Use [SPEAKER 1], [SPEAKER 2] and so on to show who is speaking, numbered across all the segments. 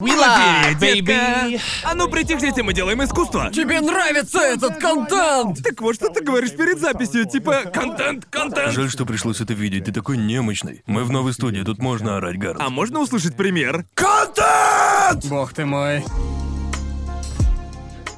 [SPEAKER 1] We
[SPEAKER 2] love it,
[SPEAKER 1] baby.
[SPEAKER 2] baby. А ну притихните, мы делаем искусство.
[SPEAKER 3] Тебе нравится этот контент?
[SPEAKER 2] Так вот, что ты говоришь перед записью, типа контент, контент.
[SPEAKER 4] Жаль, что пришлось это видеть, ты такой немощный. Мы в новой студии, тут можно орать, Гарн.
[SPEAKER 2] А можно услышать пример?
[SPEAKER 4] Контент!
[SPEAKER 3] Бог ты мой.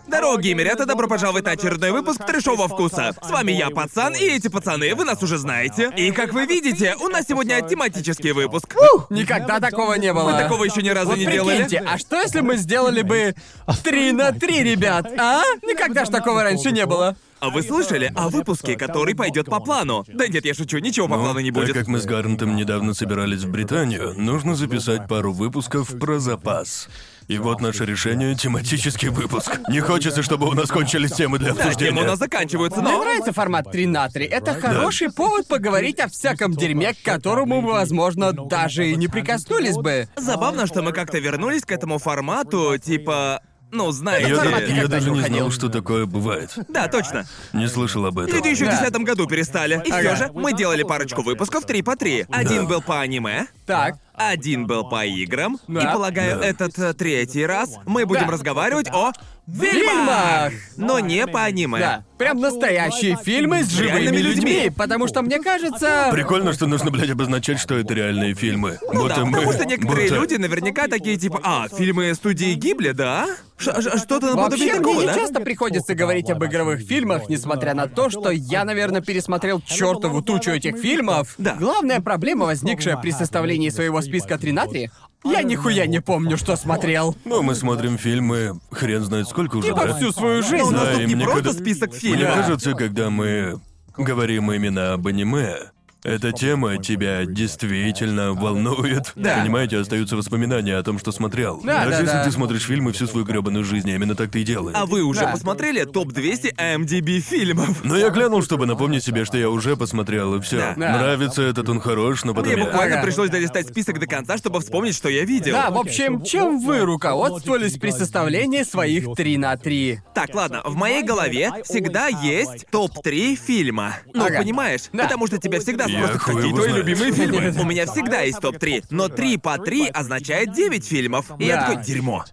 [SPEAKER 2] Здорово, геймерята, добро пожаловать на очередной выпуск Трешового Вкуса. С вами я, Пацан, и эти пацаны, вы нас уже знаете. И как вы видите, у нас сегодня тематический выпуск.
[SPEAKER 3] Никогда такого не было.
[SPEAKER 2] Мы такого еще ни разу
[SPEAKER 3] Вот
[SPEAKER 2] не делали.
[SPEAKER 3] прикиньте, а что если мы сделали бы 3 на 3, ребят, а? Никогда ж такого раньше не было.
[SPEAKER 2] А вы слышали о выпуске, который пойдет по плану? Да нет, я шучу, ничего
[SPEAKER 3] Ну,
[SPEAKER 2] по плану А не будет.
[SPEAKER 4] Так как мы с Гарнтом недавно собирались в Британию, нужно записать пару выпусков про запас. И вот наше решение — тематический выпуск. Не хочется, чтобы у нас кончились темы
[SPEAKER 2] Да,
[SPEAKER 4] для
[SPEAKER 2] темы у
[SPEAKER 4] обсуждения.
[SPEAKER 2] нас заканчиваются,
[SPEAKER 3] Мне
[SPEAKER 2] но...
[SPEAKER 3] нравится формат 3 на 3. Это хороший повод поговорить о всяком дерьме, к которому мы, возможно, даже и не прикоснулись бы.
[SPEAKER 2] Забавно, что мы как-то вернулись к этому формату, типа... Ну,
[SPEAKER 4] Я, да-
[SPEAKER 3] формат
[SPEAKER 4] я
[SPEAKER 2] знаете...
[SPEAKER 3] никогда
[SPEAKER 4] даже
[SPEAKER 3] не
[SPEAKER 4] не
[SPEAKER 3] уходил.
[SPEAKER 4] знал, что такое бывает.
[SPEAKER 2] Да, точно.
[SPEAKER 4] Не слышал об этом.
[SPEAKER 2] Люди еще в
[SPEAKER 3] Да.
[SPEAKER 2] 2010 году перестали. И все
[SPEAKER 3] Ага.
[SPEAKER 2] же мы делали парочку выпусков 3 по 3. Один
[SPEAKER 4] Да.
[SPEAKER 2] был по аниме,
[SPEAKER 3] Так.
[SPEAKER 2] один был по играм, и
[SPEAKER 3] Да.
[SPEAKER 2] полагаю,
[SPEAKER 4] Да.
[SPEAKER 2] этот э, третий раз мы будем
[SPEAKER 3] Да.
[SPEAKER 2] разговаривать о
[SPEAKER 3] Фильмах!
[SPEAKER 2] фильмах, но не по аниме.
[SPEAKER 3] Да, прям настоящие фильмы с живыми
[SPEAKER 2] Реальными людьми.
[SPEAKER 3] людьми, потому что мне кажется...
[SPEAKER 4] Прикольно, что нужно, блядь, обозначать, что это реальные фильмы.
[SPEAKER 2] Ну
[SPEAKER 4] Будто
[SPEAKER 2] да,
[SPEAKER 4] мы-
[SPEAKER 2] потому что некоторые
[SPEAKER 4] будто-
[SPEAKER 2] люди наверняка такие типа, а, фильмы студии Гибли, да? Ш- ш- Что-то наподобие
[SPEAKER 3] Вообще, мне
[SPEAKER 2] такого,
[SPEAKER 3] не
[SPEAKER 2] да?
[SPEAKER 3] часто приходится говорить об игровых фильмах, несмотря на то, что я, наверное, пересмотрел чертову тучу этих фильмов.
[SPEAKER 2] Да.
[SPEAKER 3] Главная проблема, возникшая при составлении своего списка 3 на 3, А я нихуя не помню, что смотрел.
[SPEAKER 4] Ну, мы смотрим фильмы, хрен знает сколько уже,
[SPEAKER 3] Типа
[SPEAKER 4] да?
[SPEAKER 3] всю свою
[SPEAKER 2] Но Ну, у
[SPEAKER 3] жизнь.
[SPEAKER 2] нас
[SPEAKER 4] Да,
[SPEAKER 2] тут
[SPEAKER 4] и
[SPEAKER 2] не
[SPEAKER 4] мне
[SPEAKER 2] просто
[SPEAKER 4] когда-
[SPEAKER 2] список
[SPEAKER 4] Мне
[SPEAKER 2] фильмов.
[SPEAKER 4] кажется, когда мы говорим именно об аниме, эта тема тебя действительно волнует.
[SPEAKER 3] Да.
[SPEAKER 4] Понимаете, остаются воспоминания о том, что смотрел.
[SPEAKER 3] Да,
[SPEAKER 4] а
[SPEAKER 3] да,
[SPEAKER 4] если
[SPEAKER 3] да.
[SPEAKER 4] ты смотришь фильмы всю свою гребаную жизнь, именно так ты и делаешь.
[SPEAKER 2] А вы уже
[SPEAKER 3] Да.
[SPEAKER 2] посмотрели А топ-200 IMDb фильмов?
[SPEAKER 4] Но я глянул, чтобы напомнить себе, что я уже посмотрел, и все.
[SPEAKER 2] Да.
[SPEAKER 3] Да.
[SPEAKER 4] Нравится этот, он хорош, но потом
[SPEAKER 2] Мне
[SPEAKER 4] я-
[SPEAKER 2] буквально
[SPEAKER 3] Ага.
[SPEAKER 2] пришлось долистать список до конца, чтобы вспомнить, что я видел.
[SPEAKER 3] Да, в общем, чем вы руководствовались при составлении своих 3 на 3?
[SPEAKER 2] Так, ладно, в моей голове всегда есть топ-3 фильма. Ну,
[SPEAKER 3] Ага.
[SPEAKER 2] понимаешь?
[SPEAKER 3] Да.
[SPEAKER 2] Потому что тебя всегда
[SPEAKER 4] Я
[SPEAKER 2] спросят,
[SPEAKER 4] хуй
[SPEAKER 2] какие
[SPEAKER 4] его
[SPEAKER 2] твои
[SPEAKER 4] знает.
[SPEAKER 2] любимые фильмы. У меня всегда есть топ-3, но 3 по 3 означает 9 фильмов. И я
[SPEAKER 3] Да.
[SPEAKER 2] такой, дерьмо.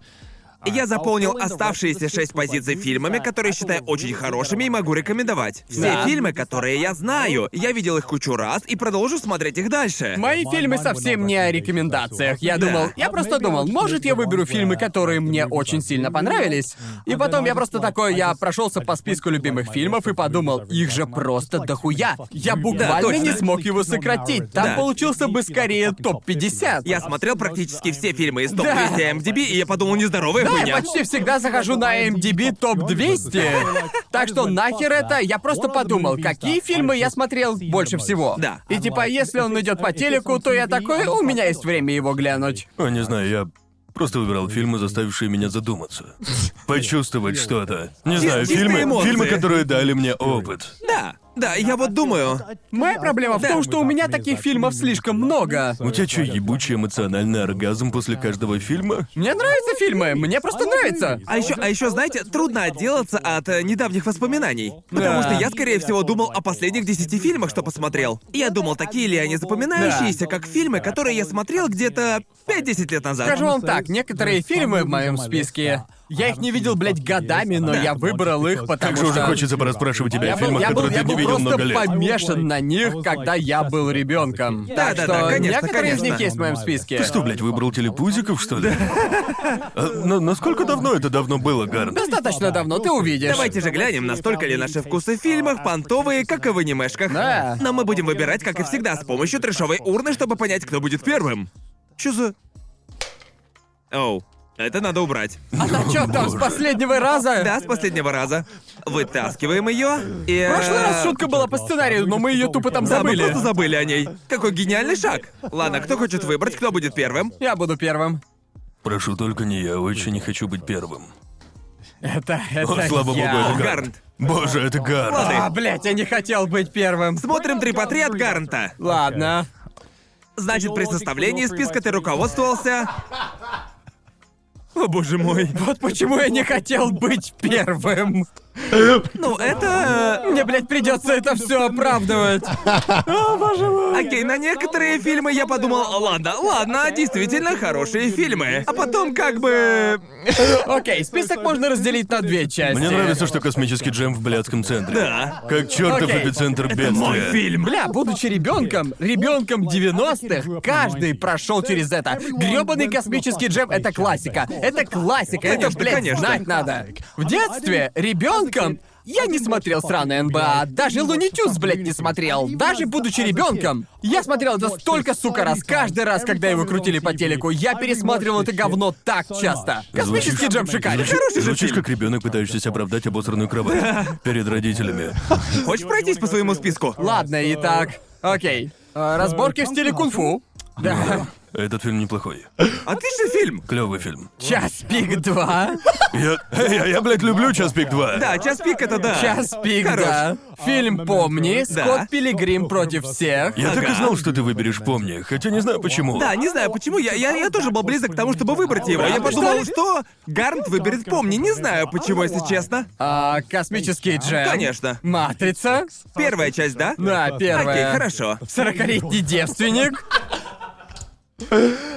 [SPEAKER 2] Я заполнил оставшиеся шесть позиций фильмами, которые считаю очень хорошими и могу рекомендовать. Все
[SPEAKER 3] Да.
[SPEAKER 2] фильмы, которые я знаю. Я видел их кучу раз и продолжу смотреть их дальше.
[SPEAKER 3] Мои фильмы совсем не о рекомендациях. Я
[SPEAKER 2] Да.
[SPEAKER 3] думал, я просто думал, может, я выберу фильмы, которые мне очень сильно понравились. И потом я просто такой, я прошелся по списку любимых фильмов и подумал, их же просто дохуя. Я
[SPEAKER 2] Да,
[SPEAKER 3] буквально
[SPEAKER 2] точно.
[SPEAKER 3] не смог его сократить. Там
[SPEAKER 2] Да.
[SPEAKER 3] получился бы скорее топ-50.
[SPEAKER 2] Я смотрел практически все фильмы из
[SPEAKER 3] Да.
[SPEAKER 2] топ-200 MDB, и я подумал, нездоровая
[SPEAKER 3] Да,
[SPEAKER 2] хуйня.
[SPEAKER 3] я почти всегда захожу на MDB топ-200. Так что нахер это, я просто подумал, какие фильмы я смотрел больше всего.
[SPEAKER 2] Да.
[SPEAKER 3] И типа, если он идет по телеку, то я такой, у меня есть время его глянуть.
[SPEAKER 4] О, не знаю, я просто выбирал фильмы, заставившие меня задуматься. Почувствовать что-то. Не знаю,
[SPEAKER 2] чистые
[SPEAKER 4] фильмы,
[SPEAKER 2] эмоции.
[SPEAKER 4] фильмы, которые дали мне опыт.
[SPEAKER 2] Да, да, я вот думаю.
[SPEAKER 3] Моя проблема в том, что у меня таких фильмов слишком много.
[SPEAKER 4] У тебя что, ебучий эмоциональный оргазм после каждого фильма?
[SPEAKER 3] Мне нравятся фильмы, мне просто нравится.
[SPEAKER 2] А еще, а еще, знаете, трудно отделаться от э, недавних воспоминаний. Потому
[SPEAKER 3] Да.
[SPEAKER 2] что я, скорее всего, думал о последних десяти фильмах, что посмотрел. И Я думал, такие ли они запоминающиеся,
[SPEAKER 5] Да.
[SPEAKER 2] как фильмы, которые я смотрел где-то 5-10 лет назад.
[SPEAKER 3] Скажу вам так, некоторые фильмы в моем списке. Я их не видел, блядь, годами, но я выбрал их, потому
[SPEAKER 4] Как же уже
[SPEAKER 3] что-
[SPEAKER 4] хочется пораспрашивать тебя
[SPEAKER 3] Я
[SPEAKER 4] о
[SPEAKER 3] был,
[SPEAKER 4] фильмах,
[SPEAKER 3] я был,
[SPEAKER 4] которые
[SPEAKER 3] я
[SPEAKER 4] ты не
[SPEAKER 3] был
[SPEAKER 4] видел
[SPEAKER 3] просто
[SPEAKER 4] много лет.
[SPEAKER 3] помешан на них, когда я был ребенком.
[SPEAKER 5] Да,
[SPEAKER 3] Так
[SPEAKER 2] да,
[SPEAKER 3] что
[SPEAKER 2] да, конечно,
[SPEAKER 3] некоторые из них
[SPEAKER 2] конечно.
[SPEAKER 3] есть в моем списке.
[SPEAKER 4] Ты что, блядь, выбрал телепузиков, что ли? А, на- Насколько давно это давно было, Гарн?
[SPEAKER 3] Достаточно давно, ты увидишь.
[SPEAKER 2] Давайте же глянем, настолько ли наши вкусы в фильмах понтовые, как и в анимешках.
[SPEAKER 3] Да.
[SPEAKER 2] Но мы будем выбирать, как и всегда, с помощью трешовой урны, чтобы понять, кто будет первым. Чё за... Оу, это надо убрать.
[SPEAKER 3] А то чё там с последнего раза?
[SPEAKER 2] Да, с последнего раза. Вытаскиваем ее и...
[SPEAKER 3] В прошлый раз
[SPEAKER 2] э,
[SPEAKER 3] шутка была по сценарию, но мы ее тупо там
[SPEAKER 2] Да, мы
[SPEAKER 3] забыли.
[SPEAKER 2] просто забыли о ней. Какой гениальный шаг. Ладно, кто хочет выбрать, кто будет первым?
[SPEAKER 3] Я буду первым.
[SPEAKER 4] Прошу только не я, очень не хочу быть первым.
[SPEAKER 3] Это, это
[SPEAKER 4] О, слава богу,
[SPEAKER 3] я.
[SPEAKER 4] это Гарн.
[SPEAKER 2] Гарнт.
[SPEAKER 4] Боже, это Гарн.
[SPEAKER 3] А, блядь, я не хотел быть первым.
[SPEAKER 2] Смотрим три по три от Гарнта.
[SPEAKER 3] Ладно.
[SPEAKER 2] Значит, при составлении списка ты руководствовался... О боже мой.
[SPEAKER 3] Вот почему я не хотел быть первым.
[SPEAKER 2] Ну, это... э,
[SPEAKER 3] Мне, блядь, придется это все оправдывать.
[SPEAKER 2] Окей, на некоторые фильмы я подумал, ладно, ладно, действительно хорошие фильмы. А потом как бы...
[SPEAKER 3] Окей, список можно разделить на две части.
[SPEAKER 4] Мне нравится, что космический джем в блядском центре.
[SPEAKER 2] Да.
[SPEAKER 4] Как чертов
[SPEAKER 3] Окей.
[SPEAKER 4] эпицентр бедствия.
[SPEAKER 2] Мой фильм.
[SPEAKER 3] Бля, будучи ребенком, ребенком 90-х, каждый прошел через это. Гребаный космический джем — это классика. Это классика, это,
[SPEAKER 2] Конечно,
[SPEAKER 3] блядь,
[SPEAKER 2] конечно.
[SPEAKER 3] знать надо. В детстве, ребенком, я не смотрел сраный НБА, а, даже Луни Тюнс, блядь, не смотрел. Даже будучи ребенком, я смотрел это столько, сука, раз. Каждый раз, когда его крутили по телеку, я пересматривал это говно так часто. Космический джем шикарен.
[SPEAKER 4] Звучишь,
[SPEAKER 2] Хороший же
[SPEAKER 4] звучишь
[SPEAKER 2] фильм.
[SPEAKER 4] как ребенок, пытающийся оправдать обосранную кровать перед родителями.
[SPEAKER 2] Хочешь пройтись по своему списку?
[SPEAKER 3] Ладно, итак, окей.
[SPEAKER 2] Э,
[SPEAKER 3] А, Разборки в стиле кунг-фу. Да.
[SPEAKER 4] Этот фильм неплохой.
[SPEAKER 2] Отличный фильм.
[SPEAKER 4] Клевый фильм.
[SPEAKER 3] Час пик два.
[SPEAKER 4] Я, Эй, я, я, блядь, люблю «Час пик 2».
[SPEAKER 2] Да, час пик это да.
[SPEAKER 3] Час пик, да. Фильм «Помни»,
[SPEAKER 2] А, Да.
[SPEAKER 3] Скотт Пилигрим против всех.
[SPEAKER 4] Я так и
[SPEAKER 2] Ага.
[SPEAKER 4] знал, что ты выберешь «Помни», хотя не знаю почему.
[SPEAKER 2] Да, не знаю почему, я, я, я тоже был близок к тому, чтобы выбрать его. Я
[SPEAKER 3] Правда,
[SPEAKER 2] подумал,
[SPEAKER 3] что
[SPEAKER 2] что Гарнт выберет «Помни». Не знаю почему, если честно.
[SPEAKER 3] А, космический джем.
[SPEAKER 2] Конечно.
[SPEAKER 3] Матрица.
[SPEAKER 2] Первая часть, да?
[SPEAKER 3] Да, первая.
[SPEAKER 2] Окей, хорошо.
[SPEAKER 3] Сорокалетний девственник.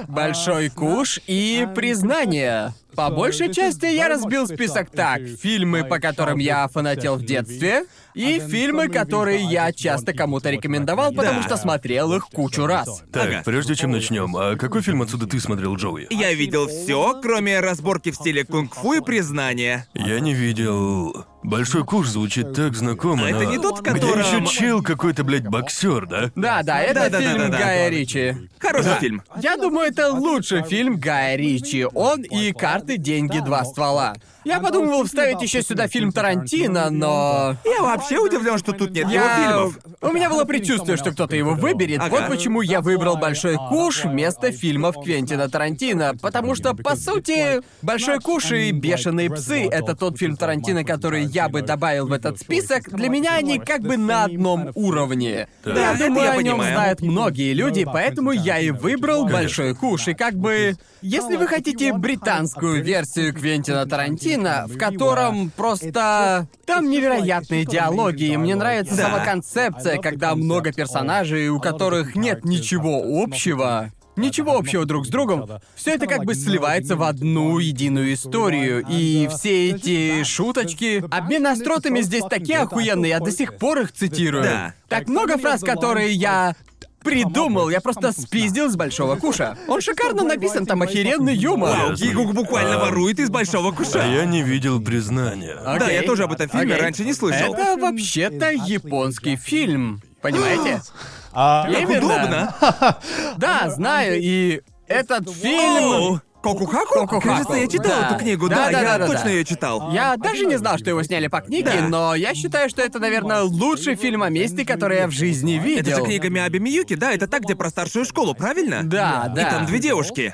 [SPEAKER 3] Большой куш и признание. По большей части я разбил список так. Фильмы, по которым я фанател в детстве, и фильмы, которые я часто кому-то рекомендовал, потому
[SPEAKER 2] Да.
[SPEAKER 3] что смотрел их кучу раз.
[SPEAKER 4] Так,
[SPEAKER 2] Ага.
[SPEAKER 4] прежде чем начнем, а какой фильм отсюда ты смотрел, Джоуи?
[SPEAKER 2] Я видел все, кроме разборки в стиле кунг-фу и признания.
[SPEAKER 4] Я не видел. Большой куш звучит так знакомо.
[SPEAKER 2] А это
[SPEAKER 4] но-
[SPEAKER 2] не тот, в
[SPEAKER 4] Где
[SPEAKER 2] котором-
[SPEAKER 4] еще чел какой-то, блядь, боксер, да?
[SPEAKER 3] Да, да, А это
[SPEAKER 2] Да-да-да-да-да.
[SPEAKER 3] фильм Гая Ричи.
[SPEAKER 2] Хороший фильм.
[SPEAKER 3] Я думаю, это лучший фильм Гая Ричи. Он и карты, деньги, два ствола. Я подумывал вставить еще сюда фильм Тарантино, но.
[SPEAKER 2] Я вообще удивлен, что тут нет его фильмов.
[SPEAKER 3] А У меня было предчувствие, что кто-то его выберет.
[SPEAKER 2] Ага.
[SPEAKER 3] Вот почему я выбрал А, «Большой куш» вместо фильмов Квентина Тарантино. Потому что, по сути, «Большой куш» и «Бешеные псы» — это тот фильм Тарантино, который я бы добавил в этот список. Для меня они как бы на одном уровне.
[SPEAKER 4] Да,
[SPEAKER 3] я
[SPEAKER 2] это я
[SPEAKER 3] думаю, о нем
[SPEAKER 2] понимаю.
[SPEAKER 3] знают многие люди, поэтому я и выбрал «Большой куш». И как бы... Если вы хотите британскую версию Квентина Тарантино, в котором просто... Там невероятные диалоги, и мне нравится
[SPEAKER 2] Да.
[SPEAKER 3] сама концепция, когда много персонажей, у которых нет ничего общего. Ничего общего друг с другом. Все это как бы сливается в одну единую историю. И все эти шуточки, обмен остротами здесь такие охуенные, я до сих пор их цитирую.
[SPEAKER 2] Да.
[SPEAKER 3] Так много фраз, которые я придумал, я просто спиздил с большого куша. Он шикарно написан, там охеренный юмор.
[SPEAKER 2] Вау,
[SPEAKER 4] Ясно.
[SPEAKER 2] Гигук буквально
[SPEAKER 4] А.
[SPEAKER 2] ворует из большого
[SPEAKER 4] А
[SPEAKER 2] куша.
[SPEAKER 4] я не видел признания.
[SPEAKER 2] Да,
[SPEAKER 3] Окей.
[SPEAKER 2] я тоже об этом фильме
[SPEAKER 3] Окей.
[SPEAKER 2] раньше не слышал.
[SPEAKER 3] Это вообще-то японский фильм, понимаете? Именно.
[SPEAKER 2] Удобно.
[SPEAKER 3] Да, знаю, и этот
[SPEAKER 2] Оу.
[SPEAKER 3] фильм...
[SPEAKER 2] Кокухаку?
[SPEAKER 3] Кокухаку.
[SPEAKER 2] Кажется, я читал
[SPEAKER 3] Да.
[SPEAKER 2] эту книгу.
[SPEAKER 3] Да,
[SPEAKER 2] Да,
[SPEAKER 3] да,
[SPEAKER 2] я
[SPEAKER 3] да, да,
[SPEAKER 2] точно
[SPEAKER 3] да.
[SPEAKER 2] ее читал.
[SPEAKER 3] Я даже не знал, что его сняли по книге,
[SPEAKER 2] Да.
[SPEAKER 3] но я считаю, что это, наверное, лучший фильм о мести, который я в жизни видел.
[SPEAKER 2] Это же книга Миаби Миюки, да? Это та, где про старшую школу, правильно?
[SPEAKER 3] Да, да.
[SPEAKER 2] И там две девушки.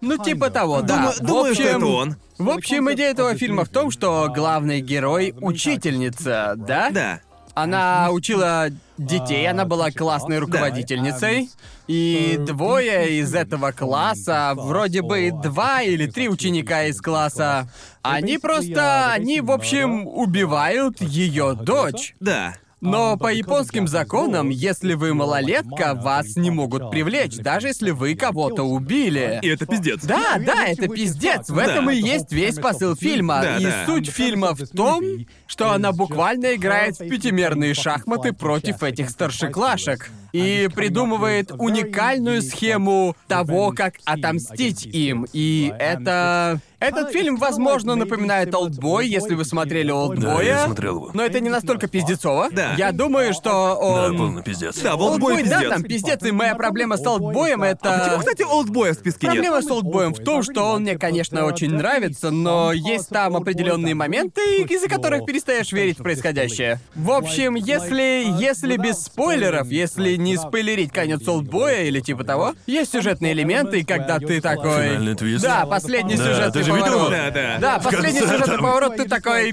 [SPEAKER 3] Ну, типа того, да.
[SPEAKER 2] Думаю- думаю,
[SPEAKER 3] в общем,
[SPEAKER 2] что это он.
[SPEAKER 3] В общем, идея этого фильма в том, что главный герой — учительница, да?
[SPEAKER 2] Да.
[SPEAKER 3] Она учила детей, она была классной руководительницей. И двое из этого класса, вроде бы два или три ученика из класса, они просто, они, в общем, убивают ее дочь.
[SPEAKER 2] Да.
[SPEAKER 3] Но по японским законам, если вы малолетка, вас не могут привлечь, даже если вы кого-то убили.
[SPEAKER 2] И это пиздец.
[SPEAKER 3] Да, да, это пиздец. В
[SPEAKER 1] Да.
[SPEAKER 3] этом и есть весь посыл фильма.
[SPEAKER 2] Да,
[SPEAKER 3] и
[SPEAKER 2] да. Ну,
[SPEAKER 3] суть фильма в том, что она буквально играет в пятимерные шахматы против этих старшеклашек. И придумывает уникальную схему того, как отомстить им. И
[SPEAKER 2] а
[SPEAKER 3] это... Этот фильм, возможно, напоминает «Олдбой», если вы смотрели
[SPEAKER 4] Да,
[SPEAKER 3] «Олдбоя».
[SPEAKER 4] я смотрел его.
[SPEAKER 3] Но это не настолько пиздецово.
[SPEAKER 2] Да.
[SPEAKER 3] Я думаю, что
[SPEAKER 4] Да,
[SPEAKER 3] он...
[SPEAKER 4] полный А пиздец.
[SPEAKER 2] Да, вот
[SPEAKER 3] «Олдбой»,
[SPEAKER 2] бой
[SPEAKER 3] да,
[SPEAKER 2] пиздец.
[SPEAKER 3] там пиздец, и моя проблема с «Олдбоем» — это...
[SPEAKER 2] Почему, Ну, кстати, олдбоя в списке нет?
[SPEAKER 3] А. Проблема с «Олдбоем» в том, что он мне, конечно, очень нравится, но есть там определенные моменты, из-за которых перестаешь верить в происходящее. В общем, если... если без спойлеров, если не спойлерить конец «Олдбоя» или типа того, есть сюжетные элементы, и когда ты такой...
[SPEAKER 4] Финальный твист.
[SPEAKER 3] Да, последний
[SPEAKER 4] Да,
[SPEAKER 3] сюжетный
[SPEAKER 4] ты же видел
[SPEAKER 3] поворот.
[SPEAKER 4] его?
[SPEAKER 2] Да, да.
[SPEAKER 3] Да, последний
[SPEAKER 4] конце
[SPEAKER 3] сюжетный
[SPEAKER 4] там.
[SPEAKER 3] поворот ты такой...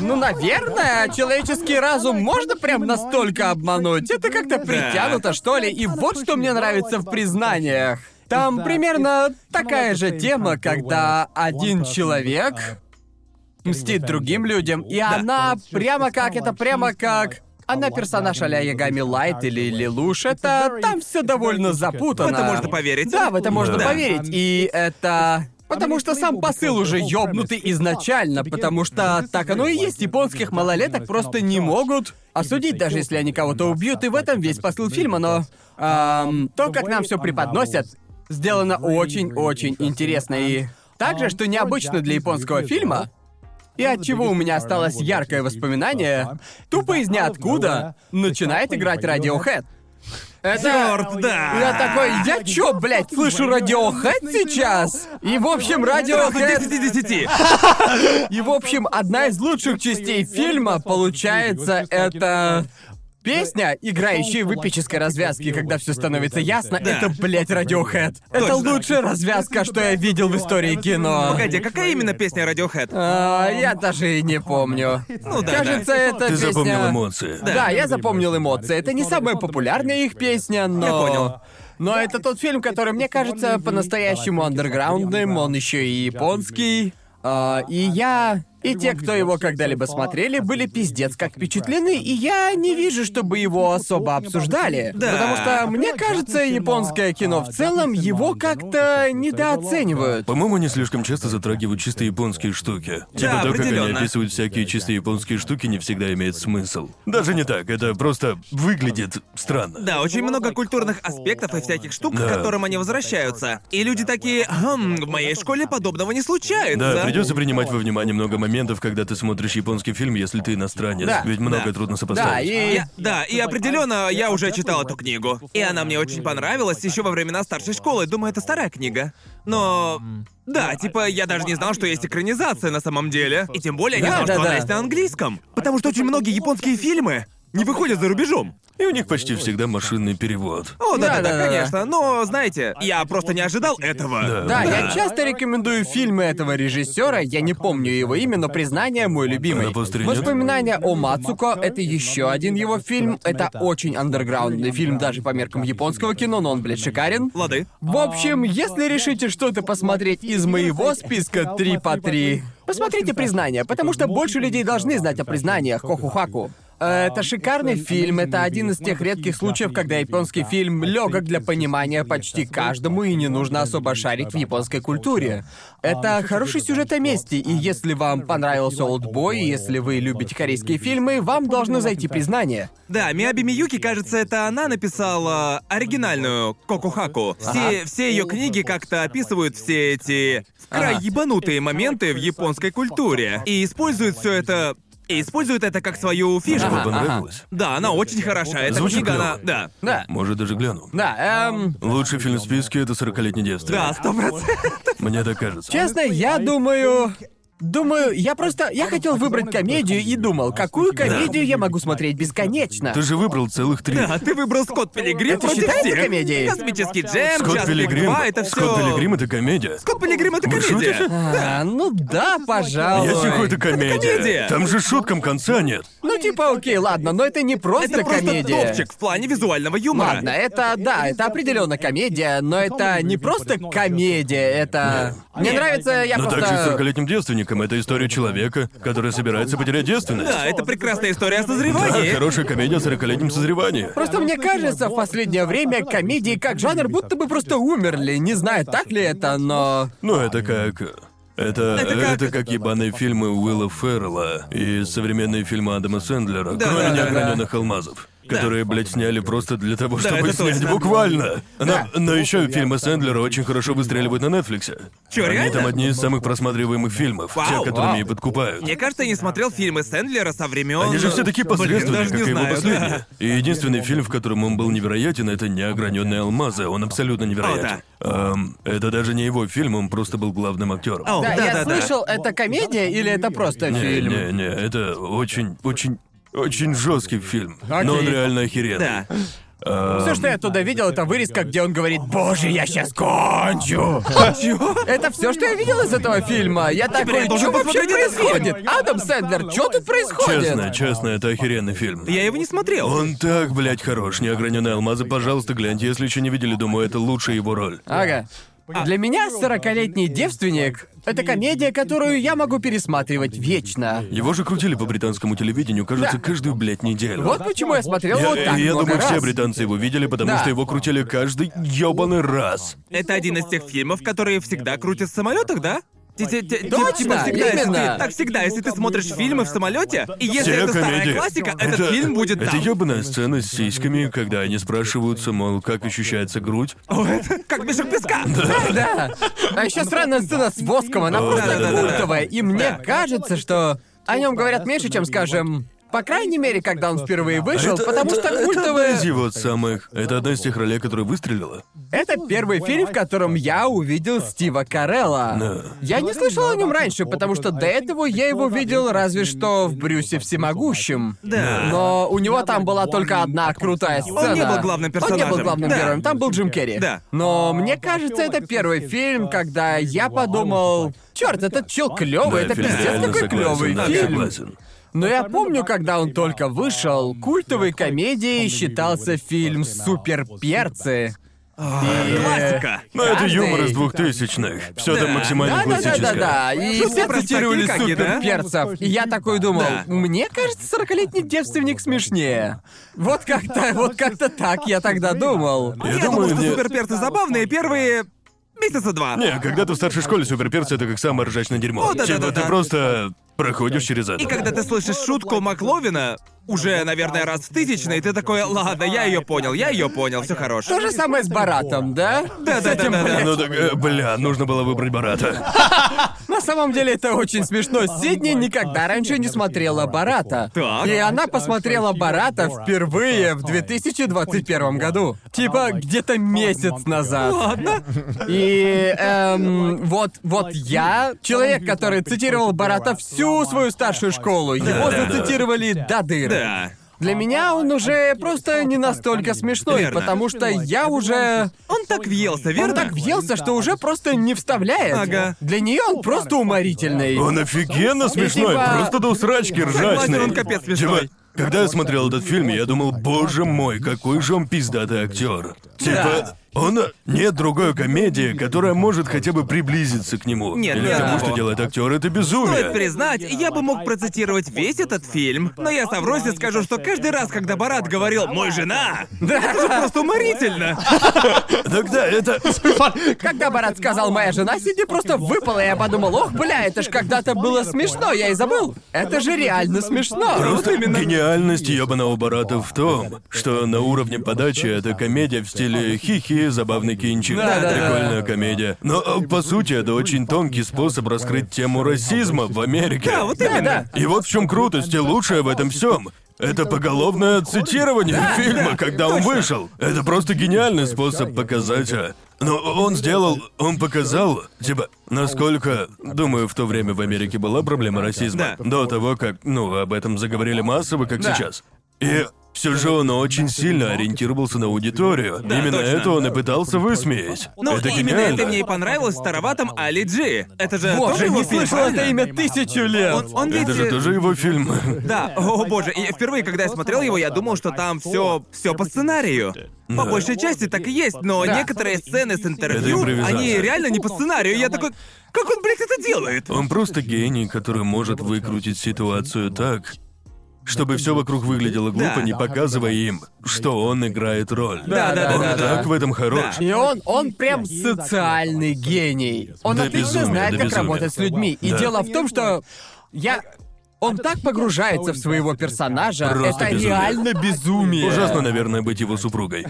[SPEAKER 3] Ну, наверное, человеческий разум можно прям настолько обмануть. Это как-то притянуто, что ли. И вот что мне нравится в признаниях. Там примерно такая же тема, когда один человек мстит другим людям, и
[SPEAKER 2] Да.
[SPEAKER 3] она прямо как это прямо как. Она персонаж а-ля Ягами Лайт или Лилуш, это там все довольно запутано.
[SPEAKER 2] В это можно поверить.
[SPEAKER 3] Да, в это можно
[SPEAKER 2] Да.
[SPEAKER 3] поверить. И это. Потому что сам посыл уже ёбнутый изначально, потому что так оно и есть, японских малолеток просто не могут осудить, даже если они кого-то убьют, и в этом весь посыл фильма, но эм, то, как нам все преподносят, сделано очень-очень интересно. И также, что необычно для японского фильма, и от чего у меня осталось яркое воспоминание, тупо из ниоткуда начинает играть Radiohead. Это...
[SPEAKER 2] Чёрт, да.
[SPEAKER 3] Я такой, я чё, блядь, слышу Radiohead сейчас? И, в общем,
[SPEAKER 2] Сразу
[SPEAKER 3] Radiohead...
[SPEAKER 2] 10 из 10.
[SPEAKER 3] И, в общем, одна из лучших частей фильма, получается, это... Песня, играющая в эпической развязке, когда все становится ясно,
[SPEAKER 1] Да.
[SPEAKER 3] это, блядь, Radiohead. Это
[SPEAKER 2] Точно.
[SPEAKER 3] лучшая развязка, что я видел в истории кино.
[SPEAKER 2] Погоди, а какая именно песня Radiohead?
[SPEAKER 3] А, я даже и не помню.
[SPEAKER 2] Ну да,
[SPEAKER 3] Кажется,
[SPEAKER 2] да.
[SPEAKER 3] это
[SPEAKER 4] Ты
[SPEAKER 3] песня...
[SPEAKER 4] запомнил эмоции.
[SPEAKER 3] Да. я запомнил эмоции. Это не самая популярная их песня, но...
[SPEAKER 1] Я понял.
[SPEAKER 3] Но это тот фильм, который, мне кажется, по-настоящему андерграундным, он еще и японский. А, и я... И те, кто его когда-либо смотрели, были пиздец как впечатлены, и я не вижу, чтобы его особо обсуждали.
[SPEAKER 2] Да.
[SPEAKER 3] Потому что, мне кажется, японское кино в целом его как-то недооценивают.
[SPEAKER 4] По-моему, они слишком часто затрагивают чисто японские штуки. типа то, как они
[SPEAKER 2] определенно.
[SPEAKER 4] описывают всякие чисто японские штуки, не всегда имеет смысл. Даже не так, это просто выглядит странно.
[SPEAKER 2] Да, очень много культурных аспектов и всяких штук,
[SPEAKER 4] Да.
[SPEAKER 2] к которым они возвращаются. И люди такие, «Хм, в моей школе подобного не случается.
[SPEAKER 4] Да, придется принимать во внимание много моментов, когда ты смотришь японский фильм, если ты иностранец.
[SPEAKER 3] Да.
[SPEAKER 4] Ведь многое
[SPEAKER 2] Да.
[SPEAKER 4] трудно
[SPEAKER 3] Да,
[SPEAKER 4] сопоставить.
[SPEAKER 3] и...
[SPEAKER 2] Я- да, и определенно я уже читал эту книгу. И она мне очень понравилась еще во времена старшей школы. Думаю, это старая книга. Но. Да, типа, я даже не знал, что есть экранизация на самом деле. И тем более я не
[SPEAKER 3] Да,
[SPEAKER 2] знал,
[SPEAKER 3] да,
[SPEAKER 2] что она
[SPEAKER 3] да.
[SPEAKER 2] есть на английском. Потому что очень многие японские фильмы не выходят за рубежом.
[SPEAKER 4] И у них почти всегда машинный перевод.
[SPEAKER 2] О, да,
[SPEAKER 3] Да, да,
[SPEAKER 2] да, да,
[SPEAKER 3] да.
[SPEAKER 2] конечно. Но, знаете, я просто не ожидал этого.
[SPEAKER 3] Да, я часто рекомендую фильмы этого режиссера, я не помню его имя, но признание мой любимый.
[SPEAKER 4] На постере нет?
[SPEAKER 3] Воспоминания о Мацуко это еще один его фильм. Это очень андерграундный фильм, даже по меркам японского кино, но он, блядь, шикарен.
[SPEAKER 2] Лады.
[SPEAKER 3] В общем, если решите что-то посмотреть из моего списка 3 по 3, посмотрите признание, потому что больше людей должны знать о признаниях Кохухаку. Э, Это шикарный фильм, это один из тех редких случаев, когда японский фильм легок для понимания почти каждому и не нужно особо шарить в А, японской культуре. Это хороший сюжет о месте, и если вам понравился «Олдбой», и если вы любите корейские фильмы, вам должно зайти признание.
[SPEAKER 2] Да, Миаби Миюки, кажется, это она написала оригинальную Кокухаку. Все, все ее книги как-то описывают все эти в край
[SPEAKER 3] Ага.
[SPEAKER 2] ебанутые моменты в японской культуре. И используют все это. И используют это как свою фишку.
[SPEAKER 4] Чтобы
[SPEAKER 3] Ага,
[SPEAKER 4] понравилось.
[SPEAKER 2] Да, она очень хороша. Эта
[SPEAKER 4] Звучит
[SPEAKER 2] книга,
[SPEAKER 4] клёво.
[SPEAKER 2] она. Да.
[SPEAKER 3] Да,
[SPEAKER 4] Может, даже гляну.
[SPEAKER 3] да, эм,
[SPEAKER 4] Лучший фильм в списке это 40-летний девственник.
[SPEAKER 2] Да, сто процентов.
[SPEAKER 4] Мне так кажется.
[SPEAKER 3] Честно, я думаю... Думаю, я просто... Я хотел выбрать комедию и думал, какую комедию я могу смотреть бесконечно.
[SPEAKER 4] Ты же выбрал целых три.
[SPEAKER 2] Да, А ты выбрал Скотт Пилигрим
[SPEAKER 3] Это
[SPEAKER 2] против
[SPEAKER 3] считается
[SPEAKER 2] всех.
[SPEAKER 3] комедией?
[SPEAKER 2] Космический джем,
[SPEAKER 4] Скотт
[SPEAKER 2] «Час
[SPEAKER 4] Пилигрим.
[SPEAKER 2] 2», это все.
[SPEAKER 4] Скотт Пилигрим это комедия.
[SPEAKER 2] Скотт Пилигрим это
[SPEAKER 4] Вы шутите?
[SPEAKER 2] комедия.
[SPEAKER 3] А, ну да, пожалуй.
[SPEAKER 4] Я тихо, это комедия.
[SPEAKER 2] комедия.
[SPEAKER 4] Там же шуткам конца нет.
[SPEAKER 3] Ну типа, окей, ладно, но это не просто
[SPEAKER 2] Это просто
[SPEAKER 3] комедия.
[SPEAKER 2] топчик в плане визуального юмора.
[SPEAKER 3] Ладно, это да, это определенно комедия, но это не просто комедия, это. Мне
[SPEAKER 1] Нет.
[SPEAKER 3] нравится, я
[SPEAKER 4] Но
[SPEAKER 3] просто.
[SPEAKER 4] также с 40-летним девственником это история человека, который собирается потерять девственность.
[SPEAKER 2] Да, это прекрасная история о
[SPEAKER 4] Да,
[SPEAKER 2] созревании.
[SPEAKER 4] хорошая комедия о 40-летнем созревании.
[SPEAKER 3] Просто мне кажется, в последнее время комедии как жанр будто бы просто умерли. Не знаю, так ли это, но.
[SPEAKER 4] Ну, это как... э, Это,
[SPEAKER 2] Это
[SPEAKER 4] это,
[SPEAKER 2] как-
[SPEAKER 4] как... ебаные фильмы Уилла Феррелла и современные фильмы Адама Сэндлера,
[SPEAKER 2] Да,
[SPEAKER 4] кроме
[SPEAKER 2] да, да.
[SPEAKER 4] неограненных алмазов. Которые, блядь, сняли просто для того,
[SPEAKER 2] Да,
[SPEAKER 4] чтобы
[SPEAKER 2] это
[SPEAKER 4] снять
[SPEAKER 2] точно.
[SPEAKER 4] буквально. Но, но еще фильмы Сэндлера очень хорошо выстреливают на Netflix.
[SPEAKER 2] Чё,
[SPEAKER 4] Они
[SPEAKER 2] реально?
[SPEAKER 4] там одни из самых просматриваемых фильмов,
[SPEAKER 2] Вау,
[SPEAKER 4] те, которыми
[SPEAKER 3] вау.
[SPEAKER 4] и подкупают.
[SPEAKER 2] Мне кажется, я не смотрел фильмы Сэндлера со времен.
[SPEAKER 4] Они же все такие посредственные,
[SPEAKER 2] даже
[SPEAKER 4] как
[SPEAKER 2] не
[SPEAKER 4] и его
[SPEAKER 2] знаю,
[SPEAKER 4] последние.
[SPEAKER 2] да.
[SPEAKER 4] И единственный фильм, в котором он был невероятен, это «Неограненные алмазы». Он абсолютно невероятен. Эм, это даже не его фильм, он просто был главным актером.
[SPEAKER 2] Ау,
[SPEAKER 3] Да, я
[SPEAKER 2] да, да, да.
[SPEAKER 3] слышал, это комедия или это просто
[SPEAKER 4] не,
[SPEAKER 3] фильм?
[SPEAKER 4] не, не, это очень, очень, очень жесткий фильм.
[SPEAKER 3] Окей.
[SPEAKER 4] Но он реально охеренный.
[SPEAKER 2] Да.
[SPEAKER 3] Все, что я оттуда видел, это вырезка, где он говорит «Боже, я сейчас кончу!» Это все, что я видел из этого фильма. Я
[SPEAKER 2] Теперь
[SPEAKER 3] такой,
[SPEAKER 2] я должен
[SPEAKER 3] что вообще
[SPEAKER 2] посмотреть этот фильм».
[SPEAKER 3] происходит? Адам Сэндлер, что тут
[SPEAKER 4] Честно,
[SPEAKER 3] происходит?
[SPEAKER 4] честно, это охеренный фильм.
[SPEAKER 2] Я его не смотрел.
[SPEAKER 4] Он так, блядь, хорош. Неограненные алмазы, пожалуйста, гляньте. Если еще не видели, думаю, это лучшая его роль.
[SPEAKER 3] Ага. Для меня 40-летний девственник Это комедия, которую я могу пересматривать вечно.
[SPEAKER 4] Его же крутили по британскому телевидению, кажется,
[SPEAKER 3] Да.
[SPEAKER 4] каждую, блядь, неделю.
[SPEAKER 3] Вот почему я смотрел
[SPEAKER 4] Я,
[SPEAKER 3] его так
[SPEAKER 4] я
[SPEAKER 3] много
[SPEAKER 4] думаю, все
[SPEAKER 3] раз.
[SPEAKER 4] британцы его видели, потому
[SPEAKER 3] Да.
[SPEAKER 4] что его крутили каждый ёбаный раз.
[SPEAKER 2] Это один из тех фильмов, которые всегда крутят в самолетах, да? Ти- ти- ти- ти-
[SPEAKER 3] Точно,
[SPEAKER 2] типа всегда, если
[SPEAKER 3] именно.
[SPEAKER 2] ты- так всегда, если ты смотришь фильмы в самолете, и если
[SPEAKER 4] Все
[SPEAKER 2] это
[SPEAKER 4] комедии.
[SPEAKER 2] старая классика, этот
[SPEAKER 4] Это-
[SPEAKER 2] фильм будет
[SPEAKER 4] Это
[SPEAKER 2] там.
[SPEAKER 4] ёбаная сцена с сиськами, когда они спрашиваются, мол, как ощущается грудь.
[SPEAKER 2] О, это как мешок песка.
[SPEAKER 3] Да. А еще странная сцена с воском, она
[SPEAKER 4] О,
[SPEAKER 3] просто
[SPEAKER 4] да-да-да.
[SPEAKER 3] культовая. И мне
[SPEAKER 2] Да.
[SPEAKER 3] кажется, что о нем говорят меньше, чем, скажем, по крайней мере, когда он впервые вышел,
[SPEAKER 4] А Это-
[SPEAKER 3] потому
[SPEAKER 4] это-
[SPEAKER 3] что
[SPEAKER 4] это одна
[SPEAKER 3] культовая...
[SPEAKER 4] из его самых... Это одна из тех ролей, которая выстрелила.
[SPEAKER 3] Это первый фильм, в котором я увидел Стива Карелла. Я не слышал о нем раньше, потому что до этого я его видел разве что в Брюсе Всемогущем.
[SPEAKER 2] Да.
[SPEAKER 3] Но у него там была только одна крутая
[SPEAKER 1] Он
[SPEAKER 3] сцена.
[SPEAKER 1] не
[SPEAKER 2] был главным
[SPEAKER 3] Он не был
[SPEAKER 2] персонажем.
[SPEAKER 3] главным
[SPEAKER 2] Да.
[SPEAKER 3] героем, там был Джим Керри.
[SPEAKER 2] Да.
[SPEAKER 3] Но мне кажется, это первый фильм, когда я подумал, черт, этот чел клевый,
[SPEAKER 4] Да,
[SPEAKER 3] это
[SPEAKER 4] фильм
[SPEAKER 3] пиздец
[SPEAKER 4] реально
[SPEAKER 3] какой
[SPEAKER 4] согласен,
[SPEAKER 3] клевый
[SPEAKER 4] да,
[SPEAKER 3] фильм.
[SPEAKER 4] согласен.
[SPEAKER 3] Но я помню, когда он только вышел, культовой комедией считался фильм «Супер перцы».
[SPEAKER 2] Классика.
[SPEAKER 4] Но это
[SPEAKER 3] Каждый-
[SPEAKER 4] юмор из двухтысячных. Все там максимально классическое.
[SPEAKER 3] Да-да-да-да-да. И
[SPEAKER 2] Шутки
[SPEAKER 3] все
[SPEAKER 2] про
[SPEAKER 3] цитировали
[SPEAKER 2] стаки, да?
[SPEAKER 3] супер перцев. И я такой думал,
[SPEAKER 2] Да.
[SPEAKER 3] мне кажется, 40-летний девственник смешнее. Вот как-то, вот как-то так я тогда думал.
[SPEAKER 4] Я
[SPEAKER 2] Я,
[SPEAKER 4] думаю,
[SPEAKER 2] думаю, что
[SPEAKER 4] мне-
[SPEAKER 2] суперперцы забавные первые месяца два.
[SPEAKER 4] Не, когда ты в старшей школе суперперцы, это как самое ржачное дерьмо.
[SPEAKER 2] О, да-да-да-да.
[SPEAKER 4] Типа, ты просто проходишь через это.
[SPEAKER 2] И когда ты слышишь шутку Макловина, уже, наверное, раз в тысячный, ты такой, ладно, я ее понял, я ее понял, все хорош.
[SPEAKER 3] То же самое с Баратом, да? С этим,
[SPEAKER 2] Да-да-да-да.
[SPEAKER 4] Ну так, э, бля, нужно было выбрать Барата.
[SPEAKER 3] На самом деле это очень смешно. Сидни никогда раньше не смотрела Барата.
[SPEAKER 2] Так.
[SPEAKER 3] И она посмотрела Барата впервые в 2021 году. Типа где-то месяц назад.
[SPEAKER 2] Ладно.
[SPEAKER 3] И эм, вот, вот я человек, который цитировал Барата всю свою старшую школу. Его
[SPEAKER 4] Да, да, да.
[SPEAKER 3] зацитировали до дыры.
[SPEAKER 2] Да.
[SPEAKER 3] Для меня он уже просто не настолько смешной,
[SPEAKER 2] Верно.
[SPEAKER 3] потому что я уже
[SPEAKER 2] Он так въелся, верно?
[SPEAKER 3] Он так въелся, что уже просто не вставляет.
[SPEAKER 2] Ага.
[SPEAKER 3] Для нее он просто уморительный.
[SPEAKER 4] Он офигенно смешной,
[SPEAKER 3] типа-
[SPEAKER 4] просто до усрачки ржачный.
[SPEAKER 2] Согласен, он капец смешной.
[SPEAKER 4] Типа, когда я смотрел этот фильм, я думал, боже мой, какой же он пиздатый актер. Типа, он... Нет другой комедии, которая может хотя бы приблизиться к нему.
[SPEAKER 2] Нет,
[SPEAKER 4] Или
[SPEAKER 2] нет, да.
[SPEAKER 4] тому, что делает актер, это безумие.
[SPEAKER 2] Стоит признать, я бы мог процитировать весь этот фильм, но я соврусь и скажу, что каждый раз, когда Барат говорил «мой жена», это же просто уморительно.
[SPEAKER 4] Тогда это...
[SPEAKER 3] Когда Барат сказал «моя жена», Сидни просто выпала, и я подумал, ох, бля, это ж когда-то было смешно, я и забыл. Это же реально смешно.
[SPEAKER 4] Просто гениальность ебаного Барата в том, что на уровне подачи это комедия в стиле хихи, забавный кинчик,
[SPEAKER 3] Да-да-да.
[SPEAKER 4] прикольная комедия. Но э, по сути это очень тонкий способ раскрыть тему расизма в Америке.
[SPEAKER 2] Да, вот именно.
[SPEAKER 3] Да,
[SPEAKER 4] И вот в чем крутость и лучшее в этом всем. Это поголовное цитирование фильма, когда он вышел. Это просто гениальный способ показать. а. Но он сделал, он показал, типа, насколько, думаю, в то время в Америке была проблема расизма.
[SPEAKER 2] Да.
[SPEAKER 4] До того, как, ну, об этом заговорили массово, как
[SPEAKER 3] Да.
[SPEAKER 4] сейчас. И все же он очень сильно ориентировался на аудиторию.
[SPEAKER 2] Да,
[SPEAKER 4] именно
[SPEAKER 2] точно.
[SPEAKER 4] это он и пытался высмеять.
[SPEAKER 2] Ну,
[SPEAKER 4] это
[SPEAKER 2] именно
[SPEAKER 4] гениально.
[SPEAKER 2] это мне и понравилось в староватом Али Джи. Это же тоже
[SPEAKER 3] Боже,
[SPEAKER 2] его
[SPEAKER 3] не
[SPEAKER 2] фильм,
[SPEAKER 3] слышал это
[SPEAKER 2] правильно?
[SPEAKER 3] имя тысячу лет.
[SPEAKER 2] Он, он ведь...
[SPEAKER 4] Это же тоже его фильм.
[SPEAKER 3] Э,
[SPEAKER 2] Да, о боже, и впервые, когда я смотрел его, я думал, что там все, все по сценарию. По большей части так и есть, но
[SPEAKER 3] Да.
[SPEAKER 2] некоторые сцены с
[SPEAKER 4] Это
[SPEAKER 2] интервью,
[SPEAKER 4] импровизация.
[SPEAKER 2] они реально не по сценарию. Я такой, как он, блядь, это делает?
[SPEAKER 4] Он просто гений, который может выкрутить ситуацию так, чтобы все вокруг выглядело глупо,
[SPEAKER 2] Да.
[SPEAKER 4] не показывая им, что он играет роль.
[SPEAKER 3] Да, да,
[SPEAKER 4] он
[SPEAKER 3] да, да,
[SPEAKER 4] так
[SPEAKER 3] да.
[SPEAKER 4] в этом хорош.
[SPEAKER 2] Да.
[SPEAKER 3] И он, он прям социальный гений. Он
[SPEAKER 4] Да
[SPEAKER 3] отлично
[SPEAKER 4] безумие,
[SPEAKER 3] знает,
[SPEAKER 4] да
[SPEAKER 3] как
[SPEAKER 4] безумие.
[SPEAKER 3] работать с людьми. И
[SPEAKER 4] Да.
[SPEAKER 3] дело в том, что я... Он так погружается в своего персонажа,
[SPEAKER 4] Просто
[SPEAKER 3] это
[SPEAKER 4] безумие.
[SPEAKER 3] реально безумие.
[SPEAKER 4] Ужасно, наверное, быть его супругой.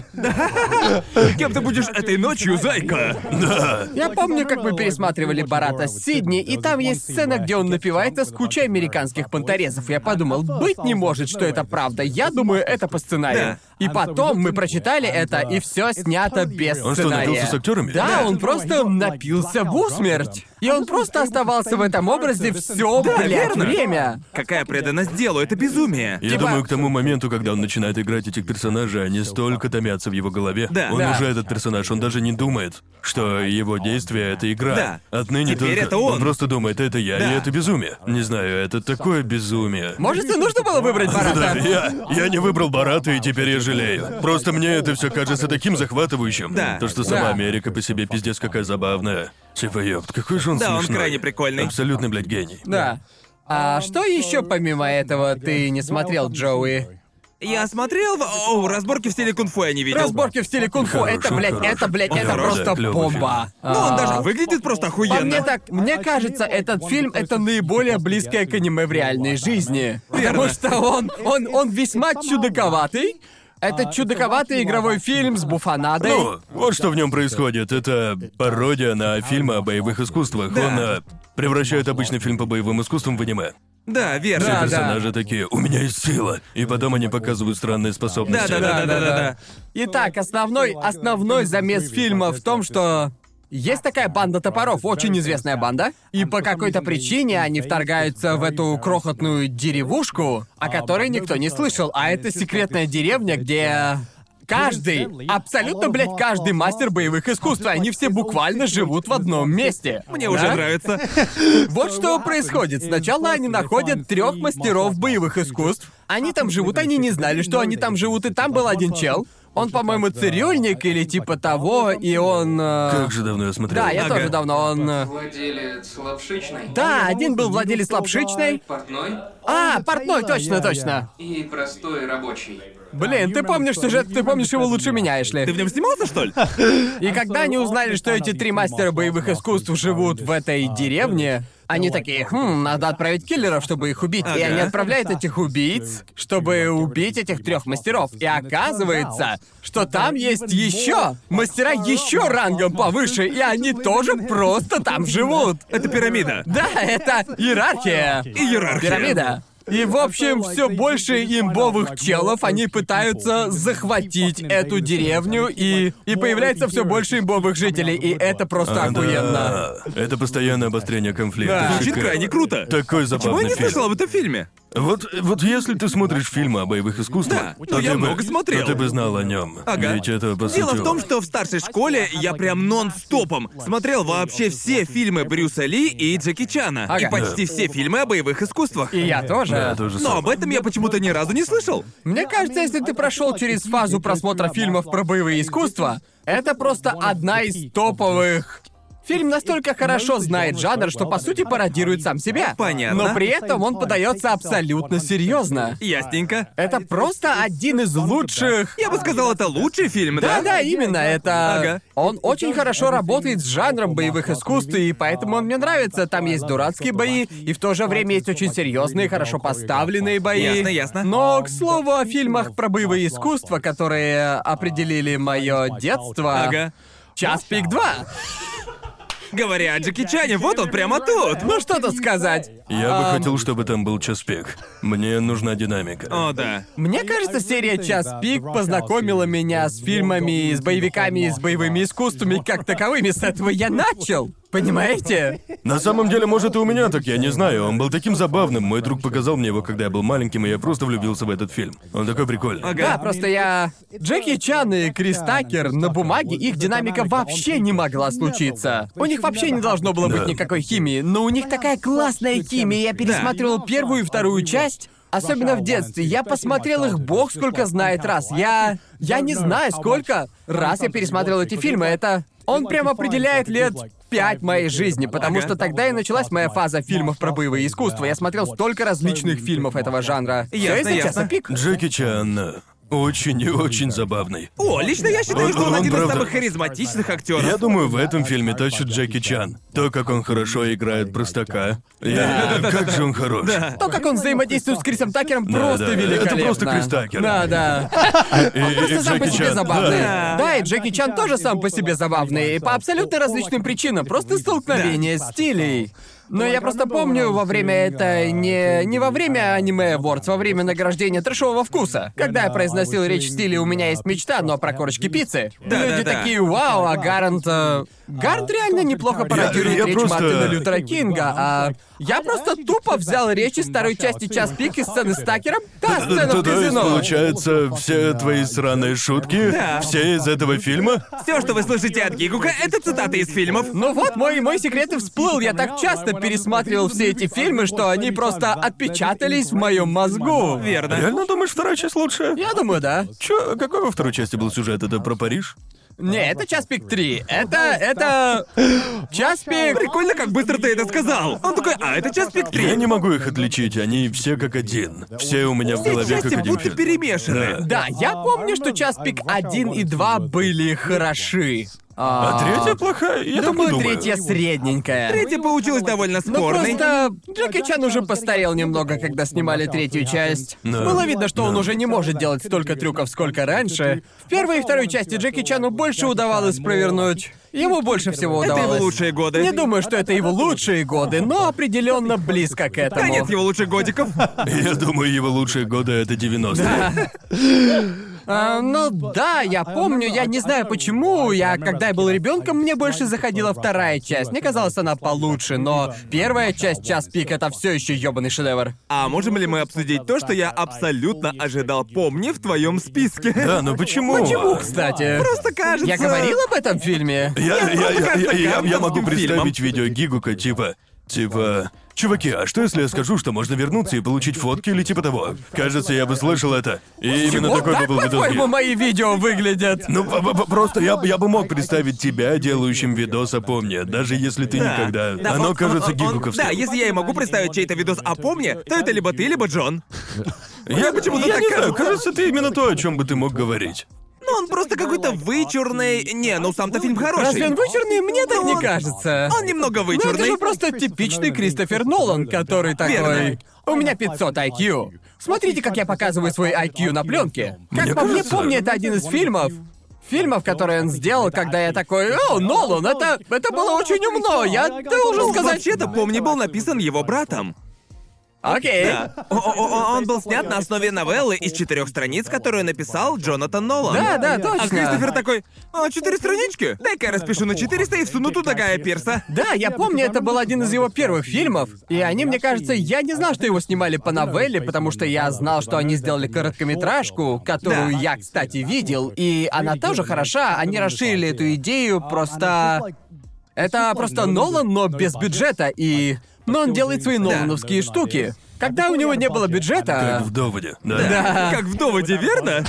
[SPEAKER 2] Кем ты будешь этой ночью, зайка?
[SPEAKER 4] Да.
[SPEAKER 3] Я помню, как мы пересматривали Барата с Сидни, и там есть сцена, где он напивается с кучей американских понторезов. Я подумал, быть не может, что это правда. Я думаю, это по сценарию. И потом мы прочитали это, и все снято без
[SPEAKER 4] Он что,
[SPEAKER 3] сценария.
[SPEAKER 4] напился с актерами?
[SPEAKER 3] Да,
[SPEAKER 1] Да.
[SPEAKER 3] он просто напился в усмерть. И он просто оставался в этом образе все,
[SPEAKER 1] Да,
[SPEAKER 3] блядь,
[SPEAKER 2] верно.
[SPEAKER 3] время.
[SPEAKER 2] Какая преданность делу, это безумие.
[SPEAKER 4] Я
[SPEAKER 3] Типа-
[SPEAKER 4] думаю, к тому моменту, когда он начинает играть этих персонажей, они столько томятся в его голове.
[SPEAKER 2] Да.
[SPEAKER 4] он
[SPEAKER 3] Да.
[SPEAKER 4] уже этот персонаж, он даже не думает, что его действие это игра.
[SPEAKER 2] Да.
[SPEAKER 4] Отныне
[SPEAKER 2] Теперь
[SPEAKER 4] только-
[SPEAKER 2] это он.
[SPEAKER 4] просто думает, это я,
[SPEAKER 2] Да.
[SPEAKER 4] и это безумие. Не знаю, это такое безумие.
[SPEAKER 3] Может, и нужно было выбрать
[SPEAKER 4] Да,
[SPEAKER 3] Барата?
[SPEAKER 4] я, я не выбрал Барата, и теперь я жалею. Просто мне это все кажется таким захватывающим.
[SPEAKER 2] Да.
[SPEAKER 4] То, что сама
[SPEAKER 3] Да.
[SPEAKER 4] Америка по себе пиздец какая забавная. Типа, ёпт, какой же он
[SPEAKER 2] Да, он
[SPEAKER 4] смешной.
[SPEAKER 2] крайне прикольный.
[SPEAKER 4] Абсолютный, блядь, гений.
[SPEAKER 3] Да. А что еще помимо этого ты не смотрел, Джоуи?
[SPEAKER 2] Я смотрел... в- О, разборки в стиле кунг-фу я не видел.
[SPEAKER 3] Разборки в стиле кунг-фу.
[SPEAKER 4] Хороший,
[SPEAKER 3] Это, блядь,
[SPEAKER 4] хороший.
[SPEAKER 3] это, блядь,
[SPEAKER 4] Он
[SPEAKER 3] это
[SPEAKER 4] хороший,
[SPEAKER 3] просто
[SPEAKER 4] клёвый
[SPEAKER 3] бомба.
[SPEAKER 2] Ну, он
[SPEAKER 3] А,
[SPEAKER 2] даже выглядит просто
[SPEAKER 3] По мне
[SPEAKER 2] охуенно.
[SPEAKER 3] так, мне кажется, этот фильм это наиболее близкое к аниме в реальной жизни. Потому что он, он, он весьма чудаковатый. Это чудаковатый игровой фильм с буфанадой.
[SPEAKER 4] Ну, вот что в нем происходит. Это пародия на фильмы о боевых искусствах. Он э, превращает обычный фильм по боевым искусствам в аниме.
[SPEAKER 2] Да, верно.
[SPEAKER 4] Все
[SPEAKER 3] Да,
[SPEAKER 4] персонажи такие, у меня есть сила. И потом они показывают странные способности.
[SPEAKER 2] Да-да-да-да-да-да.
[SPEAKER 3] Итак, основной, основной замес фильма в том, что есть такая банда топоров, очень известная банда, и по какой-то причине они вторгаются в эту крохотную деревушку, о которой никто не слышал, а это секретная деревня, где каждый, абсолютно, блядь, каждый мастер боевых искусств, и они все буквально живут в одном месте.
[SPEAKER 2] Мне
[SPEAKER 3] Да?
[SPEAKER 2] уже нравится.
[SPEAKER 3] Вот что происходит. Сначала они находят трех мастеров боевых искусств. Они там живут, они не знали, что они там живут, и там был один чел. Он, по-моему, цирюльник или типа того, и он... э,
[SPEAKER 4] Как же давно я смотрел.
[SPEAKER 3] Да, я
[SPEAKER 2] Ага.
[SPEAKER 3] тоже давно, он... э,
[SPEAKER 1] Владелец лапшичной,
[SPEAKER 3] Да, один был владелец лапшичной.
[SPEAKER 1] портной
[SPEAKER 3] А, портной, точно, точно.
[SPEAKER 1] и простой рабочий.
[SPEAKER 3] Блин, ты помнишь сюжет, ты помнишь его лучше меня,
[SPEAKER 2] Ты
[SPEAKER 3] Эшли.
[SPEAKER 2] в нем снимался, что ли?
[SPEAKER 3] И когда они узнали, что эти три мастера боевых искусств живут в этой деревне, они такие, хм, надо отправить киллеров, чтобы их убить. И
[SPEAKER 2] Ага.
[SPEAKER 3] они отправляют этих убийц, чтобы убить этих трех мастеров. И оказывается, что там есть еще мастера еще рангом повыше, и они тоже просто там живут.
[SPEAKER 2] Это пирамида.
[SPEAKER 3] Да, это иерархия.
[SPEAKER 2] И иерархия.
[SPEAKER 3] Пирамида. И, в общем, все больше имбовых челов, они пытаются захватить эту деревню, и, и появляется все больше имбовых жителей, и это просто
[SPEAKER 4] А,
[SPEAKER 3] охуенно.
[SPEAKER 4] да. Это постоянное обострение конфликта.
[SPEAKER 3] Да.
[SPEAKER 2] Звучит
[SPEAKER 4] Шикарно.
[SPEAKER 2] крайне круто.
[SPEAKER 4] Такой
[SPEAKER 2] Чего я
[SPEAKER 4] забавный
[SPEAKER 2] не
[SPEAKER 4] фильм.
[SPEAKER 2] слышал об этом фильме?
[SPEAKER 4] Вот, вот если ты смотришь фильмы о боевых искусствах,
[SPEAKER 2] Да,
[SPEAKER 4] то
[SPEAKER 2] ну я
[SPEAKER 4] ты бы-
[SPEAKER 2] много смотрел.
[SPEAKER 4] то ты бы знал о нем.
[SPEAKER 2] Ага.
[SPEAKER 4] Ведь это по
[SPEAKER 2] Дело
[SPEAKER 4] сути,
[SPEAKER 2] в том, что в старшей школе я прям нон-стопом смотрел вообще все фильмы Брюса Ли и Джеки Чана.
[SPEAKER 3] Ага.
[SPEAKER 2] И почти все фильмы о боевых искусствах.
[SPEAKER 3] И я тоже.
[SPEAKER 4] Да, то же
[SPEAKER 2] Но
[SPEAKER 4] самое.
[SPEAKER 2] об этом я почему-то ни разу не слышал.
[SPEAKER 3] Мне кажется, если ты прошел через фазу просмотра фильмов про боевые искусства, это просто одна из топовых. Фильм настолько хорошо знает жанр, что по сути пародирует сам себя.
[SPEAKER 2] Понятно.
[SPEAKER 3] Но при этом он подается абсолютно серьезно.
[SPEAKER 2] Ясненько.
[SPEAKER 3] Это просто один из лучших.
[SPEAKER 2] Я бы сказал, это лучший фильм, да?
[SPEAKER 3] Да, да, именно это.
[SPEAKER 2] Ага.
[SPEAKER 3] Он очень хорошо работает с жанром боевых искусств, и поэтому он мне нравится. Там есть дурацкие бои, и в то же время есть очень серьезные, хорошо поставленные бои.
[SPEAKER 2] Ясно, ясно.
[SPEAKER 3] Но, к слову, о фильмах про боевые искусства, которые определили мое детство.
[SPEAKER 2] Ага.
[SPEAKER 3] Час пик 2.
[SPEAKER 2] Говоря о Джеки Чане, вот он прямо тут.
[SPEAKER 3] Ну что тут сказать?
[SPEAKER 4] Я бы
[SPEAKER 2] а,
[SPEAKER 3] Ам.
[SPEAKER 4] хотел, чтобы там был час пик. Мне нужна динамика.
[SPEAKER 2] О, да.
[SPEAKER 3] Мне кажется, серия «Час пик» познакомила меня с фильмами, с боевиками и с боевыми искусствами как таковыми. С этого я начал. Понимаете?
[SPEAKER 4] На самом деле, может, и у меня так, я не знаю. Он был таким забавным. Мой друг показал мне его, когда я был маленьким, и я просто влюбился в этот фильм. Он такой прикольный.
[SPEAKER 2] Ага.
[SPEAKER 3] Да, просто я... Джеки Чан и Крис Такер на бумаге, их динамика вообще не могла случиться. У них вообще не должно было быть
[SPEAKER 4] Да.
[SPEAKER 3] никакой химии, но у них такая классная химия. Я пересматривал первую и вторую часть, Особенно в детстве. Я посмотрел их бог сколько знает раз. Я... Я не знаю, сколько раз я пересмотрел эти фильмы. Это... Он прям определяет лет пять моей жизни, потому
[SPEAKER 5] Ага.
[SPEAKER 3] что тогда и началась моя фаза фильмов про боевые искусства. Я смотрел столько различных фильмов этого жанра.
[SPEAKER 2] Ясно,
[SPEAKER 3] Всё из-за
[SPEAKER 2] ясно.
[SPEAKER 3] «Часа пик».
[SPEAKER 4] Джеки Чан э, очень и очень забавный.
[SPEAKER 2] О, лично я считаю,
[SPEAKER 4] Он-
[SPEAKER 2] что он
[SPEAKER 4] он
[SPEAKER 2] один из
[SPEAKER 4] правда-
[SPEAKER 2] самых харизматичных
[SPEAKER 4] Я
[SPEAKER 2] актеров.
[SPEAKER 4] думаю, в этом фильме тащит Джеки Чан. То, как он хорошо играет простака. И как же он хорош.
[SPEAKER 3] То, как он взаимодействует с Крисом Такером,
[SPEAKER 4] Да,
[SPEAKER 3] просто
[SPEAKER 4] да, это
[SPEAKER 3] великолепно.
[SPEAKER 4] просто Крис Такер.
[SPEAKER 3] Да, да.
[SPEAKER 4] И, и
[SPEAKER 3] Просто сам по
[SPEAKER 4] Джеки
[SPEAKER 3] себе
[SPEAKER 4] Чан.
[SPEAKER 3] забавный.
[SPEAKER 4] Да.
[SPEAKER 3] Да. и Джеки Чан тоже сам по себе забавный. И по абсолютно различным причинам. Просто столкновение стилей. Но я просто помню во время это не не во время аниме Awards, во время награждения трешового вкуса. Когда я произносил речь в стиле «У меня есть мечта, но про корочки пиццы».
[SPEAKER 2] Да,
[SPEAKER 3] Люди
[SPEAKER 2] да, да.
[SPEAKER 3] такие «Вау, а Гарант...» э, Гарант реально неплохо пародирует
[SPEAKER 4] я
[SPEAKER 3] речь
[SPEAKER 4] просто-
[SPEAKER 3] Мартина Лютера Кинга, а... Я просто тупо взял речь из второй части «Час пик» и сцены с Такером. Та сцена
[SPEAKER 4] То,
[SPEAKER 3] в
[SPEAKER 4] то есть,
[SPEAKER 3] казино.
[SPEAKER 4] получается, все твои сраные шутки,
[SPEAKER 2] Да.
[SPEAKER 4] все из этого фильма?
[SPEAKER 2] Все, что вы слышите от Гигука, это цитаты из фильмов.
[SPEAKER 3] Ну вот, мой, мой секрет и всплыл. Я так часто пересматривал все эти фильмы, что они просто отпечатались в моем мозгу.
[SPEAKER 2] Верно.
[SPEAKER 4] Реально думаешь, вторая часть лучше?
[SPEAKER 3] Я думаю, да.
[SPEAKER 4] Чё, какой во второй части был сюжет? Это про Париж?
[SPEAKER 3] Не, это час пик 3. Это, это... Час пик...
[SPEAKER 2] Прикольно, как быстро ты это сказал. Он такой, а это час пик
[SPEAKER 4] Я
[SPEAKER 2] 3.
[SPEAKER 4] не могу их отличить, они все как один. Все у меня в
[SPEAKER 2] Все
[SPEAKER 4] голове
[SPEAKER 2] части
[SPEAKER 4] как один
[SPEAKER 2] будто
[SPEAKER 4] фильм.
[SPEAKER 2] перемешаны.
[SPEAKER 4] Да.
[SPEAKER 3] Да, я помню, что час пик 1 и 2 были хороши.
[SPEAKER 4] А третья плохая? Я так не
[SPEAKER 3] Думаю,
[SPEAKER 4] думаю.
[SPEAKER 3] третья средненькая.
[SPEAKER 2] Третья получилась довольно
[SPEAKER 3] Ну
[SPEAKER 2] спорной.
[SPEAKER 3] просто Джеки Чан уже постарел немного, когда снимали третью часть.
[SPEAKER 4] Да.
[SPEAKER 3] Было видно, что он уже не может делать столько трюков, сколько раньше. В первой и второй части Джеки Чану больше удавалось провернуть. Ему больше всего
[SPEAKER 2] Это
[SPEAKER 3] удавалось.
[SPEAKER 2] его лучшие годы.
[SPEAKER 3] Не думаю, что это его лучшие годы, но определенно близко к этому.
[SPEAKER 2] Да нет его лучших годиков.
[SPEAKER 4] Я думаю, его лучшие годы — это 90-е.
[SPEAKER 3] А, ну да, я помню, я не знаю почему. Я, когда я был ребенком, мне больше заходила вторая часть. Мне казалось, она получше, но первая часть час пик это все еще ебаный шедевр.
[SPEAKER 2] А можем ли мы обсудить то, что
[SPEAKER 3] а,
[SPEAKER 2] я абсолютно ожидал, помни, в твоем списке?
[SPEAKER 4] Да, но почему?
[SPEAKER 3] Почему, кстати?
[SPEAKER 2] Просто кажется...
[SPEAKER 3] Я говорил об этом фильме.
[SPEAKER 4] Я, я, я, я, я- я могу
[SPEAKER 2] Фильмом.
[SPEAKER 4] представить видео Гигука, типа... Типа... Чуваки, а что если я скажу, что можно вернуться и получить фотки или типа того? Кажется, я бы слышал это. И
[SPEAKER 2] Ну,
[SPEAKER 4] именно
[SPEAKER 3] вот
[SPEAKER 4] такой бы
[SPEAKER 3] так,
[SPEAKER 4] был видос.
[SPEAKER 3] по-твоему, мои видео выглядят.
[SPEAKER 4] Ну, п- п- п- просто я, б- я бы мог представить тебя, делающим видос о помне, даже если ты
[SPEAKER 2] Да.
[SPEAKER 4] никогда.
[SPEAKER 2] Да,
[SPEAKER 4] Оно
[SPEAKER 2] он-
[SPEAKER 4] кажется
[SPEAKER 2] он- он-
[SPEAKER 4] гигуковским.
[SPEAKER 2] Да, если я и могу представить чей-то видос о помне, то это либо ты, либо Джон.
[SPEAKER 4] Я почему-то
[SPEAKER 2] так
[SPEAKER 4] не знаю,
[SPEAKER 2] кажется.
[SPEAKER 4] кажется, ты именно то, о чем бы ты мог говорить.
[SPEAKER 2] Ну, он просто какой-то вычурный... Не, ну сам-то фильм хороший.
[SPEAKER 3] Разве он вычурный? Мне так не
[SPEAKER 2] Он-
[SPEAKER 3] кажется.
[SPEAKER 2] ну, Он немного
[SPEAKER 3] Ну, это
[SPEAKER 2] вычурный.
[SPEAKER 3] же просто типичный Кристофер Нолан, который такой...
[SPEAKER 2] Верно.
[SPEAKER 3] У меня 500 IQ. Смотрите, как я показываю свой IQ на пленке. Как
[SPEAKER 4] Мне
[SPEAKER 3] по мне,
[SPEAKER 4] кажется-
[SPEAKER 3] помню, это один из фильмов, Фильмов, которые он сделал, когда я такой, «О, Нолан, это, это было очень умно, я должен
[SPEAKER 2] Ну,
[SPEAKER 3] сказать...»
[SPEAKER 2] вообще-то, помни, был написан его братом.
[SPEAKER 3] Окей.
[SPEAKER 2] Да. О- о- о- Он был снят на основе новеллы из четырех страниц, которую написал Джонатан Нолан.
[SPEAKER 3] Да, да, точно.
[SPEAKER 2] А Кристофер такой, а, четыре странички? Дай-ка я распишу на 400 и всуну туда Гая Пирса.
[SPEAKER 3] Да, я помню, это был один из его первых фильмов. И они, мне кажется, я не знал, что его снимали по новелле, потому что я знал, что они сделали короткометражку, которую
[SPEAKER 2] Да.
[SPEAKER 3] я, кстати, видел. И она тоже хороша, они расширили эту идею, просто... Это просто Нолан, но без бюджета, и... Но он делает свои нолановские штуки. Когда у него не было
[SPEAKER 4] Как
[SPEAKER 3] бюджета,
[SPEAKER 4] в доводе, да?
[SPEAKER 2] Как в доводе, верно?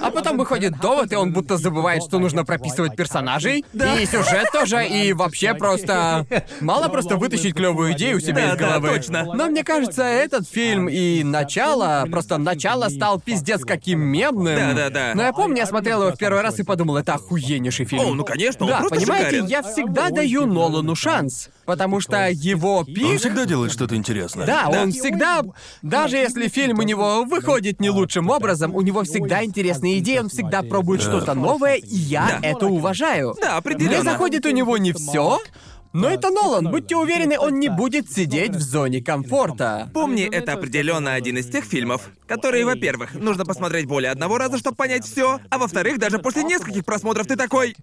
[SPEAKER 3] а потом выходит довод, и он будто забывает, что нужно прописывать персонажей, и сюжет тоже, и вообще просто... Мало просто вытащить клевую идею у себя
[SPEAKER 2] Да,
[SPEAKER 3] из
[SPEAKER 2] да,
[SPEAKER 3] головы.
[SPEAKER 2] точно.
[SPEAKER 3] Но мне кажется, этот фильм и начало, просто начало стал пиздец каким мемным.
[SPEAKER 2] Да, да, да.
[SPEAKER 3] Но я помню, я смотрел его в первый раз и подумал, это охуеннейший фильм.
[SPEAKER 2] О, ну, конечно, он
[SPEAKER 3] Да,
[SPEAKER 2] просто
[SPEAKER 3] понимаете,
[SPEAKER 2] шикарен.
[SPEAKER 3] я всегда даю Нолану шанс, потому что его
[SPEAKER 4] Он
[SPEAKER 3] пик...
[SPEAKER 4] всегда делает что-то интересное.
[SPEAKER 3] Да, он всегда, даже если фильм у него выходит не лучшим образом, у него всегда интересные идеи, он всегда пробует что-то новое, и я
[SPEAKER 2] Да.
[SPEAKER 3] это уважаю.
[SPEAKER 2] Да,
[SPEAKER 3] Мне
[SPEAKER 2] определенно.
[SPEAKER 3] заходит у него не все, но это Нолан, будьте уверены, он не будет сидеть в зоне комфорта.
[SPEAKER 2] Помни, это определенно один из тех фильмов, которые, во-первых, нужно посмотреть более одного раза, чтобы понять все, а во-вторых, даже после нескольких просмотров ты такой.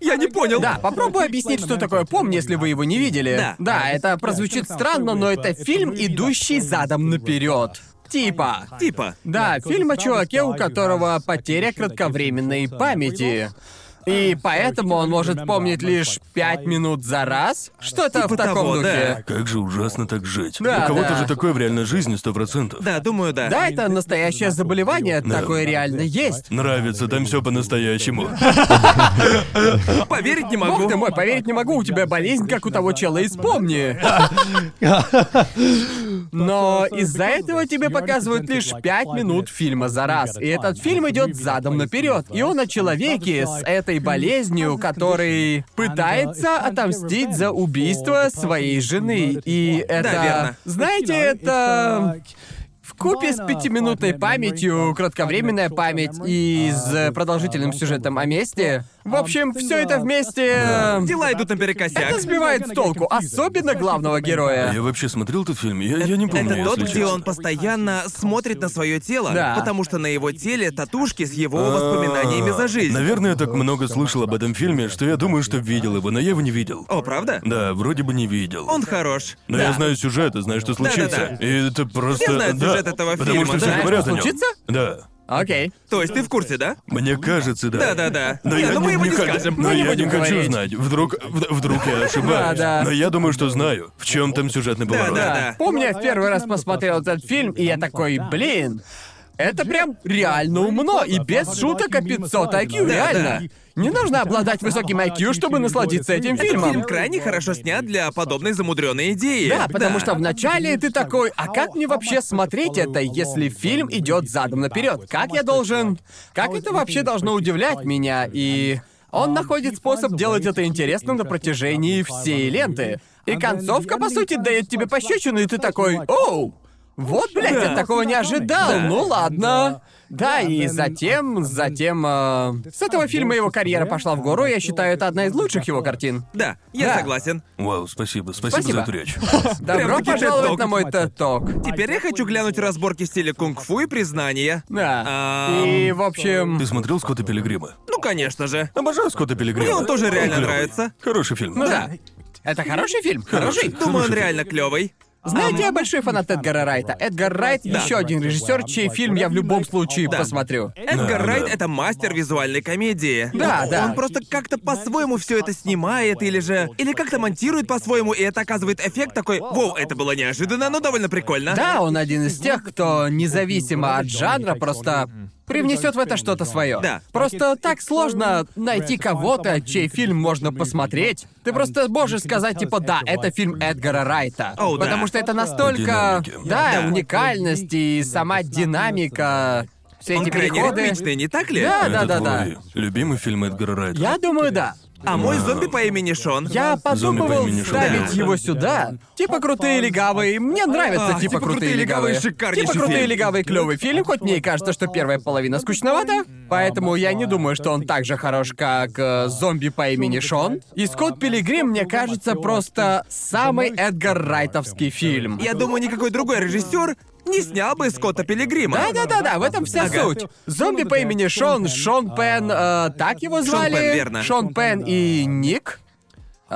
[SPEAKER 2] Я не понял.
[SPEAKER 3] Да, попробуй объяснить, что такое «Помни», если вы его не видели.
[SPEAKER 2] Да.
[SPEAKER 3] да это прозвучит странно, но это фильм, идущий задом наперед. Типа.
[SPEAKER 2] Типа.
[SPEAKER 3] Да, фильм о чуваке, у которого потеря кратковременной памяти. И поэтому он может помнить лишь пять минут за раз. Что-то в таком
[SPEAKER 2] того,
[SPEAKER 3] духе.
[SPEAKER 4] Как же ужасно так жить.
[SPEAKER 3] Да,
[SPEAKER 4] У кого-то
[SPEAKER 3] да.
[SPEAKER 4] же такое в реальной жизни сто процентов.
[SPEAKER 2] Да, думаю, да.
[SPEAKER 3] Да. это настоящее заболевание, такое реально есть.
[SPEAKER 4] Нравится, там все по-настоящему.
[SPEAKER 2] Поверить не могу.
[SPEAKER 3] Бог ты мой, поверить не могу, у тебя болезнь, как у того чела из «Помни». Но из-за этого тебе показывают лишь пять минут фильма за раз. И этот фильм идет задом наперед. И он о человеке с этой болезнью, который пытается отомстить за убийство своей жены. И это...
[SPEAKER 2] верно.
[SPEAKER 3] Знаете, это... В купе с пятиминутной памятью, кратковременная память и с э, продолжительным сюжетом о месте. В общем, все это вместе. эм,
[SPEAKER 2] Дела идут наперекосяк.
[SPEAKER 3] Это сбивает с толку, особенно главного героя.
[SPEAKER 4] Я вообще смотрел этот фильм, я, я не помню,
[SPEAKER 2] Это тот,
[SPEAKER 4] если
[SPEAKER 2] где
[SPEAKER 4] честно.
[SPEAKER 2] он постоянно смотрит на свое тело,
[SPEAKER 3] Да.
[SPEAKER 2] потому что на его теле татушки с его
[SPEAKER 4] А,
[SPEAKER 2] воспоминаниями за жизнь.
[SPEAKER 4] Наверное, я так много слышал об этом фильме, что я думаю, что видел его, но я его не видел.
[SPEAKER 2] О, правда?
[SPEAKER 4] Да, вроде бы не видел.
[SPEAKER 2] Он хорош.
[SPEAKER 4] Но я знаю сюжет, и знаю, что случится.
[SPEAKER 2] Да-да-да.
[SPEAKER 4] И это просто.
[SPEAKER 2] Все знают
[SPEAKER 4] да,
[SPEAKER 2] сюжет этого
[SPEAKER 4] Потому
[SPEAKER 2] фильма,
[SPEAKER 4] что все
[SPEAKER 2] да.
[SPEAKER 4] говорят о нем.
[SPEAKER 3] Случится?
[SPEAKER 4] Да.
[SPEAKER 3] Окей.
[SPEAKER 2] То есть ты в курсе, да?
[SPEAKER 4] Мне кажется, да.
[SPEAKER 2] Да-да-да.
[SPEAKER 4] Но
[SPEAKER 2] Нет,
[SPEAKER 4] я
[SPEAKER 2] ну мы ему не
[SPEAKER 4] хо-
[SPEAKER 2] скажем,
[SPEAKER 4] Но
[SPEAKER 2] мы не
[SPEAKER 4] я
[SPEAKER 3] будем
[SPEAKER 4] не хочу
[SPEAKER 3] говорить.
[SPEAKER 4] знать. Вдруг, в- вдруг я ошибаюсь.
[SPEAKER 3] Да, да.
[SPEAKER 4] Но я думаю, что знаю, в чем там сюжетный поворот.
[SPEAKER 2] Да.
[SPEAKER 3] Да. Помню, я в первый раз посмотрел этот фильм, и я такой,
[SPEAKER 2] Ну,
[SPEAKER 3] блин, это прям реально умно, и без шуток о 500 IQ,
[SPEAKER 2] Да,
[SPEAKER 3] реально. Не нужно обладать высоким IQ, чтобы насладиться этим
[SPEAKER 5] Этот
[SPEAKER 3] фильмом.
[SPEAKER 2] Фильм крайне хорошо снят для подобной замудренной идеи.
[SPEAKER 3] Да, потому что вначале ты такой, а как мне вообще смотреть это, если фильм идет задом наперед? Как я должен... Как это вообще должно удивлять меня? И он находит способ делать это интересным на протяжении всей ленты. И концовка, по сути, дает тебе пощечину, и ты такой, оу, вот, блядь, я такого не ожидал. Ну ладно. Да, и затем, затем... э, С этого фильма его карьера пошла в гору, я считаю, это одна из лучших его картин.
[SPEAKER 2] Да, я
[SPEAKER 3] Да.
[SPEAKER 2] согласен.
[SPEAKER 4] Вау, спасибо, спасибо,
[SPEAKER 3] Спасибо.
[SPEAKER 4] за эту речь.
[SPEAKER 3] Добро
[SPEAKER 2] Прям-таки
[SPEAKER 3] пожаловать
[SPEAKER 2] TED-ток.
[SPEAKER 3] на мой ток
[SPEAKER 2] Теперь я хочу глянуть разборки в стиле кунг-фу и признания.
[SPEAKER 3] Да.
[SPEAKER 2] Ам.
[SPEAKER 3] И, в общем...
[SPEAKER 4] Ты смотрел Скотта Пилигрима?
[SPEAKER 2] Ну, конечно же.
[SPEAKER 4] Обожаю Скотта Пилигрима.
[SPEAKER 2] Мне он тоже реально
[SPEAKER 4] клёвый.
[SPEAKER 2] нравится.
[SPEAKER 4] Хороший фильм.
[SPEAKER 3] Ну да. Это хороший фильм? Хороший.
[SPEAKER 2] Думаю, он реально клевый.
[SPEAKER 3] Знаете, я большой фанат Эдгара Райта. Эдгар Райт
[SPEAKER 5] Да.
[SPEAKER 3] еще один режиссер, чей фильм я в любом случае
[SPEAKER 5] Да.
[SPEAKER 3] посмотрю.
[SPEAKER 2] Эдгар
[SPEAKER 4] Да,
[SPEAKER 2] Райт
[SPEAKER 4] да.
[SPEAKER 2] это мастер визуальной комедии.
[SPEAKER 3] Да,
[SPEAKER 2] он,
[SPEAKER 3] да.
[SPEAKER 2] Он просто как-то по-своему все это снимает, или же. Или как-то монтирует по-своему, и это оказывает эффект такой: Воу, это было неожиданно, но довольно прикольно.
[SPEAKER 3] Да, он один из тех, кто независимо от жанра просто привнесет в это что-то свое.
[SPEAKER 2] Да.
[SPEAKER 3] Просто так сложно найти кого-то, чей фильм можно посмотреть. Ты просто можешь сказать, типа, да, это фильм Эдгара Райта.
[SPEAKER 2] Оу, да.
[SPEAKER 3] Потому что это настолько...
[SPEAKER 4] Динамики.
[SPEAKER 3] Да,
[SPEAKER 2] Да.
[SPEAKER 3] уникальность и сама динамика, все
[SPEAKER 2] Он
[SPEAKER 3] эти
[SPEAKER 2] крайне
[SPEAKER 3] переходы.
[SPEAKER 2] ритмичный, не так ли?
[SPEAKER 3] Да, да,
[SPEAKER 4] Этот
[SPEAKER 3] да,
[SPEAKER 4] твой
[SPEAKER 3] да.
[SPEAKER 4] Любимый фильм Эдгара Райта.
[SPEAKER 3] Я думаю, да.
[SPEAKER 2] А мой зомби по имени Шон.
[SPEAKER 3] Я
[SPEAKER 4] Зомби по
[SPEAKER 3] подумывал
[SPEAKER 4] имени Шон.
[SPEAKER 3] ставить
[SPEAKER 2] Да.
[SPEAKER 3] его сюда. Типа крутые легавые. Мне нравится
[SPEAKER 2] А,
[SPEAKER 3] типа крутые легавые. Типа
[SPEAKER 2] шикарнейший
[SPEAKER 3] крутые
[SPEAKER 2] фильм.
[SPEAKER 3] легавые клевый фильм, хоть мне и кажется, что первая половина скучновата. Поэтому я не думаю, что он так же хорош, как э, зомби по имени Шон. И Скотт Пилигрим, мне кажется, просто самый Эдгар Райтовский фильм.
[SPEAKER 2] Я думаю, никакой другой режиссер не снял бы Скотта Пилигрима.
[SPEAKER 3] Да-да-да-да, в этом вся
[SPEAKER 5] Ага.
[SPEAKER 3] суть. Зомби по имени Шон, Шон Пен, э, так его звали?
[SPEAKER 2] Пен, верно.
[SPEAKER 3] Шон Пен и Ник.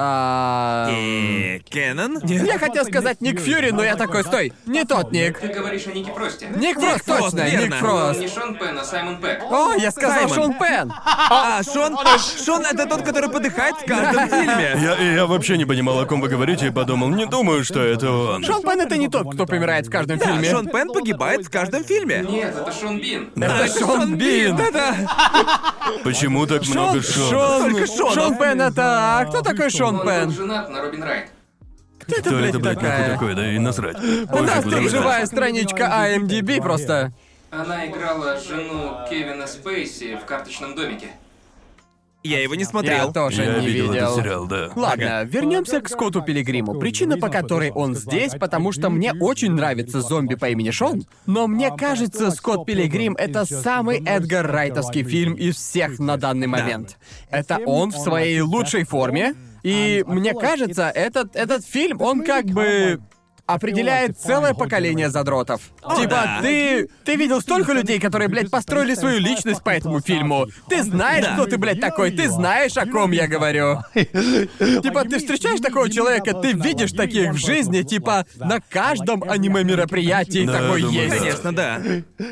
[SPEAKER 3] А,
[SPEAKER 2] И Кеннон?
[SPEAKER 3] Я хотел сказать Ник Фьюри, но я такой, стой, не тот Ник.
[SPEAKER 1] Ты говоришь о Нике Фросте.
[SPEAKER 3] Ник Фрост,
[SPEAKER 2] Фрост,
[SPEAKER 3] точно,
[SPEAKER 2] верно.
[SPEAKER 3] Ник
[SPEAKER 1] Не
[SPEAKER 3] Фрост.
[SPEAKER 1] Шон Пен, а Саймон Пэк.
[SPEAKER 3] О, я сказал
[SPEAKER 2] Саймон.
[SPEAKER 3] Шон Пен.
[SPEAKER 2] А, Шон? Шон это тот, который подыхает в каждом фильме.
[SPEAKER 4] Я, я вообще не понимал, о ком вы говорите, и подумал, не думаю, что это он.
[SPEAKER 3] Шон Пен это не тот, кто помирает в каждом
[SPEAKER 2] Да,
[SPEAKER 3] фильме.
[SPEAKER 2] Шон Пен погибает в каждом фильме.
[SPEAKER 1] Нет, это Шон Бин.
[SPEAKER 3] Это Шон Бин.
[SPEAKER 2] Да-да.
[SPEAKER 4] Почему так много Шона?
[SPEAKER 3] Шон,
[SPEAKER 2] Только Шонов.
[SPEAKER 3] Шон Пен это... А кто такой Шон
[SPEAKER 1] Он был
[SPEAKER 3] Пен?
[SPEAKER 1] женат на Робин Райт.
[SPEAKER 3] Кто это,
[SPEAKER 4] Кто
[SPEAKER 3] блядь,
[SPEAKER 4] это, блядь, нахуй
[SPEAKER 3] такая?
[SPEAKER 4] такой, да и насрать.
[SPEAKER 3] У
[SPEAKER 4] Пофиг,
[SPEAKER 3] нас
[SPEAKER 4] куда
[SPEAKER 3] тут
[SPEAKER 4] насрать.
[SPEAKER 3] живая страничка IMDb просто.
[SPEAKER 1] Она играла жену Кевина Спейси в карточном домике.
[SPEAKER 2] Я его не
[SPEAKER 3] Я
[SPEAKER 2] смотрел.
[SPEAKER 3] тоже
[SPEAKER 4] Я
[SPEAKER 3] не
[SPEAKER 4] видел этот
[SPEAKER 3] видел.
[SPEAKER 4] сериал, да. А
[SPEAKER 3] Ладно, вернемся к Скотту Пилигриму. Причина, по которой он здесь, потому что мне очень нравится зомби по имени Шон, но мне кажется, Скотт Пилигрим — это самый Эдгар Райтовский фильм из всех на данный момент. Это он в своей лучшей форме, и мне кажется, этот, этот фильм, он как бы определяет целое поколение задротов. типа,
[SPEAKER 2] да.
[SPEAKER 3] ты... Ты видел столько людей, которые, блядь, построили свою личность по этому фильму. Ты знаешь,
[SPEAKER 2] Да.
[SPEAKER 3] кто ты, блядь, такой. Ты знаешь, о ком я говорю. Типа, ты встречаешь такого человека, ты видишь таких в жизни, типа, на каждом аниме-мероприятии
[SPEAKER 4] Да,
[SPEAKER 3] такой
[SPEAKER 4] думаю,
[SPEAKER 3] есть.
[SPEAKER 2] Конечно, да.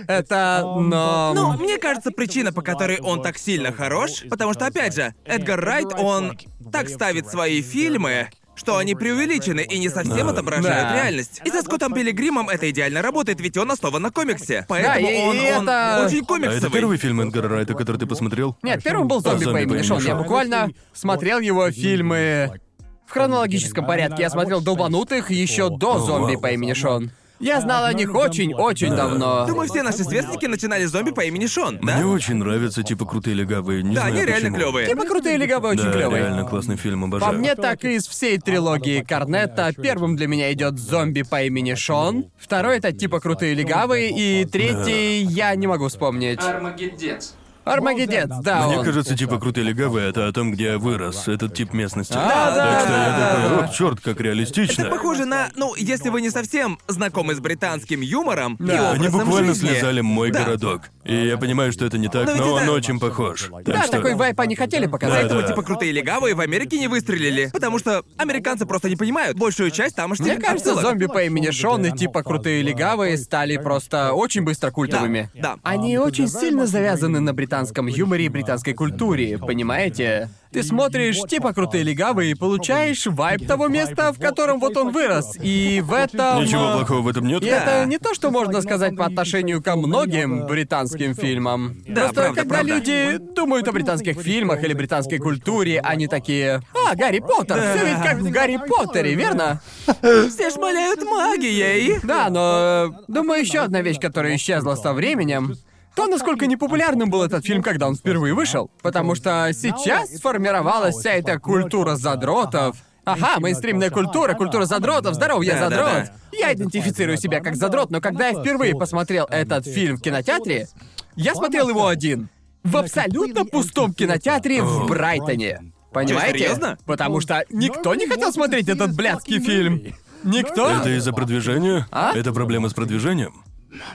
[SPEAKER 3] Это, но...
[SPEAKER 2] Ну, мне кажется, причина, по которой он так сильно хорош, потому что, опять же, Эдгар Райт, он так ставит свои фильмы, что они преувеличены и не совсем
[SPEAKER 4] Да.
[SPEAKER 2] отображают
[SPEAKER 3] Да.
[SPEAKER 2] реальность. И со Скоттом Пилигримом это идеально работает, ведь он основан на комиксе. Поэтому
[SPEAKER 3] и- и
[SPEAKER 2] он, он
[SPEAKER 3] это-
[SPEAKER 2] очень
[SPEAKER 4] А
[SPEAKER 2] комиксовый.
[SPEAKER 4] это первый фильм Эдгара Райта, который ты посмотрел?
[SPEAKER 3] Нет, первым был «Зомби
[SPEAKER 4] А,
[SPEAKER 3] по имени Шон». Я
[SPEAKER 4] Шон.
[SPEAKER 3] буквально смотрел его фильмы в хронологическом порядке. Я смотрел «Долбанутых» еще до «Зомби по имени Шон». Я знал о них очень-очень давно.
[SPEAKER 2] Думаю, все наши сверстники начинали зомби по имени Шон, да?
[SPEAKER 4] Мне очень нравятся, типа, крутые легавые, не
[SPEAKER 2] Да,
[SPEAKER 4] знаю
[SPEAKER 2] они реально
[SPEAKER 4] почему.
[SPEAKER 2] клевые.
[SPEAKER 3] Типа крутые легавые очень
[SPEAKER 4] Да,
[SPEAKER 3] клевые.
[SPEAKER 4] реально классный фильм,
[SPEAKER 3] По
[SPEAKER 4] обожаю.
[SPEAKER 3] мне, так и из всей трилогии Корнетта первым для меня идет зомби по имени Шон, второй это типа крутые легавые, и третий я не могу вспомнить.
[SPEAKER 1] Армагеддец.
[SPEAKER 3] Армагеддец, да,
[SPEAKER 4] Мне
[SPEAKER 3] он.
[SPEAKER 4] кажется, типа крутые легавы это о том, где я вырос, этот тип местности.
[SPEAKER 3] Да, А, да,
[SPEAKER 4] так что
[SPEAKER 3] да,
[SPEAKER 4] я
[SPEAKER 3] да,
[SPEAKER 4] такой,
[SPEAKER 3] да.
[SPEAKER 4] о, черт, как реалистично.
[SPEAKER 2] Это похоже на, ну, если вы не совсем знакомы с британским юмором и
[SPEAKER 3] Да,
[SPEAKER 4] Они
[SPEAKER 2] образом
[SPEAKER 4] буквально
[SPEAKER 2] жизни.
[SPEAKER 4] слезали мой городок. И я понимаю, что это не так,
[SPEAKER 2] Но ведь
[SPEAKER 4] но он
[SPEAKER 2] это-
[SPEAKER 4] очень похож. Так
[SPEAKER 3] Ну, Да,
[SPEAKER 4] что...
[SPEAKER 3] такой вайп они хотели показать.
[SPEAKER 4] Да,
[SPEAKER 2] Поэтому,
[SPEAKER 4] да.
[SPEAKER 2] типа, крутые легавые в Америке не выстрелили, потому что американцы просто не понимают большую часть тамошних
[SPEAKER 3] Мне кажется,
[SPEAKER 2] отсылок.
[SPEAKER 3] зомби по имени Шон и типа крутые легавые стали просто очень быстро культовыми.
[SPEAKER 2] Да, да.
[SPEAKER 3] Они очень сильно завязаны на британском юморе и британской культуре, понимаете? Ты смотришь типа крутые легавые и получаешь вайб того места, в котором вот он вырос. И в этом...
[SPEAKER 4] Ничего
[SPEAKER 3] э,
[SPEAKER 4] плохого в этом нет.
[SPEAKER 3] И это не то, что можно сказать по отношению ко многим британским фильмам.
[SPEAKER 2] Да,
[SPEAKER 3] Просто
[SPEAKER 2] правда,
[SPEAKER 3] когда
[SPEAKER 2] правда.
[SPEAKER 3] люди думают о британских фильмах или британской культуре, они такие. А, Гарри Поттер! Все ведь как в Гарри Поттере, верно?
[SPEAKER 2] Все ж маляют магией.
[SPEAKER 3] Да, но э, думаю, еще одна вещь, которая исчезла со временем. То, насколько непопулярным был этот фильм, когда он впервые вышел. Потому что сейчас сформировалась вся эта культура задротов. Ага, мейнстримная культура, культура задротов, здоров, я
[SPEAKER 2] Да, да,
[SPEAKER 3] задрот.
[SPEAKER 2] да.
[SPEAKER 3] Я идентифицирую себя как задрот, но когда я впервые посмотрел этот фильм в кинотеатре, я смотрел его один. В абсолютно пустом кинотеатре в Брайтоне. Понимаете?
[SPEAKER 2] серьезно?
[SPEAKER 3] Потому что никто не хотел смотреть этот блядский фильм. Никто.
[SPEAKER 4] Это из-за продвижения?
[SPEAKER 3] А?
[SPEAKER 4] Это проблема с продвижением?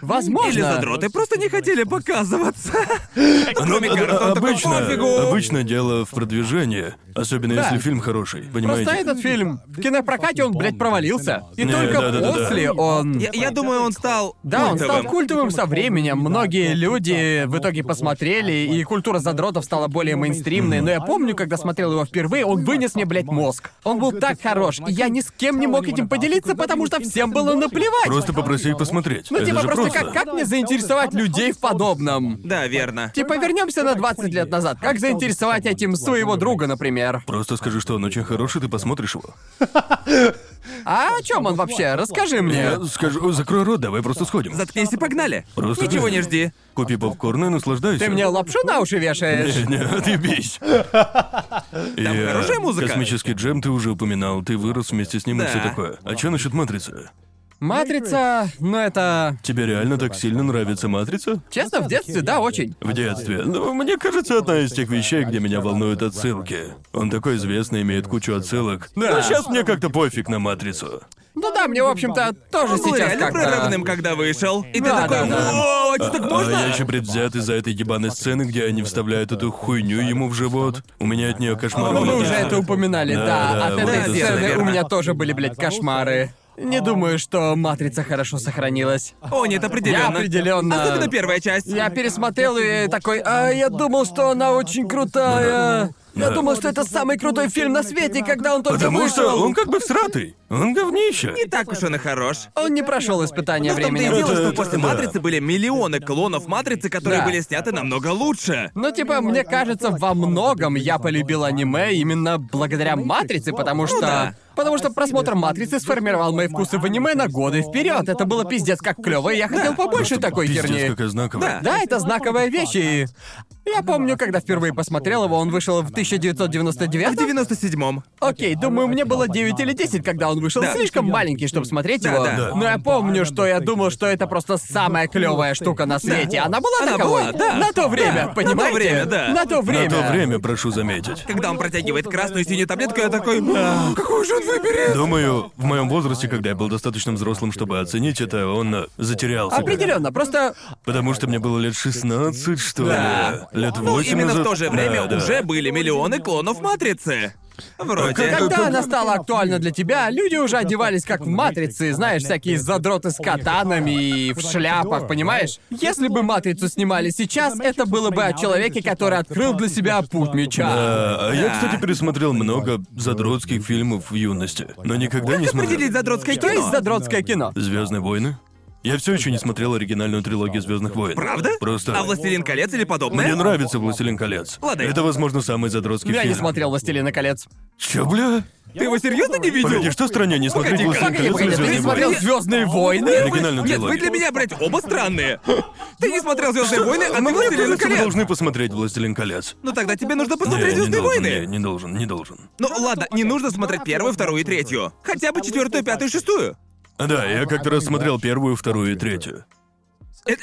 [SPEAKER 3] Возможно.
[SPEAKER 2] Или задроты просто не хотели показываться. Кроме
[SPEAKER 4] Ну,
[SPEAKER 2] Гаррета, он такой,
[SPEAKER 4] обычно,
[SPEAKER 2] «Пофигу».
[SPEAKER 4] обычно дело в продвижении, особенно
[SPEAKER 3] Да.
[SPEAKER 4] если фильм хороший, понимаете?
[SPEAKER 3] Просто этот фильм в кинопрокате он, блядь, провалился. И
[SPEAKER 4] Не,
[SPEAKER 3] только
[SPEAKER 4] да-да-да-да.
[SPEAKER 3] после он.
[SPEAKER 2] Я, я думаю, он стал
[SPEAKER 3] Да, он
[SPEAKER 2] культовым.
[SPEAKER 3] стал культовым со временем. Многие люди в итоге посмотрели, и культура задротов стала более мейнстримной. Но я помню, когда смотрел его впервые, он вынес мне, блядь, мозг. Он был так хорош, и я ни с кем не мог этим поделиться, потому что всем было наплевать.
[SPEAKER 4] Просто попроси их посмотреть.
[SPEAKER 3] Ну,
[SPEAKER 4] это
[SPEAKER 3] типа,
[SPEAKER 4] же
[SPEAKER 3] просто как, как мне заинтересовать людей в подобном?
[SPEAKER 2] Да, верно.
[SPEAKER 3] Типа, вернемся на 20 лет назад. Как заинтересовать этим своего друга, например?
[SPEAKER 4] Просто скажи, что он очень хороший, ты посмотришь его.
[SPEAKER 3] А о чем он вообще? Расскажи мне.
[SPEAKER 4] Я скажу, «О, закрой рот, давай просто сходим.
[SPEAKER 2] Заткнись и погнали.
[SPEAKER 4] Просто
[SPEAKER 2] Ничего
[SPEAKER 4] так.
[SPEAKER 2] не жди.
[SPEAKER 4] Купи попкорн и наслаждайся.
[SPEAKER 3] Ты мне лапшу на уши вешаешь?
[SPEAKER 4] Не, не, отъебись. И, э,
[SPEAKER 2] хорошая музыка.
[SPEAKER 4] Космический джем ты уже упоминал, ты вырос вместе с ним и
[SPEAKER 2] Да.
[SPEAKER 4] все такое. А что насчет матрицы?
[SPEAKER 3] Матрица, ну это...
[SPEAKER 4] Тебе реально так сильно нравится матрица?
[SPEAKER 3] Честно, в детстве, да, очень.
[SPEAKER 4] В детстве. Ну, мне кажется, одна из тех вещей, где меня волнуют отсылки. Он такой известный, имеет кучу отсылок. Да. Но сейчас мне как-то пофиг на матрицу.
[SPEAKER 3] Ну да, мне, в общем-то, тоже
[SPEAKER 2] Он был
[SPEAKER 3] сейчас
[SPEAKER 2] Ну, реально прорывным,
[SPEAKER 3] как-то...
[SPEAKER 2] когда вышел. И ты
[SPEAKER 3] Да,
[SPEAKER 2] такой,
[SPEAKER 3] да, да.
[SPEAKER 2] «Воу, это так
[SPEAKER 4] А я
[SPEAKER 2] можно?
[SPEAKER 4] еще предвзят из-за этой ебаной сцены, где они вставляют эту хуйню ему в живот. У меня от нее
[SPEAKER 2] А,
[SPEAKER 4] кошмар.
[SPEAKER 3] Ну, мы
[SPEAKER 4] был.
[SPEAKER 3] уже это упоминали,
[SPEAKER 4] Да,
[SPEAKER 3] да.
[SPEAKER 4] да,
[SPEAKER 3] От
[SPEAKER 4] вот
[SPEAKER 3] этой
[SPEAKER 2] это
[SPEAKER 3] сцены
[SPEAKER 2] верно.
[SPEAKER 3] у меня тоже были, блядь, кошмары. Не
[SPEAKER 2] А.
[SPEAKER 3] думаю, что Матрица хорошо сохранилась.
[SPEAKER 2] О, нет,
[SPEAKER 3] Я
[SPEAKER 2] определенно.
[SPEAKER 3] определенно...
[SPEAKER 2] Особенно первая часть.
[SPEAKER 3] Я пересмотрел ее и такой, а я думал, что она очень крутая. Я
[SPEAKER 4] Ну Да.
[SPEAKER 3] думал, что это самый крутой фильм на свете, когда он только
[SPEAKER 4] Потому
[SPEAKER 3] вышел.
[SPEAKER 4] что он как бы всратый. Он говнище.
[SPEAKER 2] Не так уж он и хорошо.
[SPEAKER 3] Он не прошел испытания
[SPEAKER 2] Ну, в том-то и
[SPEAKER 3] временем.
[SPEAKER 2] дело, что
[SPEAKER 4] Это-
[SPEAKER 2] после
[SPEAKER 4] да.
[SPEAKER 2] Матрицы были миллионы клонов Матрицы, которые
[SPEAKER 3] Да.
[SPEAKER 2] были сняты намного лучше.
[SPEAKER 3] Ну, типа, мне кажется, во многом я полюбил аниме именно благодаря матрице, потому что.
[SPEAKER 2] да.
[SPEAKER 3] Потому что просмотр матрицы сформировал мои вкусы в аниме на годы вперед. Это было пиздец как клево, и я хотел побольше такой
[SPEAKER 4] Пиздец,
[SPEAKER 3] херни.
[SPEAKER 4] какая знаковая.
[SPEAKER 3] Да, это знаковая вещь, и. Я помню, когда впервые посмотрел его, он вышел в
[SPEAKER 2] А В
[SPEAKER 3] 1999
[SPEAKER 2] 97-м.
[SPEAKER 3] Окей, думаю, мне было 9 или 10, когда он вышел.
[SPEAKER 2] Да.
[SPEAKER 3] Слишком маленький, чтобы смотреть
[SPEAKER 2] Да,
[SPEAKER 3] его.
[SPEAKER 2] да.
[SPEAKER 3] Но я помню, что я думал, что это просто
[SPEAKER 2] Ну,
[SPEAKER 3] самая клевая штука на свете. Она была
[SPEAKER 2] Она
[SPEAKER 3] таковой.
[SPEAKER 2] была, да.
[SPEAKER 3] На то время,
[SPEAKER 2] Да.
[SPEAKER 3] понимаете?
[SPEAKER 2] На то время, да.
[SPEAKER 3] На то время.
[SPEAKER 4] На то время, прошу заметить.
[SPEAKER 2] Когда он протягивает красную и синюю таблетку, я такой, «А, какую же он выберет?
[SPEAKER 4] Думаю, в моем возрасте, когда я был достаточно взрослым, чтобы оценить это, он э, затерялся.
[SPEAKER 3] Определенно, просто
[SPEAKER 4] Потому что мне было лет 16, что
[SPEAKER 2] Да.
[SPEAKER 4] ли, лет 8
[SPEAKER 2] Ну, именно в
[SPEAKER 4] назад.
[SPEAKER 2] то же время
[SPEAKER 4] Да, да.
[SPEAKER 2] уже были миллионы клонов Матрицы. Вроде.
[SPEAKER 3] когда она стала актуальна для тебя, люди уже одевались как в матрице, знаешь, всякие задроты с катанами и в шляпах, понимаешь? Если бы матрицу снимали сейчас, это было бы о человеке, который открыл для себя путь меча.
[SPEAKER 4] А, а я, кстати, пересмотрел много задротских фильмов в юности, но никогда не
[SPEAKER 2] Определить
[SPEAKER 4] смотрел.
[SPEAKER 2] задротское
[SPEAKER 3] Что есть
[SPEAKER 2] кино.
[SPEAKER 3] задротское кино?
[SPEAKER 4] Звездные войны? Я все еще не смотрел оригинальную трилогию Звездных войн.
[SPEAKER 2] Правда?
[SPEAKER 4] Просто.
[SPEAKER 2] А «Властелин колец» или подобное?
[SPEAKER 4] Мне нравится Властелин колец.
[SPEAKER 2] Ладно.
[SPEAKER 4] Это, возможно, самый задротский
[SPEAKER 3] Я
[SPEAKER 4] фильм.
[SPEAKER 3] не смотрел «Властелина колец».
[SPEAKER 4] Чё, бля?
[SPEAKER 2] Ты его серьезно не видел?
[SPEAKER 4] Погоди, что стране не смотреть
[SPEAKER 2] Погоди-ка,
[SPEAKER 3] Погоди,
[SPEAKER 4] Властелин колец
[SPEAKER 3] погоди, ты
[SPEAKER 4] или
[SPEAKER 3] не
[SPEAKER 4] Звездные
[SPEAKER 3] смотрел
[SPEAKER 4] войны?
[SPEAKER 3] «Звездные войны»?
[SPEAKER 2] Нет,
[SPEAKER 4] Оригинальную
[SPEAKER 2] вы
[SPEAKER 4] трилогию.
[SPEAKER 2] для меня, блядь, оба странные. Ты не смотрел Звездные войны, а ты
[SPEAKER 4] Мне
[SPEAKER 2] «Властелин
[SPEAKER 4] кажется, вы
[SPEAKER 2] колец».
[SPEAKER 4] должны посмотреть «Властелин колец».
[SPEAKER 2] Ну тогда тебе нужно
[SPEAKER 4] Не,
[SPEAKER 2] посмотреть
[SPEAKER 4] не
[SPEAKER 2] «Звездные
[SPEAKER 4] должен,
[SPEAKER 2] войны».
[SPEAKER 4] не, не должен, не должен.
[SPEAKER 2] Ну ладно, не нужно смотреть первую, вторую и третью. Хотя бы четвертую, пятую, шестую. А,
[SPEAKER 4] Да, я как-то раз смотрел первую, вторую и третью.
[SPEAKER 2] Я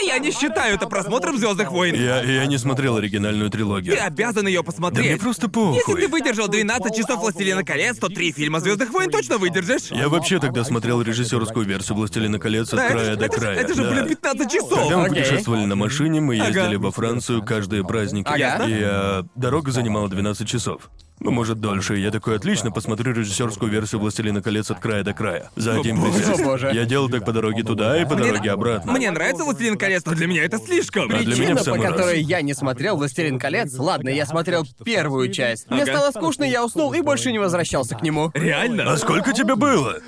[SPEAKER 2] Я не считаю это просмотром Звездных войн.
[SPEAKER 4] Я, я не смотрел оригинальную трилогию.
[SPEAKER 2] Ты обязан ее
[SPEAKER 4] Да мне
[SPEAKER 2] посмотреть.
[SPEAKER 4] просто похуй.
[SPEAKER 2] Если ты выдержал 12 часов Властелина колец, то три фильма Звездных войн точно выдержишь.
[SPEAKER 4] Я вообще тогда смотрел режиссерскую версию «Властелина колец» от
[SPEAKER 2] Да, это,
[SPEAKER 4] края
[SPEAKER 2] же-
[SPEAKER 4] до
[SPEAKER 2] это же-
[SPEAKER 4] края.
[SPEAKER 2] это же,
[SPEAKER 4] да.
[SPEAKER 2] блин, 15 часов.
[SPEAKER 4] Когда мы
[SPEAKER 3] Окей.
[SPEAKER 4] путешествовали на машине, мы
[SPEAKER 2] Ага.
[SPEAKER 4] ездили во Францию каждые праздники.
[SPEAKER 2] Ага.
[SPEAKER 4] И э, дорога занимала 12 часов. Ну, может, дольше. И Я такой, отлично, посмотрю режиссерскую версию «Властелина колец» от края до края. За один
[SPEAKER 2] боже.
[SPEAKER 4] присест.
[SPEAKER 3] О, боже.
[SPEAKER 4] Я делал так по дороге туда и по
[SPEAKER 2] Мне-
[SPEAKER 4] дороге обратно.
[SPEAKER 2] Мне нравится «Властелин колец», но для меня это слишком.
[SPEAKER 4] А для меня
[SPEAKER 3] Причина,
[SPEAKER 4] в
[SPEAKER 3] по
[SPEAKER 4] самый раз.
[SPEAKER 3] которой я не смотрел «Властелин колец», ладно, я смотрел первую часть. Мне
[SPEAKER 2] Ага.
[SPEAKER 3] стало скучно, я уснул и больше не возвращался к нему.
[SPEAKER 4] А
[SPEAKER 2] Реально?
[SPEAKER 4] сколько тебе было?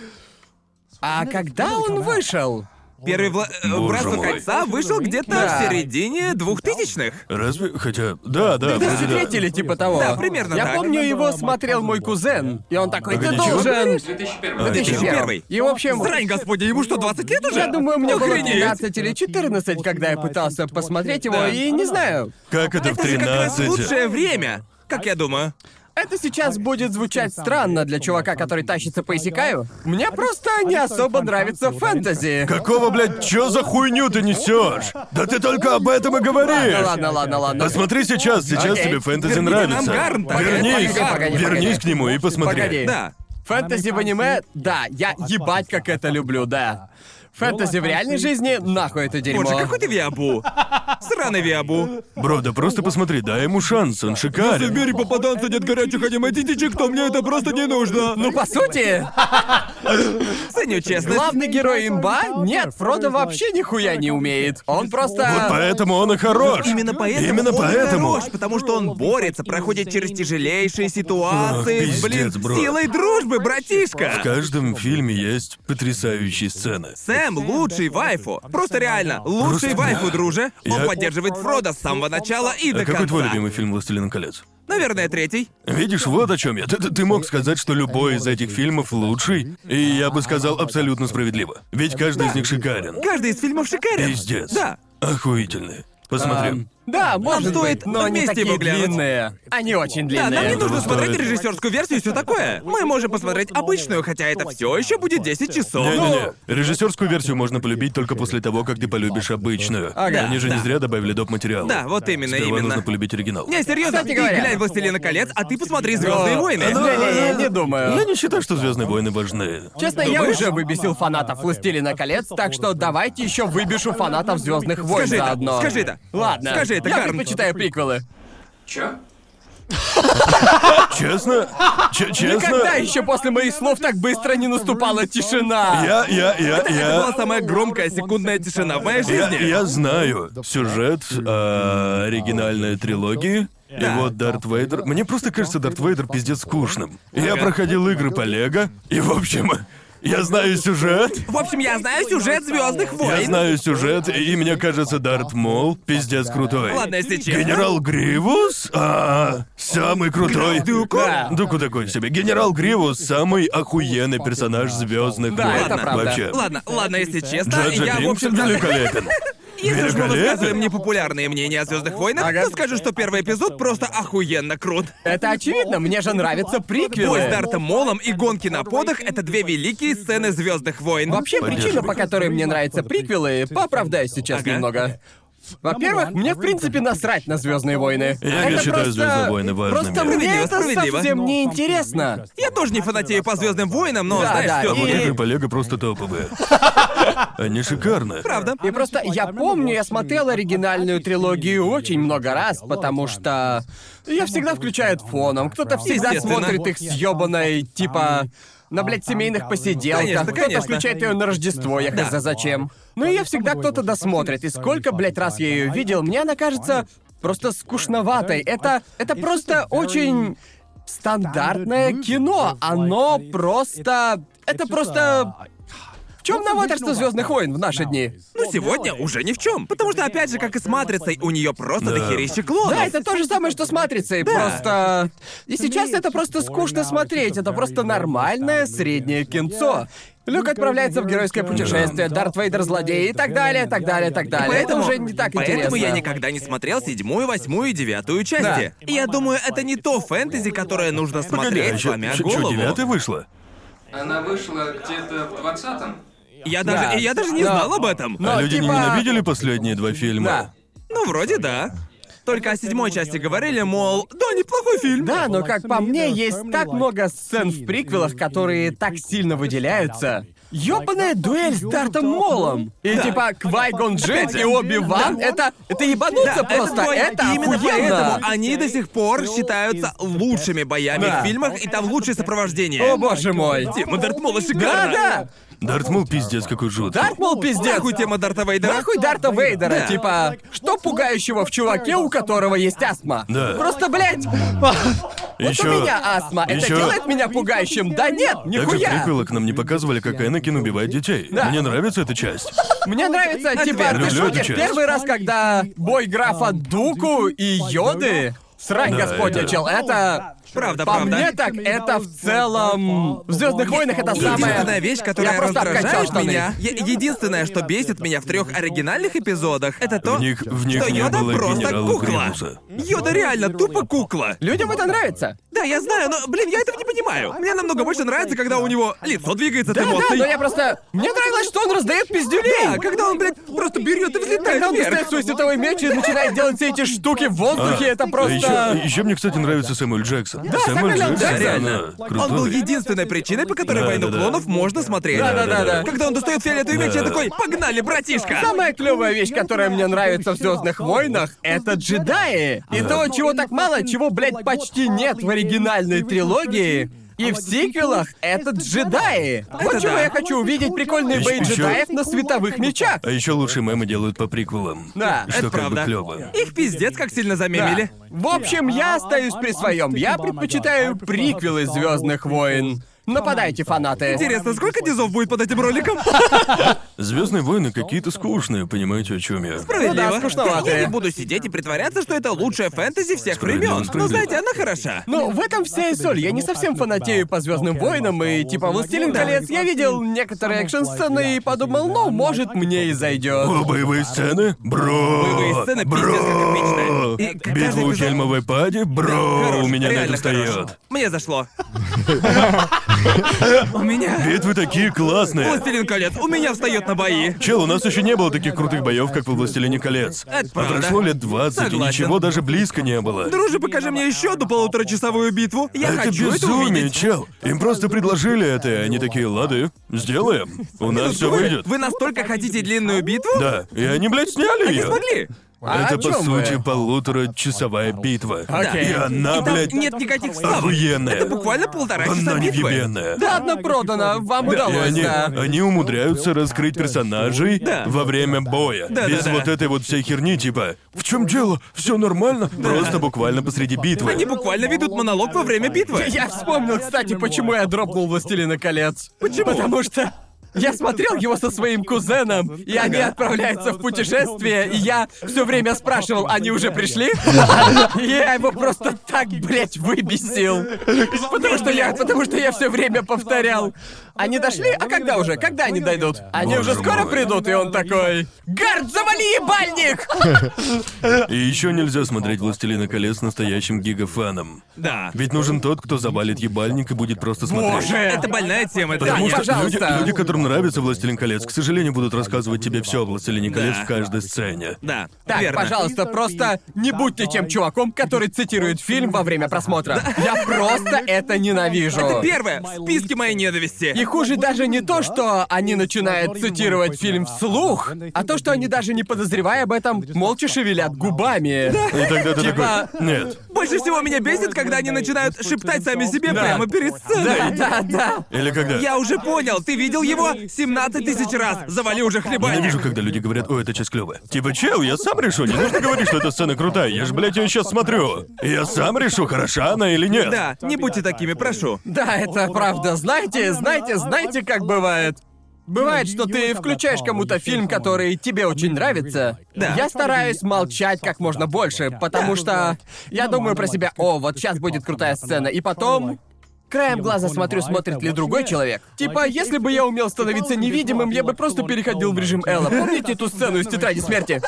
[SPEAKER 3] А когда он вышел?
[SPEAKER 2] Первый вла... э,
[SPEAKER 4] Боже
[SPEAKER 2] «Братство
[SPEAKER 4] мой.
[SPEAKER 2] кольца» вышел где-то
[SPEAKER 3] Да.
[SPEAKER 2] в середине 2000-х.
[SPEAKER 4] Разве... Хотя... Да, да, вроде да.
[SPEAKER 3] 30 или типа того.
[SPEAKER 2] Да, примерно
[SPEAKER 3] Я
[SPEAKER 2] так.
[SPEAKER 3] помню, его смотрел мой кузен, и он такой,
[SPEAKER 4] Погоди,
[SPEAKER 3] ты
[SPEAKER 4] чего?
[SPEAKER 3] должен...
[SPEAKER 1] 2001.
[SPEAKER 4] А,
[SPEAKER 3] 2001.
[SPEAKER 2] 2001.
[SPEAKER 3] И в общем...
[SPEAKER 2] Срань, господи, ему что, 20 лет уже?
[SPEAKER 3] Я думаю, мне было
[SPEAKER 2] Охренеть.
[SPEAKER 3] 13 или 14, когда я пытался посмотреть его,
[SPEAKER 2] Да.
[SPEAKER 3] и не знаю.
[SPEAKER 4] Как это в
[SPEAKER 2] Это же как раз
[SPEAKER 4] 13?
[SPEAKER 2] лучшее время, как я думаю.
[SPEAKER 3] Это сейчас будет звучать странно для чувака, который тащится по Исикаю. Мне просто не особо нравится фэнтези.
[SPEAKER 4] Какого, блядь, чё за хуйню ты несешь? Да ты только об этом и говоришь!
[SPEAKER 3] Ладно, ладно, ладно, ладно.
[SPEAKER 4] Посмотри сейчас, сейчас
[SPEAKER 3] Окей.
[SPEAKER 4] тебе фэнтези
[SPEAKER 2] Верните
[SPEAKER 4] нравится.
[SPEAKER 2] нам Гарн, погоди,
[SPEAKER 4] вернись,
[SPEAKER 2] погоди,
[SPEAKER 3] погоди,
[SPEAKER 4] вернись
[SPEAKER 3] погоди.
[SPEAKER 4] к нему и посмотри.
[SPEAKER 3] Погоди.
[SPEAKER 2] Да.
[SPEAKER 3] Фэнтези в аниме, да, я ебать как это люблю, да. Фэнтези в реальной жизни, нахуй это дерьмо.
[SPEAKER 2] Боже, какой ты виабу. Сраный виабу.
[SPEAKER 4] Бро, да просто посмотри, дай ему шанс, он шикарен.
[SPEAKER 2] попаданца нет горячих аниматичек, то мне это просто не нужно.
[SPEAKER 3] Ну, по сути,
[SPEAKER 2] Ценю честность.
[SPEAKER 3] главный герой имба? Нет, Фродо вообще нихуя не умеет. Он
[SPEAKER 4] Вот
[SPEAKER 3] просто...
[SPEAKER 4] поэтому он и хорош.
[SPEAKER 2] Именно поэтому
[SPEAKER 4] Именно
[SPEAKER 2] он
[SPEAKER 4] поэтому.
[SPEAKER 2] хорош, потому что он борется, проходит через тяжелейшие ситуации.
[SPEAKER 4] Ах, пиздец,
[SPEAKER 2] Блин,
[SPEAKER 4] бро.
[SPEAKER 2] силой дружбы,
[SPEAKER 4] В
[SPEAKER 2] братишка.
[SPEAKER 4] каждом фильме есть потрясающие сцены.
[SPEAKER 2] Сэм лучший вайфу. Просто реально, лучший
[SPEAKER 4] Просто-
[SPEAKER 2] вайфу, друже. Он
[SPEAKER 4] Я-
[SPEAKER 2] поддерживает Фрода с самого начала и до
[SPEAKER 4] А какой твой
[SPEAKER 2] конца.
[SPEAKER 4] любимый фильм «Властелин колец»?
[SPEAKER 2] Наверное, третий.
[SPEAKER 4] Видишь, вот о чем я. Ты, ты- ты мог сказать, что любой из этих фильмов лучший, и я бы сказал абсолютно справедливо. Ведь каждый из них шикарен.
[SPEAKER 2] Каждый из фильмов шикарен.
[SPEAKER 4] Пиздец.
[SPEAKER 2] Да.
[SPEAKER 4] Охуительный. Посмотри.
[SPEAKER 3] Да, может
[SPEAKER 2] стоит
[SPEAKER 3] быть, но не
[SPEAKER 2] вместе
[SPEAKER 3] такие
[SPEAKER 2] его глянуть.
[SPEAKER 3] длинные. Они очень
[SPEAKER 2] Да, нам не
[SPEAKER 3] длинные.
[SPEAKER 2] нужно
[SPEAKER 4] Этого
[SPEAKER 2] смотреть
[SPEAKER 4] стоит.
[SPEAKER 2] режиссерскую версию и все такое. Мы можем посмотреть обычную, хотя это все еще будет 10 часов. Ну,
[SPEAKER 4] Не-не-не, режиссерскую версию можно полюбить только после того, как ты полюбишь обычную.
[SPEAKER 3] Ага,
[SPEAKER 4] Они же не
[SPEAKER 2] да.
[SPEAKER 4] зря добавили доп. материала.
[SPEAKER 2] Да, вот именно,
[SPEAKER 4] Сперва
[SPEAKER 2] именно.
[SPEAKER 4] нужно полюбить оригинал.
[SPEAKER 2] Не, серьезно,
[SPEAKER 3] Кстати
[SPEAKER 2] ты
[SPEAKER 3] говоря-
[SPEAKER 2] глянь «Властелина колец», а ты посмотри «Звездные
[SPEAKER 3] Но-
[SPEAKER 2] войны».
[SPEAKER 3] Ну, Не-не-не, не
[SPEAKER 2] Ну,
[SPEAKER 4] Я
[SPEAKER 3] думаю.
[SPEAKER 4] не считаю, что Звездные войны важны.
[SPEAKER 3] Честно, я уже выбесил фанатов Властелина колец, так что давайте еще выбешу фанатов Звездных войн
[SPEAKER 2] Скажи это,
[SPEAKER 3] заодно.
[SPEAKER 2] скажи это.
[SPEAKER 3] Ладно.
[SPEAKER 2] Скажи это,
[SPEAKER 3] я
[SPEAKER 2] Гарн.
[SPEAKER 3] предпочитаю приквелы.
[SPEAKER 1] Чё?
[SPEAKER 4] Честно? Че- честно?
[SPEAKER 3] Никогда еще после моих слов так быстро не наступала тишина.
[SPEAKER 4] Я, я, я,
[SPEAKER 2] Это была
[SPEAKER 4] я...
[SPEAKER 2] самая громкая секундная тишина в моей
[SPEAKER 4] Я,
[SPEAKER 2] жизни.
[SPEAKER 4] я знаю сюжет э, оригинальной трилогии. И вот Дарт Вейдер... Мне просто кажется Дарт Вейдер пиздец скучным. Я
[SPEAKER 2] Ага.
[SPEAKER 4] проходил игры по Лего, и в общем... Я знаю сюжет,
[SPEAKER 2] В общем, я знаю сюжет «Звездных
[SPEAKER 4] я
[SPEAKER 2] войн».
[SPEAKER 4] знаю сюжет, и мне кажется, Дарт Мол пиздец крутой.
[SPEAKER 2] Ладно, если честно.
[SPEAKER 4] Генерал Гривус? А, самый крутой. Дуку?
[SPEAKER 3] Да.
[SPEAKER 4] Дуку такой себе. Генерал Гривус самый охуенный персонаж звездных
[SPEAKER 3] Да,
[SPEAKER 4] войн.
[SPEAKER 3] это правда.
[SPEAKER 4] Вообще.
[SPEAKER 2] Ладно, ладно, если честно,
[SPEAKER 4] Джаджа
[SPEAKER 2] я, в
[SPEAKER 4] Бинкс
[SPEAKER 2] общем,
[SPEAKER 4] великолепен.
[SPEAKER 2] Если уж мы
[SPEAKER 4] великолепен.
[SPEAKER 2] высказываем непопулярные мнения о Звездных войнах,
[SPEAKER 3] Ага.
[SPEAKER 2] то скажу, что первый эпизод просто охуенно крут.
[SPEAKER 3] Это очевидно, мне же нравятся
[SPEAKER 2] Бой с
[SPEAKER 3] приквелы.
[SPEAKER 2] Дартом Молом и гонки на подах — это две великие сцены Звездных войн.
[SPEAKER 3] Вообще, причина,
[SPEAKER 4] Поддерживаю.
[SPEAKER 3] по которой мне нравятся приквелы, пооправдаюсь сейчас
[SPEAKER 2] Ага.
[SPEAKER 3] немного. Во-первых, мне в принципе насрать на Звездные войны.
[SPEAKER 4] Я не
[SPEAKER 3] это
[SPEAKER 4] считаю
[SPEAKER 3] просто...
[SPEAKER 4] «Звездные войны» важными.
[SPEAKER 3] Просто мне
[SPEAKER 2] Справедливо,
[SPEAKER 3] это
[SPEAKER 2] справедливо.
[SPEAKER 3] совсем не интересно.
[SPEAKER 2] Я тоже не фанатею по Звездным войнам, но
[SPEAKER 3] Да,
[SPEAKER 2] знаешь,
[SPEAKER 3] да,
[SPEAKER 2] всё
[SPEAKER 4] Вот
[SPEAKER 3] и-
[SPEAKER 2] же-
[SPEAKER 4] игры по Лего просто топовые. Они шикарные.
[SPEAKER 2] Правда?
[SPEAKER 3] И просто я помню, я смотрел оригинальную трилогию очень много раз, потому что я всегда включаю это фоном. Кто-то всегда
[SPEAKER 2] Естественно.
[SPEAKER 3] смотрит их с ёбаной, типа на, блядь, семейных
[SPEAKER 2] Конечно,
[SPEAKER 3] посиделках. Кто-то
[SPEAKER 2] конечно.
[SPEAKER 3] включает ее на Рождество, я
[SPEAKER 2] Да.
[SPEAKER 3] хз зачем. Ну и ее всегда кто-то досмотрит. И сколько, блядь, раз я ее видел, мне она кажется просто скучноватой. Это, это просто очень стандартное кино. Оно просто... Это просто... В чем новаторство Звездных войн в наши дни?
[SPEAKER 2] Ну, сегодня уже ни в чем. Потому что, опять же, как и с матрицей, у нее просто
[SPEAKER 4] Да.
[SPEAKER 2] дохерища клонов.
[SPEAKER 3] Да, это то же самое, что с матрицей. Просто. И сейчас это просто скучно смотреть. Это просто нормальное среднее кинцо. Люк отправляется в геройское путешествие, Дарт Вейдер злодей и так далее, так далее, так далее.
[SPEAKER 2] Поэтому,
[SPEAKER 3] это уже не так
[SPEAKER 2] поэтому
[SPEAKER 3] интересно.
[SPEAKER 2] я никогда не смотрел седьмую, восьмую и девятую части. И я думаю, это не то фэнтези, которое нужно
[SPEAKER 4] Погоди, а
[SPEAKER 2] смотреть,
[SPEAKER 4] еще
[SPEAKER 2] сломя
[SPEAKER 4] чё- чё,
[SPEAKER 2] голову.
[SPEAKER 4] девятая вышла?
[SPEAKER 1] Она вышла где-то в 20-м.
[SPEAKER 2] Я
[SPEAKER 3] Да.
[SPEAKER 2] даже, я даже не
[SPEAKER 3] Да.
[SPEAKER 2] знал об этом.
[SPEAKER 3] Но,
[SPEAKER 4] а люди не
[SPEAKER 3] типа-
[SPEAKER 4] ненавидели последние два фильма?
[SPEAKER 3] Да.
[SPEAKER 2] Ну, вроде да. Только о седьмой части говорили, мол, да, неплохой фильм.
[SPEAKER 3] Да, но как по мне, есть так много сцен в приквелах, которые так сильно выделяются. Ёбаная дуэль с Дартом Молом! И
[SPEAKER 2] Да.
[SPEAKER 3] типа Квайгон Джин и Оби-Ван, это... Это ебануться
[SPEAKER 2] Да, это
[SPEAKER 3] просто,
[SPEAKER 2] твой-
[SPEAKER 3] это,
[SPEAKER 2] именно
[SPEAKER 3] охуенно!
[SPEAKER 2] поэтому они до сих пор считаются лучшими боями
[SPEAKER 3] Да.
[SPEAKER 2] в фильмах, и там лучшее сопровождение.
[SPEAKER 3] О боже мой!
[SPEAKER 2] Тема Дарт Мола шикарна.
[SPEAKER 3] Да-да!
[SPEAKER 4] Дартмул пиздец какой жуткий.
[SPEAKER 3] Дарт Мол пиздец!
[SPEAKER 2] Нахуй тема Дарта Вейдера.
[SPEAKER 3] Нахуй Дарта Вейдера,
[SPEAKER 2] Да.
[SPEAKER 3] типа, что пугающего в чуваке, у которого есть астма?
[SPEAKER 4] Да.
[SPEAKER 3] Просто, блядь, вот
[SPEAKER 4] Ещё-
[SPEAKER 3] у меня астма, это
[SPEAKER 4] ещё-
[SPEAKER 3] делает меня пугающим? Да нет,
[SPEAKER 4] Также в
[SPEAKER 3] нихуя!
[SPEAKER 4] приквелах нам не показывали, как Энакин убивает детей.
[SPEAKER 3] Да.
[SPEAKER 4] Мне нравится эта часть.
[SPEAKER 3] Мне нравится,
[SPEAKER 2] Ответ.
[SPEAKER 3] типа, ты
[SPEAKER 4] Люблю
[SPEAKER 3] шутишь
[SPEAKER 4] эту часть.
[SPEAKER 3] первый раз, когда бой графа Дуку и Йоды... Срань,
[SPEAKER 4] Да,
[SPEAKER 3] господь,
[SPEAKER 4] это-
[SPEAKER 3] чел, это...
[SPEAKER 2] Правда,
[SPEAKER 3] По
[SPEAKER 2] правда.
[SPEAKER 3] мне так, это в целом... В Звездных войнах это
[SPEAKER 2] Единственная
[SPEAKER 3] самое...
[SPEAKER 2] вещь, которая
[SPEAKER 3] Я просто обкачал
[SPEAKER 2] раздражает
[SPEAKER 3] штаны.
[SPEAKER 2] меня, е- единственное, что бесит меня в трех оригинальных эпизодах, это то,
[SPEAKER 4] В них, в них
[SPEAKER 2] что
[SPEAKER 4] не
[SPEAKER 2] Йода
[SPEAKER 4] было
[SPEAKER 2] просто
[SPEAKER 4] генерала
[SPEAKER 2] кукла.
[SPEAKER 4] Кремуса.
[SPEAKER 2] Йода реально тупо кукла.
[SPEAKER 3] Людям это нравится.
[SPEAKER 2] Да, я знаю, но, блин, я этого не понимаю. Мне намного больше нравится, когда у него лицо двигается от
[SPEAKER 3] Да, да,
[SPEAKER 2] эмоций.
[SPEAKER 3] но я просто... Мне нравилось, что он раздает пиздюлей.
[SPEAKER 2] Да, когда он, блядь, просто берет и взлетает
[SPEAKER 3] Когда он
[SPEAKER 2] вверх.
[SPEAKER 3] достает свой световой меч и начинает делать все эти штуки в воздухе, это
[SPEAKER 4] еще,
[SPEAKER 3] просто...
[SPEAKER 4] мне, кстати, нравится Сэмюэль Джексон.
[SPEAKER 3] Да, Сэмюэл
[SPEAKER 4] Сэмюэль Джексон,
[SPEAKER 3] Джексон,
[SPEAKER 2] реально.
[SPEAKER 4] она
[SPEAKER 5] Он
[SPEAKER 2] Он был
[SPEAKER 4] крутой.
[SPEAKER 2] единственной причиной, по которой
[SPEAKER 4] Да,
[SPEAKER 2] «Войну
[SPEAKER 4] да, да.
[SPEAKER 2] клонов» можно смотреть.
[SPEAKER 3] Да-да-да-да.
[SPEAKER 2] Когда он достает фиолетовый меч, я
[SPEAKER 4] Да.
[SPEAKER 2] такой, погнали, братишка!
[SPEAKER 3] Самая клевая вещь, которая мне нравится в Звездных войнах, это джедаи. И то, чего так мало, чего, блядь, почти нет в оригинальной трилогии.
[SPEAKER 2] А
[SPEAKER 3] И в сиквелах это джедаи. Вот
[SPEAKER 2] Это
[SPEAKER 3] чего
[SPEAKER 2] да.
[SPEAKER 3] я хочу увидеть прикольные бои
[SPEAKER 4] Ещё-
[SPEAKER 3] джедаев на световых мечах.
[SPEAKER 4] А еще лучшие мемы делают по приквелам.
[SPEAKER 3] Да,
[SPEAKER 4] что
[SPEAKER 2] это
[SPEAKER 4] как
[SPEAKER 2] правда.
[SPEAKER 4] бы клево.
[SPEAKER 2] Их пиздец как сильно замемили.
[SPEAKER 3] Да. В общем, я остаюсь при своем. Я предпочитаю приквелы Звездных войн. Нападайте, фанаты.
[SPEAKER 2] Интересно, сколько дизов будет под этим
[SPEAKER 4] Ну
[SPEAKER 2] роликом?
[SPEAKER 4] Звездные войны какие-то скучные, понимаете, о чем я?
[SPEAKER 2] Справедливо.
[SPEAKER 3] Ну да, скучновато.
[SPEAKER 2] Я не буду сидеть и притворяться, что это лучшая фэнтези всех
[SPEAKER 4] Справедливо,
[SPEAKER 2] времен. Но
[SPEAKER 4] справедливо.
[SPEAKER 2] знаете, она хороша.
[SPEAKER 3] Ну, в этом вся и соль. Я не совсем фанатею по Звездным войнам и типа Властелин
[SPEAKER 5] Да.
[SPEAKER 3] колец. Я видел некоторые экшн-сцены и подумал, ну, может, мне и зайдет.
[SPEAKER 4] О, боевые сцены? Бро!
[SPEAKER 2] Боевые сцены пиздец
[SPEAKER 4] бро!
[SPEAKER 2] как эпичные. И каждый
[SPEAKER 4] Битва у
[SPEAKER 2] эпизод-
[SPEAKER 4] Хельмовой пади? Бро!
[SPEAKER 2] Хорош,
[SPEAKER 4] у меня на
[SPEAKER 2] реально
[SPEAKER 4] это
[SPEAKER 2] хорош.
[SPEAKER 4] встает.
[SPEAKER 2] Мне зашло. У меня...
[SPEAKER 4] Битвы такие классные.
[SPEAKER 2] Властелин колец, у меня встает на бои.
[SPEAKER 4] Чел, у нас еще не было таких крутых боев, как во «Властелине колец».
[SPEAKER 2] Это
[SPEAKER 4] А
[SPEAKER 2] правда.
[SPEAKER 4] прошло лет 20,
[SPEAKER 2] Согласен.
[SPEAKER 4] и ничего даже близко не было.
[SPEAKER 2] Друже, покажи мне еще одну полуторачасовую битву. Я
[SPEAKER 4] это
[SPEAKER 2] хочу это
[SPEAKER 4] безумие,
[SPEAKER 2] увидеть.
[SPEAKER 4] чел. Им просто предложили это, и они такие, лады, сделаем. У нас все
[SPEAKER 2] Друже,
[SPEAKER 4] выйдет.
[SPEAKER 2] ну Вы настолько хотите длинную битву?
[SPEAKER 4] Да, и они, блядь, сняли
[SPEAKER 2] Не
[SPEAKER 4] ее.
[SPEAKER 2] смогли.
[SPEAKER 3] А
[SPEAKER 4] это,
[SPEAKER 3] о
[SPEAKER 4] по
[SPEAKER 3] чём
[SPEAKER 4] сути,
[SPEAKER 3] вы?
[SPEAKER 4] полуторачасовая битва.
[SPEAKER 3] Окей.
[SPEAKER 4] И она,
[SPEAKER 2] И там
[SPEAKER 4] блядь,
[SPEAKER 2] нет никаких славы.
[SPEAKER 4] охуенная.
[SPEAKER 2] Это буквально полтора часа
[SPEAKER 4] Она
[SPEAKER 2] битвы.
[SPEAKER 4] невъебенная.
[SPEAKER 3] Да, одна продана, вам
[SPEAKER 4] И
[SPEAKER 3] удалось,
[SPEAKER 4] они,
[SPEAKER 3] да.
[SPEAKER 4] они умудряются раскрыть персонажей
[SPEAKER 2] Да.
[SPEAKER 4] во время боя.
[SPEAKER 2] Да,
[SPEAKER 4] без
[SPEAKER 2] да, да.
[SPEAKER 4] вот этой вот всей херни, типа «В чем дело? Все нормально?» Просто буквально посреди битвы.
[SPEAKER 2] Они буквально ведут монолог во время битвы.
[SPEAKER 3] Я вспомнил, кстати, почему я дропнул «Властелина колец». Почему? Потому что я смотрел его со своим кузеном, и они отправляются в путешествие, и я все время спрашивал, они уже пришли? И я его просто так, блядь, выбесил. Потому что я, потому что я все время повторял. Они дошли? А когда уже? Когда они дойдут? Они
[SPEAKER 4] Боже
[SPEAKER 3] уже скоро
[SPEAKER 4] мой.
[SPEAKER 3] придут, и он такой... Гард, завали ебальник!
[SPEAKER 4] И еще нельзя смотреть «Властелина колец» настоящим гигафаном.
[SPEAKER 2] Да.
[SPEAKER 4] Ведь нужен тот, кто завалит ебальник и будет просто смотреть.
[SPEAKER 3] Боже!
[SPEAKER 2] Это больная тема, это
[SPEAKER 4] Потому
[SPEAKER 3] Да,
[SPEAKER 4] что люди,
[SPEAKER 3] пожалуйста.
[SPEAKER 4] люди, которым нравится «Властелин колец», к сожалению, будут рассказывать тебе все о «Властелине колец»
[SPEAKER 2] Да.
[SPEAKER 4] в каждой сцене.
[SPEAKER 2] Да,
[SPEAKER 3] Так,
[SPEAKER 2] верно.
[SPEAKER 3] пожалуйста, просто не будьте тем чуваком, который цитирует фильм во время просмотра. Я просто это ненавижу.
[SPEAKER 5] Это
[SPEAKER 2] Первое, в списке моей ненависти.
[SPEAKER 3] И хуже даже не то, что они начинают цитировать фильм вслух, а то, что они даже не подозревая об этом, молча шевелят губами.
[SPEAKER 4] И тогда ты
[SPEAKER 3] Типа-
[SPEAKER 4] такой «Нет».
[SPEAKER 2] Больше всего меня бесит, когда они начинают шептать сами себе
[SPEAKER 5] Да.
[SPEAKER 2] прямо перед
[SPEAKER 3] Да,
[SPEAKER 2] сценой.
[SPEAKER 3] да, да.
[SPEAKER 4] Или когда...
[SPEAKER 2] Я уже понял, ты видел его 17 тысяч раз. Завали уже хлебальник.
[SPEAKER 4] Ненавижу, когда люди говорят, о, это часть клёвая. Типа, чел, я сам решу, не нужно говорить, что эта сцена крутая, я же, блядь, ее сейчас смотрю. Я сам решу, хороша она или нет.
[SPEAKER 2] Да, не будьте такими, прошу.
[SPEAKER 3] Да, это правда. Знаете, знаете, знаете, как бывает. Бывает, что ты включаешь кому-то фильм, который тебе очень нравится.
[SPEAKER 5] Да.
[SPEAKER 3] Я стараюсь молчать как можно больше, потому что я думаю про себя, о, вот сейчас будет крутая сцена, и потом... Краем глаза смотрю, смотрит ли другой человек. Типа, если бы я умел становиться невидимым, я бы просто переходил в режим Элла. Помните ту сцену из «Тетради смерти»?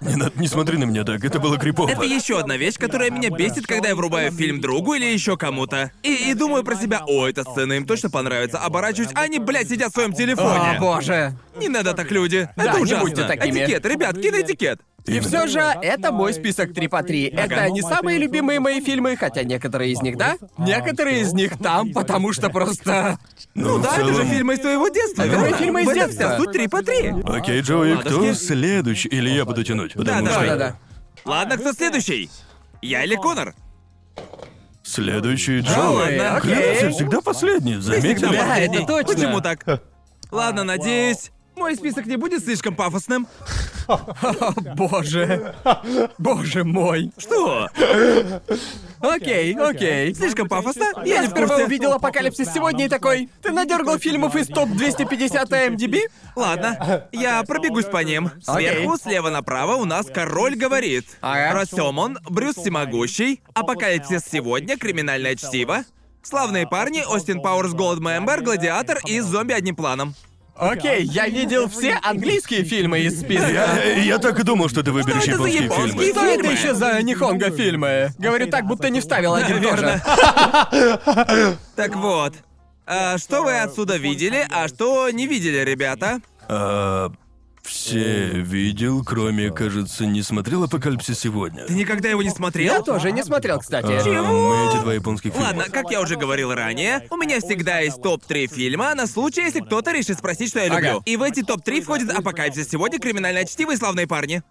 [SPEAKER 4] Не, надо- не смотри на меня так, это было крипово.
[SPEAKER 2] Это еще одна вещь, которая меня бесит, когда я врубаю фильм другу или еще кому-то. И, и думаю про себя, о, эта сцена им точно понравится. Оборачиваюсь, а они, блядь, сидят в своем телефоне.
[SPEAKER 3] О, боже.
[SPEAKER 2] Не надо так, люди.
[SPEAKER 3] Да,
[SPEAKER 2] это
[SPEAKER 3] не
[SPEAKER 2] ужасно.
[SPEAKER 3] будьте такими.
[SPEAKER 2] Этикет, ребят, киноэтикет.
[SPEAKER 3] И
[SPEAKER 4] Именно.
[SPEAKER 3] все же, это мой список 3 по 3. Это не самые любимые мои фильмы, хотя некоторые из них, да? Некоторые из них там, потому что просто...
[SPEAKER 4] Ну,
[SPEAKER 2] Да,
[SPEAKER 4] в
[SPEAKER 2] А это же
[SPEAKER 4] целом-
[SPEAKER 2] фильмы из твоего детства,
[SPEAKER 3] Это мои
[SPEAKER 2] верно?
[SPEAKER 3] фильмы из
[SPEAKER 2] В этом
[SPEAKER 3] детства.
[SPEAKER 2] вся суть 3 по 3.
[SPEAKER 4] Окей, Джоуи,
[SPEAKER 2] Ладно,
[SPEAKER 4] кто
[SPEAKER 2] скин-
[SPEAKER 4] следующий? Или я буду тянуть? Потому
[SPEAKER 2] да,
[SPEAKER 4] что
[SPEAKER 2] да,
[SPEAKER 3] Да-да-да.
[SPEAKER 2] Ладно, кто следующий? Я или Конор?
[SPEAKER 4] Следующий
[SPEAKER 3] Джоуи,
[SPEAKER 4] Джоуи.
[SPEAKER 2] ладно, окей.
[SPEAKER 4] Клянусь, я всегда последний,
[SPEAKER 2] Всегда
[SPEAKER 4] заметил?
[SPEAKER 3] Да,
[SPEAKER 2] последний.
[SPEAKER 3] это точно.
[SPEAKER 2] Почему так? Ладно, надеюсь, мой список не будет слишком пафосным.
[SPEAKER 3] Боже. Боже мой.
[SPEAKER 2] Что?
[SPEAKER 3] Окей, окей.
[SPEAKER 2] Слишком пафосно?
[SPEAKER 3] Я
[SPEAKER 2] Я не в курсе.
[SPEAKER 3] впервые увидел «Апокалипсис сегодня» и такой... Ты надергал фильмов из А топ-250 АМДБ?
[SPEAKER 2] Ладно, я пробегусь по ним. Сверху, слева направо у нас «Король говорит».
[SPEAKER 3] Ага.
[SPEAKER 2] Росемон, Брюс Всемогущий, «Апокалипсис сегодня», «Криминальное чтиво», «Славные парни», «Остин Пауэрс», «Голд Мэмбер», «Гладиатор» и «Зомби одним планом».
[SPEAKER 3] Окей, я видел все английские фильмы из списка.
[SPEAKER 4] Я, я так и думал, что ты выберешь
[SPEAKER 2] Что это за
[SPEAKER 4] японские
[SPEAKER 2] японские
[SPEAKER 4] фильмы.
[SPEAKER 3] Что это
[SPEAKER 2] фильмы?
[SPEAKER 3] еще за нихонго фильмы? Говорю так, будто не вставил один тоже.
[SPEAKER 2] Так вот. а что вы отсюда видели, а что не видели, ребята?
[SPEAKER 4] А, все видел, кроме, кажется, не смотрел «Апокалипсис сегодня».
[SPEAKER 2] Ты никогда его не смотрел?
[SPEAKER 3] Я тоже не смотрел, кстати.
[SPEAKER 4] А, мы эти два японских фильма.
[SPEAKER 2] Ладно, как я уже говорил ранее, у меня всегда есть топ-3 фильма на случай, если кто-то решит спросить, что я люблю.
[SPEAKER 3] Ага.
[SPEAKER 2] И в эти топ-3 входит «Апокалипсис сегодня», «Криминальное чтиво» и «Славные парни».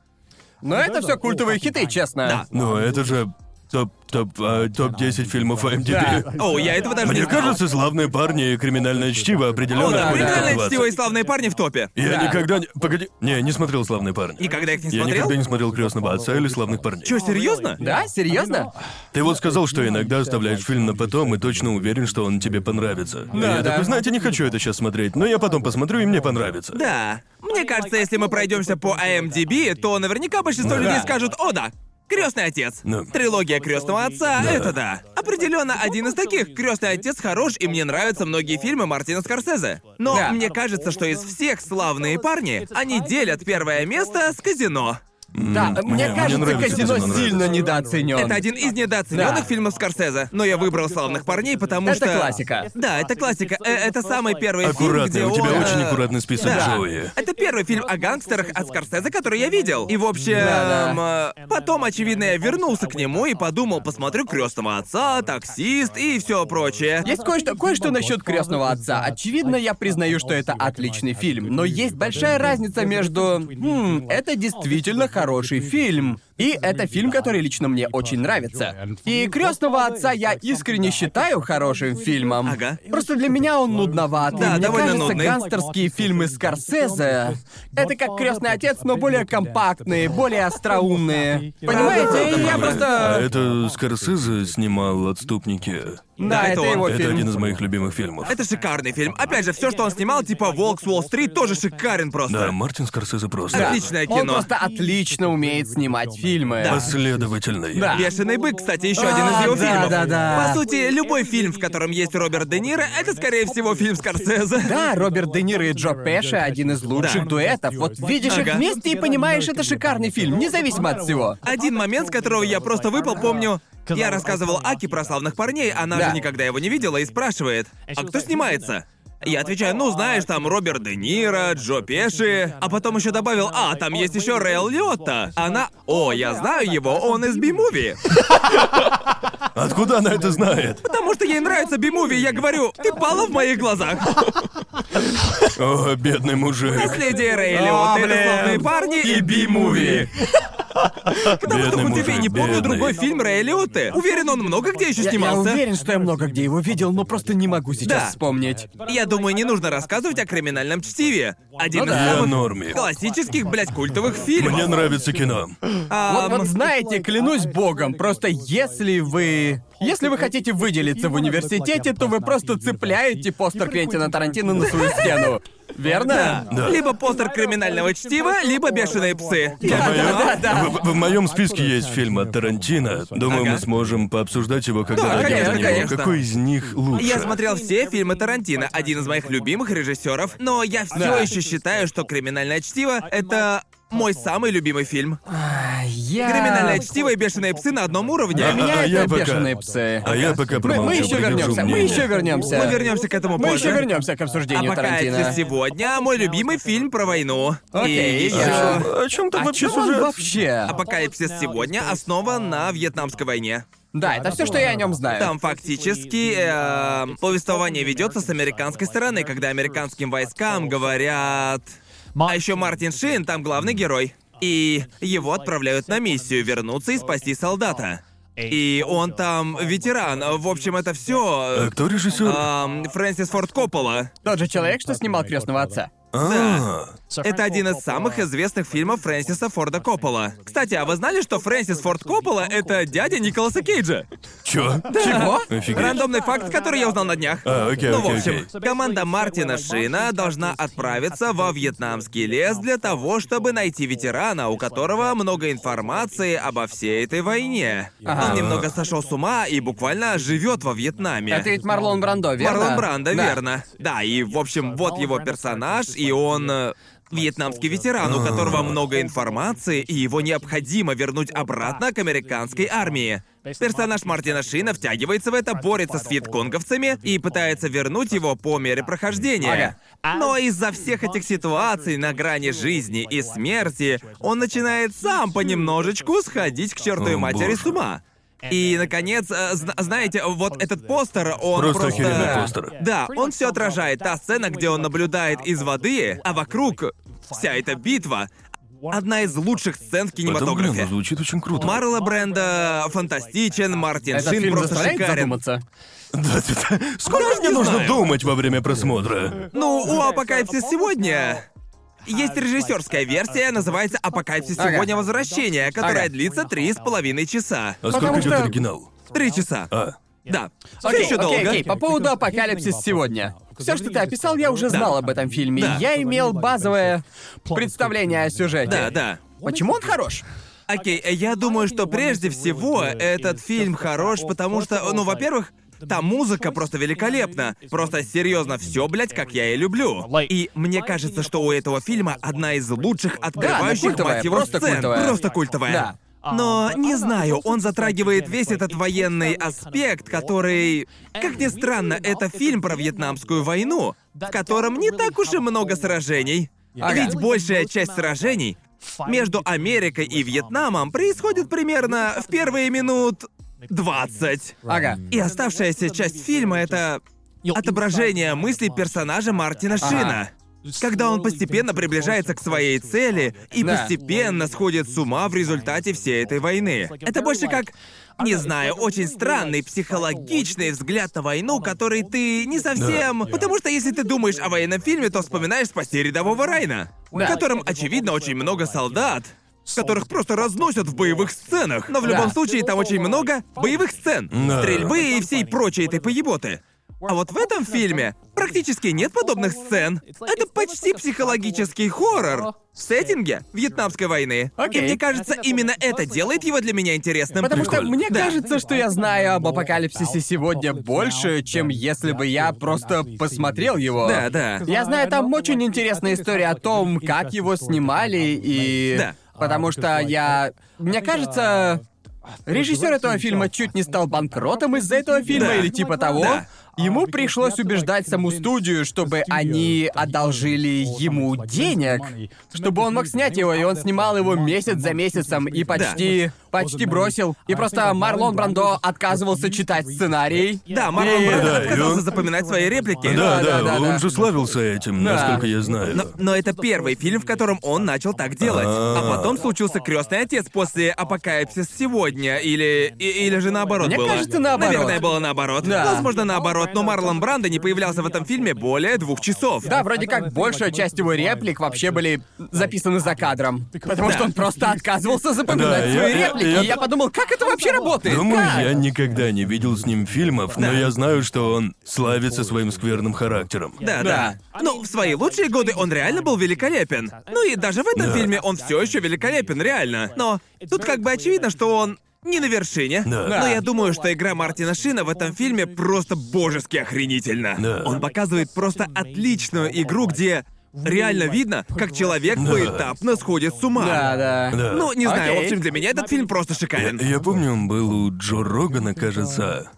[SPEAKER 3] Но Ну, это все культовые хиты, честно.
[SPEAKER 2] Да.
[SPEAKER 4] Ну, это же топ, топ, а, топ-10 фильмов IMDb.
[SPEAKER 2] О, я этого даже не
[SPEAKER 4] Мне
[SPEAKER 2] знал.
[SPEAKER 4] кажется, славные парни и криминальное чтиво определенно
[SPEAKER 2] О, да,
[SPEAKER 4] входят в
[SPEAKER 2] «Криминальное
[SPEAKER 4] топ-20».
[SPEAKER 2] чтиво» и «Славные парни» в топе.
[SPEAKER 4] Я
[SPEAKER 3] Да.
[SPEAKER 4] никогда не. Погоди. Не, не смотрел славные парни.
[SPEAKER 2] Никогда их не
[SPEAKER 4] Я
[SPEAKER 2] смотрел?
[SPEAKER 4] никогда не смотрел крестного отца или славных парней.
[SPEAKER 2] Чё, серьезно?
[SPEAKER 3] Да, серьезно?
[SPEAKER 4] Ты вот сказал, что иногда оставляешь фильм на потом и точно уверен, что он тебе понравится.
[SPEAKER 3] Да,
[SPEAKER 4] я
[SPEAKER 3] да.
[SPEAKER 4] такой, знаете, не хочу это сейчас смотреть, но я потом посмотрю и мне понравится.
[SPEAKER 2] Да. Мне кажется, если мы пройдемся по IMDb, то наверняка большинство людей скажут «О, да». Крестный отец.
[SPEAKER 4] Да.
[SPEAKER 2] Трилогия крестного отца, это да. Определенно один из таких. Крестный отец хорош, и мне нравятся многие фильмы Мартина Скорсезе. Но
[SPEAKER 3] Да.
[SPEAKER 2] мне кажется, что из всех славные парни, они делят первое место с казино.
[SPEAKER 3] Да, мне
[SPEAKER 4] мне
[SPEAKER 3] кажется,
[SPEAKER 4] нравится,
[SPEAKER 3] казино
[SPEAKER 4] казино
[SPEAKER 3] сильно
[SPEAKER 4] нравится.
[SPEAKER 3] недооценен.
[SPEAKER 2] Это один из недооцененных
[SPEAKER 3] Да.
[SPEAKER 2] фильмов Скорсезе. Но я выбрал славных парней, потому
[SPEAKER 3] Это
[SPEAKER 2] что.
[SPEAKER 3] классика.
[SPEAKER 2] Да, это классика. Э, Это самый первый
[SPEAKER 4] Аккуратный,
[SPEAKER 2] фильм, где
[SPEAKER 4] у тебя
[SPEAKER 2] он, э,
[SPEAKER 4] очень аккуратный список,
[SPEAKER 2] да.
[SPEAKER 4] Джоуи.
[SPEAKER 3] Э,
[SPEAKER 2] Это первый фильм о гангстерах от Скорсезе, который я видел. И в общем,
[SPEAKER 3] Да-да.
[SPEAKER 2] э, потом, очевидно, я вернулся к нему и подумал, посмотрю крестного отца, таксист и все прочее.
[SPEAKER 3] Есть кое-что, кое-что насчет крестного отца. Очевидно, я признаю, что это отличный фильм, но есть большая разница между «Хм, это действительно хороший фильм. И это фильм, который лично мне очень нравится. И крестного отца я искренне считаю хорошим фильмом.
[SPEAKER 2] Ага.
[SPEAKER 3] Просто для меня он нудноват. И
[SPEAKER 2] Да,
[SPEAKER 3] мне
[SPEAKER 2] довольно
[SPEAKER 3] кажется,
[SPEAKER 2] нудный.
[SPEAKER 3] гангстерские фильмы Скорсезе это как крестный отец, но более компактные, более остроумные. Понимаете, И я
[SPEAKER 4] А
[SPEAKER 3] просто.
[SPEAKER 4] это Скорсезе снимал отступники.
[SPEAKER 3] Да, это
[SPEAKER 2] это он.
[SPEAKER 3] его
[SPEAKER 4] это
[SPEAKER 3] фильм.
[SPEAKER 4] один из моих любимых фильмов.
[SPEAKER 2] Это шикарный фильм. Опять же, все, что он снимал, типа Волк с Уолл-стрит, тоже шикарен просто.
[SPEAKER 4] Да, Мартин Скорсезе просто.
[SPEAKER 2] Да. Отличное
[SPEAKER 3] Он
[SPEAKER 2] кино.
[SPEAKER 3] просто отлично умеет снимать фильмы.
[SPEAKER 4] Последовательный.
[SPEAKER 3] Да.
[SPEAKER 2] Бешеный бык, кстати, еще один из
[SPEAKER 3] А,
[SPEAKER 2] его
[SPEAKER 3] да,
[SPEAKER 2] фильмов.
[SPEAKER 3] да, да.
[SPEAKER 2] По сути, любой фильм, в котором есть Роберт Де Ниро, это скорее всего фильм Скорсезе.
[SPEAKER 3] Да, Роберт Де Ниро и Джо Пеши один из лучших
[SPEAKER 2] Да.
[SPEAKER 3] дуэтов. Вот видишь их
[SPEAKER 2] Ага.
[SPEAKER 3] вместе и понимаешь, это шикарный фильм, независимо от всего.
[SPEAKER 2] Один момент, с которого я просто выпал, помню. Я рассказывал Аки про славных парней, она
[SPEAKER 3] Да.
[SPEAKER 2] же никогда его не видела и спрашивает, а кто снимается? Я отвечаю, ну знаешь, там Роберт Де Ниро, Джо Пеши, а потом еще добавил, а там есть еще Рейл Лиотта. Она, о, я знаю его, он из Би-муви.
[SPEAKER 4] Откуда она это знает?
[SPEAKER 2] Потому что ей нравится Би-муви, я говорю, ты пала в моих глазах.
[SPEAKER 4] О, бедный мужик.
[SPEAKER 2] Наследие
[SPEAKER 4] А,
[SPEAKER 2] Рэй Лиотта, это
[SPEAKER 3] блин.
[SPEAKER 2] славные парни и Би-муви. Потому что
[SPEAKER 4] Бедный
[SPEAKER 2] хоть убей,
[SPEAKER 4] мужик,
[SPEAKER 2] не помню
[SPEAKER 4] бедный.
[SPEAKER 2] другой фильм Рэя Лиотты. Уверен, он много где еще
[SPEAKER 3] Я, я
[SPEAKER 2] снимался.
[SPEAKER 3] уверен, что я много где его видел, но просто не могу сейчас
[SPEAKER 2] Да.
[SPEAKER 3] вспомнить.
[SPEAKER 2] Я думаю, не нужно рассказывать о криминальном чтиве. Один
[SPEAKER 3] Ну
[SPEAKER 2] из
[SPEAKER 3] да.
[SPEAKER 4] Я
[SPEAKER 2] самых
[SPEAKER 4] норме.
[SPEAKER 2] классических, блядь, культовых фильмов.
[SPEAKER 4] Мне нравится кино.
[SPEAKER 2] А,
[SPEAKER 3] Вот, вот знаете, клянусь богом, просто если вы... Если вы хотите выделиться в университете, то вы просто цепляете постер Квентина Тарантино на свою стену. Верно?
[SPEAKER 4] Да.
[SPEAKER 2] Либо постер криминального чтива, либо бешеные псы.
[SPEAKER 3] Да, да, да, да.
[SPEAKER 4] В, моем списке есть фильм от Тарантино. Думаю,
[SPEAKER 2] Ага.
[SPEAKER 4] мы сможем пообсуждать его, когда
[SPEAKER 2] Да,
[SPEAKER 4] дойдем
[SPEAKER 2] конечно,
[SPEAKER 4] до него.
[SPEAKER 2] конечно.
[SPEAKER 4] Какой из них лучше?
[SPEAKER 2] Я смотрел все фильмы Тарантино, один из моих любимых режиссеров, но я все
[SPEAKER 3] Да.
[SPEAKER 2] еще считаю, что криминальное чтиво это мой самый любимый фильм.
[SPEAKER 3] А. Я...
[SPEAKER 2] Криминальное чтиво и бешеные псы на одном уровне.
[SPEAKER 3] Для
[SPEAKER 4] А,
[SPEAKER 3] меня
[SPEAKER 4] а я
[SPEAKER 3] это
[SPEAKER 4] пока-
[SPEAKER 3] бешеные псы.
[SPEAKER 4] А я пока
[SPEAKER 3] Мы,
[SPEAKER 4] промолчу.
[SPEAKER 3] еще
[SPEAKER 4] придержу
[SPEAKER 3] вернемся, мы
[SPEAKER 4] мнение.
[SPEAKER 3] еще вернемся.
[SPEAKER 2] Мы вернемся к этому
[SPEAKER 3] Мы
[SPEAKER 2] позже.
[SPEAKER 3] еще вернемся к
[SPEAKER 2] А
[SPEAKER 3] обсуждению
[SPEAKER 2] пока
[SPEAKER 3] Тарантино.
[SPEAKER 2] это сегодня мой любимый фильм про войну.
[SPEAKER 3] Окей,
[SPEAKER 2] И
[SPEAKER 3] я-
[SPEAKER 2] еще
[SPEAKER 4] Э, О чем там
[SPEAKER 3] О
[SPEAKER 4] вообще
[SPEAKER 3] чем А он
[SPEAKER 4] сюжет?
[SPEAKER 3] вообще?
[SPEAKER 2] Апокалипсис сегодня основан на Вьетнамской войне.
[SPEAKER 3] Да, это все, что я о нем знаю.
[SPEAKER 2] Там фактически эм, повествование ведется с американской стороны, когда американским войскам говорят. А еще Мартин Шин там главный герой. И его отправляют на миссию вернуться и спасти солдата. И он там ветеран. В общем, это
[SPEAKER 4] А
[SPEAKER 2] все.
[SPEAKER 4] кто режиссер?
[SPEAKER 2] А, Фрэнсис Форд Коппола.
[SPEAKER 3] Тот же человек, что снимал крестного отца.
[SPEAKER 4] А,
[SPEAKER 2] Это один из самых известных фильмов Фрэнсиса Форда Коппола. Кстати, а вы знали, что Фрэнсис Форд Коппола — это дядя Николаса Кейджа?
[SPEAKER 4] чё?
[SPEAKER 3] Чего?
[SPEAKER 4] Офигеть.
[SPEAKER 2] Рандомный факт, который я узнал на днях.
[SPEAKER 4] А, окей,
[SPEAKER 2] Ну, в
[SPEAKER 4] окей,
[SPEAKER 2] общем,
[SPEAKER 4] окей.
[SPEAKER 2] команда Мартина Шина должна отправиться во вьетнамский лес для того, чтобы найти ветерана, у которого много информации обо всей этой войне.
[SPEAKER 3] Ага.
[SPEAKER 2] Он немного сошел с ума и буквально живет во Вьетнаме.
[SPEAKER 3] Это ведь Марлон Брандо, верно?
[SPEAKER 2] Марлон Брандо,
[SPEAKER 3] Да.
[SPEAKER 2] верно. Да, и, в общем, вот его персонаж, и он... э, Вьетнамский ветеран, у которого много информации, и его необходимо вернуть обратно к американской армии. Персонаж Мартина Шина втягивается в это, борется с вьетконговцами и пытается вернуть его по мере прохождения.
[SPEAKER 3] А
[SPEAKER 2] Но из-за всех этих ситуаций на грани жизни и смерти он начинает сам понемножечку сходить к чертовой
[SPEAKER 4] О,
[SPEAKER 2] матери
[SPEAKER 4] боже.
[SPEAKER 2] с ума. И, наконец, э, зна- знаете, вот этот постер, он
[SPEAKER 4] Просто охеренный
[SPEAKER 2] да.
[SPEAKER 4] постер.
[SPEAKER 2] Да, он все отражает. Та сцена, где он наблюдает из воды, а вокруг вся эта битва. Одна из лучших сцен в
[SPEAKER 4] Потом, блин, ну,
[SPEAKER 2] кинематографе.
[SPEAKER 4] звучит очень круто.
[SPEAKER 2] Марла Бренда фантастичен, Мартин
[SPEAKER 3] Этот
[SPEAKER 2] Шин
[SPEAKER 3] фильм
[SPEAKER 2] просто
[SPEAKER 3] заставляет
[SPEAKER 2] шикарен.
[SPEAKER 3] задуматься.
[SPEAKER 4] Да, да, да. Сколько мне
[SPEAKER 2] не
[SPEAKER 4] нужно
[SPEAKER 2] знаю.
[SPEAKER 4] думать во время просмотра? А
[SPEAKER 2] Ну, у Апокалипсис сегодня есть режиссерская версия, называется Апокалипсис
[SPEAKER 3] Ага.
[SPEAKER 2] сегодня возвращение, которая
[SPEAKER 3] Ага.
[SPEAKER 2] длится три с половиной часа.
[SPEAKER 4] А
[SPEAKER 3] Потому
[SPEAKER 4] сколько идет
[SPEAKER 3] что-
[SPEAKER 4] оригинал?
[SPEAKER 2] Три часа.
[SPEAKER 4] А,
[SPEAKER 2] Да. Все
[SPEAKER 3] Окей,
[SPEAKER 2] еще
[SPEAKER 3] окей,
[SPEAKER 2] долго.
[SPEAKER 3] окей, по поводу апокалипсис сегодня. Все, что ты описал, я уже знал об этом фильме.
[SPEAKER 2] Да.
[SPEAKER 3] Я имел базовое представление о сюжете.
[SPEAKER 2] Да, да.
[SPEAKER 3] Почему он хорош?
[SPEAKER 2] Окей, э, я думаю, что прежде всего этот фильм хорош, потому что, ну, во-первых, там музыка просто великолепна. Просто серьезно, все, блядь, как я и люблю. И мне кажется, что у этого фильма одна из лучших открывающих
[SPEAKER 3] культовая,
[SPEAKER 2] мать его
[SPEAKER 3] просто
[SPEAKER 2] сцен.
[SPEAKER 3] культовая.
[SPEAKER 2] Просто культовая.
[SPEAKER 3] Да.
[SPEAKER 2] Но не знаю, он затрагивает весь этот военный аспект, который... Как ни странно, это фильм про вьетнамскую войну, в котором не так уж и много сражений.
[SPEAKER 3] Ага.
[SPEAKER 2] А Ведь большая часть сражений между Америкой и Вьетнамом происходит примерно в первые минут 20.
[SPEAKER 3] Ага.
[SPEAKER 2] И оставшаяся часть фильма — это отображение мыслей персонажа Мартина
[SPEAKER 3] А,
[SPEAKER 2] Шина. Когда он постепенно приближается к своей цели и
[SPEAKER 3] Да.
[SPEAKER 2] постепенно сходит с ума в результате всей этой войны. Это больше как, не знаю, очень странный психологичный взгляд на войну, который ты не совсем... Потому что если ты думаешь о военном фильме, то вспоминаешь «Спасти рядового Райна»,
[SPEAKER 3] Да.
[SPEAKER 2] в котором, очевидно, очень много солдат, которых просто разносят в боевых сценах. Но в любом
[SPEAKER 3] Да.
[SPEAKER 2] случае там очень много боевых сцен,
[SPEAKER 4] Да.
[SPEAKER 2] стрельбы и всей прочей этой поеботы. А вот в этом фильме практически нет подобных сцен. Это почти психологический хоррор в сеттинге Вьетнамской войны.
[SPEAKER 3] Окей.
[SPEAKER 2] И мне кажется, именно это делает его для меня интересным.
[SPEAKER 3] Потому что
[SPEAKER 4] Прикольно.
[SPEAKER 3] мне
[SPEAKER 2] Да.
[SPEAKER 3] кажется, что я знаю об апокалипсисе сегодня больше, чем если бы я просто посмотрел его.
[SPEAKER 2] Да, да.
[SPEAKER 3] Я знаю, там очень интересная история о том, как его снимали и...
[SPEAKER 2] Да.
[SPEAKER 3] Потому что я... Мне кажется, а, режиссер этого фильма чуть не стал банкротом из-за этого фильма
[SPEAKER 2] Да.
[SPEAKER 3] или типа того.
[SPEAKER 2] Да.
[SPEAKER 3] Ему пришлось убеждать саму студию, чтобы они одолжили ему денег, чтобы он мог снять его, и он снимал его месяц за месяцем и почти, почти бросил. И просто А, Марлон Брандо отказывался читать сценарий.
[SPEAKER 2] Да, Марлон Брандо
[SPEAKER 4] да, и
[SPEAKER 2] отказался
[SPEAKER 4] он-
[SPEAKER 2] запоминать свои реплики.
[SPEAKER 4] Да,
[SPEAKER 3] да,
[SPEAKER 4] да,
[SPEAKER 3] да, да.
[SPEAKER 4] он же славился этим,
[SPEAKER 3] Да.
[SPEAKER 4] насколько я знаю.
[SPEAKER 2] Но, но это первый фильм, в котором он начал так делать. А
[SPEAKER 4] А.
[SPEAKER 2] потом случился крестный отец после Апокалипсис сегодня, или. и- или же наоборот
[SPEAKER 3] Мне
[SPEAKER 2] было.
[SPEAKER 3] кажется, наоборот.
[SPEAKER 2] Наверное, было наоборот.
[SPEAKER 3] Да.
[SPEAKER 2] Возможно, наоборот, но Марлон Брандо не появлялся в этом фильме более двух часов.
[SPEAKER 3] Да, вроде как большая часть его реплик вообще были записаны за кадром. Потому
[SPEAKER 2] Да.
[SPEAKER 3] что он просто отказывался запоминать
[SPEAKER 4] Да, я-
[SPEAKER 3] свои
[SPEAKER 4] я-
[SPEAKER 3] реплики.
[SPEAKER 4] я-
[SPEAKER 3] И я подумал, как это вообще работает?
[SPEAKER 4] Думаю,
[SPEAKER 3] Как?
[SPEAKER 4] я никогда не видел с ним фильмов, но я знаю, что он славится своим скверным характером.
[SPEAKER 2] Да, да. Ну, в свои лучшие годы он реально был великолепен. Ну и даже в этом
[SPEAKER 4] Да.
[SPEAKER 2] фильме он все еще великолепен, реально. Но тут как бы очевидно, что он не на вершине.
[SPEAKER 4] Да.
[SPEAKER 2] Но я думаю, что игра Мартина Шина в этом фильме просто божески охренительна.
[SPEAKER 4] Да.
[SPEAKER 2] Он показывает просто отличную игру, где реально видно, как человек
[SPEAKER 4] Да.
[SPEAKER 2] поэтапно сходит с ума.
[SPEAKER 3] Да, да.
[SPEAKER 4] Да.
[SPEAKER 2] Ну, не знаю, в
[SPEAKER 3] Окей.
[SPEAKER 2] общем, для меня этот фильм просто шикарен.
[SPEAKER 4] Я помню, он был у Джо Рогана, кажется.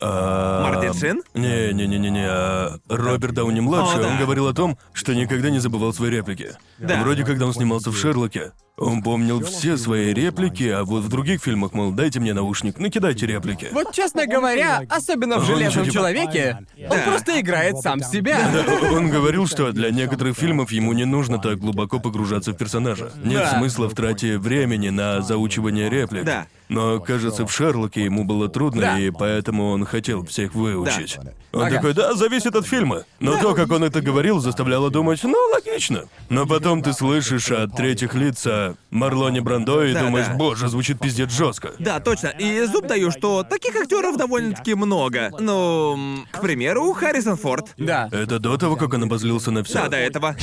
[SPEAKER 4] А...
[SPEAKER 2] Мартин Шин?
[SPEAKER 4] Не-не-не-не-не, а Роберт Дауни-младший,
[SPEAKER 2] О, да.
[SPEAKER 4] он говорил о том, что никогда не забывал свои реплики.
[SPEAKER 2] Да.
[SPEAKER 4] Вроде когда он снимался в «Шерлоке». Он помнил все свои реплики, а вот в других фильмах, мол, дайте мне наушник, накидайте реплики.
[SPEAKER 3] Вот, честно говоря, особенно в
[SPEAKER 4] Он
[SPEAKER 3] «Железном
[SPEAKER 4] типа-
[SPEAKER 3] человеке», он
[SPEAKER 2] Да.
[SPEAKER 3] просто играет сам себя.
[SPEAKER 4] Он говорил, что для некоторых фильмов ему не нужно так глубоко погружаться в персонажа. Нет
[SPEAKER 3] Да.
[SPEAKER 4] смысла в трате времени на заучивание реплик.
[SPEAKER 2] Да.
[SPEAKER 4] Но, кажется, в Шерлоке ему было трудно,
[SPEAKER 3] Да.
[SPEAKER 4] и поэтому он хотел всех выучить. Он
[SPEAKER 3] Ага.
[SPEAKER 4] такой, да, зависит от фильма. Но то, как он это говорил, заставляло думать, ну, логично. Но потом ты слышишь от третьих лиц о Марлоне Брандо и
[SPEAKER 2] Да,
[SPEAKER 4] думаешь,
[SPEAKER 2] да.
[SPEAKER 4] боже, звучит пиздец жестко.
[SPEAKER 2] Да, точно. И зуб даю, что таких актеров довольно-таки много. Ну, м, к примеру, Харрисон Форд.
[SPEAKER 3] Да.
[SPEAKER 4] Это до того, как он обозлился на все.
[SPEAKER 2] Да, до этого.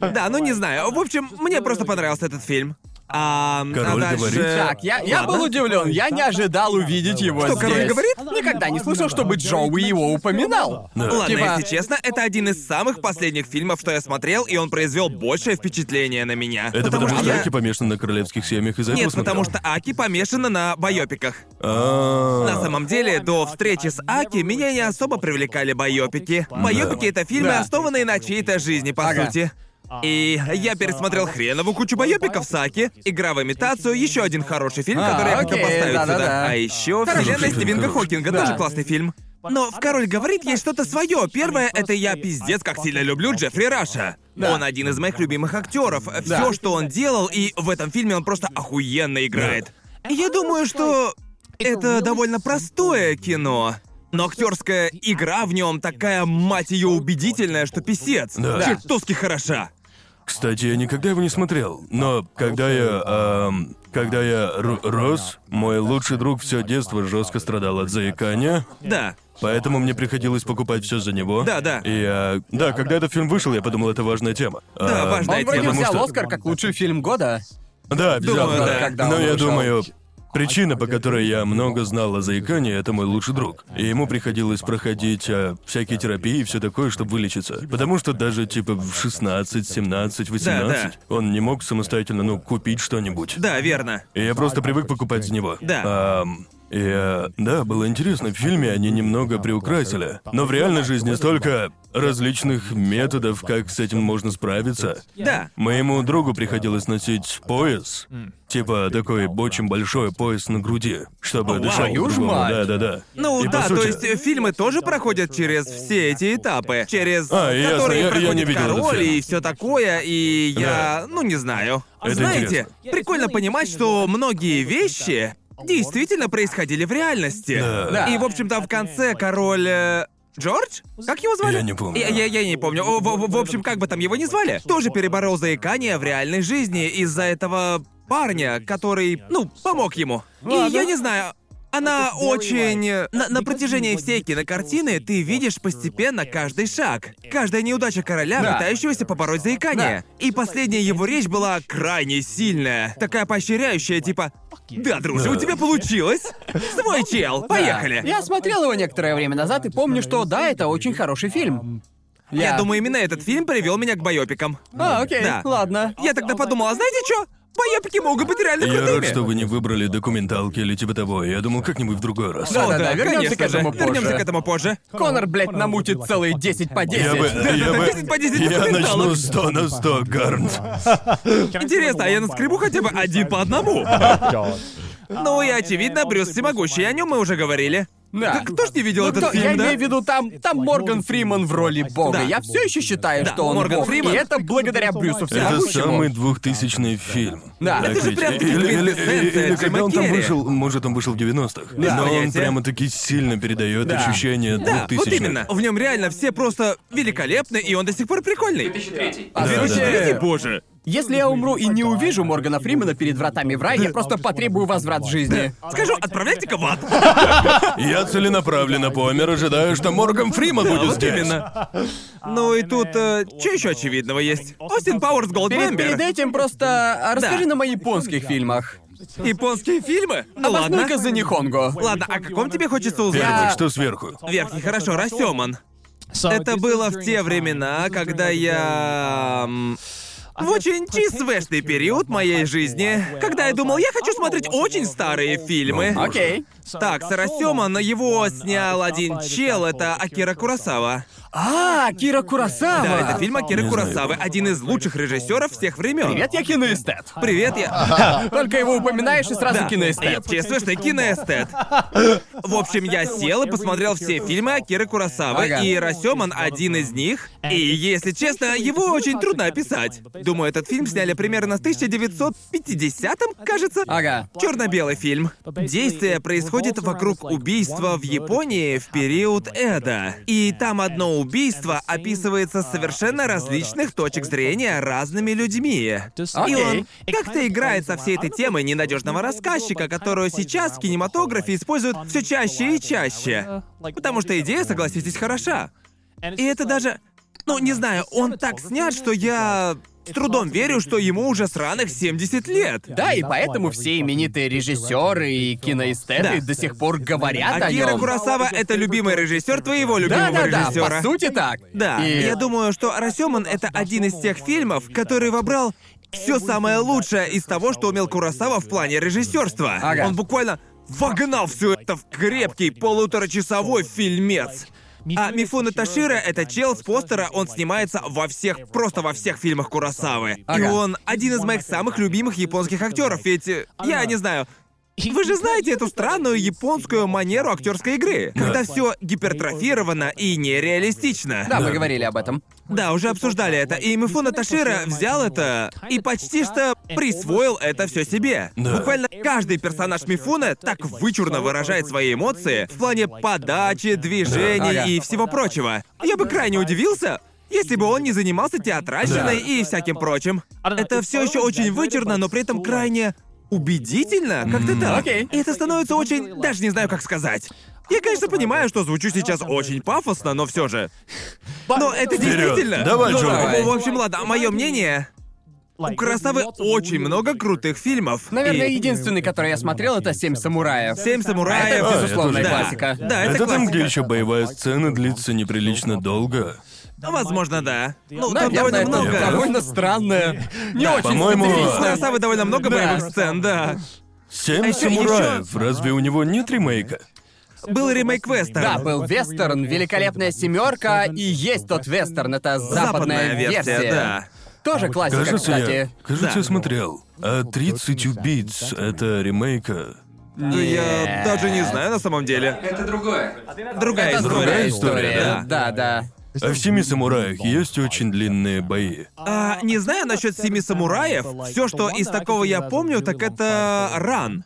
[SPEAKER 2] Да, ну не знаю. В общем, мне просто понравился этот фильм. А, а
[SPEAKER 4] Король
[SPEAKER 2] дальше-
[SPEAKER 4] говорит.
[SPEAKER 3] Так, я, я был удивлен, я не ожидал увидеть его
[SPEAKER 2] Что, король
[SPEAKER 3] здесь.
[SPEAKER 2] говорит?
[SPEAKER 3] Никогда не слышал, чтобы Джоуи его упоминал.
[SPEAKER 4] Да.
[SPEAKER 2] Ладно,
[SPEAKER 3] Типа-
[SPEAKER 2] если честно, это один из самых последних фильмов, что я смотрел, и он произвел большее впечатление на меня.
[SPEAKER 4] Это потому, что
[SPEAKER 2] я-
[SPEAKER 4] Аки помешан на королевских семьях из-за этого
[SPEAKER 2] Нет, потому
[SPEAKER 4] смотрел?
[SPEAKER 2] что Аки помешана на байопиках.
[SPEAKER 4] А.
[SPEAKER 2] На самом деле, до встречи с Аки меня не особо привлекали байопики. Байопики — это фильмы,
[SPEAKER 3] Да.
[SPEAKER 2] основанные на чьей-то жизни, по
[SPEAKER 3] Ага.
[SPEAKER 2] сути. И я пересмотрел хренову кучу байопиков с Аки, «Игра в имитацию», еще один хороший фильм,
[SPEAKER 3] А,
[SPEAKER 2] который я хотел
[SPEAKER 3] окей,
[SPEAKER 2] поставить сюда.
[SPEAKER 3] да-да-да.
[SPEAKER 2] А еще
[SPEAKER 3] Хороший
[SPEAKER 2] «Вселенная
[SPEAKER 4] фильм,
[SPEAKER 2] Стивенга
[SPEAKER 4] хороший.
[SPEAKER 2] Хокинга»,
[SPEAKER 3] Да.
[SPEAKER 2] тоже классный фильм. Но в «Король говорит» есть что-то свое. Первое — это я пиздец как сильно люблю Джеффри Раша.
[SPEAKER 3] Да.
[SPEAKER 2] Он один из моих любимых актеров.
[SPEAKER 3] Да.
[SPEAKER 2] Все, что он делал, и в этом фильме он просто охуенно играет. Я думаю, что это довольно простое кино. Но актерская игра в нем такая, мать ее, убедительная, что писец.
[SPEAKER 4] Да.
[SPEAKER 2] Чертовски хороша.
[SPEAKER 4] Кстати, я никогда его не смотрел, но когда я, эм, когда я р- рос, мой лучший друг все детство жестко страдал от заикания,
[SPEAKER 2] Да.
[SPEAKER 4] поэтому мне приходилось покупать все за него.
[SPEAKER 2] Да, да.
[SPEAKER 4] И э, да, когда этот фильм вышел, я подумал, это важная тема.
[SPEAKER 2] Да,
[SPEAKER 4] Эм,
[SPEAKER 2] важная
[SPEAKER 3] Он
[SPEAKER 2] Знаете,
[SPEAKER 3] вроде
[SPEAKER 2] потому
[SPEAKER 3] взял
[SPEAKER 4] что-
[SPEAKER 3] Оскар как лучший фильм года.
[SPEAKER 4] Да, обязательно.
[SPEAKER 2] да.
[SPEAKER 3] Когда он
[SPEAKER 4] Но я
[SPEAKER 3] вышел.
[SPEAKER 4] думаю, причина, по которой я много знал о заикании, это мой лучший друг. И ему приходилось проходить э, всякие терапии и все такое, чтобы вылечиться. Потому что даже типа в 16, 17, 18 он не мог самостоятельно, ну, купить что-нибудь.
[SPEAKER 2] Да, верно.
[SPEAKER 4] И я просто привык покупать с него.
[SPEAKER 2] Да.
[SPEAKER 4] Ам, и, э, да, было интересно, в фильме они немного приукрасили. Но в реальной жизни столько различных методов, как с этим можно справиться.
[SPEAKER 2] Да.
[SPEAKER 4] Моему другу приходилось носить пояс, типа такой очень большой пояс на груди, чтобы
[SPEAKER 2] Вау,
[SPEAKER 4] дышать
[SPEAKER 3] юж мать.
[SPEAKER 4] Да, да, да.
[SPEAKER 2] Ну
[SPEAKER 4] И по
[SPEAKER 2] да, то
[SPEAKER 4] сути-
[SPEAKER 2] есть э, фильмы тоже проходят через все эти этапы, через
[SPEAKER 4] А, ясно,
[SPEAKER 2] которые
[SPEAKER 4] я- я
[SPEAKER 2] проходит
[SPEAKER 4] не видел этот
[SPEAKER 2] король
[SPEAKER 4] фильм.
[SPEAKER 2] и все такое, и я, ну не знаю.
[SPEAKER 4] Это
[SPEAKER 2] Знаете,
[SPEAKER 4] интересно.
[SPEAKER 2] прикольно понимать, что многие вещи действительно происходили в реальности.
[SPEAKER 4] Да.
[SPEAKER 3] Да.
[SPEAKER 2] И в общем-то в конце король э, Джордж? Как его звали?
[SPEAKER 4] Я не помню.
[SPEAKER 2] Я, я- я не помню. О, В, в- в общем, как бы там его ни звали, тоже переборол заикание в реальной жизни из-за этого парня, который, ну, помог ему. И я не знаю, она очень... э, На, на протяжении всей кинокартины ты видишь постепенно каждый шаг. Каждая неудача короля,
[SPEAKER 3] Да.
[SPEAKER 2] пытающегося побороть заикание. И последняя его речь была крайне сильная. Такая поощряющая, типа... Да, друже, у тебя получилось! Свой чел, поехали!
[SPEAKER 3] Я смотрел его некоторое время назад и помню, что да, это очень хороший фильм.
[SPEAKER 2] Я думаю, именно этот фильм привел меня к байопикам.
[SPEAKER 3] А, окей,
[SPEAKER 2] Да.
[SPEAKER 3] ладно.
[SPEAKER 2] Я тогда подумала, «А знаете что? Байопики могут быть реально
[SPEAKER 4] Я рад,
[SPEAKER 2] крутыми.
[SPEAKER 4] что вы не выбрали документалки или типа того. Я думал, как-нибудь в другой раз.
[SPEAKER 3] Да,
[SPEAKER 2] О,
[SPEAKER 3] да, вернёмся
[SPEAKER 2] конечно
[SPEAKER 3] к этому
[SPEAKER 2] же.
[SPEAKER 3] позже.
[SPEAKER 2] Вернемся к этому позже.
[SPEAKER 3] Конор, блядь, намутит целые 10 по Ну,
[SPEAKER 4] Я
[SPEAKER 3] 10.
[SPEAKER 4] бы, я бы,
[SPEAKER 2] 10 по 10
[SPEAKER 4] я
[SPEAKER 2] документалок.
[SPEAKER 4] начну 100 на 100, Гарнт.
[SPEAKER 2] Интересно, а я наскребу хотя бы один по одному? Ну и очевидно,
[SPEAKER 3] А,
[SPEAKER 2] Брюс всемогущий, о нем мы уже говорили.
[SPEAKER 3] Да.
[SPEAKER 2] Да кто ж не видел
[SPEAKER 3] Ну,
[SPEAKER 2] этот
[SPEAKER 3] кто- я
[SPEAKER 2] фильм, да?
[SPEAKER 3] имею в виду, там, там Морган Фриман в роли бога.
[SPEAKER 2] Да.
[SPEAKER 3] Я все еще считаю,
[SPEAKER 2] Да,
[SPEAKER 3] что он
[SPEAKER 2] Морган
[SPEAKER 3] бог.
[SPEAKER 2] Фриман.
[SPEAKER 3] И это благодаря Брюсу
[SPEAKER 4] Это
[SPEAKER 3] Всемогущему.
[SPEAKER 4] самый двухтысячный фильм.
[SPEAKER 3] Да.
[SPEAKER 4] Так
[SPEAKER 2] Это же
[SPEAKER 4] ведь.
[SPEAKER 2] прям
[SPEAKER 4] Или, или-
[SPEAKER 2] квинтэссенция
[SPEAKER 4] или- или
[SPEAKER 2] этой
[SPEAKER 4] когда он там
[SPEAKER 2] материи.
[SPEAKER 4] вышел, может, он вышел в 90-х.
[SPEAKER 2] Да.
[SPEAKER 4] Но он
[SPEAKER 2] Понятия.
[SPEAKER 4] прямо-таки сильно передает ощущение
[SPEAKER 3] Ну,
[SPEAKER 2] Да, вот
[SPEAKER 4] 2000-х.
[SPEAKER 2] именно. В нем реально все просто великолепны, и он до сих пор прикольный.
[SPEAKER 1] 2003.
[SPEAKER 3] По
[SPEAKER 4] Да,
[SPEAKER 3] сути,
[SPEAKER 4] да, да.
[SPEAKER 2] Эй, боже.
[SPEAKER 3] типа, Если я умру и не увижу Моргана Фримена перед вратами в рай, я просто потребую возврат жизни.
[SPEAKER 2] Скажу, отправляйте-ка в ад.
[SPEAKER 4] Я целенаправленно помер, ожидаю, что Морган Фриман
[SPEAKER 2] Да,
[SPEAKER 4] будет
[SPEAKER 2] вот
[SPEAKER 4] здесь.
[SPEAKER 2] именно.
[SPEAKER 3] А,
[SPEAKER 2] Ну и тут, э, чё еще очевидного есть? Остин Пауэрс
[SPEAKER 3] Перед, перед
[SPEAKER 2] Голдмембер.
[SPEAKER 3] этим просто а, расскажи
[SPEAKER 2] Да.
[SPEAKER 3] нам о японских фильмах.
[SPEAKER 2] Японские фильмы? Ну ладно.
[SPEAKER 3] Обоснуй-ка за Нихонго.
[SPEAKER 2] Ладно, о каком тебе хочется узнать?
[SPEAKER 4] Первый,
[SPEAKER 3] Я-
[SPEAKER 4] что сверху.
[SPEAKER 2] Верхний хорошо, Рассёман. Это было в те времена, когда я... м, В очень чиствешный период моей жизни, когда я думал, я хочу смотреть очень старые фильмы.
[SPEAKER 5] О, боже.
[SPEAKER 3] Окей.
[SPEAKER 2] Так, Сарасёма, но его снял один чел, это Акира Курасава.
[SPEAKER 3] А, Кира Курасава!
[SPEAKER 2] Да, это фильм Акиры
[SPEAKER 4] Не знаю.
[SPEAKER 2] Курасавы, один из лучших режиссеров всех времен.
[SPEAKER 3] Привет, я киноэстет.
[SPEAKER 2] Привет, я...
[SPEAKER 3] Только его упоминаешь и сразу
[SPEAKER 2] Да, я
[SPEAKER 3] киноэстет.
[SPEAKER 2] честно, киноэстет. В общем, я сел и посмотрел все фильмы Акиры Курасавы,
[SPEAKER 3] Ага.
[SPEAKER 2] и Расёман один из них. И, если честно, его очень трудно описать. Думаю, этот фильм сняли примерно с 1950-м, кажется.
[SPEAKER 3] Ага.
[SPEAKER 2] Черно-белый фильм. Действие происходит вокруг убийства в Японии в период Эда. И там одно убийство описывается с совершенно различных точек зрения разными людьми. И
[SPEAKER 3] Окей.
[SPEAKER 2] он как-то играет со всей этой темой ненадежного рассказчика, которую сейчас в кинематографе используют все чаще и чаще. Потому что идея, согласитесь, хороша. И это даже... Ну, не знаю, он так снят, что я с трудом верю, что ему уже сраных 70 лет.
[SPEAKER 3] Да, и поэтому все именитые режиссеры и киноэстеты
[SPEAKER 2] Да.
[SPEAKER 3] до сих пор говорят о
[SPEAKER 2] Акира
[SPEAKER 3] нем.
[SPEAKER 2] А Курасава — это любимый режиссер твоего
[SPEAKER 3] Да,
[SPEAKER 2] любимого
[SPEAKER 3] да, да,
[SPEAKER 2] режиссера.
[SPEAKER 3] по сути так.
[SPEAKER 2] Да,
[SPEAKER 3] И-
[SPEAKER 2] я думаю, что Расёман это один из тех фильмов, который вобрал все самое лучшее из того, что умел Курасава в плане режиссерства.
[SPEAKER 3] Ага.
[SPEAKER 2] Он буквально вогнал все это в крепкий полуторачасовой фильмец. А Мифуна Ташира — это чел с постера, он снимается во всех, просто во всех фильмах Курасавы. И
[SPEAKER 3] Ага.
[SPEAKER 2] он один из моих самых любимых японских актеров, ведь э, я не знаю, вы же знаете эту странную японскую манеру актерской игры, когда все гипертрофировано и нереалистично.
[SPEAKER 3] Да, мы говорили об этом.
[SPEAKER 2] Да, уже обсуждали это, и Мифуна Ташира взял это и почти что присвоил это все себе.
[SPEAKER 4] Да.
[SPEAKER 2] Буквально каждый персонаж Мифуна так вычурно выражает свои эмоции в плане подачи, движений
[SPEAKER 3] Ага.
[SPEAKER 2] и всего прочего. Я бы крайне удивился, если бы он не занимался театральщиной и всяким прочим. Это все еще очень вычурно, но при этом крайне убедительно, как-то так.
[SPEAKER 3] Окей.
[SPEAKER 2] И это становится очень... даже не знаю, как сказать. Я, конечно, понимаю, что звучу сейчас очень пафосно, но все же. Но это
[SPEAKER 4] Вперед.
[SPEAKER 2] действительно.
[SPEAKER 4] Давай,
[SPEAKER 2] Ну,
[SPEAKER 4] Джон.
[SPEAKER 2] да, В общем, ладно, мое мнение. У Красавы очень много крутых фильмов.
[SPEAKER 3] Наверное,
[SPEAKER 2] И
[SPEAKER 3] единственный, который я смотрел, это «Семь самураев».
[SPEAKER 2] Семь самураев.
[SPEAKER 4] А, это
[SPEAKER 3] безусловная
[SPEAKER 2] да.
[SPEAKER 3] классика.
[SPEAKER 2] Да, А это,
[SPEAKER 4] Это там,
[SPEAKER 2] классика.
[SPEAKER 4] где еще боевая сцена длится неприлично долго.
[SPEAKER 2] Ну, Возможно, да. Ну, там
[SPEAKER 3] Наверное,
[SPEAKER 2] довольно
[SPEAKER 3] это
[SPEAKER 2] много.
[SPEAKER 3] довольно странное. Не очень
[SPEAKER 4] По-моему,
[SPEAKER 2] У
[SPEAKER 3] специфичное.
[SPEAKER 2] Красавы довольно много
[SPEAKER 3] Да.
[SPEAKER 2] боевых сцен, да.
[SPEAKER 4] Семь
[SPEAKER 2] ещё-
[SPEAKER 4] самураев.
[SPEAKER 2] ещё-
[SPEAKER 4] Разве у него нет ремейка?
[SPEAKER 2] Был ремейк
[SPEAKER 3] Да,
[SPEAKER 2] Вестерна.
[SPEAKER 3] был вестерн, великолепная семерка, и есть тот вестерн, это западная,
[SPEAKER 2] Западная версия, да.
[SPEAKER 3] Тоже классика,
[SPEAKER 4] Кажется, я,
[SPEAKER 3] кстати.
[SPEAKER 4] кажется,
[SPEAKER 2] А Да.
[SPEAKER 4] я смотрел. А 30 убийц это ремейка.
[SPEAKER 2] Да Ну, я даже не знаю на самом деле.
[SPEAKER 1] Это другое.
[SPEAKER 2] Другая
[SPEAKER 3] Это
[SPEAKER 2] история.
[SPEAKER 3] другая
[SPEAKER 4] история,
[SPEAKER 3] история. Да, да.
[SPEAKER 4] А в семи самураях есть очень длинные бои.
[SPEAKER 2] А, не знаю насчет семи самураев. Все, что из такого я помню, так это ран.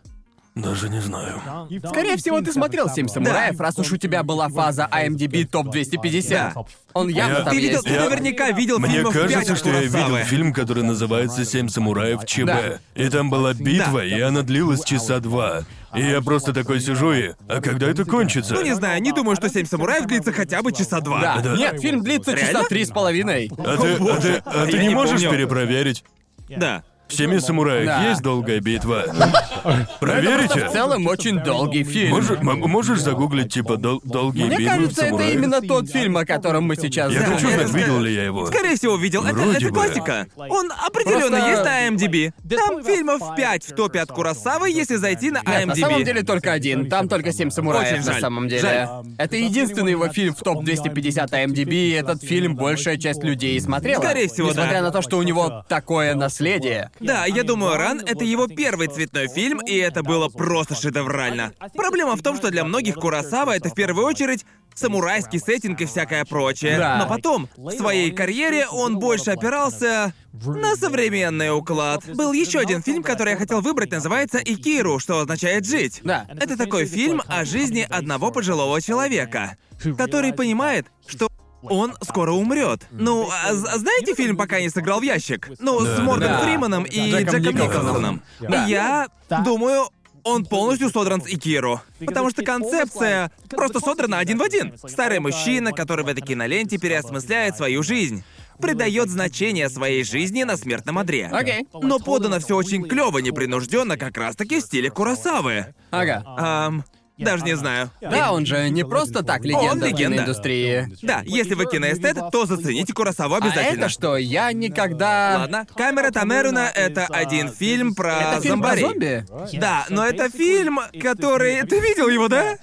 [SPEAKER 4] Даже не знаю.
[SPEAKER 3] Скорее всего, ты смотрел «Семь самураев»,
[SPEAKER 5] Да.
[SPEAKER 3] раз уж у тебя была фаза IMDb ТОП-250.
[SPEAKER 2] Да.
[SPEAKER 3] Он явно
[SPEAKER 4] Я-
[SPEAKER 3] там
[SPEAKER 2] Ты видел,
[SPEAKER 3] есть.
[SPEAKER 2] ты наверняка видел
[SPEAKER 4] Мне
[SPEAKER 2] фильмов
[SPEAKER 4] кажется,
[SPEAKER 2] пять
[SPEAKER 4] что я
[SPEAKER 2] Куросавы.
[SPEAKER 4] видел фильм, который называется «Семь самураев ЧБ».
[SPEAKER 3] Да.
[SPEAKER 4] И там была битва,
[SPEAKER 2] Да.
[SPEAKER 4] и она длилась часа два. И я просто такой сижу и... А когда это кончится?
[SPEAKER 2] Ну, не знаю, не думаю, что «Семь самураев» длится хотя бы часа два.
[SPEAKER 3] Да.
[SPEAKER 4] Это-
[SPEAKER 3] Нет, фильм длится часа
[SPEAKER 2] Реально?
[SPEAKER 3] три с половиной.
[SPEAKER 4] А ты, а ты, а ты
[SPEAKER 2] Я
[SPEAKER 4] не,
[SPEAKER 2] не
[SPEAKER 4] можешь
[SPEAKER 2] помню.
[SPEAKER 4] перепроверить?
[SPEAKER 2] Да.
[SPEAKER 4] В «Семи самураях»
[SPEAKER 3] Да.
[SPEAKER 4] есть долгая битва?
[SPEAKER 3] Просто
[SPEAKER 4] Проверите?
[SPEAKER 3] в целом очень долгий фильм.
[SPEAKER 4] Можешь, м- можешь загуглить, типа, дол- «Долгие
[SPEAKER 3] Мне
[SPEAKER 4] битвы в
[SPEAKER 3] кажется, это
[SPEAKER 4] самураях»?
[SPEAKER 3] именно тот фильм, о котором мы сейчас
[SPEAKER 4] Я
[SPEAKER 2] Да, это
[SPEAKER 4] хочу знать,
[SPEAKER 3] говорим.
[SPEAKER 2] скорее-
[SPEAKER 4] видел ли я его.
[SPEAKER 2] Скорее всего, видел. Это,
[SPEAKER 4] Вроде
[SPEAKER 2] это
[SPEAKER 4] бы.
[SPEAKER 2] классика. Он определенно
[SPEAKER 3] Просто-
[SPEAKER 2] есть на IMDb. Там фильмов 5 в топе от Курасавы, если зайти на IMDb.
[SPEAKER 3] Нет, на самом деле только один. Там только «Семь самураев»
[SPEAKER 2] Очень
[SPEAKER 3] на
[SPEAKER 2] жаль.
[SPEAKER 3] самом деле.
[SPEAKER 2] Жаль.
[SPEAKER 3] Это единственный его фильм в топ-250 IMDb, и этот фильм большая часть людей смотрела.
[SPEAKER 2] Скорее всего, да.
[SPEAKER 3] Несмотря на то, что у него такое наследие.
[SPEAKER 2] Да, я думаю, Ран это его первый цветной фильм, и это было просто шедеврально. Проблема в том, что для многих Курасава это в первую очередь самурайский сеттинг и всякое прочее.
[SPEAKER 3] Да.
[SPEAKER 2] Но потом, в своей карьере он больше опирался на современный уклад. Был еще один фильм, который я хотел выбрать, называется Икиру, что означает жить.
[SPEAKER 3] Да.
[SPEAKER 2] Это такой фильм о жизни одного пожилого человека, который понимает, что он скоро умрет. Ну, а з- знаете фильм «Пока не сыграл в ящик»? Ну, с
[SPEAKER 4] Да.
[SPEAKER 2] Морганом
[SPEAKER 3] Да.
[SPEAKER 2] Фриманом и
[SPEAKER 3] Джеком
[SPEAKER 2] Джеком
[SPEAKER 3] Николсоном.
[SPEAKER 2] Николсоном.
[SPEAKER 3] Да.
[SPEAKER 2] Я думаю, он полностью содран с Икиру. Потому что концепция просто содрана один в один. Старый мужчина, который в этой киноленте переосмысляет свою жизнь придает значение своей жизни на смертном одре.
[SPEAKER 3] Окей.
[SPEAKER 2] Но
[SPEAKER 3] А,
[SPEAKER 2] подано все очень клево, непринужденно, как раз таки в стиле Курасавы.
[SPEAKER 3] Ага.
[SPEAKER 2] Ам, Даже не знаю.
[SPEAKER 3] Да, он же не просто так легенда,
[SPEAKER 2] Он
[SPEAKER 3] в
[SPEAKER 2] легенда.
[SPEAKER 3] индустрии.
[SPEAKER 2] Да, если вы киноэстет, то зацените Курасаву
[SPEAKER 3] А
[SPEAKER 2] обязательно.
[SPEAKER 3] это что? Я никогда...
[SPEAKER 2] Ладно, А, камера Тамеруна — это один фильм про
[SPEAKER 3] Это фильм про
[SPEAKER 2] зомбарей.
[SPEAKER 3] зомби?
[SPEAKER 2] Да, но это фильм, который... Ты видел его, да?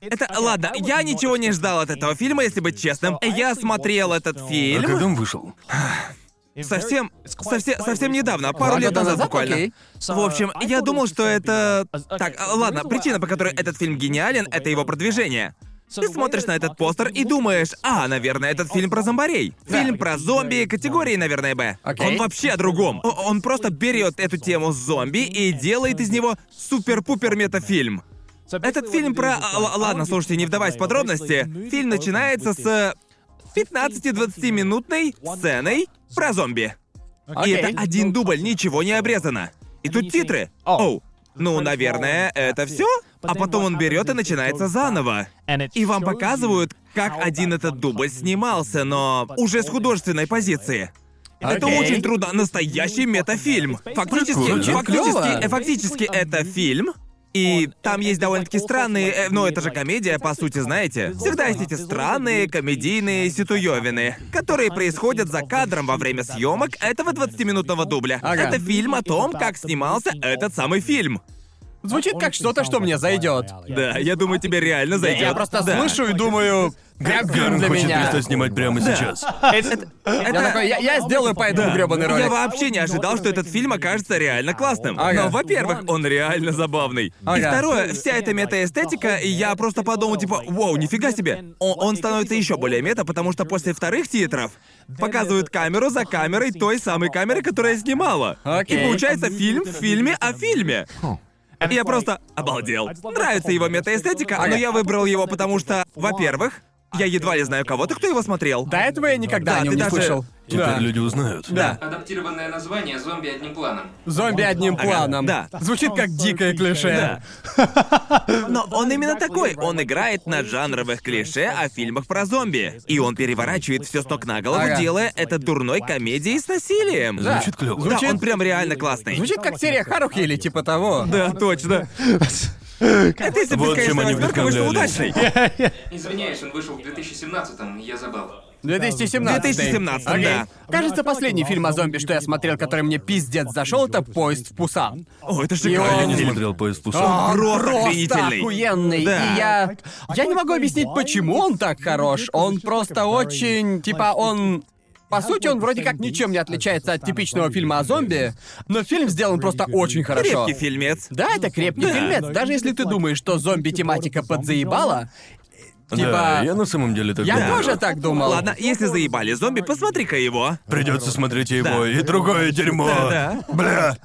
[SPEAKER 2] Это, ладно, я ничего не ждал от этого фильма, если быть честным. Я смотрел этот
[SPEAKER 4] А
[SPEAKER 2] фильм
[SPEAKER 4] когда он вышел?
[SPEAKER 2] совсем, совсем, совсем недавно, пару
[SPEAKER 3] Два
[SPEAKER 2] лет
[SPEAKER 3] года
[SPEAKER 2] назад
[SPEAKER 3] назад,
[SPEAKER 2] буквально.
[SPEAKER 3] окей.
[SPEAKER 2] В общем, я думал, что это... Так, а,
[SPEAKER 3] Ну,
[SPEAKER 2] ладно, причина, по которой этот фильм гениален, это его продвижение. Ты смотришь на этот постер и думаешь, а, наверное, этот фильм про зомбарей. Фильм про зомби категории, наверное, Б.
[SPEAKER 3] Окей.
[SPEAKER 2] Он вообще о другом. О- Он просто берет эту тему зомби и делает из него супер-пупер метафильм. Этот фильм про... а, л- Ладно, слушайте, не вдаваясь в подробности. Фильм начинается с 15-20-минутной сценой про зомби. И
[SPEAKER 3] Окей.
[SPEAKER 2] это один дубль, ничего не обрезано. И тут титры. Оу. Ну, наверное, это все. А потом он берет и начинается заново. И вам показывают, как один этот дубль снимался, но уже с художественной позиции. Это
[SPEAKER 3] Окей.
[SPEAKER 2] очень трудно. Настоящий метафильм.
[SPEAKER 4] Прикольно.
[SPEAKER 2] Фактически, фактически,
[SPEAKER 3] Клёво.
[SPEAKER 2] э, фактически это фильм. И там есть довольно-таки странные, э, ну это же комедия, по сути, знаете. Всегда есть эти странные комедийные ситуевины, которые происходят за кадром во время съемок этого 20-минутного дубля.
[SPEAKER 3] Ага.
[SPEAKER 2] Это фильм о том, как снимался этот самый фильм.
[SPEAKER 3] Звучит как что-то, что мне зайдет.
[SPEAKER 2] Да, я думаю, тебе реально зайдет.
[SPEAKER 3] Я просто
[SPEAKER 2] Э, Да.
[SPEAKER 3] слышу и думаю, как фильм
[SPEAKER 4] Гарн
[SPEAKER 3] для
[SPEAKER 4] хочет
[SPEAKER 3] меня.
[SPEAKER 4] перестать снимать прямо сейчас.
[SPEAKER 3] Я
[SPEAKER 2] Это- Ну,
[SPEAKER 3] такой, я, я сделаю по этому грёбаный
[SPEAKER 2] Я
[SPEAKER 3] ролик.
[SPEAKER 2] вообще не ожидал, что этот фильм окажется реально классным.
[SPEAKER 3] Ага.
[SPEAKER 2] Но, во-первых, он реально забавный. И
[SPEAKER 3] Ага.
[SPEAKER 2] второе, вся эта мета-эстетика, и я просто подумал, типа, вау, нифига себе. О- Он, становится еще более мета, потому что после вторых титров показывают камеру за камерой той самой камеры, которая снимала.
[SPEAKER 3] Окей.
[SPEAKER 2] И получается фильм в фильме о фильме. И Я просто обалдел. Нравится его мета-эстетика, но
[SPEAKER 3] Ага.
[SPEAKER 2] я выбрал его, потому что, во-первых, я едва ли знаю кого-то, кто его смотрел.
[SPEAKER 3] До этого я никогда
[SPEAKER 2] Да,
[SPEAKER 3] о нем
[SPEAKER 2] ты
[SPEAKER 3] не
[SPEAKER 2] даже-
[SPEAKER 3] слышал.
[SPEAKER 4] Теперь люди узнают.
[SPEAKER 3] Да.
[SPEAKER 1] Адаптированное название «Зомби одним планом».
[SPEAKER 3] Зомби одним
[SPEAKER 2] Ага,
[SPEAKER 3] планом.
[SPEAKER 2] да.
[SPEAKER 3] Звучит как дикое клише.
[SPEAKER 2] Да. Но он именно такой. Он играет на жанровых клише о фильмах про зомби. И он переворачивает все с ног на голову,
[SPEAKER 3] Ага.
[SPEAKER 2] делая это дурной комедией с насилием.
[SPEAKER 3] Да.
[SPEAKER 4] Звучит клево.
[SPEAKER 2] Да, он прям реально классный.
[SPEAKER 3] Звучит как серия Харухи или типа того.
[SPEAKER 2] Да, точно. Это если бы,
[SPEAKER 4] Вот чем
[SPEAKER 2] конечно,
[SPEAKER 4] они
[SPEAKER 2] разборка вышла
[SPEAKER 4] вдохновлялись.
[SPEAKER 2] удачной.
[SPEAKER 1] Извиняюсь, он вышел в 2017-м, я забыл.
[SPEAKER 3] 2017.
[SPEAKER 2] 2017,
[SPEAKER 3] Окей.
[SPEAKER 2] да.
[SPEAKER 3] Кажется, последний фильм о зомби, что я смотрел, который мне пиздец зашел, это «Поезд в Пусан».
[SPEAKER 2] О, это
[SPEAKER 4] А я
[SPEAKER 2] шикарный
[SPEAKER 4] не
[SPEAKER 2] фильм.
[SPEAKER 4] смотрел поезд в Пусан.
[SPEAKER 2] просто
[SPEAKER 3] просто
[SPEAKER 2] охренительный.
[SPEAKER 3] охуенный.
[SPEAKER 2] Да.
[SPEAKER 3] И я... Я не могу объяснить, почему он так хорош. Он просто очень... Типа он... По сути, он вроде как ничем не отличается от типичного фильма о зомби, но фильм сделан просто очень хорошо.
[SPEAKER 2] Крепкий фильмец.
[SPEAKER 3] Да, это крепкий
[SPEAKER 2] Да.
[SPEAKER 3] фильмец. Даже если ты думаешь, что типа зомби-тематика подзаебала, типа-
[SPEAKER 4] Да, я на самом деле так
[SPEAKER 3] я
[SPEAKER 4] думаю.
[SPEAKER 3] тоже так думал.
[SPEAKER 2] Ладно, если заебали зомби, посмотри-ка его.
[SPEAKER 4] Придется смотреть и его, и другое дерьмо.
[SPEAKER 2] Да-да.
[SPEAKER 4] Бля.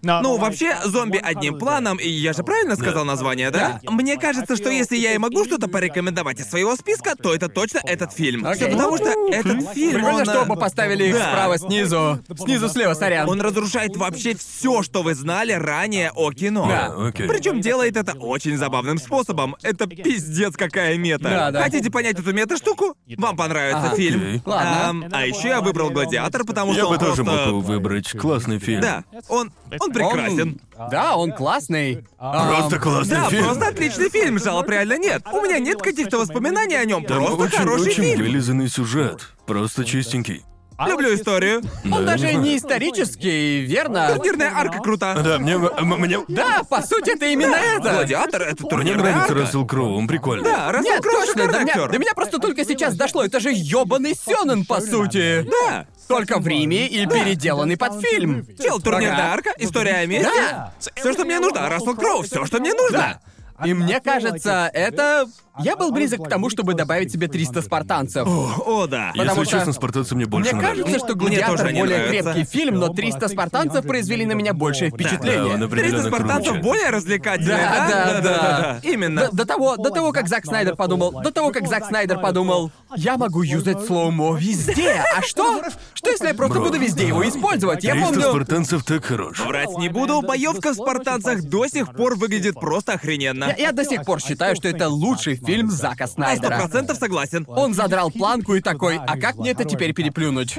[SPEAKER 2] Ну, вообще, зомби одним планом, и я же правильно сказал название, да? Мне кажется, что если я и могу что-то порекомендовать из своего списка, то это точно этот фильм.
[SPEAKER 3] Окей.
[SPEAKER 2] Всё потому что этот фильм,
[SPEAKER 3] Прикольно,
[SPEAKER 2] он,
[SPEAKER 3] что
[SPEAKER 2] э,
[SPEAKER 3] оба поставили их
[SPEAKER 2] да.
[SPEAKER 3] справа снизу. Снизу слева, сорян.
[SPEAKER 2] Он разрушает вообще все, что вы знали ранее о кино.
[SPEAKER 4] Да, окей.
[SPEAKER 2] Причем делает это очень забавным способом. Это пиздец какая мета.
[SPEAKER 3] Да, да.
[SPEAKER 2] Хотите понять эту мета-штуку? Вам понравится
[SPEAKER 3] Ага.
[SPEAKER 2] фильм.
[SPEAKER 4] Окей.
[SPEAKER 3] Ладно.
[SPEAKER 2] Ам, а еще я выбрал Гладиатор, потому
[SPEAKER 4] Я
[SPEAKER 2] что
[SPEAKER 4] бы
[SPEAKER 2] он
[SPEAKER 4] тоже мог
[SPEAKER 2] просто...
[SPEAKER 4] его выбрать. Классный фильм.
[SPEAKER 2] Да, он, он прекрасен.
[SPEAKER 3] Он- Да, он классный.
[SPEAKER 4] Просто классный
[SPEAKER 2] Да,
[SPEAKER 4] фильм.
[SPEAKER 2] просто отличный фильм, жалоб реально нет.
[SPEAKER 3] а
[SPEAKER 2] У меня нет каких-то воспоминаний о нем,
[SPEAKER 4] Там
[SPEAKER 2] просто
[SPEAKER 4] очень,
[SPEAKER 2] хороший
[SPEAKER 4] очень
[SPEAKER 2] фильм.
[SPEAKER 4] вылизанный сюжет. Просто чистенький.
[SPEAKER 2] Люблю историю.
[SPEAKER 3] Он
[SPEAKER 4] я
[SPEAKER 3] даже
[SPEAKER 4] не знаю.
[SPEAKER 3] не исторический, верно?
[SPEAKER 2] Турнирная арка крута.
[SPEAKER 4] Да, мне... м- мне...
[SPEAKER 3] Да, по сути, это именно это.
[SPEAKER 2] Гладиатор — это
[SPEAKER 4] Мне
[SPEAKER 2] турнирная
[SPEAKER 4] нравится
[SPEAKER 2] арка.
[SPEAKER 4] Рассел Кроу, он прикольный.
[SPEAKER 2] Да, Рассел
[SPEAKER 3] Нет,
[SPEAKER 2] Кроу
[SPEAKER 3] точно,
[SPEAKER 2] шикарный
[SPEAKER 3] до меня,
[SPEAKER 2] актер.
[SPEAKER 3] до меня просто только сейчас дошло. Это же ёбаный Сёнэн, по сути.
[SPEAKER 2] Да.
[SPEAKER 3] Только в Риме и переделанный под фильм.
[SPEAKER 2] Чел, турнирная
[SPEAKER 3] Ага.
[SPEAKER 2] арка, история о месте.
[SPEAKER 3] Да.
[SPEAKER 2] Все, что мне нужно, Рассел Кроу, все, что мне нужно.
[SPEAKER 3] Да. И мне кажется, это... Я был близок к тому, чтобы добавить себе 300 спартанцев.
[SPEAKER 2] О, да.
[SPEAKER 4] Если
[SPEAKER 3] потому что-
[SPEAKER 4] честно, спартанцы мне
[SPEAKER 3] Мне
[SPEAKER 4] больше
[SPEAKER 3] кажется,
[SPEAKER 4] нравятся.
[SPEAKER 3] что
[SPEAKER 2] Мне тоже
[SPEAKER 3] «Гладиатор»
[SPEAKER 2] они
[SPEAKER 3] более
[SPEAKER 2] нравятся.
[SPEAKER 3] крепкий фильм, но 300 спартанцев произвели на меня большее
[SPEAKER 5] Да.
[SPEAKER 4] Да,
[SPEAKER 3] впечатление.
[SPEAKER 4] он
[SPEAKER 2] 30
[SPEAKER 4] определенно
[SPEAKER 2] спартанцев
[SPEAKER 4] круче.
[SPEAKER 2] более развлекательные,
[SPEAKER 3] Да, да, да.
[SPEAKER 2] Именно.
[SPEAKER 3] До, до того, до того, как Зак Снайдер подумал, до того, как Зак Снайдер подумал, я могу юзать слоумо везде. А что? Что, если я просто
[SPEAKER 4] Бро.
[SPEAKER 3] буду везде его использовать? Я
[SPEAKER 4] 300
[SPEAKER 3] помню...
[SPEAKER 4] спартанцев так хорош.
[SPEAKER 2] Врать не буду, боевка в спартанцах до сих пор выглядит просто охрененно.
[SPEAKER 3] Я, я до сих пор считаю, что это лучший фильм Зака
[SPEAKER 2] На
[SPEAKER 3] Снайдера.
[SPEAKER 2] процентов согласен.
[SPEAKER 3] Он задрал планку и такой, а как мне это теперь переплюнуть?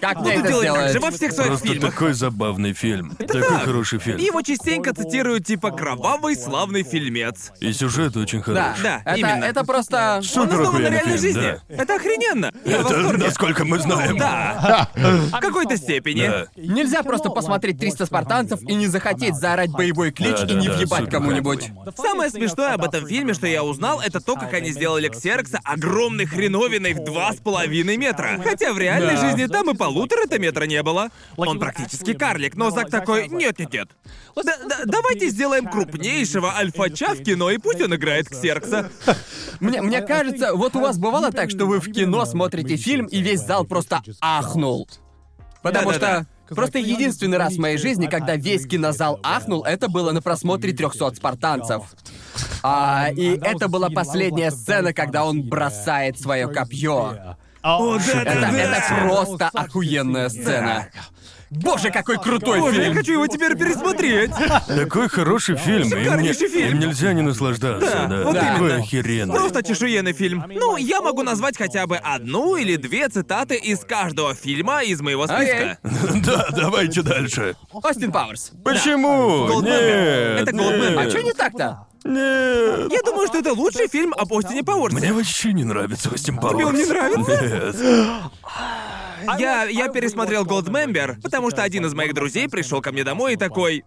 [SPEAKER 3] Как
[SPEAKER 2] Он
[SPEAKER 3] мне
[SPEAKER 2] это
[SPEAKER 3] это
[SPEAKER 2] делает так же
[SPEAKER 3] сделать?
[SPEAKER 2] во всех своих
[SPEAKER 4] Просто
[SPEAKER 2] фильмах.
[SPEAKER 4] такой забавный фильм. Такой хороший фильм.
[SPEAKER 2] Его частенько цитируют типа «кровавый славный фильмец».
[SPEAKER 4] И сюжет очень
[SPEAKER 3] Да,
[SPEAKER 4] хороший.
[SPEAKER 2] Да,
[SPEAKER 3] это,
[SPEAKER 2] именно.
[SPEAKER 3] это просто...
[SPEAKER 2] Он
[SPEAKER 4] Супер
[SPEAKER 2] основан на
[SPEAKER 4] охуенный
[SPEAKER 2] реальной
[SPEAKER 4] фильм,
[SPEAKER 2] жизни. Это охрененно. Я в
[SPEAKER 4] Это
[SPEAKER 2] восторге.
[SPEAKER 4] насколько мы знаем.
[SPEAKER 2] Да. В какой-то степени.
[SPEAKER 4] Да.
[SPEAKER 3] Нельзя просто посмотреть 300 спартанцев и не захотеть заорать боевой клич и не
[SPEAKER 4] Да-да-да,
[SPEAKER 3] въебать
[SPEAKER 4] супер.
[SPEAKER 3] кому-нибудь.
[SPEAKER 2] Самое смешное об этом фильме, что я узнал, это то, как они сделали Ксеркса огромной хреновиной в два с половиной метра. Хотя в реальной
[SPEAKER 3] Да.
[SPEAKER 2] жизни там и полутора-то метра не было. Он практически карлик, но Зак такой «нет-нет-нет». Да- да- давайте сделаем крупнейшего альфа-ча в кино, и пусть он играет Ксеркса.
[SPEAKER 3] Мне, мне кажется, вот у вас бывало так, что вы в кино смотрите фильм, и весь зал просто ахнул. Потому
[SPEAKER 2] Да-да-да.
[SPEAKER 3] что... Просто единственный раз в моей жизни, когда весь кинозал ахнул, это было на просмотре 300 спартанцев. А, и это была последняя сцена, когда он бросает свое копье.
[SPEAKER 5] О,
[SPEAKER 3] Это,
[SPEAKER 2] Да-да.
[SPEAKER 3] это просто охуенная сцена. Боже, какой крутой
[SPEAKER 2] Боже, я
[SPEAKER 3] фильм!
[SPEAKER 2] хочу его теперь пересмотреть.
[SPEAKER 4] Такой хороший фильм, им, не-
[SPEAKER 2] Шикарнейший фильм.
[SPEAKER 4] им нельзя не наслаждаться.
[SPEAKER 2] Да,
[SPEAKER 4] Да,
[SPEAKER 2] вот
[SPEAKER 4] такой
[SPEAKER 2] именно. Ну,
[SPEAKER 4] охеренный.
[SPEAKER 2] Просто чешуенный фильм. Ну, я могу назвать хотя бы одну или две цитаты из каждого фильма из моего списка.
[SPEAKER 4] Да, давайте дальше.
[SPEAKER 3] Остин Пауэрс.
[SPEAKER 4] Почему?
[SPEAKER 2] Голдмембер.
[SPEAKER 4] Нет,
[SPEAKER 2] Это Голдмембер.
[SPEAKER 3] А что не так-то?
[SPEAKER 4] Нет.
[SPEAKER 2] Я думаю, что это лучший фильм об Остине Пауэрсе.
[SPEAKER 4] Мне вообще не нравится Остин Пауэрс.
[SPEAKER 2] А он не
[SPEAKER 4] нравится?
[SPEAKER 2] Я, я пересмотрел Голдмембер, потому что один из моих друзей пришел ко мне домой и такой...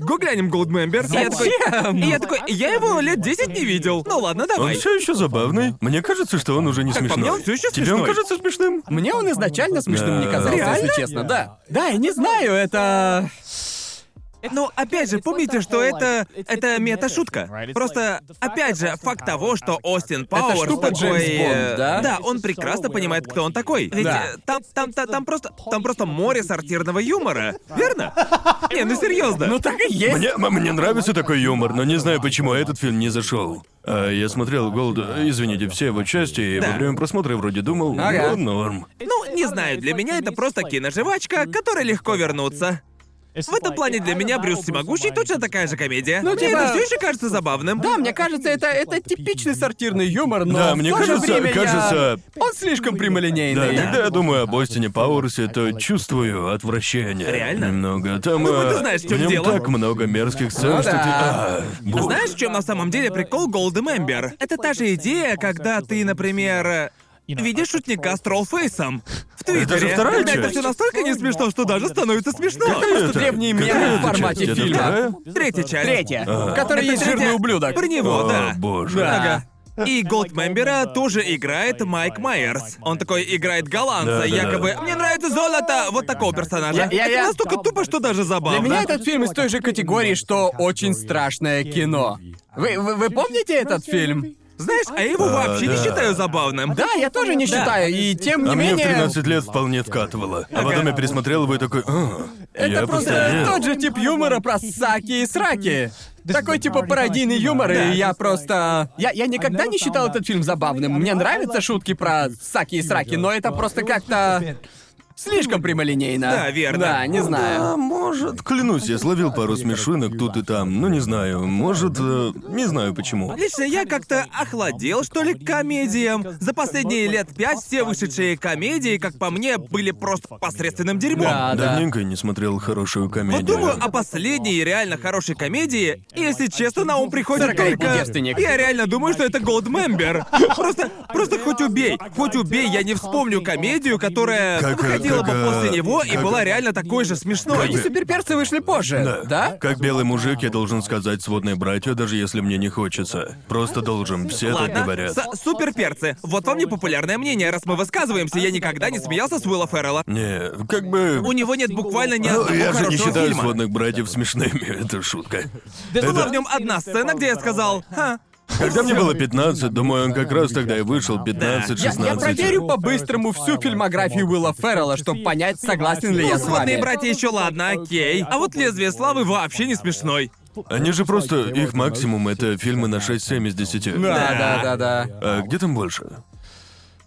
[SPEAKER 2] Гуглянем Голдмембер. И я такой, и я такой, я его лет 10 не видел. Ну ладно,
[SPEAKER 4] Он
[SPEAKER 2] давай.
[SPEAKER 4] все еще забавный. Мне кажется, что он уже не
[SPEAKER 2] Как по
[SPEAKER 4] смешной.
[SPEAKER 2] мне, он всё еще
[SPEAKER 4] Тебе он
[SPEAKER 2] смешной.
[SPEAKER 4] кажется смешным?
[SPEAKER 3] Мне он изначально смешным не
[SPEAKER 4] Да.
[SPEAKER 3] казался,
[SPEAKER 2] Реально?
[SPEAKER 3] если честно, да. Да, я не знаю, это...
[SPEAKER 2] Но опять же, помните, что это... Это мета-шутка. Просто, опять же, факт того, что Остин Пауэрс
[SPEAKER 3] штука
[SPEAKER 2] такой...
[SPEAKER 3] Джеймс
[SPEAKER 2] э,
[SPEAKER 3] Бонд, да?
[SPEAKER 2] Да, он прекрасно понимает, кто он такой. Ведь
[SPEAKER 3] Да.
[SPEAKER 2] э, там, там, та- там просто... Там просто море сортирного юмора, верно? Не, ну серьезно.
[SPEAKER 3] Ну так и есть.
[SPEAKER 4] Мне, м- мне нравится такой юмор, но не знаю, почему этот фильм не зашел. А я смотрел Голд, извините, все его части, и во время просмотра вроде думал,
[SPEAKER 3] Ага.
[SPEAKER 4] ну, норм.
[SPEAKER 2] Ну, не знаю, для меня это просто киножевачка, к которой легко вернуться. В этом плане для меня Брюс Всемогущий точно такая же комедия.
[SPEAKER 3] Ну,
[SPEAKER 2] Мне
[SPEAKER 3] типа-
[SPEAKER 2] это все еще кажется забавным.
[SPEAKER 3] Да, мне кажется, это, это типичный сортирный юмор, но
[SPEAKER 4] Да,
[SPEAKER 3] в
[SPEAKER 4] мне
[SPEAKER 3] то же
[SPEAKER 4] кажется-
[SPEAKER 3] время я-
[SPEAKER 4] кажется-
[SPEAKER 3] Он слишком
[SPEAKER 4] Да,
[SPEAKER 3] прямолинейный.
[SPEAKER 4] когда я думаю об Остине Пауэрсе, то чувствую отвращение.
[SPEAKER 2] Реально?
[SPEAKER 4] Немного. Там,
[SPEAKER 2] Ну,
[SPEAKER 4] э,
[SPEAKER 2] ты знаешь, в чём
[SPEAKER 4] в нем
[SPEAKER 2] дело.
[SPEAKER 4] так много мерзких сцен,
[SPEAKER 3] Ну
[SPEAKER 4] что ты...
[SPEAKER 3] да.
[SPEAKER 4] А, бу-
[SPEAKER 2] Знаешь, в чем на самом деле прикол Голдемембер? Это та же идея, когда ты, например, э, видишь шутника с троллфейсом в Твиттере.
[SPEAKER 4] вторая
[SPEAKER 2] Когда это
[SPEAKER 4] часть.
[SPEAKER 2] все настолько не смешно, что даже становится смешно.
[SPEAKER 4] Какая
[SPEAKER 3] просто
[SPEAKER 4] это?
[SPEAKER 3] древние
[SPEAKER 4] Какая
[SPEAKER 3] меры в
[SPEAKER 4] это
[SPEAKER 3] формате
[SPEAKER 4] часть? А. Это
[SPEAKER 3] фильма.
[SPEAKER 4] вторая?
[SPEAKER 2] Третья часть. Э.
[SPEAKER 3] Третья, в которой
[SPEAKER 2] Это
[SPEAKER 3] есть
[SPEAKER 2] третья-
[SPEAKER 3] жирный ублюдок.
[SPEAKER 2] Про него,
[SPEAKER 4] О,
[SPEAKER 2] да.
[SPEAKER 4] боже.
[SPEAKER 2] Ага. И Голдмембера тоже играет Майк Майерс. Он такой играет голландца,
[SPEAKER 4] Да, да,
[SPEAKER 2] якобы
[SPEAKER 4] да.
[SPEAKER 2] «Мне нравится золото!» Вот такого персонажа.
[SPEAKER 3] Я- я-
[SPEAKER 2] Это
[SPEAKER 3] я-
[SPEAKER 2] настолько тупо, что даже забавно.
[SPEAKER 3] Для меня этот фильм из той же категории, что очень страшное кино. Вы, вы, вы помните этот фильм?
[SPEAKER 2] Знаешь, а я его вообще не
[SPEAKER 4] да.
[SPEAKER 2] считаю забавным.
[SPEAKER 3] Да, я тоже не
[SPEAKER 2] Да.
[SPEAKER 3] считаю, и тем не
[SPEAKER 4] А мне в
[SPEAKER 3] менее...
[SPEAKER 4] 13 лет вполне вкатывало. А потом я пересмотрел его и такой... «А,
[SPEAKER 3] Это
[SPEAKER 4] я
[SPEAKER 3] просто
[SPEAKER 4] постарел».
[SPEAKER 3] тот же тип юмора про саки и сраки. Такой типа пародийный юмор, и я просто... Я, я никогда не считал этот фильм забавным. Мне нравятся шутки про саки и сраки, но это просто как-то... Слишком прямолинейно.
[SPEAKER 2] Да, верно.
[SPEAKER 3] Да, не знаю.
[SPEAKER 4] А, может, клянусь, я словил пару смешинок тут и там. Ну, не знаю, может, э, не знаю почему.
[SPEAKER 2] Лично я как-то охладел, что ли, к комедиям. За последние лет пять все вышедшие комедии, как по мне, были просто посредственным дерьмом.
[SPEAKER 3] Да, да.
[SPEAKER 4] Давненько не смотрел хорошую
[SPEAKER 2] Вот
[SPEAKER 4] комедию.
[SPEAKER 2] думаю о последней реально хорошей комедии, и, если честно, на ум приходит
[SPEAKER 3] «Сороковой
[SPEAKER 2] только...
[SPEAKER 3] девственник».
[SPEAKER 2] Я реально думаю, что это Голдмембер. Просто, просто хоть убей, хоть убей, я не вспомню комедию, которая ну,
[SPEAKER 4] Как, э,
[SPEAKER 2] выходила
[SPEAKER 4] как,
[SPEAKER 2] бы
[SPEAKER 4] э,
[SPEAKER 2] после него и
[SPEAKER 4] как-
[SPEAKER 2] была реально такой же смешной.
[SPEAKER 4] Как
[SPEAKER 3] И суперперцы вышли позже, да?
[SPEAKER 4] Как белый мужик, я должен сказать сводные братья, даже если мне не хочется. Просто должен, все так
[SPEAKER 2] Ладно,
[SPEAKER 4] говорят.
[SPEAKER 2] с- суперперцы. Вот вам непопулярное мнение, раз мы высказываемся, я никогда не смеялся с Уилла Феррелла.
[SPEAKER 4] Не, как бы...
[SPEAKER 2] У него нет буквально ни
[SPEAKER 4] Ну,
[SPEAKER 2] одного
[SPEAKER 4] я же не
[SPEAKER 2] хорошего
[SPEAKER 4] считаю
[SPEAKER 2] фильма.
[SPEAKER 4] сводных братьев смешными, это шутка.
[SPEAKER 3] ну,
[SPEAKER 2] Была в нем одна сцена, где я сказал, «Ха,
[SPEAKER 4] Когда мне было 15, думаю, он как раз тогда и вышел, 15-16.
[SPEAKER 3] Я, я проверю по-быстрому всю фильмографию Уилла Феррелла, чтобы понять, согласен ли я
[SPEAKER 2] ну,
[SPEAKER 3] с вами.
[SPEAKER 2] сводные братья еще ладно, окей. А вот «Лезвие славы» вообще не смешной.
[SPEAKER 4] Они же просто... Их максимум — это фильмы на 6-7 из 10.
[SPEAKER 3] Да, да, да, да.
[SPEAKER 4] А где там больше?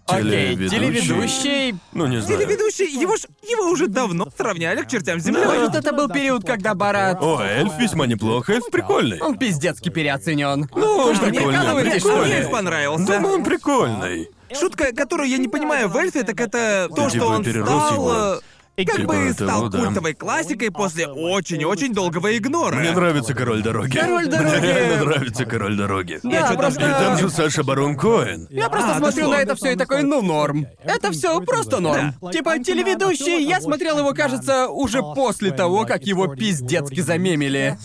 [SPEAKER 3] Окей,
[SPEAKER 4] Телеведущий?
[SPEAKER 3] телеведущий.
[SPEAKER 4] Ну, не знаю.
[SPEAKER 2] Телеведущий, его ж... его уже давно сравняли к чертям земли.
[SPEAKER 3] Может, это был период, когда Барат...
[SPEAKER 4] О, эльф весьма неплох, эльф прикольный.
[SPEAKER 3] Он пиздецки переоценен.
[SPEAKER 4] Ну, он
[SPEAKER 3] мне
[SPEAKER 4] прикольный.
[SPEAKER 3] казалось,
[SPEAKER 4] прикольный.
[SPEAKER 3] что
[SPEAKER 2] А мне их понравился.
[SPEAKER 4] Думаю, он прикольный.
[SPEAKER 2] Шутка, которую я не понимаю в Эльфе, так это то,
[SPEAKER 4] Ты
[SPEAKER 2] что
[SPEAKER 4] типа
[SPEAKER 2] он
[SPEAKER 4] перерос
[SPEAKER 2] стал...
[SPEAKER 4] его.
[SPEAKER 2] э, Как
[SPEAKER 4] Типа
[SPEAKER 2] бы
[SPEAKER 4] того,
[SPEAKER 2] стал
[SPEAKER 4] да.
[SPEAKER 2] культовой классикой после очень-очень долгого игнора.
[SPEAKER 4] Мне нравится король дороги.
[SPEAKER 3] Король дороги!
[SPEAKER 4] Мне реально нравится король дороги.
[SPEAKER 2] Я
[SPEAKER 3] Да,
[SPEAKER 2] чё-то
[SPEAKER 4] И
[SPEAKER 3] просто...
[SPEAKER 4] там же Саша Барон Коэн.
[SPEAKER 3] Я просто
[SPEAKER 2] А,
[SPEAKER 3] смотрю
[SPEAKER 2] дошло.
[SPEAKER 3] на это все и такой, ну норм. Это все просто норм.
[SPEAKER 2] Да.
[SPEAKER 3] Типа телеведущий, я смотрел его, кажется, уже после того, как его пиздецки замемили.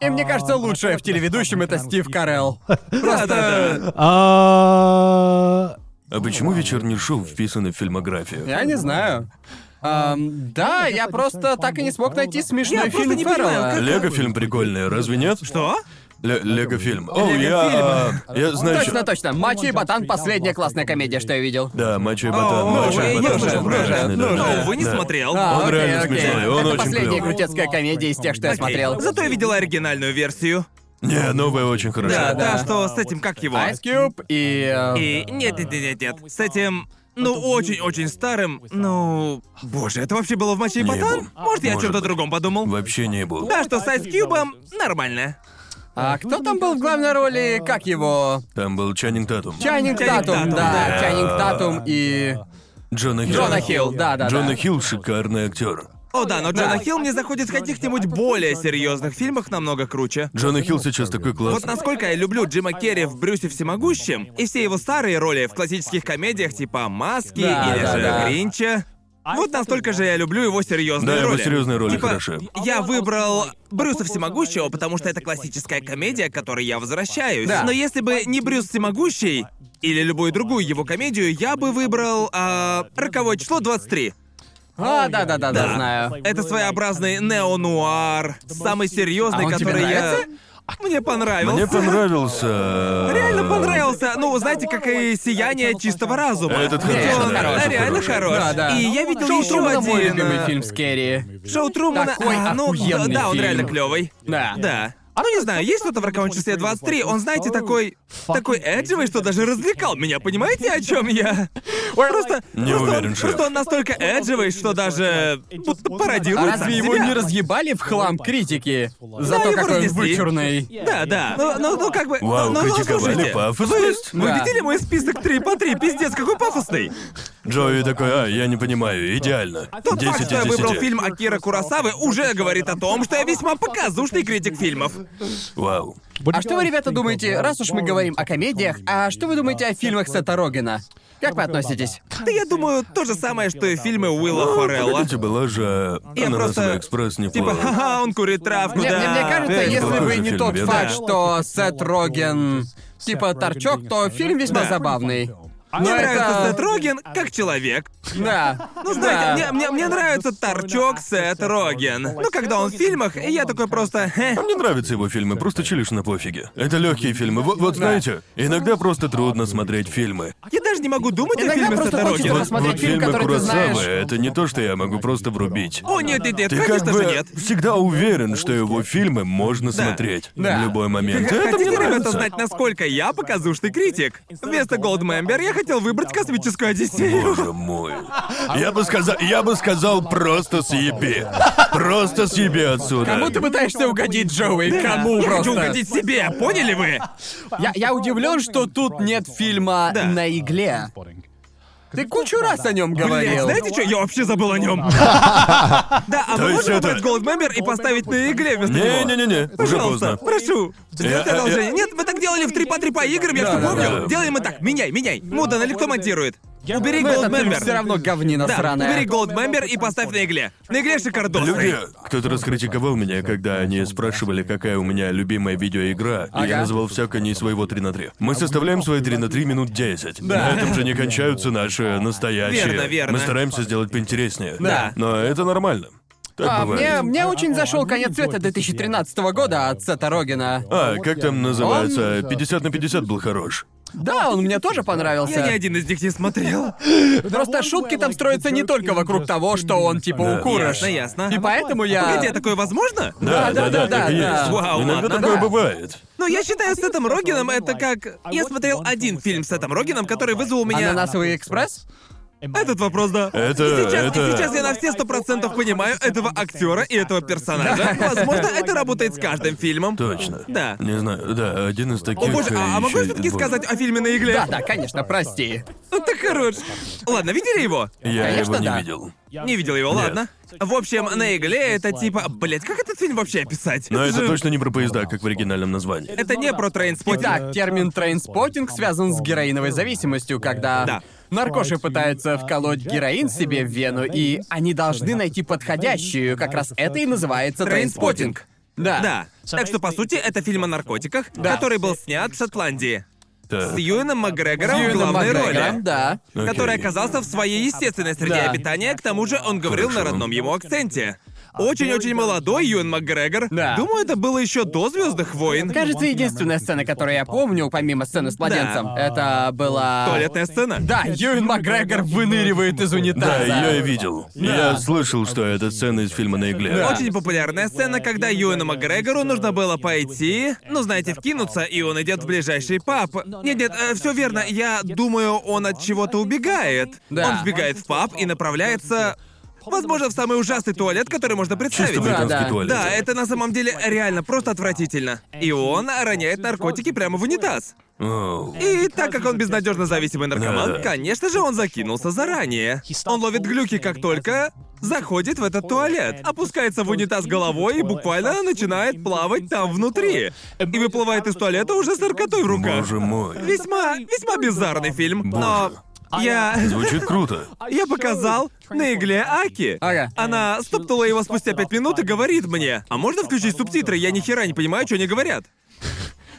[SPEAKER 3] И мне
[SPEAKER 2] А,
[SPEAKER 3] кажется, лучшее в телеведущем это Стив Карелл. Просто...
[SPEAKER 5] А,
[SPEAKER 4] А почему вечернее шоу вписано в фильмографию?
[SPEAKER 3] Я не знаю.
[SPEAKER 2] А,
[SPEAKER 3] Ам, да, я просто так и не смог найти смешной
[SPEAKER 2] Я просто
[SPEAKER 3] фильм
[SPEAKER 2] не понимаю,
[SPEAKER 3] Феррелла.
[SPEAKER 2] как-
[SPEAKER 4] Лего фильм прикольный, разве нет?
[SPEAKER 2] Что?
[SPEAKER 4] Лего фильм. О, я, а, я знаю,
[SPEAKER 3] Точно,
[SPEAKER 4] чё-
[SPEAKER 3] точно. Мачо и Ботан — последняя классная комедия, что я видел.
[SPEAKER 4] Да, Мачо и
[SPEAKER 2] О,
[SPEAKER 4] Ботан. Мачо
[SPEAKER 2] я
[SPEAKER 4] и
[SPEAKER 2] не
[SPEAKER 4] Ботан.
[SPEAKER 2] слышал,
[SPEAKER 4] прекрасный,
[SPEAKER 2] да,
[SPEAKER 4] да,
[SPEAKER 2] да.
[SPEAKER 4] да,
[SPEAKER 2] Ну, вы не
[SPEAKER 4] да.
[SPEAKER 2] смотрел.
[SPEAKER 3] А,
[SPEAKER 4] Он
[SPEAKER 3] окей,
[SPEAKER 4] реально
[SPEAKER 3] окей.
[SPEAKER 4] смешной, он
[SPEAKER 3] это
[SPEAKER 4] очень
[SPEAKER 3] последняя
[SPEAKER 4] клёвый.
[SPEAKER 3] крутецкая комедия из тех, что я
[SPEAKER 2] Окей.
[SPEAKER 3] смотрел.
[SPEAKER 2] Зато я видела оригинальную версию.
[SPEAKER 4] Не, новая очень
[SPEAKER 2] Да,
[SPEAKER 4] хорошая.
[SPEAKER 2] да, что с этим, как его?
[SPEAKER 3] Ice Cube и... э,
[SPEAKER 2] И нет, нет, нет, нет, нет. С этим, ну, очень-очень старым, ну... Боже, это вообще было в матче и
[SPEAKER 4] Не
[SPEAKER 2] Ботан?
[SPEAKER 4] был.
[SPEAKER 2] Может, я о
[SPEAKER 4] Может
[SPEAKER 2] чем-то
[SPEAKER 4] быть.
[SPEAKER 2] другом подумал?
[SPEAKER 4] Вообще не был.
[SPEAKER 2] Да, что с Айс Кьюбом нормально.
[SPEAKER 3] А кто там был в главной роли? Как его?
[SPEAKER 4] Там был Чаннинг Татум.
[SPEAKER 3] Чайнинг
[SPEAKER 2] Чайнинг
[SPEAKER 3] Татум,
[SPEAKER 2] Татум,
[SPEAKER 3] да.
[SPEAKER 2] да.
[SPEAKER 3] Чайнинг Татум и...
[SPEAKER 4] Джона Хилл.
[SPEAKER 3] Джона Хилл, да, да,
[SPEAKER 4] Джона
[SPEAKER 3] да.
[SPEAKER 4] Хилл шикарный актер.
[SPEAKER 2] О да, но
[SPEAKER 3] Да.
[SPEAKER 2] Джона Хилл мне заходит в каких-нибудь более серьезных фильмах намного круче.
[SPEAKER 4] Джона Хилл сейчас такой
[SPEAKER 2] Вот
[SPEAKER 4] классный.
[SPEAKER 2] насколько я люблю Джима Керри в «Брюсе всемогущем» и все его старые роли в классических комедиях типа «Маски»
[SPEAKER 3] Да,
[SPEAKER 2] или
[SPEAKER 4] да,
[SPEAKER 2] же
[SPEAKER 3] да.
[SPEAKER 2] «Гринча». Вот настолько же я люблю его серьезные
[SPEAKER 4] Да, его
[SPEAKER 2] роли.
[SPEAKER 4] серьезные роли
[SPEAKER 2] Типа,
[SPEAKER 4] хороши.
[SPEAKER 2] Я выбрал Брюса Всемогущего, потому что это классическая комедия, к которой я возвращаюсь.
[SPEAKER 3] Да.
[SPEAKER 2] Но если бы не Брюс Всемогущий или любую другую его комедию, я бы выбрал а, «Роковое число 23».
[SPEAKER 3] А, да-да-да, да,
[SPEAKER 2] Да.
[SPEAKER 3] знаю.
[SPEAKER 2] Это своеобразный неонуар, самый серьезный,
[SPEAKER 3] А он тебе
[SPEAKER 2] который я...
[SPEAKER 3] нравится?
[SPEAKER 2] Мне понравился.
[SPEAKER 4] Мне понравился...
[SPEAKER 2] ну,
[SPEAKER 4] э,
[SPEAKER 2] Реально понравился. Ну, знаете, как и сияние чистого разума.
[SPEAKER 4] Ну, Этот
[SPEAKER 2] Ведь
[SPEAKER 4] хороший,
[SPEAKER 2] он-
[SPEAKER 4] да, этот
[SPEAKER 2] реально
[SPEAKER 4] хороший.
[SPEAKER 2] хорош.
[SPEAKER 3] Да, да.
[SPEAKER 2] И я видел
[SPEAKER 3] Шоу
[SPEAKER 2] еще
[SPEAKER 3] Трумана
[SPEAKER 2] один.
[SPEAKER 3] мой
[SPEAKER 2] э,
[SPEAKER 3] любимый фильм с Керри.
[SPEAKER 2] Шоу Трумана.
[SPEAKER 3] Такой
[SPEAKER 2] а, ну, да,
[SPEAKER 3] охуенный
[SPEAKER 2] да, он
[SPEAKER 3] фильм.
[SPEAKER 2] реально клевый.
[SPEAKER 3] Да.
[SPEAKER 2] Да. Ну, не знаю, есть что-то в роковом числе 23, он, знаете, такой... Такой эджевый, что даже развлекал меня, понимаете, о чем я? Просто...
[SPEAKER 4] Не
[SPEAKER 2] просто
[SPEAKER 4] уверен,
[SPEAKER 2] он,
[SPEAKER 4] шеф.
[SPEAKER 2] просто он настолько эджевый, что даже... Будто
[SPEAKER 3] А
[SPEAKER 2] пародирует сам
[SPEAKER 3] разве его
[SPEAKER 2] себя.
[SPEAKER 3] не разъебали в хлам критики? За
[SPEAKER 2] Да,
[SPEAKER 3] то,
[SPEAKER 2] его
[SPEAKER 3] какой он
[SPEAKER 2] разнесли.
[SPEAKER 3] вычурный.
[SPEAKER 2] Да, да. Ну, ну, ну, как бы...
[SPEAKER 4] Вау,
[SPEAKER 2] ну, ну, ну,
[SPEAKER 4] критиковали
[SPEAKER 2] слушайте.
[SPEAKER 4] пафос есть?
[SPEAKER 2] Вы
[SPEAKER 3] Да.
[SPEAKER 2] видели мой список 3 по 3? Пиздец, какой пафосный!
[SPEAKER 4] Джои такой, а, я не понимаю, идеально.
[SPEAKER 2] Тот факт,
[SPEAKER 4] Десять
[SPEAKER 2] что я
[SPEAKER 4] из
[SPEAKER 2] А выбрал
[SPEAKER 4] десяти.
[SPEAKER 2] фильм Акира Курасавы, уже говорит о том, что я весьма показушный критик фильмов.
[SPEAKER 4] Вау.
[SPEAKER 5] But
[SPEAKER 3] А что вы, ребята, думаете, раз уж мы говорим о комедиях, а что вы думаете о фильмах Сета Рогена? Как вы относитесь?
[SPEAKER 2] Да я думаю, то же самое, что и фильмы Уилла Форелла.
[SPEAKER 4] Ну, Погодите, была же
[SPEAKER 2] Я
[SPEAKER 4] «Ананасовый
[SPEAKER 2] просто-
[SPEAKER 4] экспресс»
[SPEAKER 2] Типа,
[SPEAKER 4] неплохо.
[SPEAKER 2] ха-ха, он курит травку,
[SPEAKER 3] Мне,
[SPEAKER 2] да.
[SPEAKER 3] мне- мне кажется,
[SPEAKER 2] Да,
[SPEAKER 3] если
[SPEAKER 4] плохой
[SPEAKER 3] бы
[SPEAKER 4] же
[SPEAKER 3] не
[SPEAKER 4] фильм,
[SPEAKER 3] тот
[SPEAKER 4] верно?
[SPEAKER 3] факт,
[SPEAKER 2] Да.
[SPEAKER 3] что Сет Роген типа торчок, то фильм весьма
[SPEAKER 2] Да. Ну,
[SPEAKER 3] забавный.
[SPEAKER 2] Мне
[SPEAKER 3] Но
[SPEAKER 2] нравится
[SPEAKER 3] Ну, это-
[SPEAKER 2] Сет Роген как человек.
[SPEAKER 3] Да.
[SPEAKER 2] Ну, знаете,
[SPEAKER 3] Да.
[SPEAKER 2] мне, мне, мне нравится торчок Сет Роген. Ну, когда он в фильмах, я такой просто... «Хе».
[SPEAKER 4] Мне нравятся его фильмы, просто чилишь на пофиге. Это легкие фильмы. Вот, вот знаете, иногда просто трудно смотреть фильмы.
[SPEAKER 2] Я даже не могу думать о
[SPEAKER 3] Иногда
[SPEAKER 2] фильме
[SPEAKER 3] просто
[SPEAKER 2] Сета
[SPEAKER 3] хочется
[SPEAKER 2] Рогена.
[SPEAKER 4] Вот,
[SPEAKER 3] посмотреть
[SPEAKER 4] вот
[SPEAKER 3] фильм,
[SPEAKER 4] фильмы
[SPEAKER 3] который ты
[SPEAKER 4] Куросавы
[SPEAKER 3] знаешь.
[SPEAKER 4] это не то, что я могу просто врубить.
[SPEAKER 2] О, нет, нет, нет,
[SPEAKER 4] Ты как
[SPEAKER 2] конечно
[SPEAKER 4] бы
[SPEAKER 2] же нет.
[SPEAKER 4] всегда уверен, что его фильмы можно смотреть
[SPEAKER 3] Да.
[SPEAKER 4] в любой момент.
[SPEAKER 2] Х-
[SPEAKER 4] Это мне
[SPEAKER 2] Хотите, ребята,
[SPEAKER 4] нравится.
[SPEAKER 2] знать, насколько я показушный критик? Вместо Голдмембер я хотел выбрать космическую Одиссею.
[SPEAKER 4] Боже мой. Я бы сказал, я бы сказал просто съеби. Просто съеби отсюда.
[SPEAKER 3] Кому ты пытаешься угодить, Джоуи? Кому
[SPEAKER 2] я
[SPEAKER 3] просто?
[SPEAKER 2] хочу угодить себе, поняли вы?
[SPEAKER 3] Я, я удивлен, что тут нет фильма
[SPEAKER 2] Да.
[SPEAKER 3] на игле. Ты кучу раз о нем
[SPEAKER 2] Блять,
[SPEAKER 3] говорил.
[SPEAKER 2] знаете что, я вообще забыл о нем. Да, а
[SPEAKER 4] То
[SPEAKER 2] мы
[SPEAKER 4] есть
[SPEAKER 2] можем
[SPEAKER 4] это-
[SPEAKER 2] убрать Голдмембер и поставить на игле вместо него?
[SPEAKER 4] Не-не-не-не, уже
[SPEAKER 2] Пожалуйста,
[SPEAKER 4] поздно.
[SPEAKER 2] прошу. Сделайте
[SPEAKER 4] я-
[SPEAKER 2] одолжение. Нет, вы так делали в 3 по 3 по играм, я
[SPEAKER 3] Да,
[SPEAKER 2] что
[SPEAKER 3] да,
[SPEAKER 2] помню.
[SPEAKER 4] да.
[SPEAKER 2] Делаем мы так, меняй, меняй. Мудан или кто монтирует? Убери
[SPEAKER 3] Ну, этот фильм
[SPEAKER 2] Голдмембер.
[SPEAKER 3] все равно говнина
[SPEAKER 2] Да,
[SPEAKER 3] сраная.
[SPEAKER 2] убери Голдмембер и поставь на игле. На игле шикардос.
[SPEAKER 4] Люди, кто-то раскритиковал меня, когда они спрашивали, какая у меня любимая видеоигра, и
[SPEAKER 3] Ага.
[SPEAKER 4] я называл всякое не своего 3 на 3. Мы составляем свои 3 на 3 минут 10.
[SPEAKER 3] Да.
[SPEAKER 4] На этом же не кончаются наши настоящие.
[SPEAKER 2] Верно, верно.
[SPEAKER 4] Мы стараемся сделать поинтереснее.
[SPEAKER 2] Да.
[SPEAKER 4] Но это нормально. Так
[SPEAKER 3] А, мне,
[SPEAKER 4] бывает.
[SPEAKER 3] мне очень зашел конец света 2013 года от Сета Рогена.
[SPEAKER 4] А, как там называется? 50 на 50 был хорош.
[SPEAKER 3] Да, он мне тоже понравился.
[SPEAKER 2] Я ни один из них не смотрел.
[SPEAKER 3] Просто шутки там строятся не только вокруг того, что он типа
[SPEAKER 4] Да.
[SPEAKER 3] укурыш.
[SPEAKER 2] Ясно, ясно.
[SPEAKER 3] И
[SPEAKER 4] Типа,
[SPEAKER 3] поэтому я...
[SPEAKER 2] Погоди, а такое возможно?
[SPEAKER 3] Да, да, да,
[SPEAKER 4] так и
[SPEAKER 3] да,
[SPEAKER 4] есть.
[SPEAKER 3] да.
[SPEAKER 2] Вау,
[SPEAKER 4] Иногда
[SPEAKER 2] ладно.
[SPEAKER 4] такое
[SPEAKER 3] Да.
[SPEAKER 4] бывает.
[SPEAKER 2] Ну, я считаю, с Сетом Рогеном это как... Я смотрел один фильм с Сетом Рогеном, который вызвал у меня...
[SPEAKER 3] Ананасовый экспресс?
[SPEAKER 2] Этот вопрос, да.
[SPEAKER 4] Это-
[SPEAKER 2] И сейчас, и
[SPEAKER 4] это-
[SPEAKER 2] сейчас я на все сто процентов понимаю этого актера и этого персонажа. Возможно, это работает с каждым фильмом.
[SPEAKER 4] Точно.
[SPEAKER 2] Да.
[SPEAKER 4] Не знаю, да, один из таких...
[SPEAKER 2] О боже, а, а
[SPEAKER 4] э,
[SPEAKER 2] могу я
[SPEAKER 4] ещё-
[SPEAKER 2] все-таки
[SPEAKER 4] вот.
[SPEAKER 2] сказать о фильме на игле?
[SPEAKER 3] Да, да, конечно, прости.
[SPEAKER 2] Ну ты хорош. Ладно, видели его?
[SPEAKER 4] Я
[SPEAKER 3] Конечно,
[SPEAKER 4] его не
[SPEAKER 3] да.
[SPEAKER 4] видел.
[SPEAKER 2] Не видел его, ладно. В общем, на игле это типа... Блять, как этот фильм вообще описать?
[SPEAKER 4] Но это
[SPEAKER 2] же-
[SPEAKER 4] точно не про поезда, как в оригинальном названии.
[SPEAKER 2] Это не про трейнспотинг.
[SPEAKER 3] Итак, термин трейнспотинг связан с героиновой зависимостью, когда
[SPEAKER 2] Да.
[SPEAKER 3] наркоши пытаются вколоть героин себе в вену, и они должны найти подходящую. Как раз это и называется трейнспотинг.
[SPEAKER 2] Трейнспотинг.
[SPEAKER 3] Да.
[SPEAKER 2] Да. Так что, по сути, это фильм о наркотиках, который был снят в Шотландии.
[SPEAKER 4] Так.
[SPEAKER 2] С Юэном Макгрегором в
[SPEAKER 3] Юэном
[SPEAKER 2] главной
[SPEAKER 3] Макгрегором,
[SPEAKER 2] роли.
[SPEAKER 3] Да.
[SPEAKER 4] Окей.
[SPEAKER 2] Который оказался в своей естественной среде
[SPEAKER 3] Да.
[SPEAKER 2] обитания, к тому же он говорил на
[SPEAKER 4] Хорошо.
[SPEAKER 2] родном ему акценте. Очень-очень молодой Юэн Макгрегор.
[SPEAKER 3] Да.
[SPEAKER 2] Думаю, это было еще до Звездных войн.
[SPEAKER 3] Кажется, единственная сцена, которую я помню, помимо сцены с младенцем, это была...
[SPEAKER 2] Туалетная сцена.
[SPEAKER 3] Да, Юэн Макгрегор выныривает из
[SPEAKER 4] Да,
[SPEAKER 3] унитаза.
[SPEAKER 4] я и видел. Я слышал, что это сцена из фильма на игле.
[SPEAKER 3] Да.
[SPEAKER 2] Очень популярная сцена, когда Юэну Макгрегору нужно было пойти, ну, знаете, вкинуться, и он идет в ближайший паб. Нет-нет, все верно, я думаю, он от чего-то убегает.
[SPEAKER 3] Да.
[SPEAKER 2] Он сбегает в паб и направляется, возможно, в самый ужасный туалет, который можно
[SPEAKER 4] Чисто
[SPEAKER 2] представить.
[SPEAKER 3] Да,
[SPEAKER 4] британский
[SPEAKER 3] да.
[SPEAKER 4] туалет.
[SPEAKER 2] Да, это на самом деле реально просто отвратительно. И он роняет наркотики прямо в унитаз.
[SPEAKER 4] Оу.
[SPEAKER 2] И так как он безнадежно зависимый наркоман,
[SPEAKER 4] Да.
[SPEAKER 2] конечно же, он закинулся заранее. Он ловит глюки, как только заходит в этот туалет, опускается в унитаз головой и буквально начинает плавать там внутри. И выплывает из туалета уже с наркотой в руках.
[SPEAKER 4] Боже мой.
[SPEAKER 2] Весьма, весьма bizarrный фильм,
[SPEAKER 4] Боже.
[SPEAKER 2] но... Я...
[SPEAKER 4] Звучит круто.
[SPEAKER 2] Я показал на игле Аки.
[SPEAKER 3] Ага.
[SPEAKER 2] Она стоптала его спустя пять минут и говорит мне, а можно включить субтитры? Я ни хера не понимаю, что они говорят.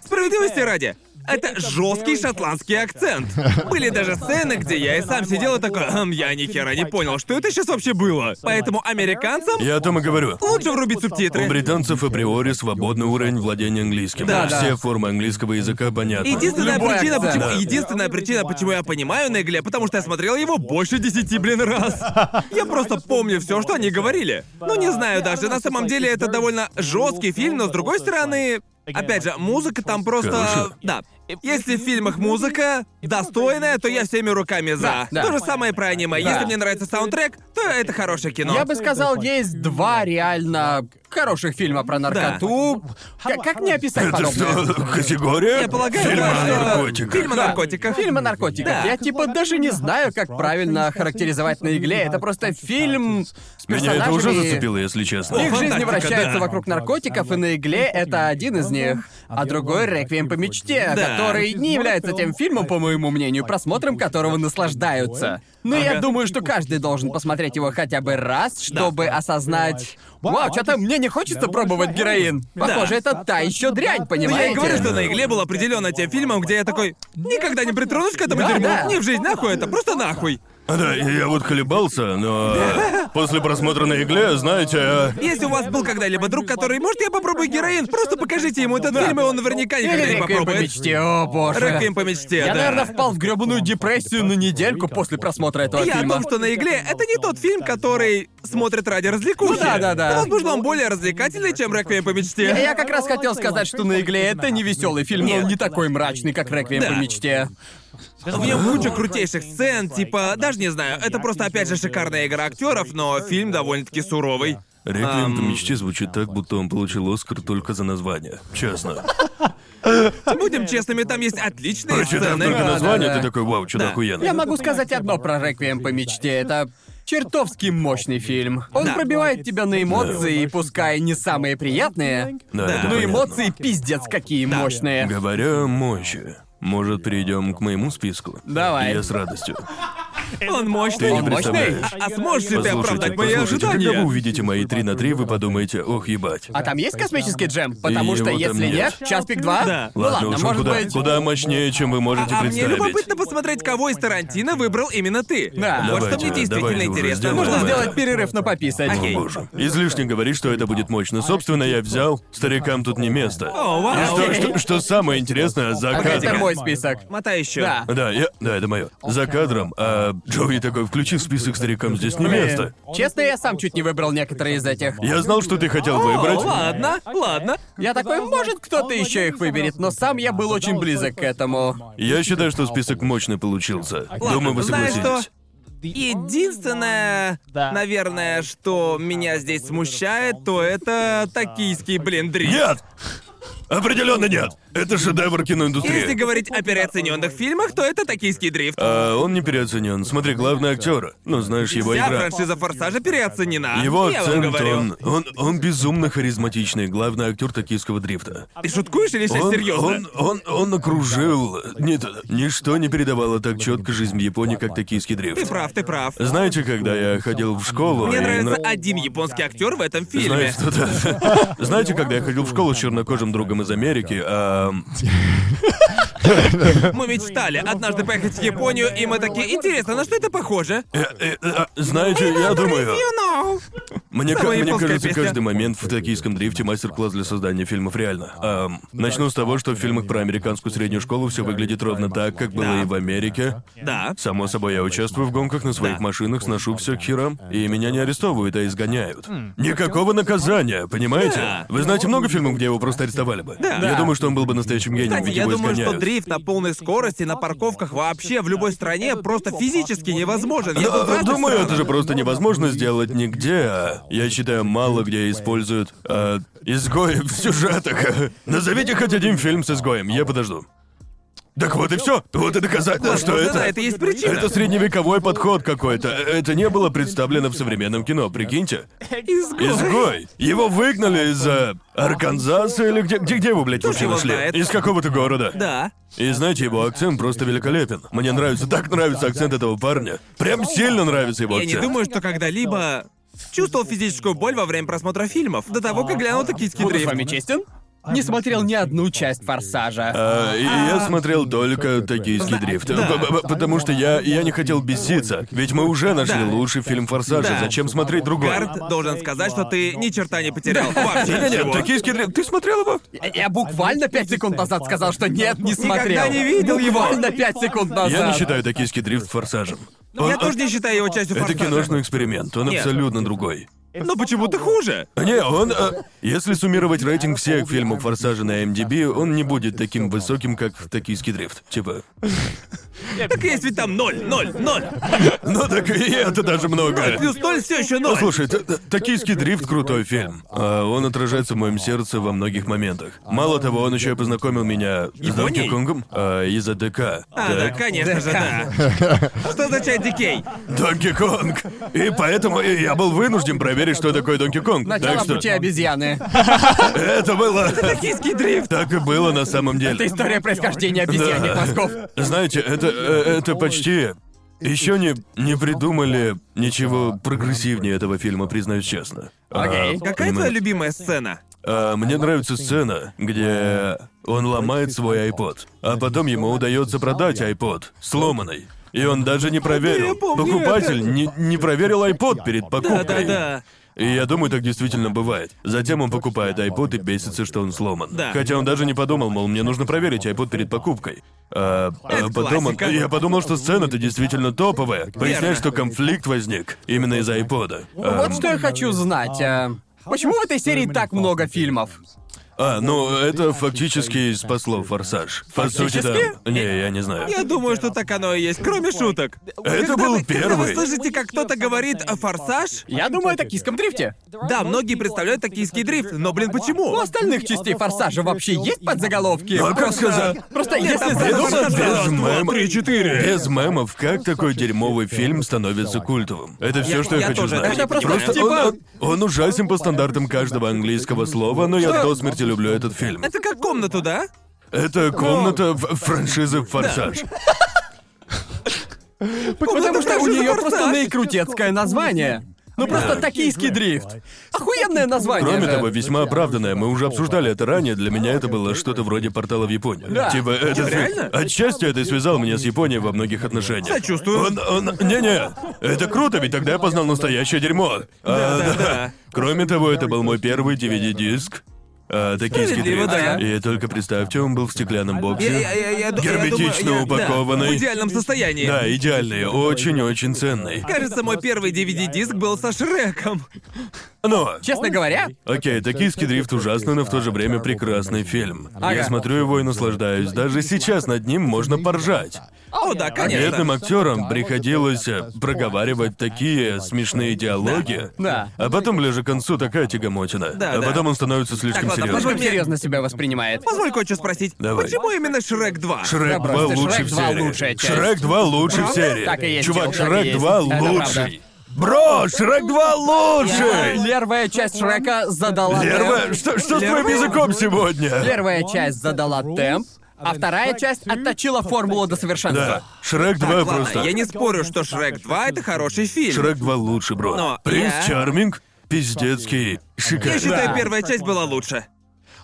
[SPEAKER 2] Справедливости ради. Это жесткий шотландский акцент. Были даже сцены, где я и сам сидел и такой, «Хм, я ни хера не понял, что это сейчас вообще было. Поэтому американцам
[SPEAKER 4] Я о том и говорю.
[SPEAKER 2] лучше врубить
[SPEAKER 4] У
[SPEAKER 2] субтитры.
[SPEAKER 4] британцев априори свободный уровень владения английским.
[SPEAKER 2] Да,
[SPEAKER 4] Все
[SPEAKER 3] да.
[SPEAKER 4] формы английского языка понятны.
[SPEAKER 2] Единственная
[SPEAKER 3] Любой
[SPEAKER 2] причина,
[SPEAKER 3] акцент.
[SPEAKER 2] почему,
[SPEAKER 4] Да.
[SPEAKER 2] единственная причина, почему я понимаю на игле, потому что я смотрел его больше десяти, блин, раз. Я просто помню все, что они говорили. Ну, не знаю даже, на самом деле это довольно жесткий фильм, но с другой стороны... Опять же, музыка там просто...
[SPEAKER 4] Хорошо.
[SPEAKER 2] Да. Если в фильмах музыка достойная, то я всеми руками за.
[SPEAKER 3] Да, да.
[SPEAKER 2] То же самое про аниме.
[SPEAKER 3] Да.
[SPEAKER 2] Если мне нравится саундтрек, то это хорошее кино.
[SPEAKER 3] Я бы сказал, есть два реально хороших фильма про наркоту. К- Как не описать
[SPEAKER 4] Это
[SPEAKER 3] подобное?
[SPEAKER 4] что, категория?
[SPEAKER 2] Я полагаю,
[SPEAKER 4] Фильм
[SPEAKER 2] да,
[SPEAKER 4] о
[SPEAKER 2] что-
[SPEAKER 4] наркотиках.
[SPEAKER 2] Фильм о наркотиках.
[SPEAKER 3] Фильм о наркотиках.
[SPEAKER 2] Да.
[SPEAKER 3] Я типа даже не знаю, как правильно характеризовать на игле. Это просто фильм с
[SPEAKER 4] Меня это
[SPEAKER 3] персонажами-
[SPEAKER 4] уже зацепило, если честно.
[SPEAKER 3] Их жизнь
[SPEAKER 2] фантастика,
[SPEAKER 3] вращается
[SPEAKER 2] да.
[SPEAKER 3] вокруг наркотиков, и на игле это один из них. А другой — «Реквием по мечте»,
[SPEAKER 2] Да.
[SPEAKER 3] который не является тем фильмом, по моему мнению, просмотром которого наслаждаются. Но я
[SPEAKER 2] Ага.
[SPEAKER 3] думаю, что каждый должен посмотреть его хотя бы раз, чтобы осознать... Вау, что-то мне не хочется пробовать героин. Похоже, это та еще дрянь,
[SPEAKER 5] Ну, я и
[SPEAKER 2] Ну, я
[SPEAKER 3] понимаете?
[SPEAKER 2] и говорю, что на игле был определенно тем фильмом, где я такой никогда не притронусь к этому
[SPEAKER 3] Да,
[SPEAKER 2] дерьму.
[SPEAKER 3] да.
[SPEAKER 2] Не в жизнь, нахуй это, просто нахуй.
[SPEAKER 4] А, Да, я я вот колебался, но после просмотра на игле, знаете, э,
[SPEAKER 2] Если у вас был когда-либо друг, который, может, я попробую героин, просто покажите ему этот фильм, и он наверняка никогда
[SPEAKER 3] Или
[SPEAKER 2] не
[SPEAKER 3] «Реквием по
[SPEAKER 2] попробует.
[SPEAKER 3] мечте», о боже.
[SPEAKER 2] Реквием по мечте,
[SPEAKER 3] Я,
[SPEAKER 2] да.
[SPEAKER 3] наверное, впал в грёбаную депрессию на недельку после просмотра этого
[SPEAKER 2] Я о
[SPEAKER 3] фильма.
[SPEAKER 2] том, что на игле это не тот фильм, который смотрит ради
[SPEAKER 3] Ну
[SPEAKER 2] развлекухи.
[SPEAKER 3] да, да, да.
[SPEAKER 2] Возможно, он более развлекательный, чем «Реквием по мечте».
[SPEAKER 3] Я, я как раз хотел сказать, что на игле это не веселый фильм, но он не такой мрачный, как Реквием
[SPEAKER 2] Да.
[SPEAKER 3] по мечте.
[SPEAKER 2] В нем куча крутейших сцен, типа, даже не знаю, это просто опять же шикарная игра актеров, но фильм довольно-таки суровый.
[SPEAKER 4] «Реквием по
[SPEAKER 2] Ам.
[SPEAKER 4] мечте» звучит так, будто он получил Оскар только за название. Честно.
[SPEAKER 2] Будем честными, там есть отличные
[SPEAKER 4] Прочитав
[SPEAKER 2] сцены.
[SPEAKER 4] только
[SPEAKER 3] да,
[SPEAKER 4] название,
[SPEAKER 3] да.
[SPEAKER 4] ты такой, вау, что
[SPEAKER 2] Да.
[SPEAKER 4] охуенно.
[SPEAKER 3] Я могу сказать одно про «Реквием по мечте». Это чертовски мощный фильм. Он
[SPEAKER 2] Да.
[SPEAKER 3] пробивает тебя на эмоции, пускай не самые приятные,
[SPEAKER 4] Да, это
[SPEAKER 3] но
[SPEAKER 4] понятно.
[SPEAKER 3] эмоции пиздец какие мощные.
[SPEAKER 4] Говоря о мощи, может, перейдем к моему списку?
[SPEAKER 3] Давай.
[SPEAKER 4] Я с радостью.
[SPEAKER 2] Он мощный.
[SPEAKER 4] Ты не
[SPEAKER 3] Он мощный?
[SPEAKER 4] представляешь.
[SPEAKER 2] А, а сможешь ли ты
[SPEAKER 4] Послушайте,
[SPEAKER 2] оправдать мои
[SPEAKER 4] послушайте, когда вы
[SPEAKER 2] ожидания?
[SPEAKER 4] увидите мои 3 на 3, вы подумаете, ох, ебать.
[SPEAKER 3] А там есть космический джем? Потому
[SPEAKER 4] И
[SPEAKER 3] что
[SPEAKER 4] его там
[SPEAKER 3] если нет,
[SPEAKER 4] нет.
[SPEAKER 3] час пик два?
[SPEAKER 2] Да.
[SPEAKER 3] Ну
[SPEAKER 4] Ладно,
[SPEAKER 3] ладно,
[SPEAKER 4] уж он
[SPEAKER 3] может
[SPEAKER 4] куда,
[SPEAKER 3] быть.
[SPEAKER 4] куда мощнее, чем вы можете
[SPEAKER 2] А мне
[SPEAKER 4] представить.
[SPEAKER 2] любопытно посмотреть, кого из Тарантино выбрал именно ты.
[SPEAKER 3] Да.
[SPEAKER 2] Вот что
[SPEAKER 4] Давайте,
[SPEAKER 2] мне действительно
[SPEAKER 4] давайте уже
[SPEAKER 2] интересно.
[SPEAKER 4] сделаем
[SPEAKER 3] Нужно
[SPEAKER 4] Давай.
[SPEAKER 3] сделать перерыв на пописать.
[SPEAKER 2] Окей.
[SPEAKER 4] Боже. Излишне говорить, что это будет мощно. Собственно, я взял. Старикам тут не место.
[SPEAKER 2] О, вау.
[SPEAKER 4] И Ну что,
[SPEAKER 2] Окей.
[SPEAKER 4] что- что самое интересное, за
[SPEAKER 3] Окей, это
[SPEAKER 4] кадром.
[SPEAKER 3] мой список.
[SPEAKER 2] Мотай еще.
[SPEAKER 3] Да.
[SPEAKER 4] Да, я, да, это мое. За кадром, а Джоуи такой, включи в список старикам, здесь не
[SPEAKER 3] Блин.
[SPEAKER 4] место.
[SPEAKER 3] Честно, я сам чуть не выбрал некоторые из этих.
[SPEAKER 4] Я знал, что ты хотел
[SPEAKER 2] О,
[SPEAKER 4] выбрать.
[SPEAKER 2] ладно, ладно.
[SPEAKER 3] Я такой, может, кто-то еще их выберет, но сам я был очень близок к этому.
[SPEAKER 4] Я считаю, что список мощный получился.
[SPEAKER 2] Ладно,
[SPEAKER 4] Думаю, вы
[SPEAKER 2] знаешь
[SPEAKER 4] согласитесь.
[SPEAKER 2] что? Единственное, наверное, что меня здесь смущает, то это токийский блин дрифт.
[SPEAKER 4] Нет! Определенно нет! Это шедевр
[SPEAKER 2] Если
[SPEAKER 4] киноиндустрии.
[SPEAKER 2] говорить о переоцененных фильмах, то это токийский дрифт.
[SPEAKER 4] А, он не переоценен. Смотри, главный актер. Ну, знаешь, его
[SPEAKER 2] Вся
[SPEAKER 4] игра.
[SPEAKER 2] франшиза Форсажа переоценена.
[SPEAKER 4] Его
[SPEAKER 2] А, я вам
[SPEAKER 4] акцент,
[SPEAKER 2] говорю.
[SPEAKER 4] он, он, он безумно харизматичный, главный актер токийского дрифта.
[SPEAKER 2] Ты шуткуешь или сейчас
[SPEAKER 4] Он,
[SPEAKER 2] серьезно?
[SPEAKER 4] он, он, он окружил. Нет, ничто не передавало так четко жизнь в Японии, как токийский дрифт.
[SPEAKER 2] Ты прав, ты прав.
[SPEAKER 4] Знаете, когда я ходил в школу...
[SPEAKER 2] Мне
[SPEAKER 4] и
[SPEAKER 2] нравится
[SPEAKER 4] нра-
[SPEAKER 2] один японский актер в этом фильме.
[SPEAKER 4] ну. Знаешь, что да. Знаете, когда я ходил в школу с чернокожим другом из Америки, а,
[SPEAKER 2] Мы мечтали однажды поехать в Японию, и мы такие, интересно, на что это похоже?
[SPEAKER 4] э, э, э, знаете, я думаю,
[SPEAKER 2] You know.
[SPEAKER 4] мне, ка-
[SPEAKER 2] Самая
[SPEAKER 4] мне
[SPEAKER 2] японская
[SPEAKER 4] кажется,
[SPEAKER 2] песня.
[SPEAKER 4] каждый момент в токийском дрифте мастер-класс для создания фильмов реально. Ам, начну с того, что в фильмах про американскую среднюю школу все выглядит ровно так, как было
[SPEAKER 2] Да.
[SPEAKER 4] и в Америке.
[SPEAKER 2] Да.
[SPEAKER 4] Само собой, я участвую в гонках на своих
[SPEAKER 2] Да.
[SPEAKER 4] машинах, сношу все к херам, и меня не арестовывают, а изгоняют. Никакого наказания, понимаете?
[SPEAKER 2] Да.
[SPEAKER 4] Вы знаете много фильмов, где его просто арестовали бы? Я
[SPEAKER 2] Да.
[SPEAKER 4] думаю, что он был бы настоящим гением,
[SPEAKER 2] Кстати,
[SPEAKER 4] ведь
[SPEAKER 2] я
[SPEAKER 4] его
[SPEAKER 2] думаю, что
[SPEAKER 4] изгоняют.
[SPEAKER 2] дрифт на полной скорости на парковках вообще в любой стране просто физически невозможен. Я
[SPEAKER 4] Да,
[SPEAKER 2] тут в разных
[SPEAKER 4] Ну, думаю,
[SPEAKER 2] странах.
[SPEAKER 4] это же просто невозможно сделать нигде. а Я считаю, мало где используют а, изгоев в сюжетах. Назовите хоть один фильм с изгоем, я подожду. Так вот и все. Вот и доказательство, что
[SPEAKER 2] Возможно,
[SPEAKER 4] это.
[SPEAKER 2] на это есть причина.
[SPEAKER 4] Это средневековой подход какой-то. Это не было представлено в современном кино, прикиньте.
[SPEAKER 2] Изгой.
[SPEAKER 4] Изгой. Его выгнали из-за Арканзаса или где, где, где его, блядь, вообще
[SPEAKER 2] его
[SPEAKER 4] нашли?
[SPEAKER 2] знает.
[SPEAKER 4] Из какого-то города.
[SPEAKER 2] Да.
[SPEAKER 4] И знаете, его акцент просто великолепен. Мне нравится, так нравится акцент этого парня. Прям сильно нравится его
[SPEAKER 2] Я не
[SPEAKER 4] акцент.
[SPEAKER 2] думаю, что когда-либо чувствовал физическую боль во время просмотра фильмов. До того, как глянул «Токийский
[SPEAKER 3] Буду с
[SPEAKER 2] дрифт».
[SPEAKER 3] вами честен? Не смотрел ни одну часть «Форсажа».
[SPEAKER 4] А, и я смотрел только «Токийский дрифт». П- п- Потому что я, я не хотел беситься. Ведь мы уже нашли
[SPEAKER 2] Да.
[SPEAKER 4] лучший фильм «Форсажа».
[SPEAKER 2] Да.
[SPEAKER 4] Зачем смотреть другой?
[SPEAKER 2] Гард должен сказать, что ты ни черта не потерял. Вообще
[SPEAKER 4] Нет,
[SPEAKER 2] ничего.
[SPEAKER 4] «Токийский дрифт». Ты смотрел его?
[SPEAKER 3] Я- Я буквально пять секунд назад сказал, что нет, не смотрел.
[SPEAKER 2] Никогда не видел его.
[SPEAKER 3] Буквально пять секунд назад.
[SPEAKER 4] Я не считаю «Токийский дрифт» «Форсажем».
[SPEAKER 2] Я
[SPEAKER 4] Он-
[SPEAKER 2] тоже не считаю его частью
[SPEAKER 4] Это
[SPEAKER 2] «Форсажа».
[SPEAKER 4] киношный эксперимент, он
[SPEAKER 2] Нет.
[SPEAKER 4] абсолютно другой.
[SPEAKER 2] Но почему-то хуже.
[SPEAKER 4] Не, он... э, если суммировать рейтинг всех фильмов «Форсажа» на MDB, он не будет таким высоким, как «Токийский дрифт». Типа...
[SPEAKER 2] Так есть ведь там ноль, ноль, ноль.
[SPEAKER 4] Ну так и это даже много.
[SPEAKER 2] Плюс ноль все еще ноль.
[SPEAKER 4] Послушай, т- т- «Токийский дрифт» — крутой фильм. А, Он отражается в моем сердце во многих моментах. Мало того, он еще и познакомил меня с Донки
[SPEAKER 2] Японией?
[SPEAKER 4] Конгом а, из АДК.
[SPEAKER 2] А, да,
[SPEAKER 4] Так.
[SPEAKER 2] конечно же, да. Ну, Что означает дикей?
[SPEAKER 4] Донки Конг! И поэтому и я был вынужден проверить, что такое Донки Конг.
[SPEAKER 3] Начало
[SPEAKER 4] Так что
[SPEAKER 3] пути обезьяны.
[SPEAKER 4] это было...
[SPEAKER 2] Токийский дрифт. А
[SPEAKER 4] Так и было на самом
[SPEAKER 3] Это
[SPEAKER 4] деле.
[SPEAKER 3] история происхождения обезьяньих
[SPEAKER 4] Да.
[SPEAKER 3] мозгов.
[SPEAKER 4] Знаете, это, э, это почти... Еще не, не придумали ничего прогрессивнее этого фильма, признаюсь честно. А,
[SPEAKER 3] Окей.
[SPEAKER 2] Какая
[SPEAKER 4] именно-
[SPEAKER 2] твоя любимая сцена?
[SPEAKER 4] А, мне нравится сцена, где он ломает свой iPod, а потом ему удается продать iPod сломанный. И он даже не проверил.
[SPEAKER 2] я помню
[SPEAKER 4] Покупатель
[SPEAKER 2] это.
[SPEAKER 4] не, не проверил iPod перед покупкой.
[SPEAKER 2] Да-да-да.
[SPEAKER 4] И я думаю, так действительно бывает. Затем он покупает iPod и бесится, что он сломан.
[SPEAKER 2] Да.
[SPEAKER 4] Хотя он даже не подумал, мол, мне нужно проверить iPod перед покупкой. А, а
[SPEAKER 2] Это
[SPEAKER 4] потом он-
[SPEAKER 2] классика.
[SPEAKER 4] Я подумал, что сцена-то действительно топовая. Поясняет,
[SPEAKER 2] Верно.
[SPEAKER 4] что конфликт возник именно из-за iPod. А,
[SPEAKER 3] Вот что я хочу знать. а, Почему в этой серии так много фильмов?
[SPEAKER 4] А, ну это фактически спасло форсаж. По сути, да.
[SPEAKER 2] Фактически?
[SPEAKER 4] Не, я не знаю.
[SPEAKER 2] Я думаю, что так оно и есть, кроме шуток. Когда
[SPEAKER 4] был
[SPEAKER 2] вы- Когда вы
[SPEAKER 4] первый.
[SPEAKER 2] слышите, как кто-то говорит о «Форсаж»,
[SPEAKER 3] Я думаю, это киском дрифте.
[SPEAKER 2] да, многие представляют токийский дрифт, но, блин,
[SPEAKER 3] У
[SPEAKER 2] почему?
[SPEAKER 3] остальных частей форсажа вообще есть подзаголовки?
[SPEAKER 4] Ну, а как сказать?
[SPEAKER 3] Просто если
[SPEAKER 2] там
[SPEAKER 3] задуматься-
[SPEAKER 2] просто
[SPEAKER 4] Придумать без
[SPEAKER 2] раз, два,
[SPEAKER 4] мемов.
[SPEAKER 2] три, четыре.
[SPEAKER 4] Без мемов, как такой дерьмовый фильм становится культовым? Это все, что я,
[SPEAKER 2] я
[SPEAKER 4] хочу
[SPEAKER 2] тоже это
[SPEAKER 4] знать.
[SPEAKER 2] не понимаю.
[SPEAKER 4] просто он, он- он ужасен по стандартам каждого английского слова, но я до смерти люблю этот фильм.
[SPEAKER 2] Это как комнату, да?
[SPEAKER 4] Это комната в- франшизы Форсаж.
[SPEAKER 3] Потому что у
[SPEAKER 2] «Форсажа»
[SPEAKER 3] нее просто
[SPEAKER 2] «Форсаж».
[SPEAKER 3] наикрутецкое название. Ну просто токийский дрифт. Охуенное название.
[SPEAKER 4] Кроме
[SPEAKER 3] же.
[SPEAKER 4] того, весьма оправданное, мы уже обсуждали это ранее, для меня это было что-то вроде портала в Японию.
[SPEAKER 3] Да.
[SPEAKER 4] Типа, это...
[SPEAKER 2] Чё, реально?
[SPEAKER 4] Отчасти это и связало меня с Японией во многих отношениях.
[SPEAKER 2] Сочувствую.
[SPEAKER 4] Он, он... Не-не, это круто, ведь тогда я познал настоящее дерьмо. А,
[SPEAKER 2] Да-да-да.
[SPEAKER 4] Кроме того, это был мой первый DVD-диск. А, токийский
[SPEAKER 2] Справедливо,
[SPEAKER 4] дрифт.
[SPEAKER 2] да.
[SPEAKER 4] И только представьте, он был в стеклянном боксе.
[SPEAKER 2] Я- я- я- я ду- я
[SPEAKER 4] Герметично
[SPEAKER 2] думаю, я- да,
[SPEAKER 4] упакованный.
[SPEAKER 2] в идеальном состоянии.
[SPEAKER 4] Да, идеальный, очень-очень ценный.
[SPEAKER 2] Кажется, мой первый DVD-диск был со Шреком.
[SPEAKER 4] Но...
[SPEAKER 3] Честно говоря,
[SPEAKER 4] Окей, «Токийский дрифт» ужасно, но в то же время прекрасный фильм. Я
[SPEAKER 3] Ага.
[SPEAKER 4] смотрю его и наслаждаюсь. Даже сейчас над ним можно поржать.
[SPEAKER 2] О, да,
[SPEAKER 4] Бедным
[SPEAKER 2] конечно.
[SPEAKER 4] актерам приходилось э, проговаривать такие смешные диалоги.
[SPEAKER 3] Да.
[SPEAKER 4] А потом ближе к концу такая тягомотина.
[SPEAKER 2] Да, а
[SPEAKER 4] а
[SPEAKER 2] да.
[SPEAKER 4] потом он становится слишком
[SPEAKER 2] ладно,
[SPEAKER 4] серьезным.
[SPEAKER 2] позволь
[SPEAKER 3] он серьезно себя воспринимает.
[SPEAKER 2] Позволь кое-что спросить.
[SPEAKER 4] Давай.
[SPEAKER 2] Почему именно Шрек 2?
[SPEAKER 3] Да
[SPEAKER 4] Шрек 2
[SPEAKER 3] просто
[SPEAKER 4] лучший
[SPEAKER 3] Шрек
[SPEAKER 4] в
[SPEAKER 3] 2
[SPEAKER 4] серии.
[SPEAKER 3] лучшая часть.
[SPEAKER 4] Шрек 2 лучший в серии.
[SPEAKER 3] Так и есть,
[SPEAKER 4] Чувак,
[SPEAKER 3] чел, так и
[SPEAKER 4] Шрек
[SPEAKER 3] есть.
[SPEAKER 4] 2
[SPEAKER 3] Это
[SPEAKER 4] лучший. Бро, Шрек 2 лучший!
[SPEAKER 3] Первая часть Шрека задала
[SPEAKER 4] Лерва,
[SPEAKER 3] темп.
[SPEAKER 4] что, что с твоим
[SPEAKER 2] Лерва?
[SPEAKER 4] языком сегодня?
[SPEAKER 3] Первая часть задала темп, а вторая часть отточила формулу до
[SPEAKER 4] Да,
[SPEAKER 3] совершенства.
[SPEAKER 4] Шрек 2
[SPEAKER 2] Так,
[SPEAKER 4] просто...
[SPEAKER 2] ладно, я не спорю, что Шрек 2 это хороший фильм.
[SPEAKER 4] Шрек 2 лучше, бро.
[SPEAKER 2] Но
[SPEAKER 4] Принц
[SPEAKER 2] я-
[SPEAKER 4] Чарминг, пиздецкий,
[SPEAKER 2] Я
[SPEAKER 4] шикарный.
[SPEAKER 2] считаю,
[SPEAKER 3] Да.
[SPEAKER 2] первая часть была лучше.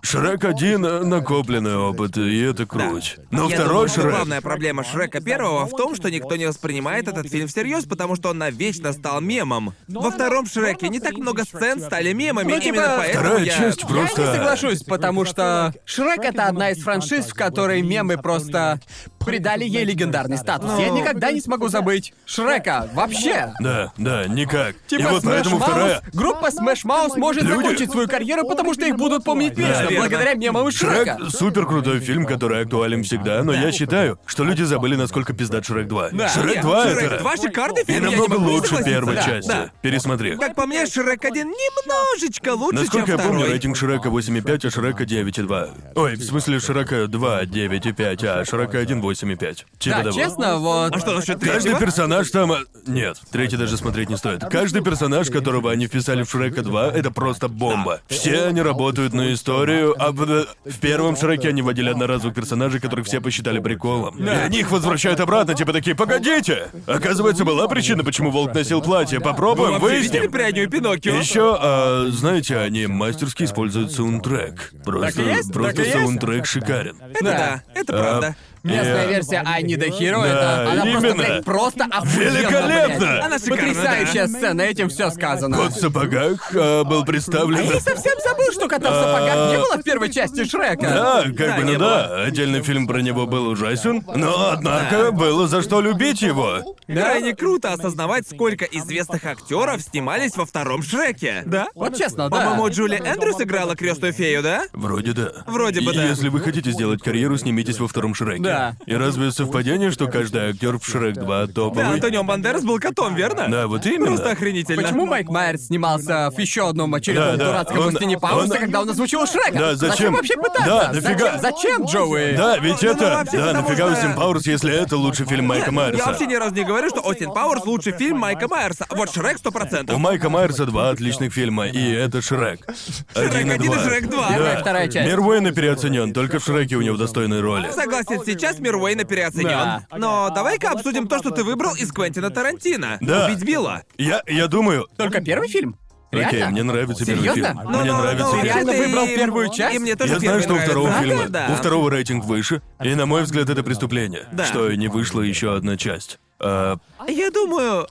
[SPEAKER 4] Шрек 1 э, накопленный опыт, и это круть. Но
[SPEAKER 2] Я
[SPEAKER 4] второй
[SPEAKER 2] думаю, что
[SPEAKER 4] Шрек...
[SPEAKER 2] Главная проблема Шрека первого в том, что никто не воспринимает этот фильм всерьез, потому что он навечно стал мемом. Во втором Шреке не так много сцен стали мемами,
[SPEAKER 3] Ну, типа,
[SPEAKER 2] именно поэтому
[SPEAKER 4] Вторая
[SPEAKER 2] я...
[SPEAKER 4] часть просто...
[SPEAKER 3] Я не соглашусь, потому что Шрек это одна из франшиз, в которой мемы просто придали ей легендарный статус. Я никогда не смогу забыть Шрека вообще.
[SPEAKER 4] Да, да, никак.
[SPEAKER 3] Типа
[SPEAKER 4] и вот
[SPEAKER 3] Smash
[SPEAKER 4] поэтому
[SPEAKER 3] Mouth-
[SPEAKER 4] вторая...
[SPEAKER 3] группа Smash Mouse может
[SPEAKER 4] Люди-
[SPEAKER 3] закончить свою карьеру, потому что их будут помнить
[SPEAKER 5] Да,
[SPEAKER 3] вечно,
[SPEAKER 2] верно.
[SPEAKER 3] благодаря мемам из Шрека.
[SPEAKER 4] Шрек супер крутой фильм, который актуален всегда, но я считаю, что люди забыли, насколько пиздат Шрек 2. Шрек
[SPEAKER 2] Нет,
[SPEAKER 4] 2
[SPEAKER 2] Шрек
[SPEAKER 4] это
[SPEAKER 2] 2 шикарный
[SPEAKER 4] и
[SPEAKER 2] фильм, я не
[SPEAKER 4] намного
[SPEAKER 2] могу не
[SPEAKER 4] лучше
[SPEAKER 2] согласиться.
[SPEAKER 4] первой
[SPEAKER 2] Да,
[SPEAKER 4] части.
[SPEAKER 2] да.
[SPEAKER 4] Пересмотри.
[SPEAKER 2] Как по мне, Шрек 1 немножечко лучше,
[SPEAKER 4] Насколько я
[SPEAKER 2] чем
[SPEAKER 4] помню,
[SPEAKER 2] второй.
[SPEAKER 4] рейтинг Шрека 8,5, а Шрека 9,2. Ой, в смысле, Шрека 2, 9,5, а Шрека 1, 8,5. Типа
[SPEAKER 3] Да,
[SPEAKER 4] того.
[SPEAKER 3] честно, вот.
[SPEAKER 2] А что насчет
[SPEAKER 4] Каждый
[SPEAKER 2] третьего?
[SPEAKER 4] персонаж там... э, Нет, третий даже смотреть не стоит. Каждый персонаж, которого они вписали в Шрека 2, это просто бомба. Все они работают на историю, а в, в первом Шреке они вводили одноразовых персонажей, которых все посчитали приколом. И они их возвращают обратно, типа такие, погодите! Оказывается, была причина, почему Волк носил платье.
[SPEAKER 2] Вы
[SPEAKER 4] Попробуем,
[SPEAKER 2] вообще видели
[SPEAKER 4] выясним.
[SPEAKER 2] пряню и Пиноккио?
[SPEAKER 4] Еще, а, знаете, они мастерски используют саундтрек. Просто,
[SPEAKER 3] Так и есть,
[SPEAKER 4] просто
[SPEAKER 3] так и есть.
[SPEAKER 4] саундтрек шикарен.
[SPEAKER 2] Это да, это правда.
[SPEAKER 3] Местная
[SPEAKER 4] Э,
[SPEAKER 3] версия I Need a Hero,
[SPEAKER 4] Да,
[SPEAKER 3] это она
[SPEAKER 4] именно.
[SPEAKER 3] просто, блядь, просто охуенно,
[SPEAKER 4] Великолепно!
[SPEAKER 3] блядь.
[SPEAKER 2] Она шикарна,
[SPEAKER 3] Потрясающая сцена, этим все сказано.
[SPEAKER 4] Кот в сапогах э, был
[SPEAKER 3] А
[SPEAKER 4] представлен.
[SPEAKER 3] я совсем забыл, что кота в сапогах не было в первой части Шрека.
[SPEAKER 4] Да, как
[SPEAKER 2] Да,
[SPEAKER 4] бы, ну
[SPEAKER 2] не
[SPEAKER 4] да, отдельный фильм про него был ужасен, но, однако, было за что любить его.
[SPEAKER 2] Крайне круто осознавать, сколько известных актеров снимались во втором Шреке. Да?
[SPEAKER 3] Вот честно, да.
[SPEAKER 2] По-моему, Джули Эндрюс играла крестную фею, да?
[SPEAKER 4] Вроде да.
[SPEAKER 2] Вроде бы
[SPEAKER 4] И
[SPEAKER 2] да.
[SPEAKER 4] Если вы хотите сделать карьеру, снимитесь во втором Шреке.
[SPEAKER 3] Да.
[SPEAKER 4] И разве совпадение, что каждый актер в Шрек 2 топовый?
[SPEAKER 2] Да, Антонио Бандерас был котом, верно?
[SPEAKER 4] Да, вот именно.
[SPEAKER 2] Просто охренительно.
[SPEAKER 3] Почему Майк Майерс снимался в еще одном очередном
[SPEAKER 4] Да, да,
[SPEAKER 3] дурацком
[SPEAKER 4] он-
[SPEAKER 3] «Пустыне Пауэрса»,
[SPEAKER 4] он-
[SPEAKER 3] когда он озвучил Шрека?
[SPEAKER 4] Да, зачем?
[SPEAKER 3] вообще пытаться?
[SPEAKER 4] Да, нафига?
[SPEAKER 3] Зачем, зачем, Джоуи?
[SPEAKER 4] Да, ведь
[SPEAKER 2] Ну, ну,
[SPEAKER 4] это...
[SPEAKER 2] вообще,
[SPEAKER 4] Да,
[SPEAKER 2] потому
[SPEAKER 4] нафига
[SPEAKER 2] что-
[SPEAKER 4] Остин Пауэрс, если это лучший фильм Майка
[SPEAKER 2] Я
[SPEAKER 4] Майерса?
[SPEAKER 2] вообще ни разу не говорю, что Остин Пауэрс лучший фильм Майка Майерса. Вот Шрек сто
[SPEAKER 4] У
[SPEAKER 2] процентов.
[SPEAKER 4] Майка Майерса два отличных фильма, и это Шрек. Один и
[SPEAKER 2] один и
[SPEAKER 4] два.
[SPEAKER 2] Шрек два.
[SPEAKER 4] Да.
[SPEAKER 3] Первая и вторая часть.
[SPEAKER 4] Мир Уэйна переоценен, только в Шреке у него достойные роли.
[SPEAKER 2] Согласен, сейчас мир Уэйна переоценен.
[SPEAKER 3] Да.
[SPEAKER 2] Но давай-ка обсудим то, что ты выбрал из Квентина Тарантино.
[SPEAKER 4] Да.
[SPEAKER 2] Убить Билла.
[SPEAKER 4] Я, я думаю...
[SPEAKER 3] Только первый фильм?
[SPEAKER 4] Окей,
[SPEAKER 3] Реально?
[SPEAKER 4] мне нравится первый
[SPEAKER 3] Серьёзно?
[SPEAKER 4] фильм.
[SPEAKER 3] Ну,
[SPEAKER 4] Мне нравится
[SPEAKER 3] ну,
[SPEAKER 4] первый.
[SPEAKER 3] реально
[SPEAKER 2] это и-
[SPEAKER 3] выбрал первую часть?
[SPEAKER 2] И мне тоже
[SPEAKER 4] Я знаю,
[SPEAKER 2] первый
[SPEAKER 4] что у второго
[SPEAKER 2] нравится.
[SPEAKER 4] фильма,
[SPEAKER 2] Да,
[SPEAKER 4] у
[SPEAKER 2] да.
[SPEAKER 4] второго рейтинг выше, и на мой взгляд это преступление,
[SPEAKER 2] Да.
[SPEAKER 4] что не вышла еще одна часть. А,
[SPEAKER 2] Я думаю...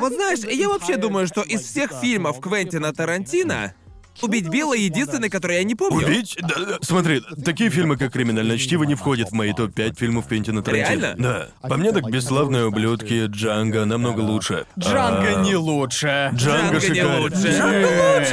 [SPEAKER 2] Вот знаешь, я вообще думаю, что из всех фильмов Квентина Тарантино «Убить Билла» единственный, который я не помню.
[SPEAKER 4] убить? Да, да. Смотри, такие фильмы, как «Криминальное чтиво» не входят в мои топ-5 фильмов Квентина Тарантино.
[SPEAKER 2] Реально?
[SPEAKER 4] Да. По мне так «Бесславные ублюдки», «Джанго» намного лучше.
[SPEAKER 3] Джанго
[SPEAKER 4] А,
[SPEAKER 3] не лучше.
[SPEAKER 4] Джанго
[SPEAKER 2] Джанго не
[SPEAKER 4] шикарен.
[SPEAKER 2] лучше.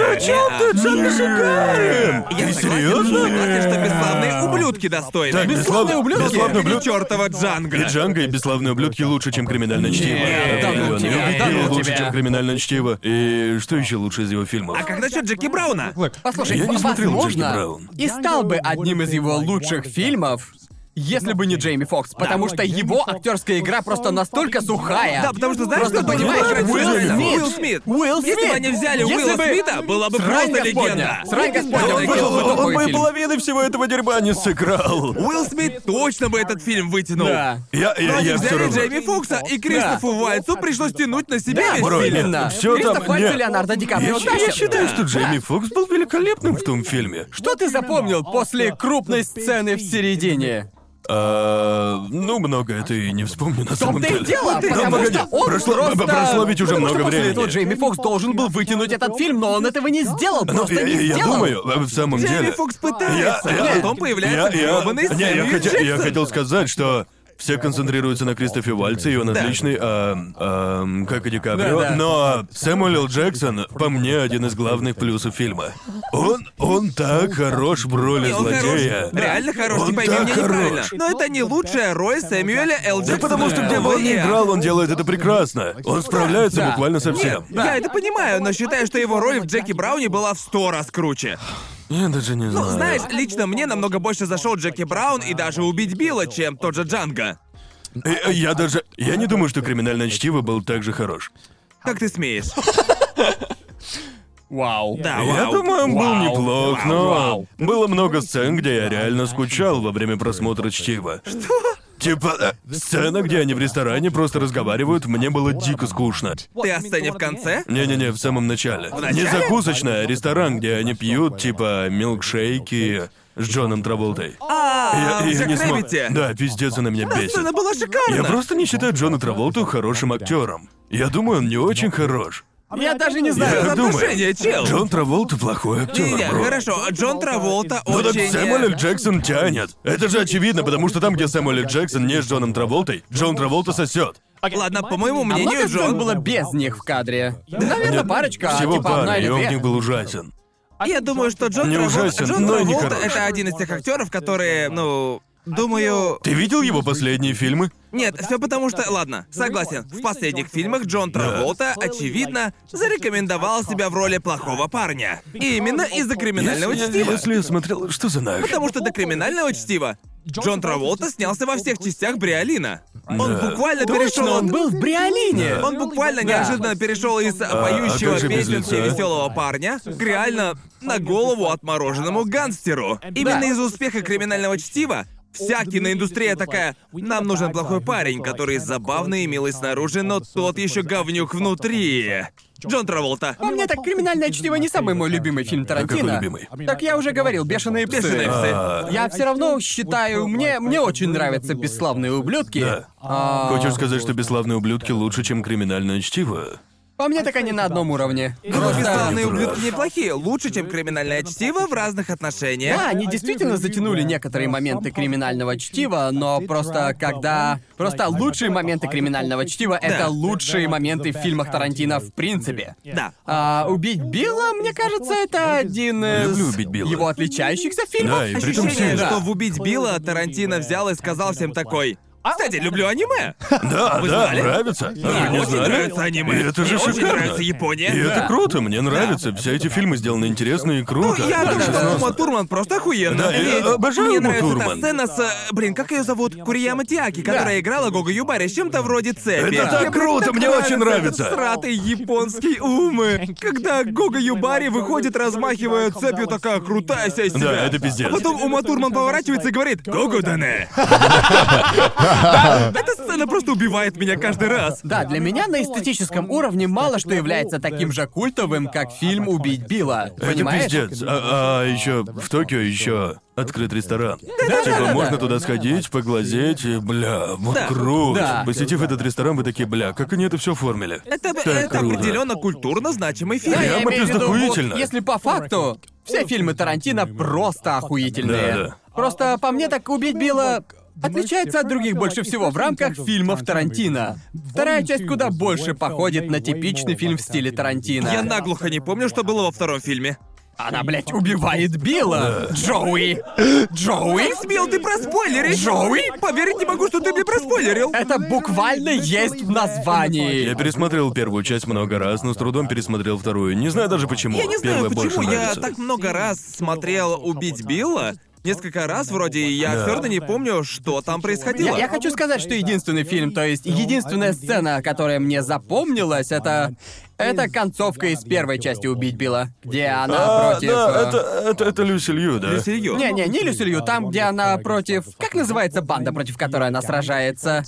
[SPEAKER 4] лучше,
[SPEAKER 2] чем
[SPEAKER 3] Ну,
[SPEAKER 2] ты? Джанго
[SPEAKER 4] шикарен!
[SPEAKER 2] Я
[SPEAKER 4] Ты
[SPEAKER 2] согласен,
[SPEAKER 4] серьезно?
[SPEAKER 2] согласен, что бесславные ублюдки достойны.
[SPEAKER 4] Э, Так,
[SPEAKER 3] «Бесславные ублюдки»?
[SPEAKER 4] «Бесславные
[SPEAKER 2] Или
[SPEAKER 4] ублюдки».
[SPEAKER 2] чёртова Джанго.
[SPEAKER 4] И Джанго, и бесславные ублюдки лучше, чем криминальное чтиво.
[SPEAKER 3] Не, да ну
[SPEAKER 4] Определённо.
[SPEAKER 3] тебя,
[SPEAKER 4] И
[SPEAKER 3] да
[SPEAKER 4] «Убить Билла»
[SPEAKER 3] ну
[SPEAKER 4] лучше,
[SPEAKER 3] тебя.
[SPEAKER 4] чем криминальное чтиво. И что еще лучше из его фильмов?
[SPEAKER 2] А как насчет Джеки Брауна?
[SPEAKER 3] Послушай,
[SPEAKER 4] Я не смотрел
[SPEAKER 3] возможно,
[SPEAKER 4] Джеки Браун.
[SPEAKER 3] и стал бы одним из его лучших фильмов, если бы не Джейми Фокс, потому что его актерская игра просто настолько сухая.
[SPEAKER 2] Да, потому что знаешь,
[SPEAKER 3] Просто
[SPEAKER 2] кто
[SPEAKER 3] понимаешь,
[SPEAKER 2] понимает
[SPEAKER 3] Уилл Смит.
[SPEAKER 2] Уилл Смит.
[SPEAKER 3] Уилл
[SPEAKER 2] Если бы
[SPEAKER 3] Смит.
[SPEAKER 2] они взяли
[SPEAKER 3] Если
[SPEAKER 2] Уилла
[SPEAKER 3] бы-
[SPEAKER 2] Смита, была бы
[SPEAKER 3] Срань
[SPEAKER 2] просто
[SPEAKER 3] господня.
[SPEAKER 2] легенда.
[SPEAKER 3] Срань господня,
[SPEAKER 2] Он
[SPEAKER 4] Он,
[SPEAKER 3] Джанго
[SPEAKER 2] был-
[SPEAKER 3] был
[SPEAKER 4] он
[SPEAKER 3] такой
[SPEAKER 4] бы и
[SPEAKER 3] фильм.
[SPEAKER 4] половины всего этого дерьма не сыграл.
[SPEAKER 2] Уилл Смит точно бы этот фильм вытянул.
[SPEAKER 3] Да.
[SPEAKER 4] Я,
[SPEAKER 2] Но
[SPEAKER 4] я,
[SPEAKER 2] они
[SPEAKER 4] я все
[SPEAKER 2] взяли
[SPEAKER 4] равно.
[SPEAKER 2] Джейми Фокса, и Кристофу Уайтсу пришлось тянуть на себя
[SPEAKER 3] Да,
[SPEAKER 2] весь
[SPEAKER 4] бро,
[SPEAKER 2] фильм.
[SPEAKER 3] именно.
[SPEAKER 4] всё там-
[SPEAKER 3] Кристоф Вальц
[SPEAKER 4] нет.
[SPEAKER 3] и Леонардо Ди Каприо.
[SPEAKER 4] Я,
[SPEAKER 3] Да,
[SPEAKER 4] я
[SPEAKER 3] щас-
[SPEAKER 4] считаю,
[SPEAKER 3] да.
[SPEAKER 4] что Джейми Фокс был великолепным в том фильме.
[SPEAKER 3] Что ты запомнил после крупной сцены в середине?
[SPEAKER 4] А, ну, много это и не вспомню
[SPEAKER 3] В
[SPEAKER 4] на самом
[SPEAKER 3] том-то
[SPEAKER 4] деле.
[SPEAKER 3] и дело,
[SPEAKER 4] Да,
[SPEAKER 3] потому
[SPEAKER 4] погоди,
[SPEAKER 3] что он
[SPEAKER 4] прошло,
[SPEAKER 3] просто...
[SPEAKER 4] прошло ведь уже
[SPEAKER 3] потому
[SPEAKER 4] много
[SPEAKER 3] что после
[SPEAKER 4] времени.
[SPEAKER 3] этого Джейми Фокс должен был вытянуть этот фильм, но он этого не сделал,
[SPEAKER 4] Ну,
[SPEAKER 3] просто
[SPEAKER 4] я,
[SPEAKER 3] не
[SPEAKER 4] я
[SPEAKER 3] сделал.
[SPEAKER 4] думаю, э, в самом
[SPEAKER 2] Джейми
[SPEAKER 4] деле.
[SPEAKER 2] Фокс пытается,
[SPEAKER 4] Я- я-
[SPEAKER 2] а потом появляется
[SPEAKER 4] я, я,
[SPEAKER 2] грёбаный
[SPEAKER 4] не, я,
[SPEAKER 2] Сэмюэл
[SPEAKER 4] хотя- я
[SPEAKER 2] Джексон.
[SPEAKER 4] хотел сказать, что Все концентрируются на Кристофе Вальце, и он
[SPEAKER 2] Да.
[SPEAKER 4] отличный, а, а, как и Ди Каприо.
[SPEAKER 3] Да, да.
[SPEAKER 4] Но Сэмюэл Л. Джексон, по мне, один из главных плюсов фильма. Он, он так хорош в роли
[SPEAKER 2] И он хорош.
[SPEAKER 4] злодея.
[SPEAKER 2] Реально хорош,
[SPEAKER 4] Он
[SPEAKER 2] не пойми
[SPEAKER 4] так
[SPEAKER 2] меня неправильно.
[SPEAKER 4] хорош.
[SPEAKER 2] Но это не лучшая роль Сэмюэля Л.
[SPEAKER 4] Да
[SPEAKER 2] Джексона.
[SPEAKER 4] потому что где бы он ни
[SPEAKER 2] Нет.
[SPEAKER 4] играл, он делает это прекрасно. Он справляется
[SPEAKER 3] Да.
[SPEAKER 4] буквально со всем.
[SPEAKER 2] Нет, я это понимаю, но считаю, что его роль в Джеки Брауне была в сто раз круче.
[SPEAKER 4] Я даже не знаю.
[SPEAKER 2] Ну, знаешь, лично мне намного больше зашел Джеки Браун и даже убить Билла, чем тот же Джанго.
[SPEAKER 4] Я, э,
[SPEAKER 2] а,
[SPEAKER 4] я даже... Я не думаю, что «Криминальное чтиво» был так же хорош.
[SPEAKER 2] Как ты смеешь?
[SPEAKER 3] Вау.
[SPEAKER 2] Да,
[SPEAKER 4] А Я
[SPEAKER 2] вау.
[SPEAKER 4] думаю, он был
[SPEAKER 3] Вау.
[SPEAKER 4] неплох,
[SPEAKER 3] Вау,
[SPEAKER 4] но...
[SPEAKER 3] вау.
[SPEAKER 4] Было много сцен, где я реально скучал во время просмотра чтива. Что? Типа, э, сцена, где они в ресторане просто разговаривают, мне было дико скучно.
[SPEAKER 2] Ты о сцене в конце?
[SPEAKER 4] Не-не-не, в самом начале. Не
[SPEAKER 2] начале?
[SPEAKER 4] закусочная, а ресторан, где они пьют, типа, милкшейки с Джоном Траволтой.
[SPEAKER 2] А,
[SPEAKER 4] Я-
[SPEAKER 2] в
[SPEAKER 4] я
[SPEAKER 2] Джек
[SPEAKER 4] не смог-
[SPEAKER 2] Рэббите.
[SPEAKER 4] Да, пиздец, она меня бесит.
[SPEAKER 2] Сцена была шикарна.
[SPEAKER 4] Я просто не считаю Джона Траволту хорошим актером. Я думаю, он не очень хорош.
[SPEAKER 3] Я даже не
[SPEAKER 4] Я
[SPEAKER 3] знаю.
[SPEAKER 4] так думаю.
[SPEAKER 2] отношение, чел.
[SPEAKER 4] Джон Траволта плохой актер,
[SPEAKER 2] Не-не,
[SPEAKER 4] бро.
[SPEAKER 2] хорошо, а Джон Траволта
[SPEAKER 4] Ну так
[SPEAKER 2] очень... э,
[SPEAKER 4] Сэмюэл Л. Джексон тянет. Это же очевидно, потому что там, где Сэмюэл Л. Джексон не с Джоном Траволтой, Джон Траволта сосет.
[SPEAKER 2] Ладно, по моему
[SPEAKER 3] А
[SPEAKER 2] мнению,
[SPEAKER 3] много сцен
[SPEAKER 2] Джон...
[SPEAKER 3] было без них в кадре. Наверное, парочка,
[SPEAKER 4] Всего
[SPEAKER 3] типа одна
[SPEAKER 4] пара,
[SPEAKER 3] или
[SPEAKER 4] и он в
[SPEAKER 3] две.
[SPEAKER 4] них был ужасен.
[SPEAKER 2] Я думаю, что Джон
[SPEAKER 4] Не
[SPEAKER 2] Траволта...
[SPEAKER 4] ужасен,
[SPEAKER 2] Джон
[SPEAKER 4] но и не
[SPEAKER 2] Траволта —
[SPEAKER 4] хорош.
[SPEAKER 2] это один из тех актеров, которые, ну... Думаю...
[SPEAKER 4] Ты видел его последние фильмы?
[SPEAKER 2] Нет, все потому что... Ладно, согласен. В последних фильмах Джон Траволта, очевидно, зарекомендовал себя в роли плохого парня. И именно из-за криминального
[SPEAKER 4] Если-
[SPEAKER 2] чтива.
[SPEAKER 4] Если я смотрел, что за нах?
[SPEAKER 2] Потому что до криминального чтива Джон Траволта снялся во всех частях Бриолина. Он
[SPEAKER 4] Да.
[SPEAKER 2] буквально перешел...
[SPEAKER 3] Точно, он был в Бриолине.
[SPEAKER 2] Он буквально
[SPEAKER 3] Да.
[SPEAKER 2] неожиданно перешел из э,
[SPEAKER 6] А,
[SPEAKER 2] поющего
[SPEAKER 4] Э, а как же без
[SPEAKER 2] песенки
[SPEAKER 4] лица?
[SPEAKER 2] веселого парня к реально на голову отмороженному гангстеру. Именно из-за успеха криминального чтива вся киноиндустрия такая «Нам нужен плохой парень, который забавный и милый снаружи, но тот еще говнюк внутри». Джон Траволта.
[SPEAKER 3] По мне, так «Криминальное чтиво» не самый мой любимый фильм
[SPEAKER 4] А Какой
[SPEAKER 3] Тарантино.
[SPEAKER 4] любимый?
[SPEAKER 3] Так я уже говорил, «Бешеные псы».
[SPEAKER 2] Бешеные псы.
[SPEAKER 4] А.
[SPEAKER 3] Я все равно считаю, мне, мне очень нравятся бесславные ублюдки.
[SPEAKER 4] Да.
[SPEAKER 3] А,
[SPEAKER 4] Хочешь сказать, что «Бесславные ублюдки» лучше, чем «Криминальное чтиво»?
[SPEAKER 3] По мне, а так они на одном уровне. Просто-
[SPEAKER 2] Бесславные
[SPEAKER 4] Трэш.
[SPEAKER 2] ублюдки неплохие, лучше, чем криминальное чтиво в разных отношениях.
[SPEAKER 3] Да, они действительно затянули некоторые моменты криминального чтива, но просто когда... Просто лучшие моменты криминального чтива — это лучшие моменты в фильмах Тарантино в принципе.
[SPEAKER 2] Да.
[SPEAKER 3] А «Убить Билла», мне кажется, это один из
[SPEAKER 4] Люблю «Убить Билла».
[SPEAKER 3] его отличающихся фильмов.
[SPEAKER 4] Да, и при том
[SPEAKER 2] Ощущение,
[SPEAKER 4] сильно.
[SPEAKER 2] что в «Убить Билла» Тарантино взял и сказал всем такой «Кстати, люблю аниме».
[SPEAKER 4] Да,
[SPEAKER 2] Вы
[SPEAKER 4] да,
[SPEAKER 2] знали?
[SPEAKER 4] нравится. Вы не
[SPEAKER 2] очень
[SPEAKER 4] знали?
[SPEAKER 2] нравится аниме.
[SPEAKER 4] И это же
[SPEAKER 2] Мне очень
[SPEAKER 4] шикарно.
[SPEAKER 2] нравится Япония.
[SPEAKER 4] И это
[SPEAKER 2] Да.
[SPEAKER 4] круто, мне нравится. Все эти фильмы сделаны интересно и
[SPEAKER 2] Ну,
[SPEAKER 4] круто.
[SPEAKER 2] я думаю,
[SPEAKER 4] Даже
[SPEAKER 2] что
[SPEAKER 4] сносно.
[SPEAKER 2] Ума Турман просто охуенно.
[SPEAKER 4] Да, я обожаю
[SPEAKER 2] Мне
[SPEAKER 4] Уму
[SPEAKER 2] нравится
[SPEAKER 4] Турман.
[SPEAKER 2] та сцена с... э, Блин, как ее зовут? Курияма Тиаки, которая играла Гога Юбари с чем-то вроде цепи.
[SPEAKER 4] Это так
[SPEAKER 2] Мне
[SPEAKER 4] круто,
[SPEAKER 2] так
[SPEAKER 4] мне очень нравится.
[SPEAKER 2] этот Сратый японский умы. Когда Гога Юбари выходит, размахивая цепью, такая крутая вся из себя.
[SPEAKER 4] Да, это пиздец.
[SPEAKER 2] А потом Ума Турман поворачивается и говорит «Гого Дане». Эта сцена просто убивает меня каждый раз.
[SPEAKER 3] Да, для меня на эстетическом уровне мало что является таким же культовым, как фильм «Убить Билла».
[SPEAKER 4] Это
[SPEAKER 3] Понимаешь?
[SPEAKER 4] пиздец. А, еще в Токио еще открыт ресторан. типа
[SPEAKER 3] да, да,
[SPEAKER 4] можно
[SPEAKER 3] да.
[SPEAKER 4] туда сходить, поглазеть, и бля, вот
[SPEAKER 2] Да.
[SPEAKER 4] круто.
[SPEAKER 3] Да.
[SPEAKER 4] Посетив этот ресторан, вы такие, бля, как они это все оформили?
[SPEAKER 2] Это,
[SPEAKER 4] Так
[SPEAKER 2] это
[SPEAKER 4] круто.
[SPEAKER 2] определенно культурно значимый фильм.
[SPEAKER 3] Да, я
[SPEAKER 4] Прямо
[SPEAKER 3] имею в виду,
[SPEAKER 4] пиздохуительно.
[SPEAKER 3] вот если по факту, все фильмы Тарантино просто охуительные.
[SPEAKER 4] Да, да.
[SPEAKER 3] Просто по мне так «Убить Билла» отличается от других больше всего в рамках фильмов Тарантино. Вторая часть куда больше походит на типичный фильм в стиле Тарантино.
[SPEAKER 2] Я наглухо не помню, что было во втором фильме.
[SPEAKER 3] Она, блядь, убивает Билла! Джоуи! Джоуи?
[SPEAKER 2] Смел ты проспойлерить!
[SPEAKER 3] Джоуи?
[SPEAKER 2] Поверить не могу, что ты мне проспойлерил!
[SPEAKER 3] Это буквально есть в
[SPEAKER 4] Я
[SPEAKER 3] названии.
[SPEAKER 4] пересмотрел первую часть много раз, но с трудом пересмотрел вторую. Не знаю даже почему.
[SPEAKER 2] Я не знаю,
[SPEAKER 4] Первая
[SPEAKER 2] почему
[SPEAKER 4] больше
[SPEAKER 2] я
[SPEAKER 4] нравится.
[SPEAKER 2] так много раз смотрел «Убить Билла», Несколько раз вроде и я
[SPEAKER 4] Да.
[SPEAKER 2] твердо не помню, что там
[SPEAKER 3] Я,
[SPEAKER 2] происходило.
[SPEAKER 3] я хочу сказать, что единственный фильм, то есть единственная сцена, которая мне запомнилась, это... Это концовка из первой части «Убить Билла», где она
[SPEAKER 4] А,
[SPEAKER 3] против...
[SPEAKER 4] да,
[SPEAKER 3] э,
[SPEAKER 4] это, это, это Люси Лью, да?
[SPEAKER 2] Серьёзно.
[SPEAKER 3] Не-не, не Люсилью, там, где она против... Как называется банда, против которой она сражается?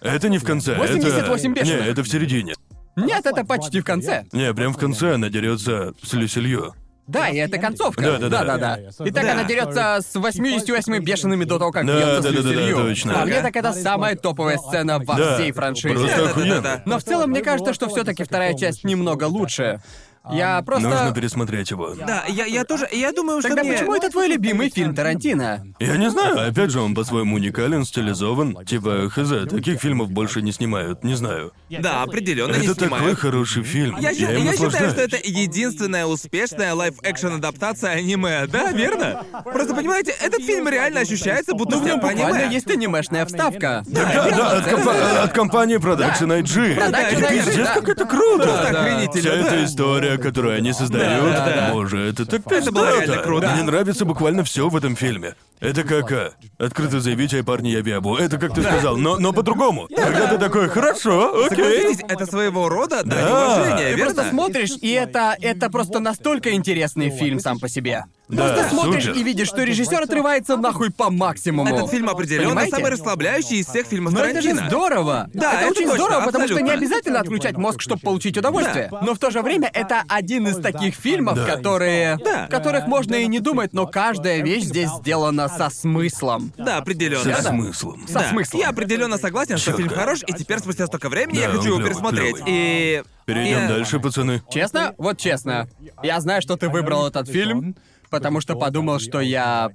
[SPEAKER 4] Это не в конце.
[SPEAKER 3] 88
[SPEAKER 4] это... Не,
[SPEAKER 3] бешеных.
[SPEAKER 4] это в середине.
[SPEAKER 3] Нет, это почти в конце.
[SPEAKER 4] Не, прям в конце она дерется с Люси Лью.
[SPEAKER 3] Да, и это концовка.
[SPEAKER 4] Да-да-да.
[SPEAKER 3] да. И так
[SPEAKER 2] Да.
[SPEAKER 3] она дерется с 88 бешеными до того, как
[SPEAKER 4] Да,
[SPEAKER 3] бьется с
[SPEAKER 4] да-да-да-да,
[SPEAKER 3] Люси Лью.
[SPEAKER 4] точно.
[SPEAKER 3] А мне так это самая топовая сцена во
[SPEAKER 4] Да.
[SPEAKER 3] всей франшизе.
[SPEAKER 4] Просто
[SPEAKER 2] Да-да-да-да.
[SPEAKER 4] охуенно.
[SPEAKER 3] Но в целом, мне кажется, что все таки вторая часть немного лучше. Я просто...
[SPEAKER 4] Нужно пересмотреть его.
[SPEAKER 2] Да, я, я тоже. Я думаю, что
[SPEAKER 3] Тогда
[SPEAKER 2] мне-
[SPEAKER 3] почему это твой любимый фильм Тарантино?
[SPEAKER 4] Я не знаю, опять же, он по-своему уникален, стилизован. Типа, хз, таких фильмов больше не снимают, не знаю.
[SPEAKER 2] Да, определенно не
[SPEAKER 4] Это такой
[SPEAKER 2] снимаю.
[SPEAKER 4] хороший фильм.
[SPEAKER 2] Я,
[SPEAKER 4] Я,
[SPEAKER 2] щи-
[SPEAKER 4] им
[SPEAKER 2] я считаю,
[SPEAKER 4] наслаждаюсь.
[SPEAKER 2] что это единственная успешная лайф-экшн адаптация аниме, да, верно? Просто понимаете, этот фильм реально ощущается, будто
[SPEAKER 5] Ну, в
[SPEAKER 2] в нем
[SPEAKER 5] нем
[SPEAKER 2] аниме.
[SPEAKER 3] Буквально есть анимешная вставка.
[SPEAKER 4] Да, да, от, компа- от компании Production IG.
[SPEAKER 3] Production
[SPEAKER 4] И
[SPEAKER 3] IG,
[SPEAKER 4] Пиздец,
[SPEAKER 3] да.
[SPEAKER 4] как это круто!
[SPEAKER 2] Просто
[SPEAKER 3] Да.
[SPEAKER 2] охренительно,
[SPEAKER 4] Вся
[SPEAKER 2] да.
[SPEAKER 4] эта история, которую они создают,
[SPEAKER 2] Да, да, да.
[SPEAKER 4] боже, это так
[SPEAKER 2] Это было
[SPEAKER 4] пиздато.
[SPEAKER 2] реально круто.
[SPEAKER 4] Мне нравится буквально все в этом фильме. Это как а, открыто заявить, ай, парни, я биабу. Это как ты сказал, но, но по-другому. Когда ты такой, хорошо, окей.
[SPEAKER 2] Согласитесь, это своего рода дань
[SPEAKER 4] Да.
[SPEAKER 2] уважения,
[SPEAKER 4] Ты
[SPEAKER 3] Ты
[SPEAKER 2] верно?
[SPEAKER 3] просто смотришь, и это, это просто настолько интересный фильм сам по себе. Просто смотришь
[SPEAKER 4] супер.
[SPEAKER 3] и видишь, что режиссер отрывается нахуй по максимуму.
[SPEAKER 2] Этот фильм определенно
[SPEAKER 3] Понимаете?
[SPEAKER 2] самый расслабляющий из всех фильмов
[SPEAKER 4] Ну,
[SPEAKER 3] Но это
[SPEAKER 2] Тарантино.
[SPEAKER 3] же здорово!
[SPEAKER 2] Да,
[SPEAKER 3] это,
[SPEAKER 2] это
[SPEAKER 3] очень
[SPEAKER 2] точно,
[SPEAKER 3] здорово, потому что не
[SPEAKER 2] абсолютно.
[SPEAKER 3] обязательно отключать мозг, чтобы получить удовольствие.
[SPEAKER 5] Да.
[SPEAKER 3] Но в то же время это один из таких фильмов,
[SPEAKER 5] Да.
[SPEAKER 3] которые.
[SPEAKER 5] Да.
[SPEAKER 3] в которых можно и не думать, но каждая вещь здесь сделана со смыслом.
[SPEAKER 2] Да, определенно.
[SPEAKER 4] Со
[SPEAKER 2] Да.
[SPEAKER 4] смыслом.
[SPEAKER 3] Со смыслом.
[SPEAKER 2] Я определенно согласен, что фильм
[SPEAKER 4] Чётко.
[SPEAKER 2] хорош, и теперь спустя столько времени я
[SPEAKER 4] Да,
[SPEAKER 2] хочу
[SPEAKER 4] он
[SPEAKER 2] его
[SPEAKER 4] клёвый,
[SPEAKER 2] пересмотреть.
[SPEAKER 4] клёвый.
[SPEAKER 2] И.
[SPEAKER 4] Перейдем
[SPEAKER 2] и-
[SPEAKER 4] дальше, пацаны.
[SPEAKER 3] Честно? Вот честно. Я знаю, что ты выбрал этот фильм, потому что подумал, что я.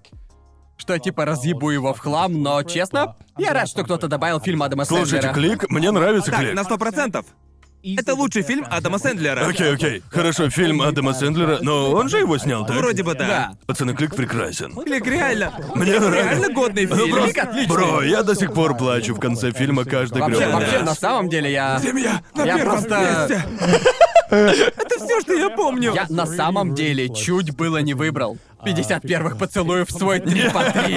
[SPEAKER 3] Что типа разъебу его в хлам, но честно, я рад, что кто-то добавил фильм Адама
[SPEAKER 4] Слушайте,
[SPEAKER 3] Сэндлера.
[SPEAKER 4] клик, мне нравится
[SPEAKER 2] Так,
[SPEAKER 4] клик.
[SPEAKER 2] на сто процентов. Это лучший фильм Адама Сэндлера.
[SPEAKER 4] Окей, окей. Хорошо, фильм Адама Сэндлера, но он же его снял, так?
[SPEAKER 2] Вроде бы да.
[SPEAKER 4] Пацаны, клик прекрасен.
[SPEAKER 2] Клик реально.
[SPEAKER 4] Мне
[SPEAKER 2] Реально
[SPEAKER 4] нравится.
[SPEAKER 2] годный
[SPEAKER 4] Ну
[SPEAKER 2] фильм.
[SPEAKER 4] просто- Бро, я до сих пор плачу в конце фильма каждый
[SPEAKER 3] Вообще,
[SPEAKER 4] грёбаный
[SPEAKER 3] вообще,
[SPEAKER 4] раз.
[SPEAKER 3] на самом деле я.
[SPEAKER 2] Семья на
[SPEAKER 3] Я
[SPEAKER 2] первом
[SPEAKER 3] просто-
[SPEAKER 2] месте. Это все, что я помню.
[SPEAKER 3] Я на самом деле чуть было не выбрал 51-х поцелуев в свой три по три.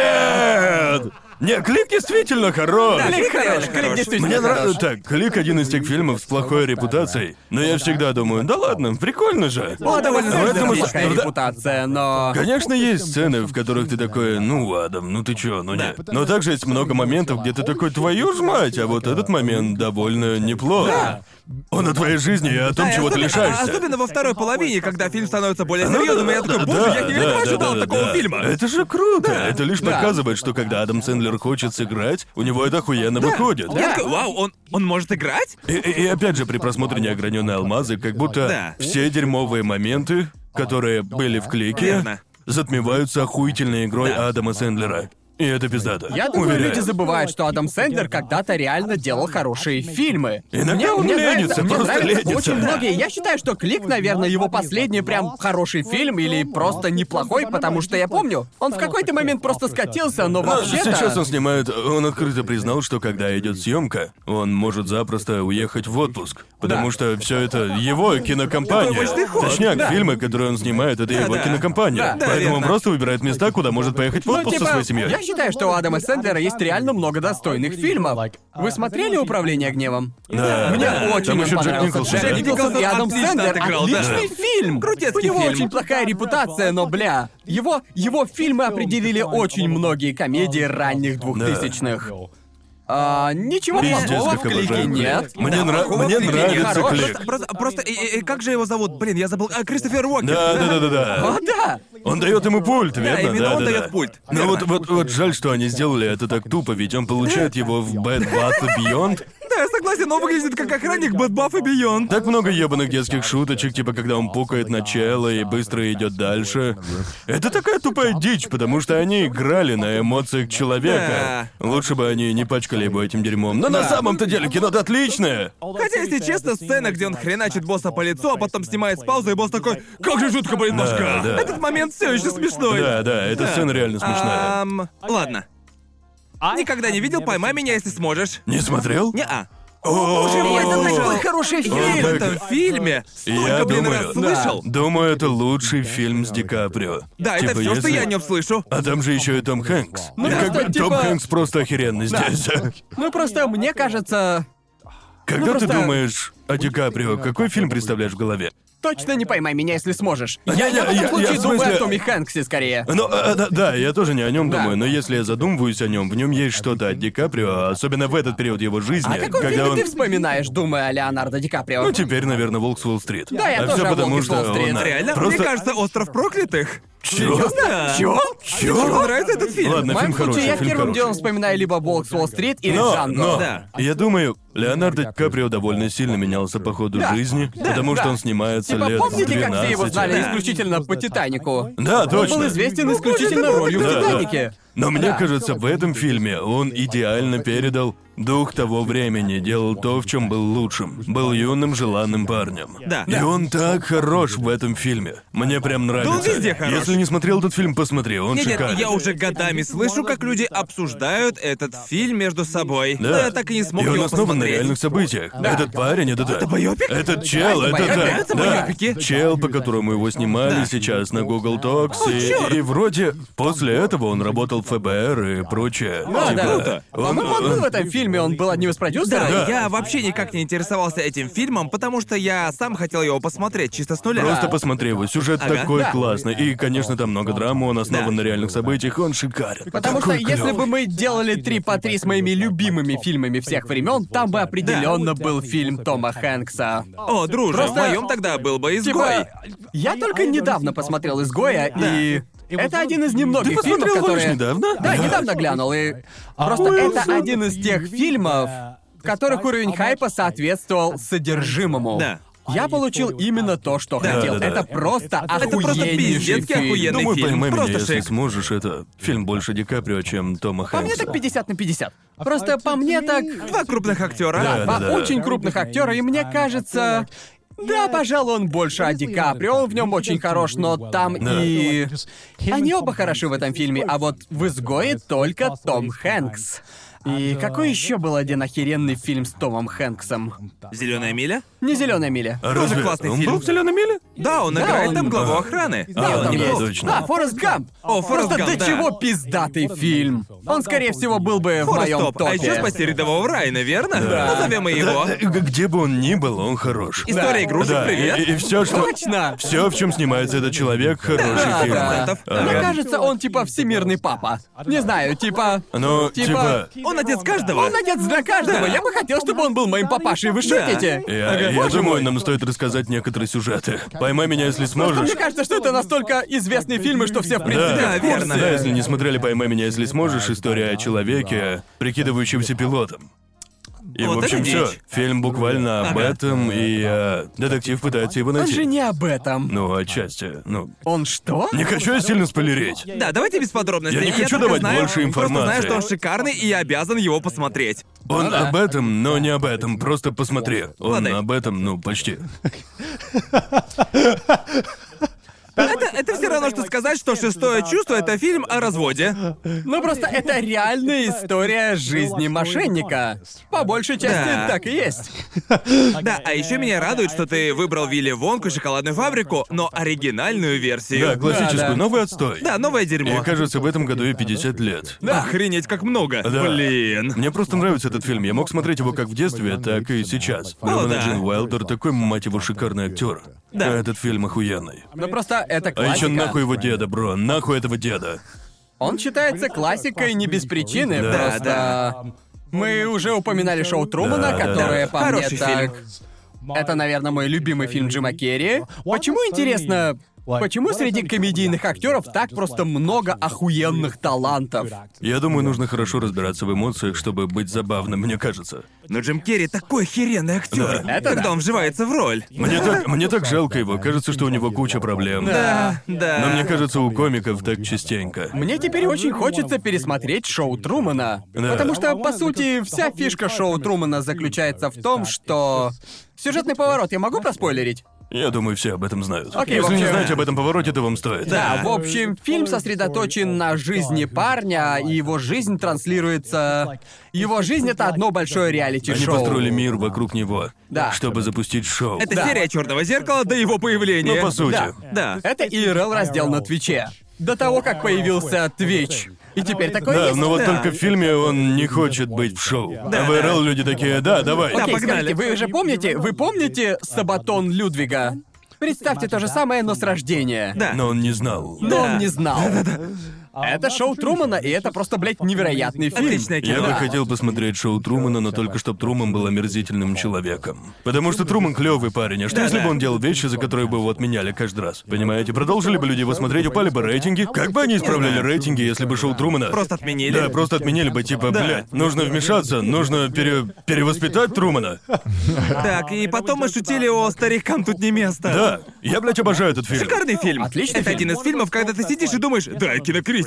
[SPEAKER 4] Нет! Не, клик действительно хорош!
[SPEAKER 2] Да,
[SPEAKER 3] Клик хорош,
[SPEAKER 2] Клик
[SPEAKER 3] клик
[SPEAKER 2] хорош.
[SPEAKER 3] действительно
[SPEAKER 4] Мне
[SPEAKER 3] хорош.
[SPEAKER 4] нравится так, клик один из тех фильмов с плохой репутацией, но я всегда думаю, да ладно, прикольно же.
[SPEAKER 3] У Адама
[SPEAKER 4] Но это
[SPEAKER 3] Сэндлера
[SPEAKER 4] мы-
[SPEAKER 3] плохая
[SPEAKER 4] ну да,
[SPEAKER 3] репутация,
[SPEAKER 2] А
[SPEAKER 3] но...
[SPEAKER 4] Конечно, есть сцены, в которых ты такой, ну, Адам, ну ты чё, ну нет. Но также есть много моментов, где ты такой, твою ж мать, а вот этот момент довольно неплохо. Он о твоей жизни и о том,
[SPEAKER 2] Да, и
[SPEAKER 4] чего ты
[SPEAKER 2] особенно-
[SPEAKER 4] лишаешься.
[SPEAKER 2] Особенно во второй половине, когда фильм становится более
[SPEAKER 4] Ну
[SPEAKER 2] серьезным, и я такой, боже, я никогда не ожидал
[SPEAKER 4] да,
[SPEAKER 2] такого
[SPEAKER 4] да.
[SPEAKER 2] фильма.
[SPEAKER 4] Это же круто. Это лишь доказывает, что когда Адам Сэндлер хочет сыграть, у него это охуенно выходит.
[SPEAKER 2] Я такой, вау, он, он может играть?
[SPEAKER 4] И, и- и опять же, при просмотре неограненной алмазы, как будто
[SPEAKER 2] Да.
[SPEAKER 4] все дерьмовые моменты, которые были в клике,
[SPEAKER 2] Верно.
[SPEAKER 4] затмеваются охуительной игрой Адама Сэндлера. И это пиздато.
[SPEAKER 3] Я думаю,
[SPEAKER 4] Уверяю.
[SPEAKER 3] люди забывают, что Адам Сэндлер когда-то реально делал хорошие фильмы.
[SPEAKER 4] Иногда
[SPEAKER 3] мне,
[SPEAKER 4] он
[SPEAKER 3] мне
[SPEAKER 4] ленится,
[SPEAKER 3] нравится, мне
[SPEAKER 4] просто
[SPEAKER 3] нравятся
[SPEAKER 4] ленится.
[SPEAKER 3] очень
[SPEAKER 4] Да.
[SPEAKER 3] многие. Я считаю, что Клик, наверное, его последний прям хороший фильм или просто неплохой, потому что я помню, он в какой-то момент просто скатился, но
[SPEAKER 4] Но
[SPEAKER 3] вообще-то...
[SPEAKER 4] сейчас он снимает, он открыто признал, что когда идет съемка, он может запросто уехать в отпуск. Потому
[SPEAKER 3] Да.
[SPEAKER 4] что все это его кинокомпания.
[SPEAKER 2] Какой мощный ход.
[SPEAKER 4] Точняк,
[SPEAKER 2] Да.
[SPEAKER 4] фильмы, которые он снимает, это его
[SPEAKER 2] да.
[SPEAKER 4] кинокомпания.
[SPEAKER 2] Да, да,
[SPEAKER 4] Поэтому он
[SPEAKER 2] верно.
[SPEAKER 4] просто выбирает места, куда может поехать в
[SPEAKER 3] Ну,
[SPEAKER 4] отпуск
[SPEAKER 3] типа,
[SPEAKER 4] со своей семьей.
[SPEAKER 3] Я считаю, что у Адама Сэндлера есть реально много достойных фильмов. Вы смотрели «Управление гневом»?
[SPEAKER 4] Да.
[SPEAKER 3] Мне
[SPEAKER 4] да.
[SPEAKER 3] очень
[SPEAKER 4] Там
[SPEAKER 3] он
[SPEAKER 4] еще Джек
[SPEAKER 3] понравился.
[SPEAKER 4] Николсон.
[SPEAKER 3] Джек
[SPEAKER 2] Джек
[SPEAKER 3] Николсон и
[SPEAKER 2] Николсон
[SPEAKER 3] Адам
[SPEAKER 2] отлично
[SPEAKER 3] Сэндлер.
[SPEAKER 2] отыграл, да.
[SPEAKER 3] Отличный фильм!
[SPEAKER 2] Крутецкий
[SPEAKER 3] У него
[SPEAKER 2] фильм.
[SPEAKER 3] очень плохая репутация, но, бля, его, его фильмы определили очень многие комедии ранних двухтысячных. А, ничего
[SPEAKER 4] Пиздец,
[SPEAKER 3] плохого в
[SPEAKER 4] как
[SPEAKER 3] клике
[SPEAKER 4] обожаю
[SPEAKER 3] нет.
[SPEAKER 4] клик. Мне
[SPEAKER 3] Да,
[SPEAKER 4] нра-
[SPEAKER 3] плохого
[SPEAKER 4] мне
[SPEAKER 3] в клике нет.
[SPEAKER 4] нравится
[SPEAKER 3] Хорош.
[SPEAKER 4] клик.
[SPEAKER 2] Просто, просто, просто, и- и- и как же его зовут? Блин, я забыл. А, Кристофер Уокен.
[SPEAKER 4] Да, да, да, да, да.
[SPEAKER 3] О, А, да!
[SPEAKER 4] Он дает ему пульт, верно?
[SPEAKER 2] именно
[SPEAKER 4] да,
[SPEAKER 2] он
[SPEAKER 4] да,
[SPEAKER 2] дает
[SPEAKER 4] да.
[SPEAKER 2] пульт.
[SPEAKER 4] Но вот, вот, вот жаль, что они сделали это так тупо, ведь он получает его в Bad Bath Beyond.
[SPEAKER 2] Да, я согласен, он выглядит как охранник Bad Buff и Beyond.
[SPEAKER 4] Так много ебаных детских шуточек, типа когда он пукает начало и быстро идет дальше. Это такая тупая дичь, потому что они играли на эмоциях человека. Лучше бы они не пачкали его этим дерьмом. Но на самом-то деле кино-то отличное!
[SPEAKER 2] Хотя, если честно, сцена, где он хреначит босса по лицу, а потом снимает с паузы, и босс такой, как же жутко болит
[SPEAKER 4] Да,
[SPEAKER 2] башка.
[SPEAKER 4] да.
[SPEAKER 2] Этот момент все еще смешной.
[SPEAKER 4] Да, да, эта сцена реально смешная.
[SPEAKER 2] Ам, ладно. Никогда не видел, поймай меня, если сможешь.
[SPEAKER 4] Не смотрел?
[SPEAKER 2] Не-а.
[SPEAKER 4] О,
[SPEAKER 2] мой, это
[SPEAKER 3] Это такой
[SPEAKER 2] такой
[SPEAKER 3] хороший
[SPEAKER 2] Блин,
[SPEAKER 3] фильм!
[SPEAKER 2] в
[SPEAKER 4] так.
[SPEAKER 2] этом фильме столько,
[SPEAKER 4] Я
[SPEAKER 2] блин,
[SPEAKER 4] думаю,
[SPEAKER 2] раз слышал.
[SPEAKER 4] Думаю, это лучший фильм с Ди Каприо.
[SPEAKER 2] Да, это
[SPEAKER 4] Типа,
[SPEAKER 2] все, что
[SPEAKER 4] если-
[SPEAKER 2] я о нем слышу.
[SPEAKER 4] А там же еще и Том Хэнкс.
[SPEAKER 3] Ну,
[SPEAKER 4] И как
[SPEAKER 3] просто,
[SPEAKER 4] бы Том
[SPEAKER 3] типа-
[SPEAKER 4] Хэнкс просто охеренный здесь.
[SPEAKER 3] Ну просто мне кажется,
[SPEAKER 4] Когда ты
[SPEAKER 3] просто-
[SPEAKER 4] думаешь о Ди Каприо, какой фильм представляешь в голове?
[SPEAKER 3] точно не поймай меня, если сможешь.
[SPEAKER 4] А,
[SPEAKER 3] Я,
[SPEAKER 4] не,
[SPEAKER 3] я в
[SPEAKER 4] я-
[SPEAKER 3] этом
[SPEAKER 4] я
[SPEAKER 3] случае
[SPEAKER 4] в
[SPEAKER 3] думаю
[SPEAKER 4] смысле-
[SPEAKER 3] о Томми Хэнксе скорее.
[SPEAKER 4] Ну, а, да, да, я тоже не о нем
[SPEAKER 3] Да.
[SPEAKER 4] думаю, но если я задумываюсь о нем, в нем есть что-то от Ди Каприо, а особенно в этот период его жизни,
[SPEAKER 3] А какой
[SPEAKER 4] когда
[SPEAKER 3] фильм
[SPEAKER 4] он.
[SPEAKER 3] ты
[SPEAKER 4] типа,
[SPEAKER 3] вспоминаешь, думая о Леонардо Ди Каприо?
[SPEAKER 4] Ну, теперь, наверное, Волк с Уолл-стрит.
[SPEAKER 3] Да, я
[SPEAKER 4] а
[SPEAKER 3] тоже
[SPEAKER 4] все
[SPEAKER 3] о
[SPEAKER 4] потому,
[SPEAKER 3] «Волке с
[SPEAKER 4] что
[SPEAKER 3] Уолл-стрит».
[SPEAKER 4] он-
[SPEAKER 2] А, Реально?
[SPEAKER 4] Просто...
[SPEAKER 2] Мне кажется, остров проклятых.
[SPEAKER 4] Чё?
[SPEAKER 2] Да.
[SPEAKER 3] Чё?
[SPEAKER 2] Мне
[SPEAKER 3] А
[SPEAKER 4] Чё?
[SPEAKER 2] нравится этот фильм.
[SPEAKER 4] Ладно,
[SPEAKER 3] В моем
[SPEAKER 4] фильм хороший,
[SPEAKER 3] случае ну, я
[SPEAKER 4] фильм
[SPEAKER 3] первым
[SPEAKER 4] хороший.
[SPEAKER 3] делом вспоминаю либо Волк с Уолл-стрит или
[SPEAKER 4] Но,
[SPEAKER 3] Джанго.
[SPEAKER 4] но,
[SPEAKER 2] Да.
[SPEAKER 4] я думаю, Леонардо Ди Каприо довольно сильно менялся по ходу
[SPEAKER 3] Да.
[SPEAKER 4] жизни, потому
[SPEAKER 3] да.
[SPEAKER 4] что он снимается
[SPEAKER 3] Типа,
[SPEAKER 4] лет
[SPEAKER 3] помните, как все его
[SPEAKER 4] 12.
[SPEAKER 3] знали
[SPEAKER 2] Да.
[SPEAKER 3] исключительно по Титанику?
[SPEAKER 4] Ну, Да, точно.
[SPEAKER 3] Он был известен исключительно
[SPEAKER 2] это было
[SPEAKER 3] ролью в
[SPEAKER 4] Да, да.
[SPEAKER 3] Титанике.
[SPEAKER 4] Но мне
[SPEAKER 3] Да.
[SPEAKER 4] кажется, в этом фильме он идеально передал дух того времени, делал то, в чем был лучшим. Был юным, желанным парнем.
[SPEAKER 2] Да.
[SPEAKER 4] И
[SPEAKER 2] Да.
[SPEAKER 4] он так хорош в этом фильме. Мне прям нравится.
[SPEAKER 2] везде хорош.
[SPEAKER 4] Если не смотрел этот фильм, посмотри, он
[SPEAKER 2] Нет,
[SPEAKER 4] шикарен.
[SPEAKER 2] нет, я уже годами слышу, как люди обсуждают этот фильм между собой.
[SPEAKER 4] Да.
[SPEAKER 2] Но я так и не смог
[SPEAKER 4] И он
[SPEAKER 2] его
[SPEAKER 4] основан на
[SPEAKER 2] посмотреть.
[SPEAKER 4] реальных событиях. Этот парень, это Это
[SPEAKER 2] байопик?
[SPEAKER 4] Этот чел,
[SPEAKER 3] Да, это
[SPEAKER 4] это, да.
[SPEAKER 3] байопик.
[SPEAKER 2] Это
[SPEAKER 4] да.
[SPEAKER 2] байопики.
[SPEAKER 4] Чел, по которому его снимали
[SPEAKER 2] Да.
[SPEAKER 4] сейчас на Google Docs.
[SPEAKER 2] чёрт!
[SPEAKER 4] и, и вроде после этого он работал в ФБР и прочее.
[SPEAKER 3] Да,
[SPEAKER 4] Типа,
[SPEAKER 3] да.
[SPEAKER 2] Ну, круто.
[SPEAKER 4] Он,
[SPEAKER 3] По-моему, он был в
[SPEAKER 4] он-
[SPEAKER 3] этом фильме, он был одним из продюсеров.
[SPEAKER 2] Да,
[SPEAKER 4] Да.
[SPEAKER 2] я вообще никак не интересовался этим фильмом, потому что я сам хотел его посмотреть чисто с нуля.
[SPEAKER 4] Просто посмотри его, сюжет
[SPEAKER 2] Ага.
[SPEAKER 4] такой
[SPEAKER 3] Да.
[SPEAKER 4] классный. И, конечно, там много драмы, он основан
[SPEAKER 2] Да.
[SPEAKER 4] на реальных событиях, он шикарен.
[SPEAKER 3] Потому что
[SPEAKER 4] Такой
[SPEAKER 3] если
[SPEAKER 4] клёвый.
[SPEAKER 3] бы мы делали три по три с моими любимыми фильмами всех времен, там бы определенно был фильм Тома Хэнкса.
[SPEAKER 2] О, друже,
[SPEAKER 3] Просто-
[SPEAKER 2] в моем тогда был бы изгой.
[SPEAKER 3] Типа, я только недавно посмотрел «Изгоя», и это один из немногих
[SPEAKER 4] Ты
[SPEAKER 3] фильмов,
[SPEAKER 4] посмотрел его лишь
[SPEAKER 3] которые...
[SPEAKER 4] недавно?
[SPEAKER 3] Да, недавно глянул, и просто это один из тех фильмов, в которых уровень хайпа соответствовал содержимому.
[SPEAKER 2] Да.
[SPEAKER 3] Я получил именно то, что
[SPEAKER 4] Да,
[SPEAKER 3] хотел.
[SPEAKER 4] да, да.
[SPEAKER 3] Это просто
[SPEAKER 5] Это
[SPEAKER 2] просто
[SPEAKER 3] охуеннейший
[SPEAKER 2] пиздецки охуенный.
[SPEAKER 3] фильм.
[SPEAKER 4] Думаю,
[SPEAKER 2] фильм.
[SPEAKER 4] поймай меня,
[SPEAKER 2] Просто
[SPEAKER 4] если
[SPEAKER 2] шик.
[SPEAKER 4] сможешь. Это фильм больше Ди Каприо, чем Тома
[SPEAKER 3] По мне
[SPEAKER 4] Хэнкса.
[SPEAKER 3] так 50 на 50. Просто по мне так...
[SPEAKER 2] Два крупных актера.
[SPEAKER 4] Да,
[SPEAKER 3] Два
[SPEAKER 4] да, да.
[SPEAKER 3] очень крупных актера, и мне кажется... Да, пожалуй, он больше о Ди Каприо, он в нем очень хорош, но там
[SPEAKER 4] Да.
[SPEAKER 3] и... Они оба хороши в этом фильме, а вот в «Изгое» только Том Хэнкс. И какой еще был один охеренный фильм с Томом Хэнксом?
[SPEAKER 2] Зеленая миля?
[SPEAKER 3] Не зеленая миля.
[SPEAKER 4] А
[SPEAKER 2] Тоже
[SPEAKER 4] разве
[SPEAKER 2] классный
[SPEAKER 4] он
[SPEAKER 2] фильм.
[SPEAKER 4] был в «Зелёной миле»?
[SPEAKER 2] Да, он
[SPEAKER 3] Да,
[SPEAKER 2] играет
[SPEAKER 3] он-
[SPEAKER 2] там главу
[SPEAKER 4] А.
[SPEAKER 2] охраны.
[SPEAKER 3] Да,
[SPEAKER 2] И
[SPEAKER 3] он там
[SPEAKER 2] неплох.
[SPEAKER 4] есть.
[SPEAKER 3] есть.
[SPEAKER 4] точно.
[SPEAKER 3] Да, А, Форест Гамп.
[SPEAKER 2] О, Форрест
[SPEAKER 3] Просто
[SPEAKER 2] Гамп,
[SPEAKER 3] до
[SPEAKER 2] да.
[SPEAKER 3] чего пиздатый фильм. Он, скорее всего, был бы в
[SPEAKER 2] Форрест
[SPEAKER 3] моем
[SPEAKER 2] Топ. А еще
[SPEAKER 3] топе.
[SPEAKER 2] спасти рядового Райана, верно?
[SPEAKER 4] Да.
[SPEAKER 2] Назовем и его.
[SPEAKER 4] Да, г- где бы он ни был, он хорош.
[SPEAKER 2] История игрушек,
[SPEAKER 4] Да,
[SPEAKER 2] привет.
[SPEAKER 4] и, все, что...
[SPEAKER 3] Точно!
[SPEAKER 4] Все, в чем снимается этот человек, хороший фильм.
[SPEAKER 3] Да.
[SPEAKER 2] Да.
[SPEAKER 3] Мне
[SPEAKER 4] Ага.
[SPEAKER 3] кажется, он типа всемирный папа. Не знаю, типа...
[SPEAKER 4] Ну,
[SPEAKER 3] Типа-
[SPEAKER 4] типа...
[SPEAKER 2] Он отец каждого.
[SPEAKER 3] Он отец для каждого. Я бы хотел, чтобы он был моим папашей, вы
[SPEAKER 2] Да.
[SPEAKER 3] шутите?
[SPEAKER 4] Я, я думаю, нам стоит рассказать некоторые сюжеты. Поймай меня, если
[SPEAKER 3] Просто
[SPEAKER 4] сможешь.
[SPEAKER 3] мне кажется, что это настолько известные фильмы, что все в
[SPEAKER 4] Да,
[SPEAKER 3] принципе
[SPEAKER 2] Да,
[SPEAKER 3] в курсе.
[SPEAKER 2] верно.
[SPEAKER 4] Да, если не смотрели «Поймай меня, если сможешь», история о человеке, прикидывающемся пилотом. И,
[SPEAKER 2] Вот
[SPEAKER 4] в общем,
[SPEAKER 2] это
[SPEAKER 4] все.
[SPEAKER 2] дичь.
[SPEAKER 4] Фильм буквально об
[SPEAKER 2] Ага.
[SPEAKER 4] этом, и э, детектив пытается его
[SPEAKER 3] Он
[SPEAKER 4] найти.
[SPEAKER 3] же не об этом.
[SPEAKER 4] Ну, отчасти. Ну,
[SPEAKER 3] Он что?
[SPEAKER 4] не хочу я сильно спойлерить.
[SPEAKER 2] Да, давайте без подробностей.
[SPEAKER 4] Я не хочу
[SPEAKER 2] только
[SPEAKER 4] давать
[SPEAKER 2] знаю-
[SPEAKER 4] больше
[SPEAKER 2] Просто знаю,
[SPEAKER 4] информации.
[SPEAKER 2] что он шикарный, и я обязан его посмотреть.
[SPEAKER 4] Он об этом, но не об этом. Просто посмотри. Он
[SPEAKER 2] Ладно.
[SPEAKER 4] об этом, ну, почти.
[SPEAKER 2] Это, это все равно, что сказать, что «Шестое чувство» — это фильм о разводе.
[SPEAKER 3] Ну просто это реальная история жизни мошенника. По большей части
[SPEAKER 2] Да.
[SPEAKER 3] так и есть.
[SPEAKER 2] Да, а еще меня радует, что ты выбрал Вилли Вонку и шоколадную фабрику, но оригинальную
[SPEAKER 4] Да,
[SPEAKER 2] версию.
[SPEAKER 4] классическую,
[SPEAKER 3] да.
[SPEAKER 4] новый отстой.
[SPEAKER 2] Да, ну, новое дерьмо.
[SPEAKER 4] И кажется, в этом году ей 50 лет.
[SPEAKER 2] Да. Охренеть, как много.
[SPEAKER 4] Да.
[SPEAKER 2] Блин.
[SPEAKER 4] Мне просто нравится этот фильм. Я мог смотреть его как в детстве, так и сейчас.
[SPEAKER 5] О,
[SPEAKER 4] Роман
[SPEAKER 2] Ну да.
[SPEAKER 4] Джин Уайлдер такой, мать его, шикарный актер.
[SPEAKER 2] Да.
[SPEAKER 4] А Этот фильм охуенный.
[SPEAKER 3] Ну просто это
[SPEAKER 4] А еще
[SPEAKER 3] классика.
[SPEAKER 4] нахуй его деда, бро. Нахуй этого деда.
[SPEAKER 3] Он считается классикой не без причины,
[SPEAKER 4] Да,
[SPEAKER 3] просто...
[SPEAKER 2] да.
[SPEAKER 3] Мы уже упоминали шоу Трумана,
[SPEAKER 4] Да, да,
[SPEAKER 3] которое,
[SPEAKER 2] да.
[SPEAKER 3] по мне,
[SPEAKER 2] Хороший
[SPEAKER 3] так...
[SPEAKER 2] фильм.
[SPEAKER 3] Это, наверное, мой любимый фильм Джима Керри. Почему, интересно, почему среди комедийных актеров так просто много охуенных талантов?
[SPEAKER 4] Я думаю, нужно хорошо разбираться в эмоциях, чтобы быть забавным, мне кажется.
[SPEAKER 2] Но Джим Керри такой херенный актер.
[SPEAKER 4] Да.
[SPEAKER 3] Это
[SPEAKER 2] когда
[SPEAKER 3] да.
[SPEAKER 2] он вживается в роль.
[SPEAKER 4] Мне так, мне так жалко его. Кажется, что у него куча проблем.
[SPEAKER 2] Да, да.
[SPEAKER 4] Но мне кажется, у комиков так частенько.
[SPEAKER 3] Мне теперь очень хочется пересмотреть шоу Трумана.
[SPEAKER 4] Да.
[SPEAKER 3] Потому что, по сути, вся фишка шоу Трумана заключается в том, что... Сюжетный поворот я могу проспойлерить?
[SPEAKER 4] Я думаю, все об этом знают.
[SPEAKER 3] Окей,
[SPEAKER 4] Если не
[SPEAKER 3] вообще-
[SPEAKER 4] знаете об этом повороте, то вам стоит.
[SPEAKER 3] Да, в общем, фильм сосредоточен на жизни парня, и его жизнь транслируется... Его жизнь — это одно большое
[SPEAKER 4] Они
[SPEAKER 3] реалити-шоу.
[SPEAKER 4] построили мир вокруг него,
[SPEAKER 3] Да.
[SPEAKER 4] чтобы запустить шоу.
[SPEAKER 2] Это
[SPEAKER 3] Да.
[SPEAKER 2] серия черного зеркала до его появления.
[SPEAKER 4] Ну, по сути.
[SPEAKER 3] Да.
[SPEAKER 2] Да.
[SPEAKER 3] Это IRL раздел на Твиче. До того, как появился Твич. И теперь такой
[SPEAKER 4] Да,
[SPEAKER 3] есть.
[SPEAKER 4] но вот
[SPEAKER 2] да.
[SPEAKER 4] только в фильме он не хочет быть в шоу. а в РЛ люди такие, да, давай.
[SPEAKER 2] Да,
[SPEAKER 3] Окей,
[SPEAKER 2] погнали.
[SPEAKER 3] скажите, вы же помните, вы помните Сабатон Людвига? Представьте то же самое, но с рождения.
[SPEAKER 2] Да.
[SPEAKER 4] Но он не знал.
[SPEAKER 3] Но он не знал. Это шоу Трумана, и это просто, блядь, невероятный фильм.
[SPEAKER 2] Отличное
[SPEAKER 4] Я
[SPEAKER 2] кино.
[SPEAKER 4] бы хотел посмотреть шоу Трумана, но только чтобы Труман был омерзительным человеком. Потому что Труман клевый парень, а что если бы он делал вещи, за которые бы его отменяли каждый раз? Понимаете, продолжили бы люди его смотреть, упали бы рейтинги. Как бы они исправляли рейтинги, если бы шоу Трумана...
[SPEAKER 2] Просто отменили.
[SPEAKER 4] Да, просто отменили бы, типа,
[SPEAKER 2] Да.
[SPEAKER 4] блядь, нужно вмешаться, нужно пере... перевоспитать Трумана.
[SPEAKER 2] Так, и потом мы шутили о старикам тут не место.
[SPEAKER 4] Да, я, блядь, обожаю этот фильм.
[SPEAKER 2] Шикарный фильм.
[SPEAKER 3] Отличный
[SPEAKER 2] Это
[SPEAKER 3] фильм.
[SPEAKER 2] один из фильмов, когда ты сидишь и думаешь, да, я кинокритик.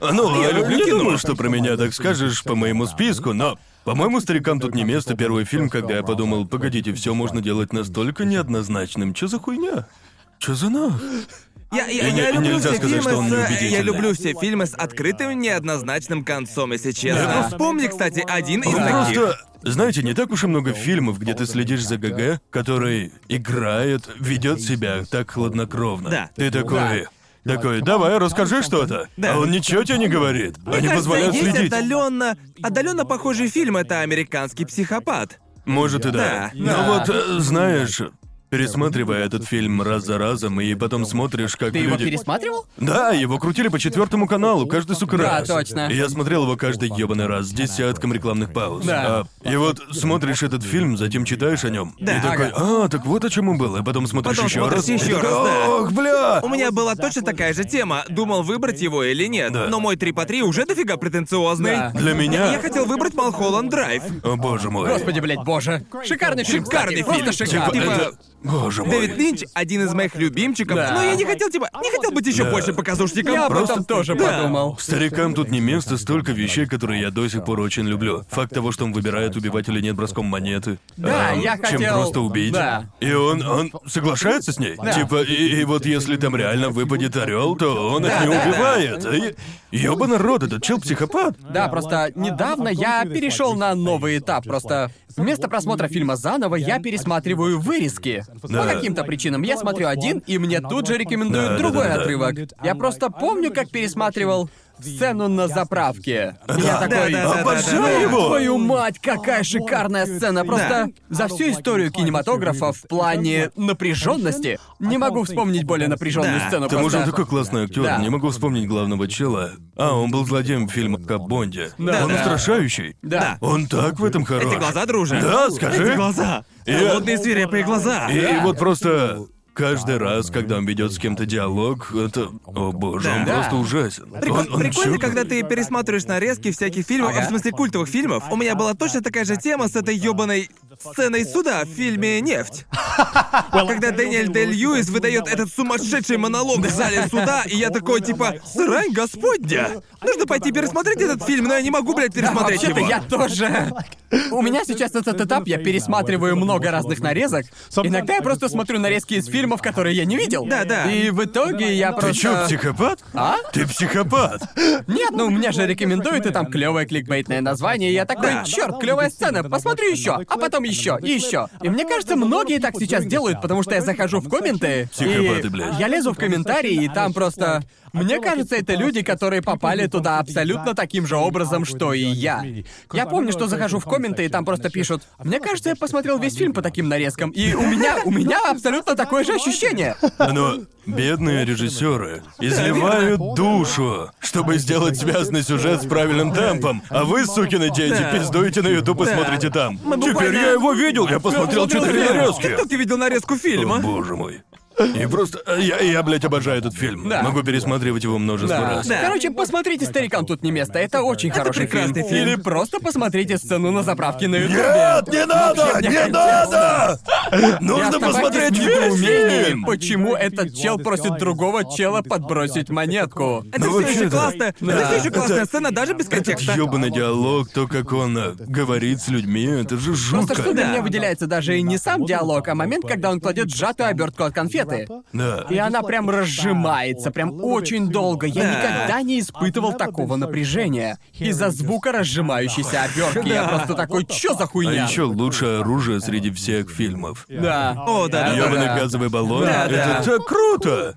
[SPEAKER 4] А, Ну,
[SPEAKER 2] Я
[SPEAKER 4] я
[SPEAKER 2] люблю
[SPEAKER 4] не
[SPEAKER 2] кино.
[SPEAKER 4] думал, что про меня так скажешь по моему списку, но... По-моему, старикам тут не место. Первый фильм, когда я подумал, погодите, все можно делать настолько неоднозначным. Че за хуйня? Че за нах?
[SPEAKER 2] Я, я-
[SPEAKER 4] И не-
[SPEAKER 2] я
[SPEAKER 4] и
[SPEAKER 2] люблю
[SPEAKER 4] нельзя
[SPEAKER 2] все
[SPEAKER 4] сказать,
[SPEAKER 2] фильмы
[SPEAKER 4] что он
[SPEAKER 2] с... э,
[SPEAKER 4] неубедительный.
[SPEAKER 2] Я люблю все фильмы с открытым неоднозначным концом, если честно. Ну,
[SPEAKER 4] Да.
[SPEAKER 2] Вспомни, кстати, один из
[SPEAKER 4] Вы
[SPEAKER 2] таких.
[SPEAKER 4] Просто, знаете, не так уж и много фильмов, где ты следишь за ГГ, который играет, ведет себя так хладнокровно.
[SPEAKER 2] Да.
[SPEAKER 4] Ты такой. Такой, давай, расскажи что-то. А он ничего тебе не говорит. Они
[SPEAKER 2] Кажется,
[SPEAKER 4] позволяют
[SPEAKER 2] есть
[SPEAKER 4] следить.
[SPEAKER 2] отдаленно, отдаленно похожий фильм это американский психопат.
[SPEAKER 4] Может и
[SPEAKER 2] Да.
[SPEAKER 4] да. Но вот, э, знаешь, пересматривая этот фильм раз за разом, и потом смотришь, как
[SPEAKER 3] Ты его
[SPEAKER 4] люди.
[SPEAKER 3] пересматривал?
[SPEAKER 4] Да, его крутили по четвертому каналу, каждый сука
[SPEAKER 3] Да,
[SPEAKER 4] раз.
[SPEAKER 3] точно.
[SPEAKER 4] И Я смотрел его каждый ебаный раз с десятком рекламных пауз.
[SPEAKER 3] Да.
[SPEAKER 4] А, и вот смотришь этот фильм, затем читаешь о нем.
[SPEAKER 2] Да.
[SPEAKER 4] И такой, а, так вот о чему было. И потом смотришь
[SPEAKER 2] Потом
[SPEAKER 4] еще
[SPEAKER 2] смотришь
[SPEAKER 4] раз.
[SPEAKER 2] ещё
[SPEAKER 4] и такой,
[SPEAKER 2] раз, да.
[SPEAKER 4] Ох, бля!
[SPEAKER 2] У меня была точно такая же тема. Думал, выбрать его или нет.
[SPEAKER 4] Да.
[SPEAKER 2] Но мой 3 по 3 уже дофига претенциозный.
[SPEAKER 3] Да.
[SPEAKER 4] Для меня.
[SPEAKER 2] Я хотел выбрать Малхолланд Драйв.
[SPEAKER 4] О, боже мой.
[SPEAKER 3] Господи, блядь, боже. Шикарный фильм, кстати,
[SPEAKER 2] Шикарный
[SPEAKER 3] просто
[SPEAKER 2] фильм.
[SPEAKER 4] Типа,
[SPEAKER 3] шикарный.
[SPEAKER 2] Типа-
[SPEAKER 4] это- Боже мой.
[SPEAKER 2] Дэвид Линч один из моих любимчиков.
[SPEAKER 3] Да.
[SPEAKER 2] Но я не хотел, типа, не хотел быть еще
[SPEAKER 4] Да.
[SPEAKER 2] больше показушником.
[SPEAKER 3] Я об
[SPEAKER 4] Просто-
[SPEAKER 3] этом тоже
[SPEAKER 2] Да.
[SPEAKER 3] подумал.
[SPEAKER 4] Старикам тут не место, столько вещей, которые я до сих пор очень люблю. Факт того, что он выбирает убивать или нет броском монеты.
[SPEAKER 3] Да,
[SPEAKER 4] эм,
[SPEAKER 3] я
[SPEAKER 4] Чем
[SPEAKER 3] хотел-
[SPEAKER 4] просто убить.
[SPEAKER 3] да.
[SPEAKER 4] И он, он соглашается с ней. Типа, и, и вот если там реально выпадет орел, то он их
[SPEAKER 3] Да,
[SPEAKER 4] не
[SPEAKER 3] да, да.
[SPEAKER 4] убивает. И- ёба народ, этот чел психопат.
[SPEAKER 3] Да, просто недавно я перешел на типа, новый этап. Просто вместо просмотра фильма заново я пересматриваю вырезки.
[SPEAKER 4] Да.
[SPEAKER 3] По каким-то причинам я смотрю один, и мне тут же рекомендуют
[SPEAKER 4] Да, да,
[SPEAKER 3] другой
[SPEAKER 4] да, да, да.
[SPEAKER 3] отрывок. Я просто помню, как пересматривал сцену на заправке. Я такой,
[SPEAKER 2] да, да, да,
[SPEAKER 4] Обожаю да, да. его!»
[SPEAKER 3] Твою мать, какая шикарная сцена! Просто за всю историю кинематографа в плане напряженности не могу вспомнить более напряженную
[SPEAKER 2] Да.
[SPEAKER 3] сцену.
[SPEAKER 4] К тому же он
[SPEAKER 3] просто.
[SPEAKER 4] такой классный актер,
[SPEAKER 3] Да.
[SPEAKER 4] не могу вспомнить главного чела. А, он был злодеем в фильмах о Бонде.
[SPEAKER 3] Да,
[SPEAKER 4] он
[SPEAKER 3] да.
[SPEAKER 4] устрашающий.
[SPEAKER 3] Да.
[SPEAKER 4] Он так в этом хорош.
[SPEAKER 2] Эти глаза, друже.
[SPEAKER 4] Да, скажи.
[SPEAKER 2] Эти глаза.
[SPEAKER 4] Я-
[SPEAKER 2] Холодные свирепые глаза.
[SPEAKER 4] И, и вот просто каждый раз, когда он ведет с кем-то диалог, это. О боже, он
[SPEAKER 3] Да.
[SPEAKER 4] просто ужасен.
[SPEAKER 2] Прикол-
[SPEAKER 4] Он- он
[SPEAKER 2] прикольно,
[SPEAKER 4] чё-
[SPEAKER 2] когда ты пересматриваешь нарезки всяких фильмов,
[SPEAKER 3] Ага.
[SPEAKER 2] в смысле культовых фильмов. У меня была точно такая же тема с этой ёбаной сценой суда в фильме «Нефть». Когда Дэниэль Дель Льюис выдает этот сумасшедший монолог в зале суда, и я такой типа «Срань господня!» Нужно пойти пересмотреть этот фильм, но я не могу, блядь, пересмотреть
[SPEAKER 3] Вообще-то
[SPEAKER 2] его.
[SPEAKER 3] я тоже. У меня сейчас этот этап, я пересматриваю много разных нарезок. Иногда я просто смотрю нарезки из фильмов, которые я не видел.
[SPEAKER 2] Да, да.
[SPEAKER 3] И в итоге я
[SPEAKER 4] Ты
[SPEAKER 3] просто...
[SPEAKER 4] чё, психопат?
[SPEAKER 3] А?
[SPEAKER 4] Ты психопат!
[SPEAKER 3] Нет, ну мне же рекомендуют, и там клевое кликбейтное название, и я такой,
[SPEAKER 2] Да.
[SPEAKER 3] черт, клевая сцена, посмотрю еще, а потом еще, и еще. И мне кажется, многие так сейчас делают, потому что я захожу в комменты. и
[SPEAKER 4] Психопаты, блядь.
[SPEAKER 3] Я лезу в комментарии, и там просто. Мне кажется, это люди, которые попали туда абсолютно таким же образом, что и я. Я помню, что захожу в комменты, и там просто пишут: Мне кажется, я посмотрел весь фильм по таким нарезкам, и у меня, у меня абсолютно такое же ощущение.
[SPEAKER 4] Но бедные режиссеры изливают душу, чтобы сделать связный сюжет с правильным темпом. А вы, сукины дети, пиздуете на YouTube и смотрите там. Теперь
[SPEAKER 2] буквально-
[SPEAKER 4] я его видел, я посмотрел четыре нарезки.
[SPEAKER 2] Как ты видел нарезку
[SPEAKER 4] О,
[SPEAKER 2] фильма?
[SPEAKER 4] боже мой. И просто. э, Я, я, блядь, обожаю этот фильм.
[SPEAKER 3] Да.
[SPEAKER 4] Могу пересматривать его множество раз.
[SPEAKER 2] Да.
[SPEAKER 3] Короче, посмотрите «Старикам тут не место». Это очень хороший фильм.
[SPEAKER 2] прекрасный фильм.
[SPEAKER 3] Или просто посмотрите сцену на заправке на YouTube.
[SPEAKER 4] Нет, не надо! Не надо!
[SPEAKER 3] Я
[SPEAKER 4] Нужно
[SPEAKER 3] оставайтесь
[SPEAKER 4] посмотреть
[SPEAKER 3] в
[SPEAKER 4] весь
[SPEAKER 3] недоумении,
[SPEAKER 4] фильм!
[SPEAKER 3] Почему этот чел просит другого чела подбросить монетку?
[SPEAKER 2] Это
[SPEAKER 4] Ну,
[SPEAKER 2] все
[SPEAKER 4] вообще,
[SPEAKER 2] еще
[SPEAKER 4] да.
[SPEAKER 2] классно. Это
[SPEAKER 3] Да.
[SPEAKER 2] все еще классная
[SPEAKER 4] Это-
[SPEAKER 2] сцена, даже без
[SPEAKER 4] Этот
[SPEAKER 2] контекста.
[SPEAKER 4] ёбаный диалог, то, как он э, говорит с людьми, это же
[SPEAKER 3] Просто что для
[SPEAKER 4] жутко. А
[SPEAKER 2] Да.
[SPEAKER 3] меня выделяется даже и не сам диалог, а момент, когда он кладет сжатую обертку от конфеты.
[SPEAKER 4] Да.
[SPEAKER 3] И она прям разжимается, прям очень долго. Я
[SPEAKER 2] Да.
[SPEAKER 3] никогда не испытывал такого напряжения. Из-за звука разжимающейся обертки. Я просто такой, чё за
[SPEAKER 4] А
[SPEAKER 3] хуйня?
[SPEAKER 4] еще лучшее оружие среди всех фильмов.
[SPEAKER 3] Да.
[SPEAKER 2] О, да, да,
[SPEAKER 4] Ёбаный
[SPEAKER 2] да.
[SPEAKER 3] да.
[SPEAKER 4] газовый баллон.
[SPEAKER 2] Да, да.
[SPEAKER 4] Это так круто!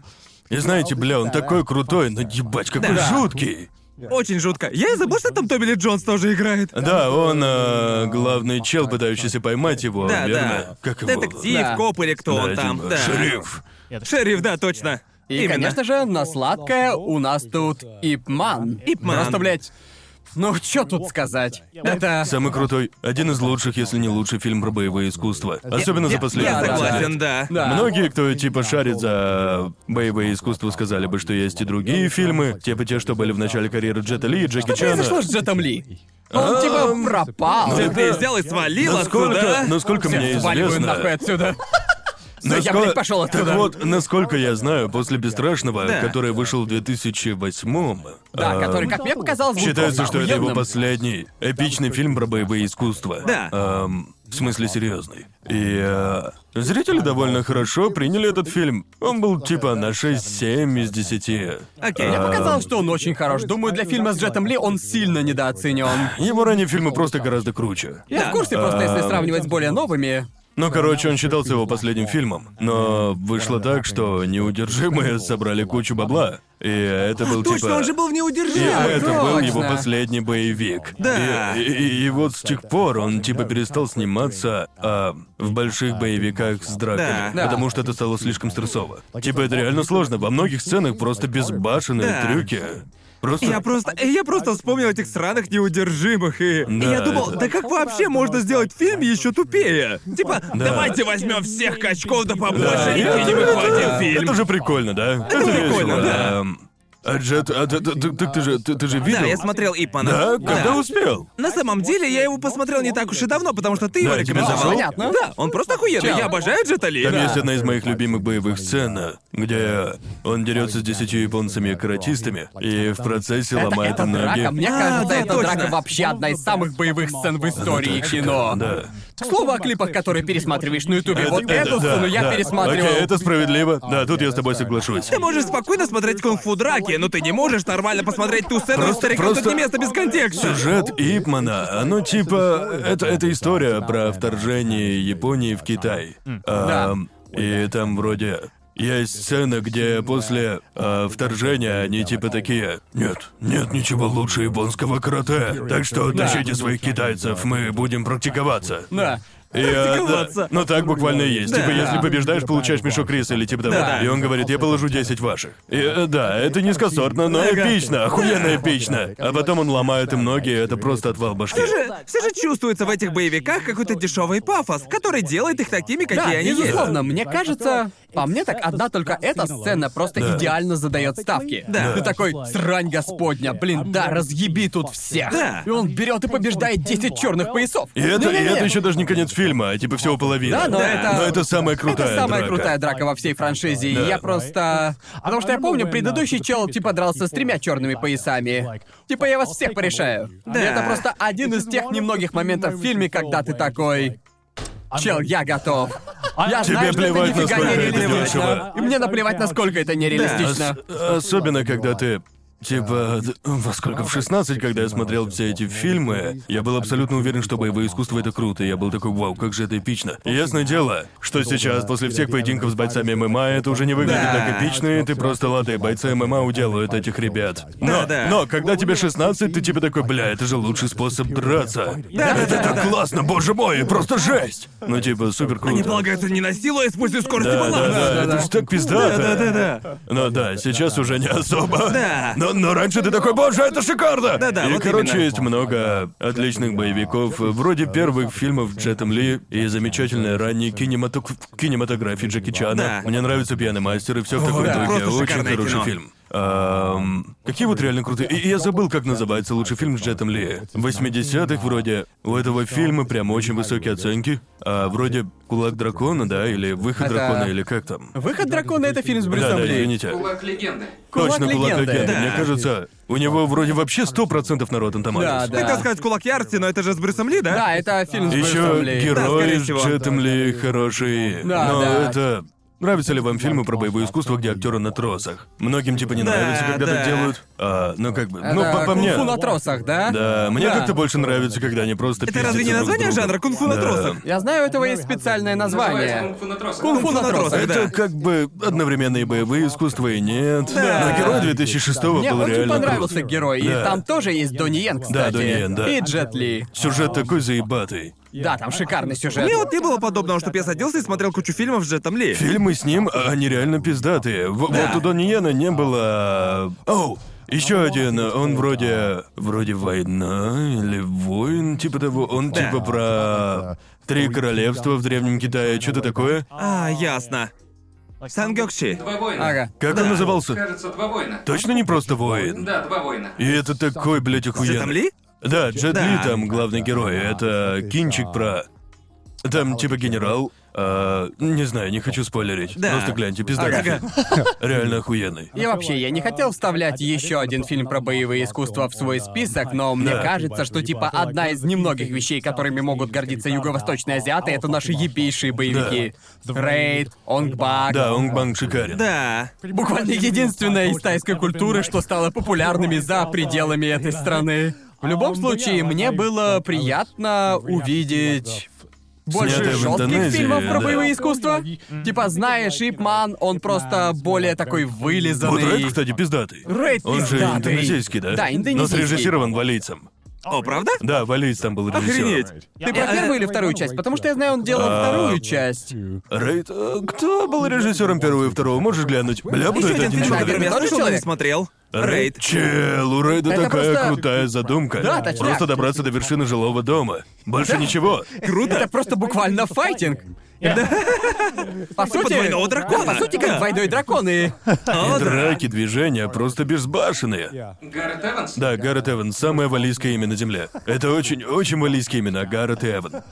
[SPEAKER 4] И знаете, бля, он такой крутой, но ебать, какой
[SPEAKER 2] Да.
[SPEAKER 4] жуткий.
[SPEAKER 2] Очень жутко. Я и забыл, что там Томми Ли Джонс тоже играет.
[SPEAKER 4] Да, он э, главный чел, пытающийся поймать его,
[SPEAKER 2] Да,
[SPEAKER 4] верно?
[SPEAKER 2] да.
[SPEAKER 4] Как его?
[SPEAKER 2] Детектив,
[SPEAKER 3] Да.
[SPEAKER 2] коп или кто
[SPEAKER 4] Да,
[SPEAKER 2] он там.
[SPEAKER 4] типа,
[SPEAKER 2] Да.
[SPEAKER 4] Шериф.
[SPEAKER 2] Шериф, да, точно.
[SPEAKER 3] И,
[SPEAKER 2] Именно.
[SPEAKER 3] конечно же, на сладкое у нас тут Ипман.
[SPEAKER 2] Ипман.
[SPEAKER 3] Просто, блядь, ну что тут сказать? Это...
[SPEAKER 4] Самый крутой, один из лучших, если не лучший фильм про боевые искусства. Особенно за
[SPEAKER 2] Я,
[SPEAKER 4] последние
[SPEAKER 2] я
[SPEAKER 4] 20 лет.
[SPEAKER 2] согласен, да.
[SPEAKER 3] Да.
[SPEAKER 4] Многие, кто типа шарит за боевые искусства, сказали бы, что есть и другие фильмы, типа те, что были в начале карьеры Джета Ли и Джеки
[SPEAKER 3] Что
[SPEAKER 4] Чана.
[SPEAKER 3] произошло с Джетом Ли?
[SPEAKER 4] А,
[SPEAKER 3] Он типа пропал.
[SPEAKER 2] Ты
[SPEAKER 4] Ну,
[SPEAKER 2] где
[SPEAKER 4] да.
[SPEAKER 2] взял и свалил а?
[SPEAKER 4] Насколько, Ну,
[SPEAKER 2] отсюда?
[SPEAKER 4] насколько мне
[SPEAKER 3] Всё, сваливаю нахуй
[SPEAKER 4] известно...
[SPEAKER 3] отсюда. Всё, Я,
[SPEAKER 4] насколько-
[SPEAKER 3] блядь, пошел отсюда.
[SPEAKER 4] Так вот, насколько я знаю, после «Бесстрашного»,
[SPEAKER 2] Да.
[SPEAKER 4] который вышел в 2008
[SPEAKER 3] Да,
[SPEAKER 4] а,
[SPEAKER 3] который, как мне показалось, был
[SPEAKER 4] Считается,
[SPEAKER 3] просто
[SPEAKER 4] что это его
[SPEAKER 3] охуенным.
[SPEAKER 4] последний эпичный фильм про боевые искусства.
[SPEAKER 2] Да.
[SPEAKER 4] Эм, в смысле, серьезный. И э, зрители довольно хорошо приняли этот фильм. Он был типа на 6-7 из 10.
[SPEAKER 2] Окей.
[SPEAKER 3] Мне
[SPEAKER 4] Эм,
[SPEAKER 3] показалось, что он очень хорош. Думаю, для фильма с Джетом Ли он сильно недооценен.
[SPEAKER 4] Его ранние фильмы просто гораздо круче.
[SPEAKER 3] Я в курсе, просто если
[SPEAKER 4] А.
[SPEAKER 3] сравнивать с более новыми.
[SPEAKER 4] Ну, короче, он считался его последним фильмом. Но вышло так, что неудержимые собрали кучу бабла. И это был типа...
[SPEAKER 2] Точно, он же был в
[SPEAKER 3] Да,
[SPEAKER 4] И а
[SPEAKER 2] неудержимый.
[SPEAKER 4] это был его
[SPEAKER 3] точно.
[SPEAKER 4] последний боевик.
[SPEAKER 2] ну, Да.
[SPEAKER 4] И, и- и вот с тех пор он типа перестал сниматься а, в больших боевиках с драками.
[SPEAKER 2] Да.
[SPEAKER 4] Потому что это стало слишком стрессово. Типа это реально сложно. Во многих сценах просто безбашенные
[SPEAKER 2] Да.
[SPEAKER 4] трюки. Просто.
[SPEAKER 2] Я просто, я просто вспомнил этих сраных неудержимых и
[SPEAKER 4] Да,
[SPEAKER 2] я думал,
[SPEAKER 4] это-
[SPEAKER 2] да как вообще можно сделать фильм еще тупее? Типа, давайте возьмем всех качков да побольше
[SPEAKER 4] Да,
[SPEAKER 2] и
[SPEAKER 4] это-
[SPEAKER 2] кинем их в один
[SPEAKER 4] это,
[SPEAKER 2] фильм.
[SPEAKER 4] это же прикольно, да? Это,
[SPEAKER 2] прикольно,
[SPEAKER 4] весело,
[SPEAKER 2] да.
[SPEAKER 4] Эм, А Джет, а ты, ты- ты- так ты же, ты, ты же видел?
[SPEAKER 2] Да, я смотрел Ипмана.
[SPEAKER 4] Да? Когда успел?
[SPEAKER 2] На самом деле, я его посмотрел не так уж и давно, потому что ты его
[SPEAKER 4] Да, тебе
[SPEAKER 2] рекомендовал.
[SPEAKER 4] зашёл?
[SPEAKER 3] Понятно.
[SPEAKER 2] Да, он просто охуенный.
[SPEAKER 3] Чё?
[SPEAKER 2] Я обожаю Джета Ли.
[SPEAKER 4] Там
[SPEAKER 2] Да.
[SPEAKER 4] есть одна из моих любимых боевых сцен, э, где он дерется с десятью японцами каратистами и в процессе
[SPEAKER 3] Это,
[SPEAKER 4] ломает
[SPEAKER 3] это
[SPEAKER 4] им ноги.
[SPEAKER 3] драка. Мне
[SPEAKER 2] А,
[SPEAKER 3] кажется,
[SPEAKER 2] да,
[SPEAKER 3] эта
[SPEAKER 2] точно.
[SPEAKER 3] драка вообще одна из самых боевых сцен в истории
[SPEAKER 4] Так,
[SPEAKER 3] кино.
[SPEAKER 4] Да.
[SPEAKER 3] К слову о клипах, которые пересматриваешь на Ютубе.
[SPEAKER 4] Это-
[SPEAKER 3] Вот
[SPEAKER 4] это-
[SPEAKER 3] эту
[SPEAKER 4] да,
[SPEAKER 3] сцену я
[SPEAKER 4] да.
[SPEAKER 3] пересматривал.
[SPEAKER 4] Окей, это справедливо. Да, тут я с тобой соглашусь.
[SPEAKER 2] Ты можешь спокойно смотреть кунг-фу драки, но ты не можешь нормально посмотреть ту сцену
[SPEAKER 4] Просто-
[SPEAKER 2] из старика.
[SPEAKER 4] просто-
[SPEAKER 2] Тут не место без контекста.
[SPEAKER 4] Сюжет Ипмана, оно типа... Это, это история про вторжение Японии в Китай. Ам, и там вроде... Есть сцена, где после э, вторжения они типа такие «Нет, нет ничего лучше японского карате, так что тащите своих китайцев, мы будем практиковаться».
[SPEAKER 3] Да.
[SPEAKER 4] И, э, да,
[SPEAKER 2] Практиковаться.
[SPEAKER 4] ну так буквально и есть.
[SPEAKER 2] Да.
[SPEAKER 4] Типа, если побеждаешь, получаешь мешок риса или типа того.
[SPEAKER 2] Да.
[SPEAKER 4] И он говорит, я положу 10 ваших. И, э, да, это низкосортно, но эпично, охуенно эпично. А потом он ломает им ноги, и это просто отвал башки.
[SPEAKER 2] Все же, всё же чувствуется в этих боевиках какой-то дешевый пафос, который делает их такими, какие
[SPEAKER 3] Да,
[SPEAKER 2] они есть.
[SPEAKER 3] безусловно, мне кажется, по мне так одна только эта сцена просто
[SPEAKER 5] Да.
[SPEAKER 3] идеально задает ставки.
[SPEAKER 5] Да.
[SPEAKER 3] Ты такой, срань господня, блин, да, разъеби тут всех.
[SPEAKER 2] Да.
[SPEAKER 3] И он берет и побеждает 10 черных поясов.
[SPEAKER 4] И это, и
[SPEAKER 3] Не-не-не.
[SPEAKER 4] это еще даже не конец фильма, а типа всего половина.
[SPEAKER 3] ну, Да, но это-
[SPEAKER 4] Но это самая крутая
[SPEAKER 3] Это самая
[SPEAKER 4] драка.
[SPEAKER 3] крутая драка во всей франшизе. и
[SPEAKER 4] Да.
[SPEAKER 3] Я просто. Потому что я помню, предыдущий чел типа дрался с тремя черными поясами. Типа я вас всех порешаю.
[SPEAKER 5] Да.
[SPEAKER 3] И Это просто один из тех немногих моментов в фильме, когда ты такой. Чел, я готов. Я знаю, ну, а
[SPEAKER 4] А Тебе
[SPEAKER 3] что это
[SPEAKER 4] плевать,
[SPEAKER 3] нифига
[SPEAKER 4] насколько это
[SPEAKER 3] нереалистично.
[SPEAKER 4] дешево.
[SPEAKER 3] И мне наплевать, насколько это нереалистично.
[SPEAKER 4] Ос- особенно, когда ты... Типа, д- во сколько в 16, когда я смотрел все эти фильмы, я был абсолютно уверен, что боевое искусство это круто. Я был такой, вау, как же это эпично. Ясное дело, что сейчас, после всех поединков с бойцами ММА, это уже не выглядит
[SPEAKER 2] Да.
[SPEAKER 4] так эпично, и ты просто лады, бойцы ММА уделают этих ребят. Но,
[SPEAKER 2] Да, да.
[SPEAKER 4] но, когда тебе 16, ты типа такой, бля, это же лучший способ драться. это так классно, боже мой, просто жесть! Ну, типа, супер круто.
[SPEAKER 2] Они полагаются не на силу, а используя скорость и
[SPEAKER 4] Да, да,
[SPEAKER 2] баланс.
[SPEAKER 4] да, это ж так пиздато.
[SPEAKER 2] Да, да, да.
[SPEAKER 4] Ну да, сейчас уже не особо.
[SPEAKER 2] Да.
[SPEAKER 4] Но, но раньше ты такой, боже, это шикарно!
[SPEAKER 2] Да-да,
[SPEAKER 4] И,
[SPEAKER 2] вот
[SPEAKER 4] короче,
[SPEAKER 2] именно.
[SPEAKER 4] есть много отличных боевиков, вроде первых фильмов Джетом Ли и замечательной ранней кинематок- кинематографии Джеки Чана.
[SPEAKER 2] Да.
[SPEAKER 4] Мне нравится «Пьяный мастер» и все в таком
[SPEAKER 2] да,
[SPEAKER 4] духе.
[SPEAKER 2] просто
[SPEAKER 4] Очень
[SPEAKER 2] шикарное
[SPEAKER 4] хороший
[SPEAKER 2] кино.
[SPEAKER 4] фильм. Эм, какие вот реально крутые... И и я забыл, как называется лучший фильм с Джетом Ли. В 80-х вроде у этого фильма прям очень высокие оценки. А вроде «Кулак дракона», да, или «Выход
[SPEAKER 2] А,
[SPEAKER 3] Это-
[SPEAKER 4] дракона», или как там?
[SPEAKER 3] Выход дракона это фильм с
[SPEAKER 4] Да,
[SPEAKER 3] Брюсом
[SPEAKER 4] да,
[SPEAKER 3] Ли.
[SPEAKER 4] извините.
[SPEAKER 1] Кулак легенды.
[SPEAKER 3] Кулак
[SPEAKER 4] Точно, кулак
[SPEAKER 3] легенды.
[SPEAKER 4] легенды.
[SPEAKER 3] Да.
[SPEAKER 4] Мне кажется, у него вроде вообще сто процентов на Rotten Tomatoes.
[SPEAKER 3] Да, да.
[SPEAKER 2] Хотел сказать кулак ярости, но это же с Брюсом Ли, да?
[SPEAKER 3] Да, это фильм с Брюсом
[SPEAKER 4] Еще
[SPEAKER 3] Ли.
[SPEAKER 2] Да,
[SPEAKER 4] герой
[SPEAKER 2] скорее
[SPEAKER 4] с
[SPEAKER 2] всего.
[SPEAKER 4] Джетом Ли хороший.
[SPEAKER 3] Да,
[SPEAKER 4] Но
[SPEAKER 3] да.
[SPEAKER 4] это... Нравятся ли вам фильмы про боевое искусство, где актеры на тросах? Многим типа не
[SPEAKER 2] Да,
[SPEAKER 4] нравится, когда
[SPEAKER 2] да.
[SPEAKER 4] так делают. А, ну как бы.
[SPEAKER 3] Это
[SPEAKER 4] ну, по, по мне.
[SPEAKER 3] «Кунг-фу на тросах, да?
[SPEAKER 4] Да, мне
[SPEAKER 3] Да.
[SPEAKER 4] как-то больше нравится, когда они просто
[SPEAKER 2] Это разве не
[SPEAKER 4] пиздятся друг
[SPEAKER 2] название
[SPEAKER 4] с другом.
[SPEAKER 2] жанра кунг-фу на
[SPEAKER 4] Да.
[SPEAKER 2] тросах?
[SPEAKER 3] Я знаю, у этого есть специальное
[SPEAKER 1] Называется
[SPEAKER 3] название.
[SPEAKER 1] кунг-фу на тросах.
[SPEAKER 3] Кунг-фу на
[SPEAKER 2] на тросах,
[SPEAKER 3] тросах,
[SPEAKER 2] да.
[SPEAKER 4] Это как бы одновременно и боевые искусства, и нет.
[SPEAKER 2] Да.
[SPEAKER 4] Но герой 2006 был
[SPEAKER 3] Мне очень
[SPEAKER 4] реально крут.
[SPEAKER 3] понравился герой, и
[SPEAKER 4] Да.
[SPEAKER 3] там тоже есть Донни Йен, кстати.
[SPEAKER 4] Донни Йен, да.
[SPEAKER 3] И Джет Ли.
[SPEAKER 4] Сюжет такой заебатый.
[SPEAKER 3] Да, там шикарный сюжет.
[SPEAKER 2] Мне вот не было подобного, чтоб я садился и смотрел кучу фильмов с Джетом Ли.
[SPEAKER 4] Фильмы с ним, а, они реально пиздатые. В- Вот у Дониена не было... э, Оу! Еще один, он вроде... Вроде «Война» или «Воин», типа того. Он типа про... Три королевства в Древнем Китае, что-то такое.
[SPEAKER 2] А, ясно. Сан Гёкчи.
[SPEAKER 1] Два воина.
[SPEAKER 3] Ага.
[SPEAKER 4] Как он назывался?
[SPEAKER 1] Кажется, два воина.
[SPEAKER 4] Точно не просто «Воин».
[SPEAKER 1] Да, два воина.
[SPEAKER 4] И это такой, блядь,
[SPEAKER 2] С
[SPEAKER 4] охуенный.
[SPEAKER 2] Джетом Ли?
[SPEAKER 4] Да, Джет
[SPEAKER 2] Да.
[SPEAKER 4] Ли там главный герой. Это кинчик про... Там типа генерал... а, не знаю, не хочу спойлерить.
[SPEAKER 2] Да.
[SPEAKER 4] Просто гляньте, пиздатый
[SPEAKER 2] Ага.
[SPEAKER 4] фильм. Реально охуенный.
[SPEAKER 3] И вообще, я не хотел вставлять еще один фильм про боевые искусства в свой список, но мне
[SPEAKER 4] Да.
[SPEAKER 3] кажется, что типа одна из немногих вещей, которыми могут гордиться юго-восточные азиаты, это наши ебейшие боевики. Рейд, Онгбак.
[SPEAKER 4] Да, он банк шикарен.
[SPEAKER 2] Да.
[SPEAKER 3] Буквально единственная из тайской культуры, что стало популярными за пределами этой страны. В любом случае, мне было приятно увидеть больше
[SPEAKER 4] Снятое в
[SPEAKER 3] жестких
[SPEAKER 4] Индонезии,
[SPEAKER 3] фильмов про
[SPEAKER 4] да.
[SPEAKER 3] боевые искусства. Типа, знаешь, Ипман, он просто более такой
[SPEAKER 4] Вот
[SPEAKER 3] вылизанный.
[SPEAKER 4] Рейд, кстати, пиздатый.
[SPEAKER 3] Рейд
[SPEAKER 4] Он же
[SPEAKER 3] пиздатый.
[SPEAKER 4] индонезийский, да?
[SPEAKER 3] Да, индонезийский.
[SPEAKER 4] Но срежиссирован валийцем.
[SPEAKER 2] О, правда?
[SPEAKER 4] Да, валиец там был
[SPEAKER 2] Охренеть.
[SPEAKER 4] режиссером.
[SPEAKER 3] Ты про Э, первую или вторую часть? Потому что я знаю, он делал
[SPEAKER 4] А,
[SPEAKER 3] вторую часть.
[SPEAKER 4] Рейд, э, кто был режиссером первого и второго? Можешь глянуть? Бля, буду
[SPEAKER 2] Еще
[SPEAKER 4] это
[SPEAKER 2] один
[SPEAKER 4] один
[SPEAKER 2] фильм, о котором
[SPEAKER 4] человек.
[SPEAKER 2] я
[SPEAKER 3] Тоже
[SPEAKER 2] слышал, но не
[SPEAKER 3] человек?
[SPEAKER 2] смотрел.
[SPEAKER 4] Рейд.
[SPEAKER 2] Рейд.
[SPEAKER 4] Чел, у Рейда
[SPEAKER 3] Это
[SPEAKER 4] такая
[SPEAKER 3] просто-
[SPEAKER 4] крутая задумка.
[SPEAKER 3] Да, точняк.
[SPEAKER 4] Просто добраться до вершины жилого дома. Больше ничего.
[SPEAKER 3] Круто. Это просто буквально файтинг. По сути,
[SPEAKER 2] двойного дракона.
[SPEAKER 3] Да, По сути, как двойной дракон и...
[SPEAKER 2] О, А, да.
[SPEAKER 4] Драки, движения просто безбашенные.
[SPEAKER 1] Гаррет Эванс?
[SPEAKER 4] Да, Гаррет Эван, самое валийское имя на Земле. Это очень-очень валийское имя, Гаррет и Эван.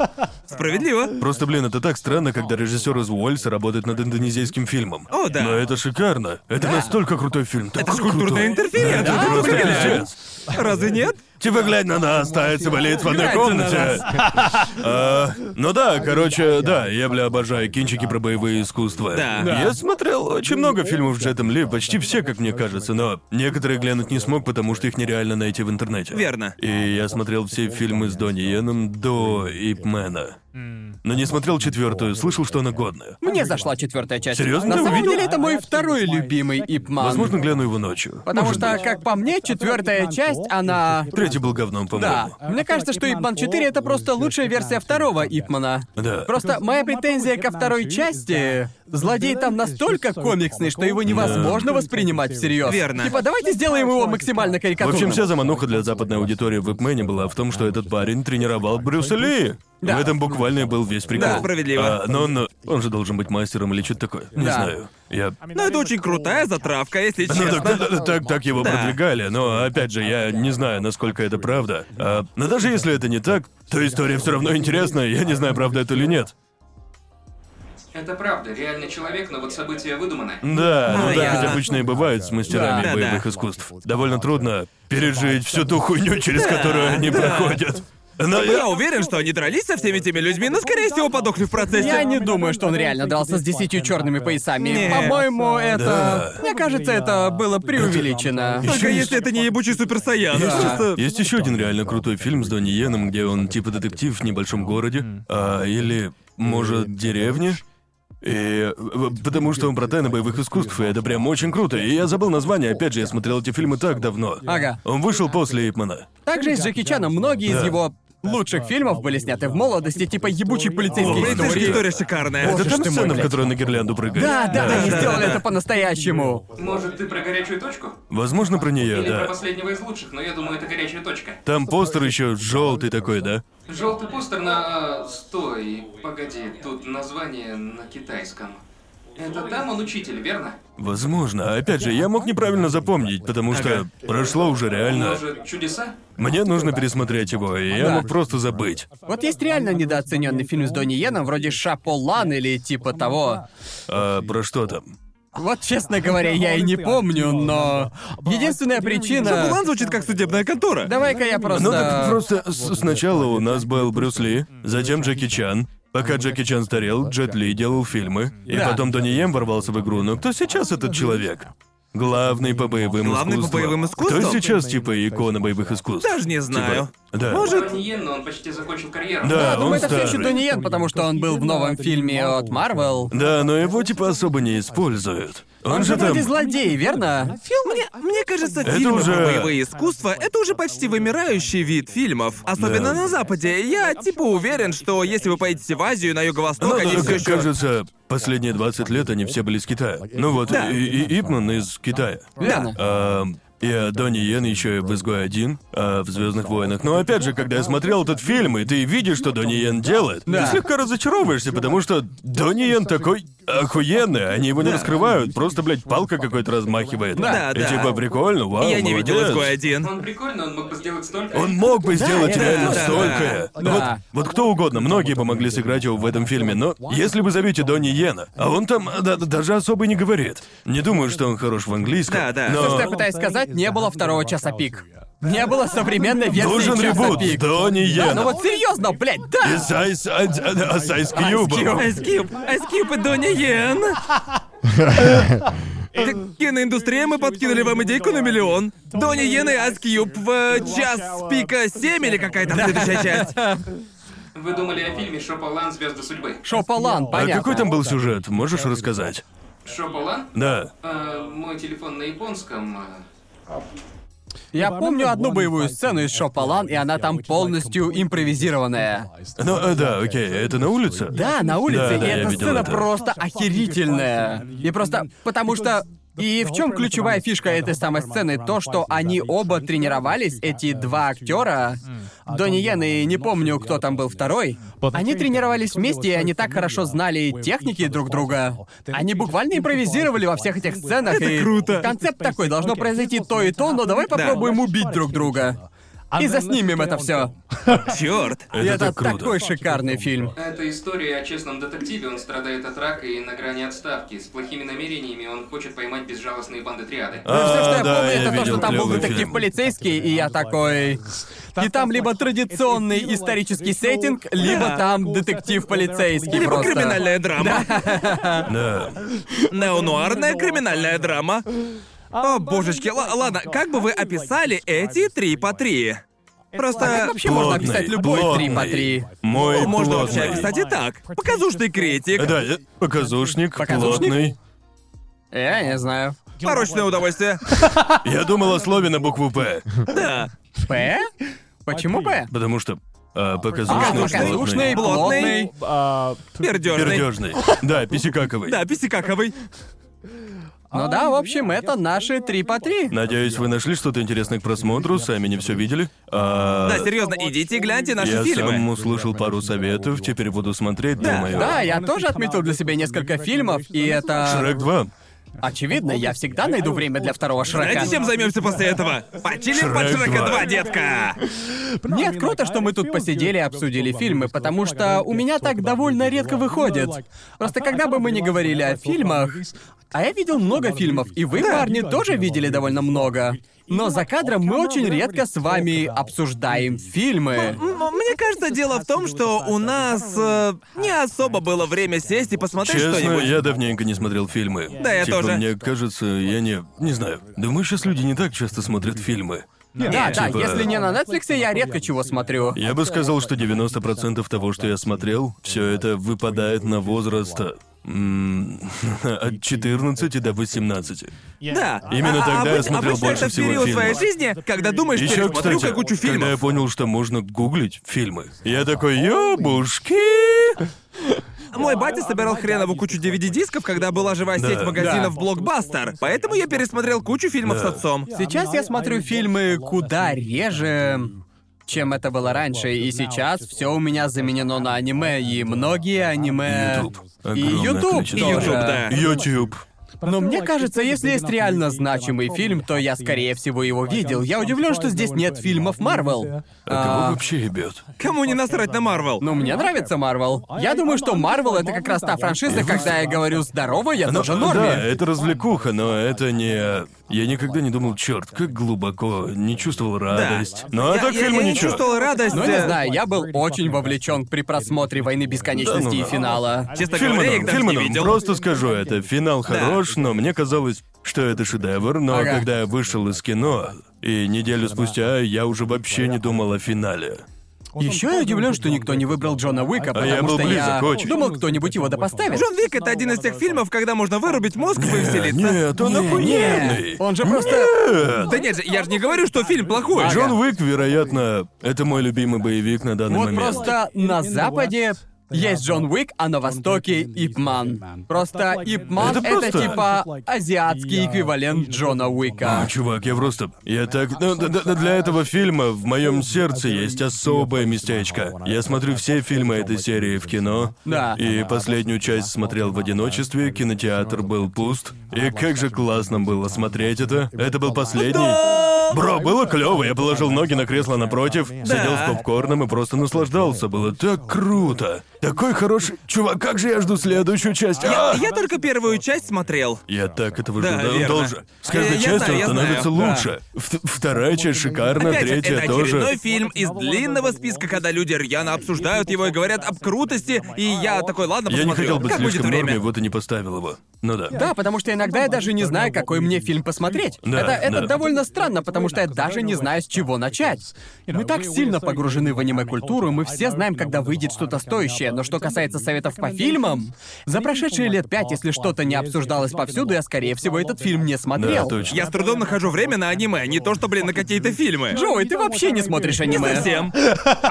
[SPEAKER 2] Справедливо.
[SPEAKER 4] Просто, блин, это так странно, когда режиссер из Уолльса работает над индонезийским фильмом.
[SPEAKER 2] О, да.
[SPEAKER 4] Но это шикарно. Это настолько крутой фильм. Это
[SPEAKER 2] Культурная интерференция.
[SPEAKER 4] Это
[SPEAKER 2] Да,
[SPEAKER 4] просто
[SPEAKER 2] блин.
[SPEAKER 4] пиздец.
[SPEAKER 2] Разве нет?
[SPEAKER 4] Типа, глянь на нас, тается болеет в одной комнате. А, Ну да, короче, да, я, бля, обожаю кинчики про боевые искусства.
[SPEAKER 2] Да. Да.
[SPEAKER 4] Я смотрел очень много фильмов с Джетом Ли, почти все, как мне кажется, но некоторые глянуть не смог, потому что их нереально найти в интернете.
[SPEAKER 2] Верно.
[SPEAKER 4] И я смотрел все фильмы с Донни Йеном до Ипмена. Но не смотрел четвертую, слышал, что она годная.
[SPEAKER 3] Мне зашла четвертая часть.
[SPEAKER 4] Серьезно?
[SPEAKER 3] На
[SPEAKER 4] Ты
[SPEAKER 3] самом
[SPEAKER 4] увидел?
[SPEAKER 3] деле, это мой второй любимый Ипман.
[SPEAKER 4] Возможно, гляну его ночью.
[SPEAKER 3] Потому что, как по мне, четвертая часть, она...
[SPEAKER 4] Третий был говном,
[SPEAKER 3] Да.
[SPEAKER 4] по-моему.
[SPEAKER 3] Мне кажется, что Ипман 4 это просто лучшая версия второго Ипмана.
[SPEAKER 4] Да.
[SPEAKER 3] Э, Просто моя претензия ко второй части. Злодей там настолько комиксный, что его невозможно воспринимать всерьез.
[SPEAKER 2] Верно.
[SPEAKER 3] Типа, давайте сделаем его максимально
[SPEAKER 4] В
[SPEAKER 3] карикатурным.
[SPEAKER 4] общем, вся замануха для западной аудитории в Эпмене была в том, что этот парень тренировал Брюса Ли.
[SPEAKER 3] Да.
[SPEAKER 4] В этом буквально и был весь прикол.
[SPEAKER 2] Да, справедливо.
[SPEAKER 4] А, но он, он же должен быть мастером или что-то такое. Не
[SPEAKER 3] Да.
[SPEAKER 4] знаю. Я...
[SPEAKER 3] ну,
[SPEAKER 2] Но Ну, это очень крутая затравка, если
[SPEAKER 4] Ну, так,
[SPEAKER 2] честно.
[SPEAKER 4] так- так- так его
[SPEAKER 2] Да.
[SPEAKER 4] продвигали, но опять же, я не знаю, насколько это правда. А, но даже если это не так, то история все равно интересна, я не знаю, правда это или нет.
[SPEAKER 1] Это правда, реальный человек, но вот события выдуманы.
[SPEAKER 4] Да, ну
[SPEAKER 2] Ну,
[SPEAKER 4] так
[SPEAKER 2] я-
[SPEAKER 4] ведь обычно и бывает с мастерами
[SPEAKER 2] Да, да,
[SPEAKER 4] боевых
[SPEAKER 2] да.
[SPEAKER 4] искусств. Довольно трудно пережить всю ту хуйню, через которую они проходят. Но
[SPEAKER 2] Я уверен, что они дрались со всеми теми людьми, но, скорее всего, подохли в процессе.
[SPEAKER 3] Я не думаю, что он реально дрался с десятью черными поясами.
[SPEAKER 2] Не.
[SPEAKER 3] По-моему, это.
[SPEAKER 4] Да.
[SPEAKER 3] Мне кажется, это было преувеличено.
[SPEAKER 4] Это-
[SPEAKER 2] Только
[SPEAKER 4] Ещё
[SPEAKER 2] если это не ебучий Ну, суперсаян.
[SPEAKER 4] Есть,
[SPEAKER 2] Просто-
[SPEAKER 4] есть еще один реально крутой фильм с Донни Йеном, где он типа детектив в небольшом городе, а, или, может, деревне. И, в- потому что он про тайны боевых искусств, и это прям очень круто. И я забыл название, опять же, я смотрел эти фильмы так давно.
[SPEAKER 3] Ага.
[SPEAKER 4] Он вышел после Эйпмана.
[SPEAKER 3] Также и с Джеки Чаном многие из
[SPEAKER 4] Да.
[SPEAKER 3] его лучших фильмов были сняты в молодости, типа ебучий
[SPEAKER 4] О,
[SPEAKER 3] полицейский
[SPEAKER 4] блин,
[SPEAKER 2] Полицейская
[SPEAKER 4] история.
[SPEAKER 3] истории.
[SPEAKER 2] история шикарная.
[SPEAKER 4] Это
[SPEAKER 3] Боже ж
[SPEAKER 4] там
[SPEAKER 3] ты мой,
[SPEAKER 4] сцена, в
[SPEAKER 3] блядь.
[SPEAKER 4] которой на гирлянду прыгает?
[SPEAKER 3] Да, да, да, они
[SPEAKER 2] да,
[SPEAKER 3] сделали
[SPEAKER 2] да,
[SPEAKER 3] это
[SPEAKER 2] да.
[SPEAKER 3] по-настоящему.
[SPEAKER 1] Может, ты про горячую точку?
[SPEAKER 4] Возможно, про нее,
[SPEAKER 1] Или про
[SPEAKER 4] да.
[SPEAKER 1] последнего из лучших, но я думаю, это горячая точка.
[SPEAKER 4] Там постер еще желтый такой, да?
[SPEAKER 1] Желтый постер на... а, Стой, погоди, тут название на китайском. Это там он учитель, верно?
[SPEAKER 4] Возможно. Опять же, я мог неправильно запомнить, потому что прошло уже реально.
[SPEAKER 1] Может, чудеса?
[SPEAKER 4] Мне нужно пересмотреть его, и я
[SPEAKER 3] Да.
[SPEAKER 4] мог просто забыть.
[SPEAKER 3] Вот есть реально недооцененный фильм с Донни Йеном, вроде Шаполан или типа того.
[SPEAKER 4] А про что там?
[SPEAKER 3] Вот, честно говоря, я и не помню, но... Единственная причина...
[SPEAKER 2] Шаблон звучит как судебная контора.
[SPEAKER 3] Давай-ка я просто...
[SPEAKER 4] Ну так просто с- сначала у нас был Брюс Ли, затем Джеки Чан. Пока Джеки Чан старел, Джет Ли делал фильмы. И
[SPEAKER 3] Да.
[SPEAKER 4] потом Донни Йен ворвался в игру. Но кто сейчас этот человек? Главный по боевым
[SPEAKER 2] Главный по
[SPEAKER 4] искусствам.
[SPEAKER 2] боевым искусствам?
[SPEAKER 4] Кто сейчас типа икона боевых искусств?
[SPEAKER 2] Даже не знаю.
[SPEAKER 4] Типа, Да.
[SPEAKER 1] Может... Ниен, но он почти закончил карьеру.
[SPEAKER 4] Да,
[SPEAKER 3] Я думаю,
[SPEAKER 4] он
[SPEAKER 3] это все еще
[SPEAKER 4] старый.
[SPEAKER 3] Дуниен, потому что он был в новом фильме от Марвел.
[SPEAKER 4] Да, но его типа особо не используют. Он же там...
[SPEAKER 3] вроде злодей, верно?
[SPEAKER 2] Мне, мне кажется,
[SPEAKER 4] Это
[SPEAKER 2] фильмы
[SPEAKER 4] уже-
[SPEAKER 2] про боевые искусства — это уже почти вымирающий вид фильмов. Особенно
[SPEAKER 4] Да.
[SPEAKER 2] на Западе. Я типа уверен, что если вы поедете в Азию, на
[SPEAKER 4] Ну,
[SPEAKER 2] Юго-Восток, они
[SPEAKER 4] да,
[SPEAKER 2] все
[SPEAKER 4] как
[SPEAKER 2] еще...
[SPEAKER 4] кажется, последние 20 лет они все были из Китая. Ну вот,
[SPEAKER 2] Да.
[SPEAKER 4] и, и Ипман из Китая.
[SPEAKER 3] Верно.
[SPEAKER 4] А, и а, Донни Йен еще и в «Изгой один», а в «Звездных войнах». Но опять же, когда я смотрел этот фильм, и ты видишь, что Донни Йен делает,
[SPEAKER 3] Да.
[SPEAKER 4] ты слегка разочаровываешься, потому что Донни Йен такой охуенный, они его не раскрывают, просто, блядь, палка какой-то размахивает.
[SPEAKER 2] Да,
[SPEAKER 4] и
[SPEAKER 2] да.
[SPEAKER 4] типа прикольно, вау,
[SPEAKER 2] Я не видел
[SPEAKER 4] молодец.
[SPEAKER 2] изгой один.
[SPEAKER 1] Он прикольный, он мог бы сделать столько.
[SPEAKER 4] Он мог бы сделать
[SPEAKER 3] да,
[SPEAKER 4] реально
[SPEAKER 2] да,
[SPEAKER 4] столько. Ну
[SPEAKER 3] да.
[SPEAKER 4] Вот,
[SPEAKER 3] Да.
[SPEAKER 4] вот кто угодно, многие бы могли сыграть его в этом фильме, но если вы зовете Донни Йена, а он там да, да, даже особо не говорит. Не думаю, что он хорош в английском.
[SPEAKER 2] Да, да.
[SPEAKER 4] Но
[SPEAKER 3] То, что я пытаюсь сказать, не было второго часа пик. Не было современной версии
[SPEAKER 4] нужен
[SPEAKER 3] часа
[SPEAKER 4] ребут с
[SPEAKER 3] пик.
[SPEAKER 4] Донни
[SPEAKER 3] Да,
[SPEAKER 4] Йена.
[SPEAKER 3] ну вот серьезно, блядь,
[SPEAKER 4] И
[SPEAKER 3] да!
[SPEAKER 4] с Айс- а- а- а- с Айс А Кьюбом.
[SPEAKER 2] Ice Cube, Ice Cube и Донни Йен. Так, киноиндустрия, мы подкинули вам идейку на миллион. Донни Йен и Ice Cube в э, час пика 7 или какая там следующая часть.
[SPEAKER 1] Вы думали о фильме «Шопалан. Звезды судьбы».
[SPEAKER 3] Шопалан,
[SPEAKER 4] А
[SPEAKER 3] понятно.
[SPEAKER 4] какой там был сюжет? Можешь рассказать?
[SPEAKER 1] «Шопалан»?
[SPEAKER 4] Да.
[SPEAKER 1] Э, мой телефон на японском. э,
[SPEAKER 3] Я помню одну боевую сцену из Шопалан, и она там полностью импровизированная.
[SPEAKER 4] Ну, э, да, окей, это на улице?
[SPEAKER 3] Да, на улице,
[SPEAKER 4] Да, да,
[SPEAKER 3] и
[SPEAKER 4] я
[SPEAKER 3] эта
[SPEAKER 4] видел
[SPEAKER 3] сцена
[SPEAKER 4] это.
[SPEAKER 3] просто охерительная. И просто потому что... И в чем ключевая фишка этой самой сцены? То, что они оба тренировались, эти два актера, Донни Йен и не помню, кто там был второй, они тренировались вместе, и они так хорошо знали техники друг друга. Они буквально импровизировали во всех этих сценах,
[SPEAKER 5] Это
[SPEAKER 3] и
[SPEAKER 5] круто.
[SPEAKER 3] концепт такой, должно произойти то и то, но давай попробуем убить друг друга. И заснимем это все.
[SPEAKER 2] Черт.
[SPEAKER 4] Это,
[SPEAKER 3] это
[SPEAKER 4] так круто.
[SPEAKER 3] такой шикарный фильм.
[SPEAKER 1] Это история о честном детективе. Он страдает от рака и на грани отставки. С плохими намерениями он хочет поймать безжалостные банды триады.
[SPEAKER 4] А,
[SPEAKER 3] все, что я
[SPEAKER 4] да,
[SPEAKER 3] помню,
[SPEAKER 4] я
[SPEAKER 3] это то,
[SPEAKER 4] видел
[SPEAKER 3] что там был
[SPEAKER 4] клёвый
[SPEAKER 3] детектив
[SPEAKER 4] фильм.
[SPEAKER 3] полицейский, и я такой. И там либо традиционный исторический сеттинг, либо
[SPEAKER 5] Да.
[SPEAKER 3] там детектив полицейский.
[SPEAKER 5] Либо
[SPEAKER 2] Либо
[SPEAKER 3] просто.
[SPEAKER 2] криминальная драма.
[SPEAKER 4] Да.
[SPEAKER 2] Неонуарная криминальная драма. О, божечки, л- ладно, как бы вы описали эти три по три? Просто...
[SPEAKER 3] А Как вообще можно
[SPEAKER 4] Плотный,
[SPEAKER 3] описать любой
[SPEAKER 4] плотный.
[SPEAKER 3] три по три?
[SPEAKER 4] Мой
[SPEAKER 2] Ну, можно
[SPEAKER 4] плотный.
[SPEAKER 2] вообще описать и так. Показушный критик,
[SPEAKER 4] Э, Да, э, показушник,
[SPEAKER 3] Показушник?
[SPEAKER 4] плотный.
[SPEAKER 3] Э, Я не знаю.
[SPEAKER 2] порочное удовольствие.
[SPEAKER 4] Я думал о слове на букву «П»,
[SPEAKER 2] Да.
[SPEAKER 3] П? Почему П?
[SPEAKER 4] потому что э,
[SPEAKER 3] А,
[SPEAKER 4] показушный,
[SPEAKER 3] показушный,
[SPEAKER 2] Ну,
[SPEAKER 4] плотный,
[SPEAKER 2] плотный.
[SPEAKER 3] плотный. А,
[SPEAKER 2] Пердежный.
[SPEAKER 4] пердёжный. Да, писикаковый.
[SPEAKER 2] Да, писикаковый.
[SPEAKER 3] Ну да, в общем, это наши три по три.
[SPEAKER 4] Надеюсь, вы нашли что-то интересное к просмотру, сами не все видели. А,
[SPEAKER 2] Да, серьезно, идите и гляньте наши
[SPEAKER 4] я
[SPEAKER 2] фильмы.
[SPEAKER 4] сам услышал пару советов, теперь буду смотреть,
[SPEAKER 2] Да,
[SPEAKER 4] думаю.
[SPEAKER 3] Да, я тоже отметил для себя несколько фильмов, и это...
[SPEAKER 4] Шрек 2.
[SPEAKER 3] Очевидно, я всегда найду время для второго Шрека.
[SPEAKER 2] Знаете, А чем займемся после этого? Почилим под
[SPEAKER 4] Шрек
[SPEAKER 2] Шрека
[SPEAKER 4] 2.
[SPEAKER 2] 2, детка!
[SPEAKER 3] Нет, круто, что мы тут посидели и обсудили фильмы, потому что у меня так довольно редко выходит. Просто когда бы мы не говорили о фильмах, а я видел много фильмов, и вы, парни, тоже видели довольно много. Но за кадром мы очень редко с вами обсуждаем фильмы.
[SPEAKER 2] М, Ну, Мне кажется, дело в том, что у нас э, не особо было время сесть и посмотреть
[SPEAKER 4] Честно,
[SPEAKER 2] что-нибудь.
[SPEAKER 4] я давненько не смотрел фильмы.
[SPEAKER 2] Да, я
[SPEAKER 4] типа,
[SPEAKER 2] тоже.
[SPEAKER 4] мне кажется, я не... Не знаю. Думаю, сейчас люди не так часто смотрят фильмы.
[SPEAKER 3] Да, да,
[SPEAKER 4] типа-
[SPEAKER 3] если не на Netflix, я редко чего смотрю.
[SPEAKER 4] Я бы сказал, что 90% того, что я смотрел, все это выпадает на возраст э, м, от 14 до 18.
[SPEAKER 2] Да. А-
[SPEAKER 4] Именно
[SPEAKER 2] а
[SPEAKER 4] тогда я
[SPEAKER 2] обыч-
[SPEAKER 4] смотрел
[SPEAKER 2] обычно
[SPEAKER 4] больше
[SPEAKER 2] это
[SPEAKER 4] всего
[SPEAKER 2] период своей
[SPEAKER 4] фильмов.
[SPEAKER 2] жизни, когда думаешь,
[SPEAKER 4] Еще,
[SPEAKER 2] пересмотрю
[SPEAKER 4] кстати,
[SPEAKER 2] как кучу
[SPEAKER 4] когда я
[SPEAKER 2] фильмов.
[SPEAKER 4] понял, что можно гуглить фильмы, я такой, ёбушки!
[SPEAKER 2] Мой батя собирал хренову кучу DVD-дисков, когда была жива сеть
[SPEAKER 4] Да.
[SPEAKER 2] магазинов
[SPEAKER 3] Да.
[SPEAKER 2] Блокбастер, поэтому я пересмотрел кучу фильмов
[SPEAKER 4] Да.
[SPEAKER 2] с отцом.
[SPEAKER 3] Сейчас я смотрю фильмы куда реже, чем это было раньше, и сейчас все у меня заменено на аниме, и многие аниме.
[SPEAKER 4] Ютуб.
[SPEAKER 3] И
[SPEAKER 4] Э, Огромное
[SPEAKER 3] Ютуб, и
[SPEAKER 4] количество.
[SPEAKER 3] Ютуб,
[SPEAKER 2] да.
[SPEAKER 3] да.
[SPEAKER 4] Ютуб.
[SPEAKER 3] Но мне кажется, если есть реально значимый фильм, то я, скорее всего, его видел. Я удивлен, что здесь нет фильмов Марвел.
[SPEAKER 4] А
[SPEAKER 3] А,
[SPEAKER 4] кого вообще ебет?
[SPEAKER 2] Кому не насрать на Марвел?
[SPEAKER 3] Но мне нравится Марвел. А, Я думаю, что Марвел это как раз та франшиза, когда я говорю здорово, я
[SPEAKER 4] Ну,
[SPEAKER 3] тоже
[SPEAKER 4] Да,
[SPEAKER 3] норме.
[SPEAKER 4] это развлекуха, но это не... Я никогда не думал, черт, как глубоко, не чувствовал радость. Ну а
[SPEAKER 2] Я-
[SPEAKER 4] так
[SPEAKER 2] я-
[SPEAKER 4] фильмы
[SPEAKER 2] я не
[SPEAKER 4] ничего.
[SPEAKER 2] чувствовал радость.
[SPEAKER 3] Ну не
[SPEAKER 2] э,
[SPEAKER 3] знаю, я был очень вовлечен при просмотре войны бесконечности
[SPEAKER 4] Да ну
[SPEAKER 3] и
[SPEAKER 4] да.
[SPEAKER 3] финала.
[SPEAKER 2] Честно
[SPEAKER 4] Фильмы
[SPEAKER 2] говоря, я
[SPEAKER 4] нам,
[SPEAKER 2] их даже
[SPEAKER 4] фильмы
[SPEAKER 2] не
[SPEAKER 4] нам,
[SPEAKER 2] видел.
[SPEAKER 4] просто скажу это. Финал хорош, но мне казалось, что это шедевр, но
[SPEAKER 3] Ага.
[SPEAKER 4] когда я вышел из кино, и неделю спустя я уже вообще не думал о финале.
[SPEAKER 3] Еще я удивлен, что никто не выбрал Джона Уика, потому
[SPEAKER 4] А я был
[SPEAKER 3] что я
[SPEAKER 4] близок очень.
[SPEAKER 3] думал, кто-нибудь его допоставит.
[SPEAKER 2] Джон Вик это один из тех фильмов, когда можно вырубить мозг и повеселиться.
[SPEAKER 4] Нет, он охуенный.
[SPEAKER 3] Нет, он же просто...
[SPEAKER 2] Да нет же, я же не говорю, что фильм плохой.
[SPEAKER 3] Ага.
[SPEAKER 4] Джон Уик, вероятно, это мой любимый боевик на данный
[SPEAKER 3] Вот
[SPEAKER 4] момент.
[SPEAKER 3] просто на Западе есть Джон Уик, а на Востоке Ипман. Просто Ипман
[SPEAKER 4] Это
[SPEAKER 3] это,
[SPEAKER 4] просто-
[SPEAKER 3] типа азиатский эквивалент Джона
[SPEAKER 4] А,
[SPEAKER 3] Уика.
[SPEAKER 4] чувак, я просто... Я так... ну, да- да- да, для этого фильма в моем сердце есть особое местечко. Я смотрю все фильмы этой серии в кино.
[SPEAKER 3] Да.
[SPEAKER 4] И последнюю часть смотрел в одиночестве, кинотеатр был пуст. И как же классно было смотреть это. Это был последний. Бро, было клево. Я положил ноги на кресло напротив, сидел с попкорном и просто наслаждался. Было так круто. Такой хороший... Чувак, как же я жду следующую часть? А!
[SPEAKER 2] Я только первую часть смотрел.
[SPEAKER 4] Я так этого
[SPEAKER 2] Да,
[SPEAKER 4] жду.
[SPEAKER 2] верно.
[SPEAKER 4] должен. С каждой
[SPEAKER 2] Я- я
[SPEAKER 4] частью
[SPEAKER 2] знаю, я
[SPEAKER 4] он становится
[SPEAKER 2] знаю,
[SPEAKER 4] лучше. Вт- Вторая часть шикарна,
[SPEAKER 2] Опять же,
[SPEAKER 4] Ну, третья
[SPEAKER 2] это очередной
[SPEAKER 4] тоже.
[SPEAKER 2] фильм из длинного списка, когда люди рьяно обсуждают его и говорят об крутости, и я такой, ладно,
[SPEAKER 4] Я
[SPEAKER 2] посмотрю,
[SPEAKER 4] не хотел быть
[SPEAKER 2] как будет
[SPEAKER 4] слишком
[SPEAKER 2] время.
[SPEAKER 4] норме, вот и не поставил его. Ну да.
[SPEAKER 3] Да, потому что иногда я даже не знаю, какой мне фильм посмотреть.
[SPEAKER 4] Да,
[SPEAKER 3] это это
[SPEAKER 4] да.
[SPEAKER 3] довольно странно, потому что я даже не знаю, с чего начать. Мы так сильно погружены в аниме-культуру, мы все знаем, когда выйдет что-то стоящее, но что касается советов по фильмам, за прошедшие лет пять, если что-то не обсуждалось повсюду, я, скорее всего, этот фильм не смотрел.
[SPEAKER 4] Да, точно.
[SPEAKER 2] Я с трудом нахожу время на аниме, не то что, блин, на какие-то фильмы.
[SPEAKER 3] Джоуи, ты вообще не смотришь
[SPEAKER 2] Не
[SPEAKER 3] аниме.
[SPEAKER 2] совсем.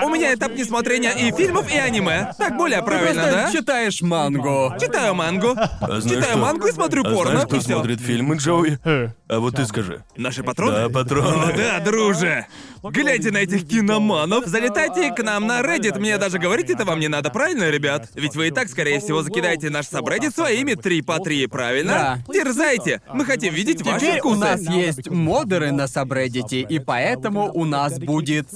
[SPEAKER 2] У меня этап несмотрения и фильмов, и аниме. Так более
[SPEAKER 3] Ты
[SPEAKER 2] правильно,
[SPEAKER 3] просто
[SPEAKER 2] да?
[SPEAKER 3] читаешь мангу.
[SPEAKER 2] Читаю мангу.
[SPEAKER 4] А знаешь
[SPEAKER 2] Читаю
[SPEAKER 4] что?
[SPEAKER 2] мангу и смотрю
[SPEAKER 4] А
[SPEAKER 2] порно,
[SPEAKER 4] знаешь,
[SPEAKER 2] и
[SPEAKER 4] кто
[SPEAKER 2] все.
[SPEAKER 4] смотрит фильмы, Джоуи? А вот ты скажи.
[SPEAKER 2] Наши
[SPEAKER 4] Да,
[SPEAKER 2] патроны? О,
[SPEAKER 4] патроны.
[SPEAKER 2] да, друже. Глядя на этих киноманов, залетайте к нам на Reddit. Мне даже говорить это вам не надо, правильно, ребят? Ведь вы и так, скорее всего, закидаете наш сабреддит своими три по три, правильно?
[SPEAKER 5] Да.
[SPEAKER 2] Дерзайте. Мы хотим видеть ваши
[SPEAKER 3] Теперь у
[SPEAKER 2] вкусы.
[SPEAKER 3] нас есть модеры на сабреддите, и поэтому у нас будет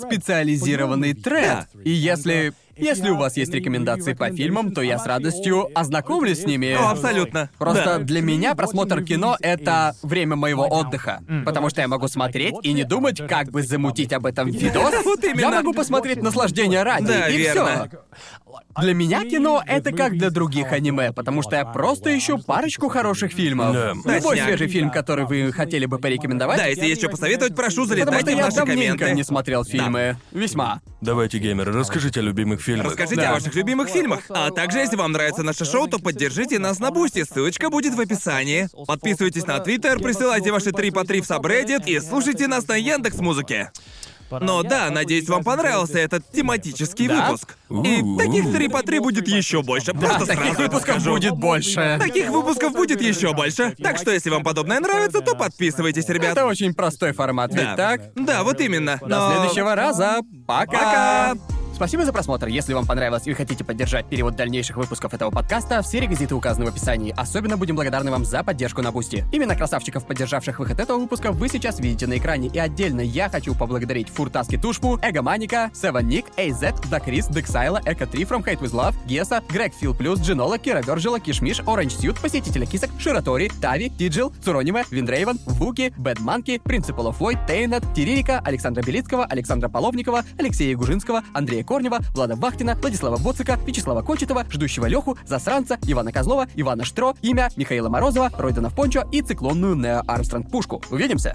[SPEAKER 3] специализированный тред. И если... Если у вас есть рекомендации по фильмам, то я с радостью ознакомлюсь с ними.
[SPEAKER 2] О, Ну, абсолютно.
[SPEAKER 3] Просто
[SPEAKER 2] Да.
[SPEAKER 3] для меня просмотр кино — это время моего отдыха. Потому что я могу смотреть и не думать, как бы замутить об этом видос.
[SPEAKER 2] Вот
[SPEAKER 3] Я
[SPEAKER 2] именно.
[SPEAKER 3] могу посмотреть наслаждение ради,
[SPEAKER 2] Да,
[SPEAKER 3] и
[SPEAKER 2] верно.
[SPEAKER 3] все. Для меня кино — это как для других аниме, потому что я просто ищу парочку хороших фильмов.
[SPEAKER 4] Да.
[SPEAKER 3] Любой
[SPEAKER 2] Точняк.
[SPEAKER 3] свежий фильм, который вы хотели бы порекомендовать.
[SPEAKER 2] Да, если есть что посоветовать, прошу,
[SPEAKER 3] Потому что
[SPEAKER 2] залетайте в
[SPEAKER 3] я
[SPEAKER 2] наши
[SPEAKER 3] давненько
[SPEAKER 2] комменты.
[SPEAKER 3] не смотрел фильмы. Весьма.
[SPEAKER 4] Давайте, геймеры, расскажите о любимых фильмах.
[SPEAKER 2] Расскажите
[SPEAKER 3] Да.
[SPEAKER 2] о ваших любимых фильмах. А также, если вам нравится наше шоу, то поддержите нас на бусте. Ссылочка будет в описании. Подписывайтесь на Твиттер, присылайте ваши три по три в Сабреддит и слушайте нас на Яндекс Музыке. Но да, надеюсь, вам понравился этот тематический
[SPEAKER 3] Да.
[SPEAKER 2] выпуск. И
[SPEAKER 4] У-у-у.
[SPEAKER 2] таких три по три будет еще больше.
[SPEAKER 3] Да,
[SPEAKER 2] Просто
[SPEAKER 3] А, таких
[SPEAKER 2] сразу это
[SPEAKER 3] выпусков
[SPEAKER 2] скажу.
[SPEAKER 3] будет больше.
[SPEAKER 2] Таких выпусков будет еще больше. Так что, если вам подобное нравится, то подписывайтесь, ребят.
[SPEAKER 3] Это очень простой формат, ведь
[SPEAKER 2] Да.
[SPEAKER 3] так?
[SPEAKER 2] Да, вот именно.
[SPEAKER 3] До
[SPEAKER 2] Но-
[SPEAKER 3] следующего раза. Пока.
[SPEAKER 2] Пока.
[SPEAKER 3] Спасибо за просмотр. Если вам понравилось и вы хотите поддержать перевод дальнейших выпусков этого подкаста, все реквизиты указаны в описании. Особенно будем благодарны вам за поддержку на Бусти. Именно красавчиков, поддержавших выход этого выпуска, вы сейчас видите на экране. И отдельно я хочу поблагодарить Фуртаски Тушпу, Эгоманика, Севен Ник, AZ, Дакрис, Дексайла, Эко 3, From Hate With Love, Геса, Грег Фил Плюс, Джинола, Кира Вержила, Кишмиш, Оранж Сьют, Посетителя Кисок, Ширатори, Тави, Тиджил, Цурониме, Виндрейвен, Вуки, Бэдманки, Принципал оф Войд, Тейнет, Тиририка, Александра Белицкого, Александра Половникова, Алексея Гужинского, Андрея Корнева, Влада Бахтина, Владислава Боцика, Вячеслава Кочетова, Ждущего Леху, Засранца, Ивана Козлова, Ивана Штро, Имя, Михаила Морозова, Ройдана Пончо и циклонную Нео Армстронг Пушку. Увидимся!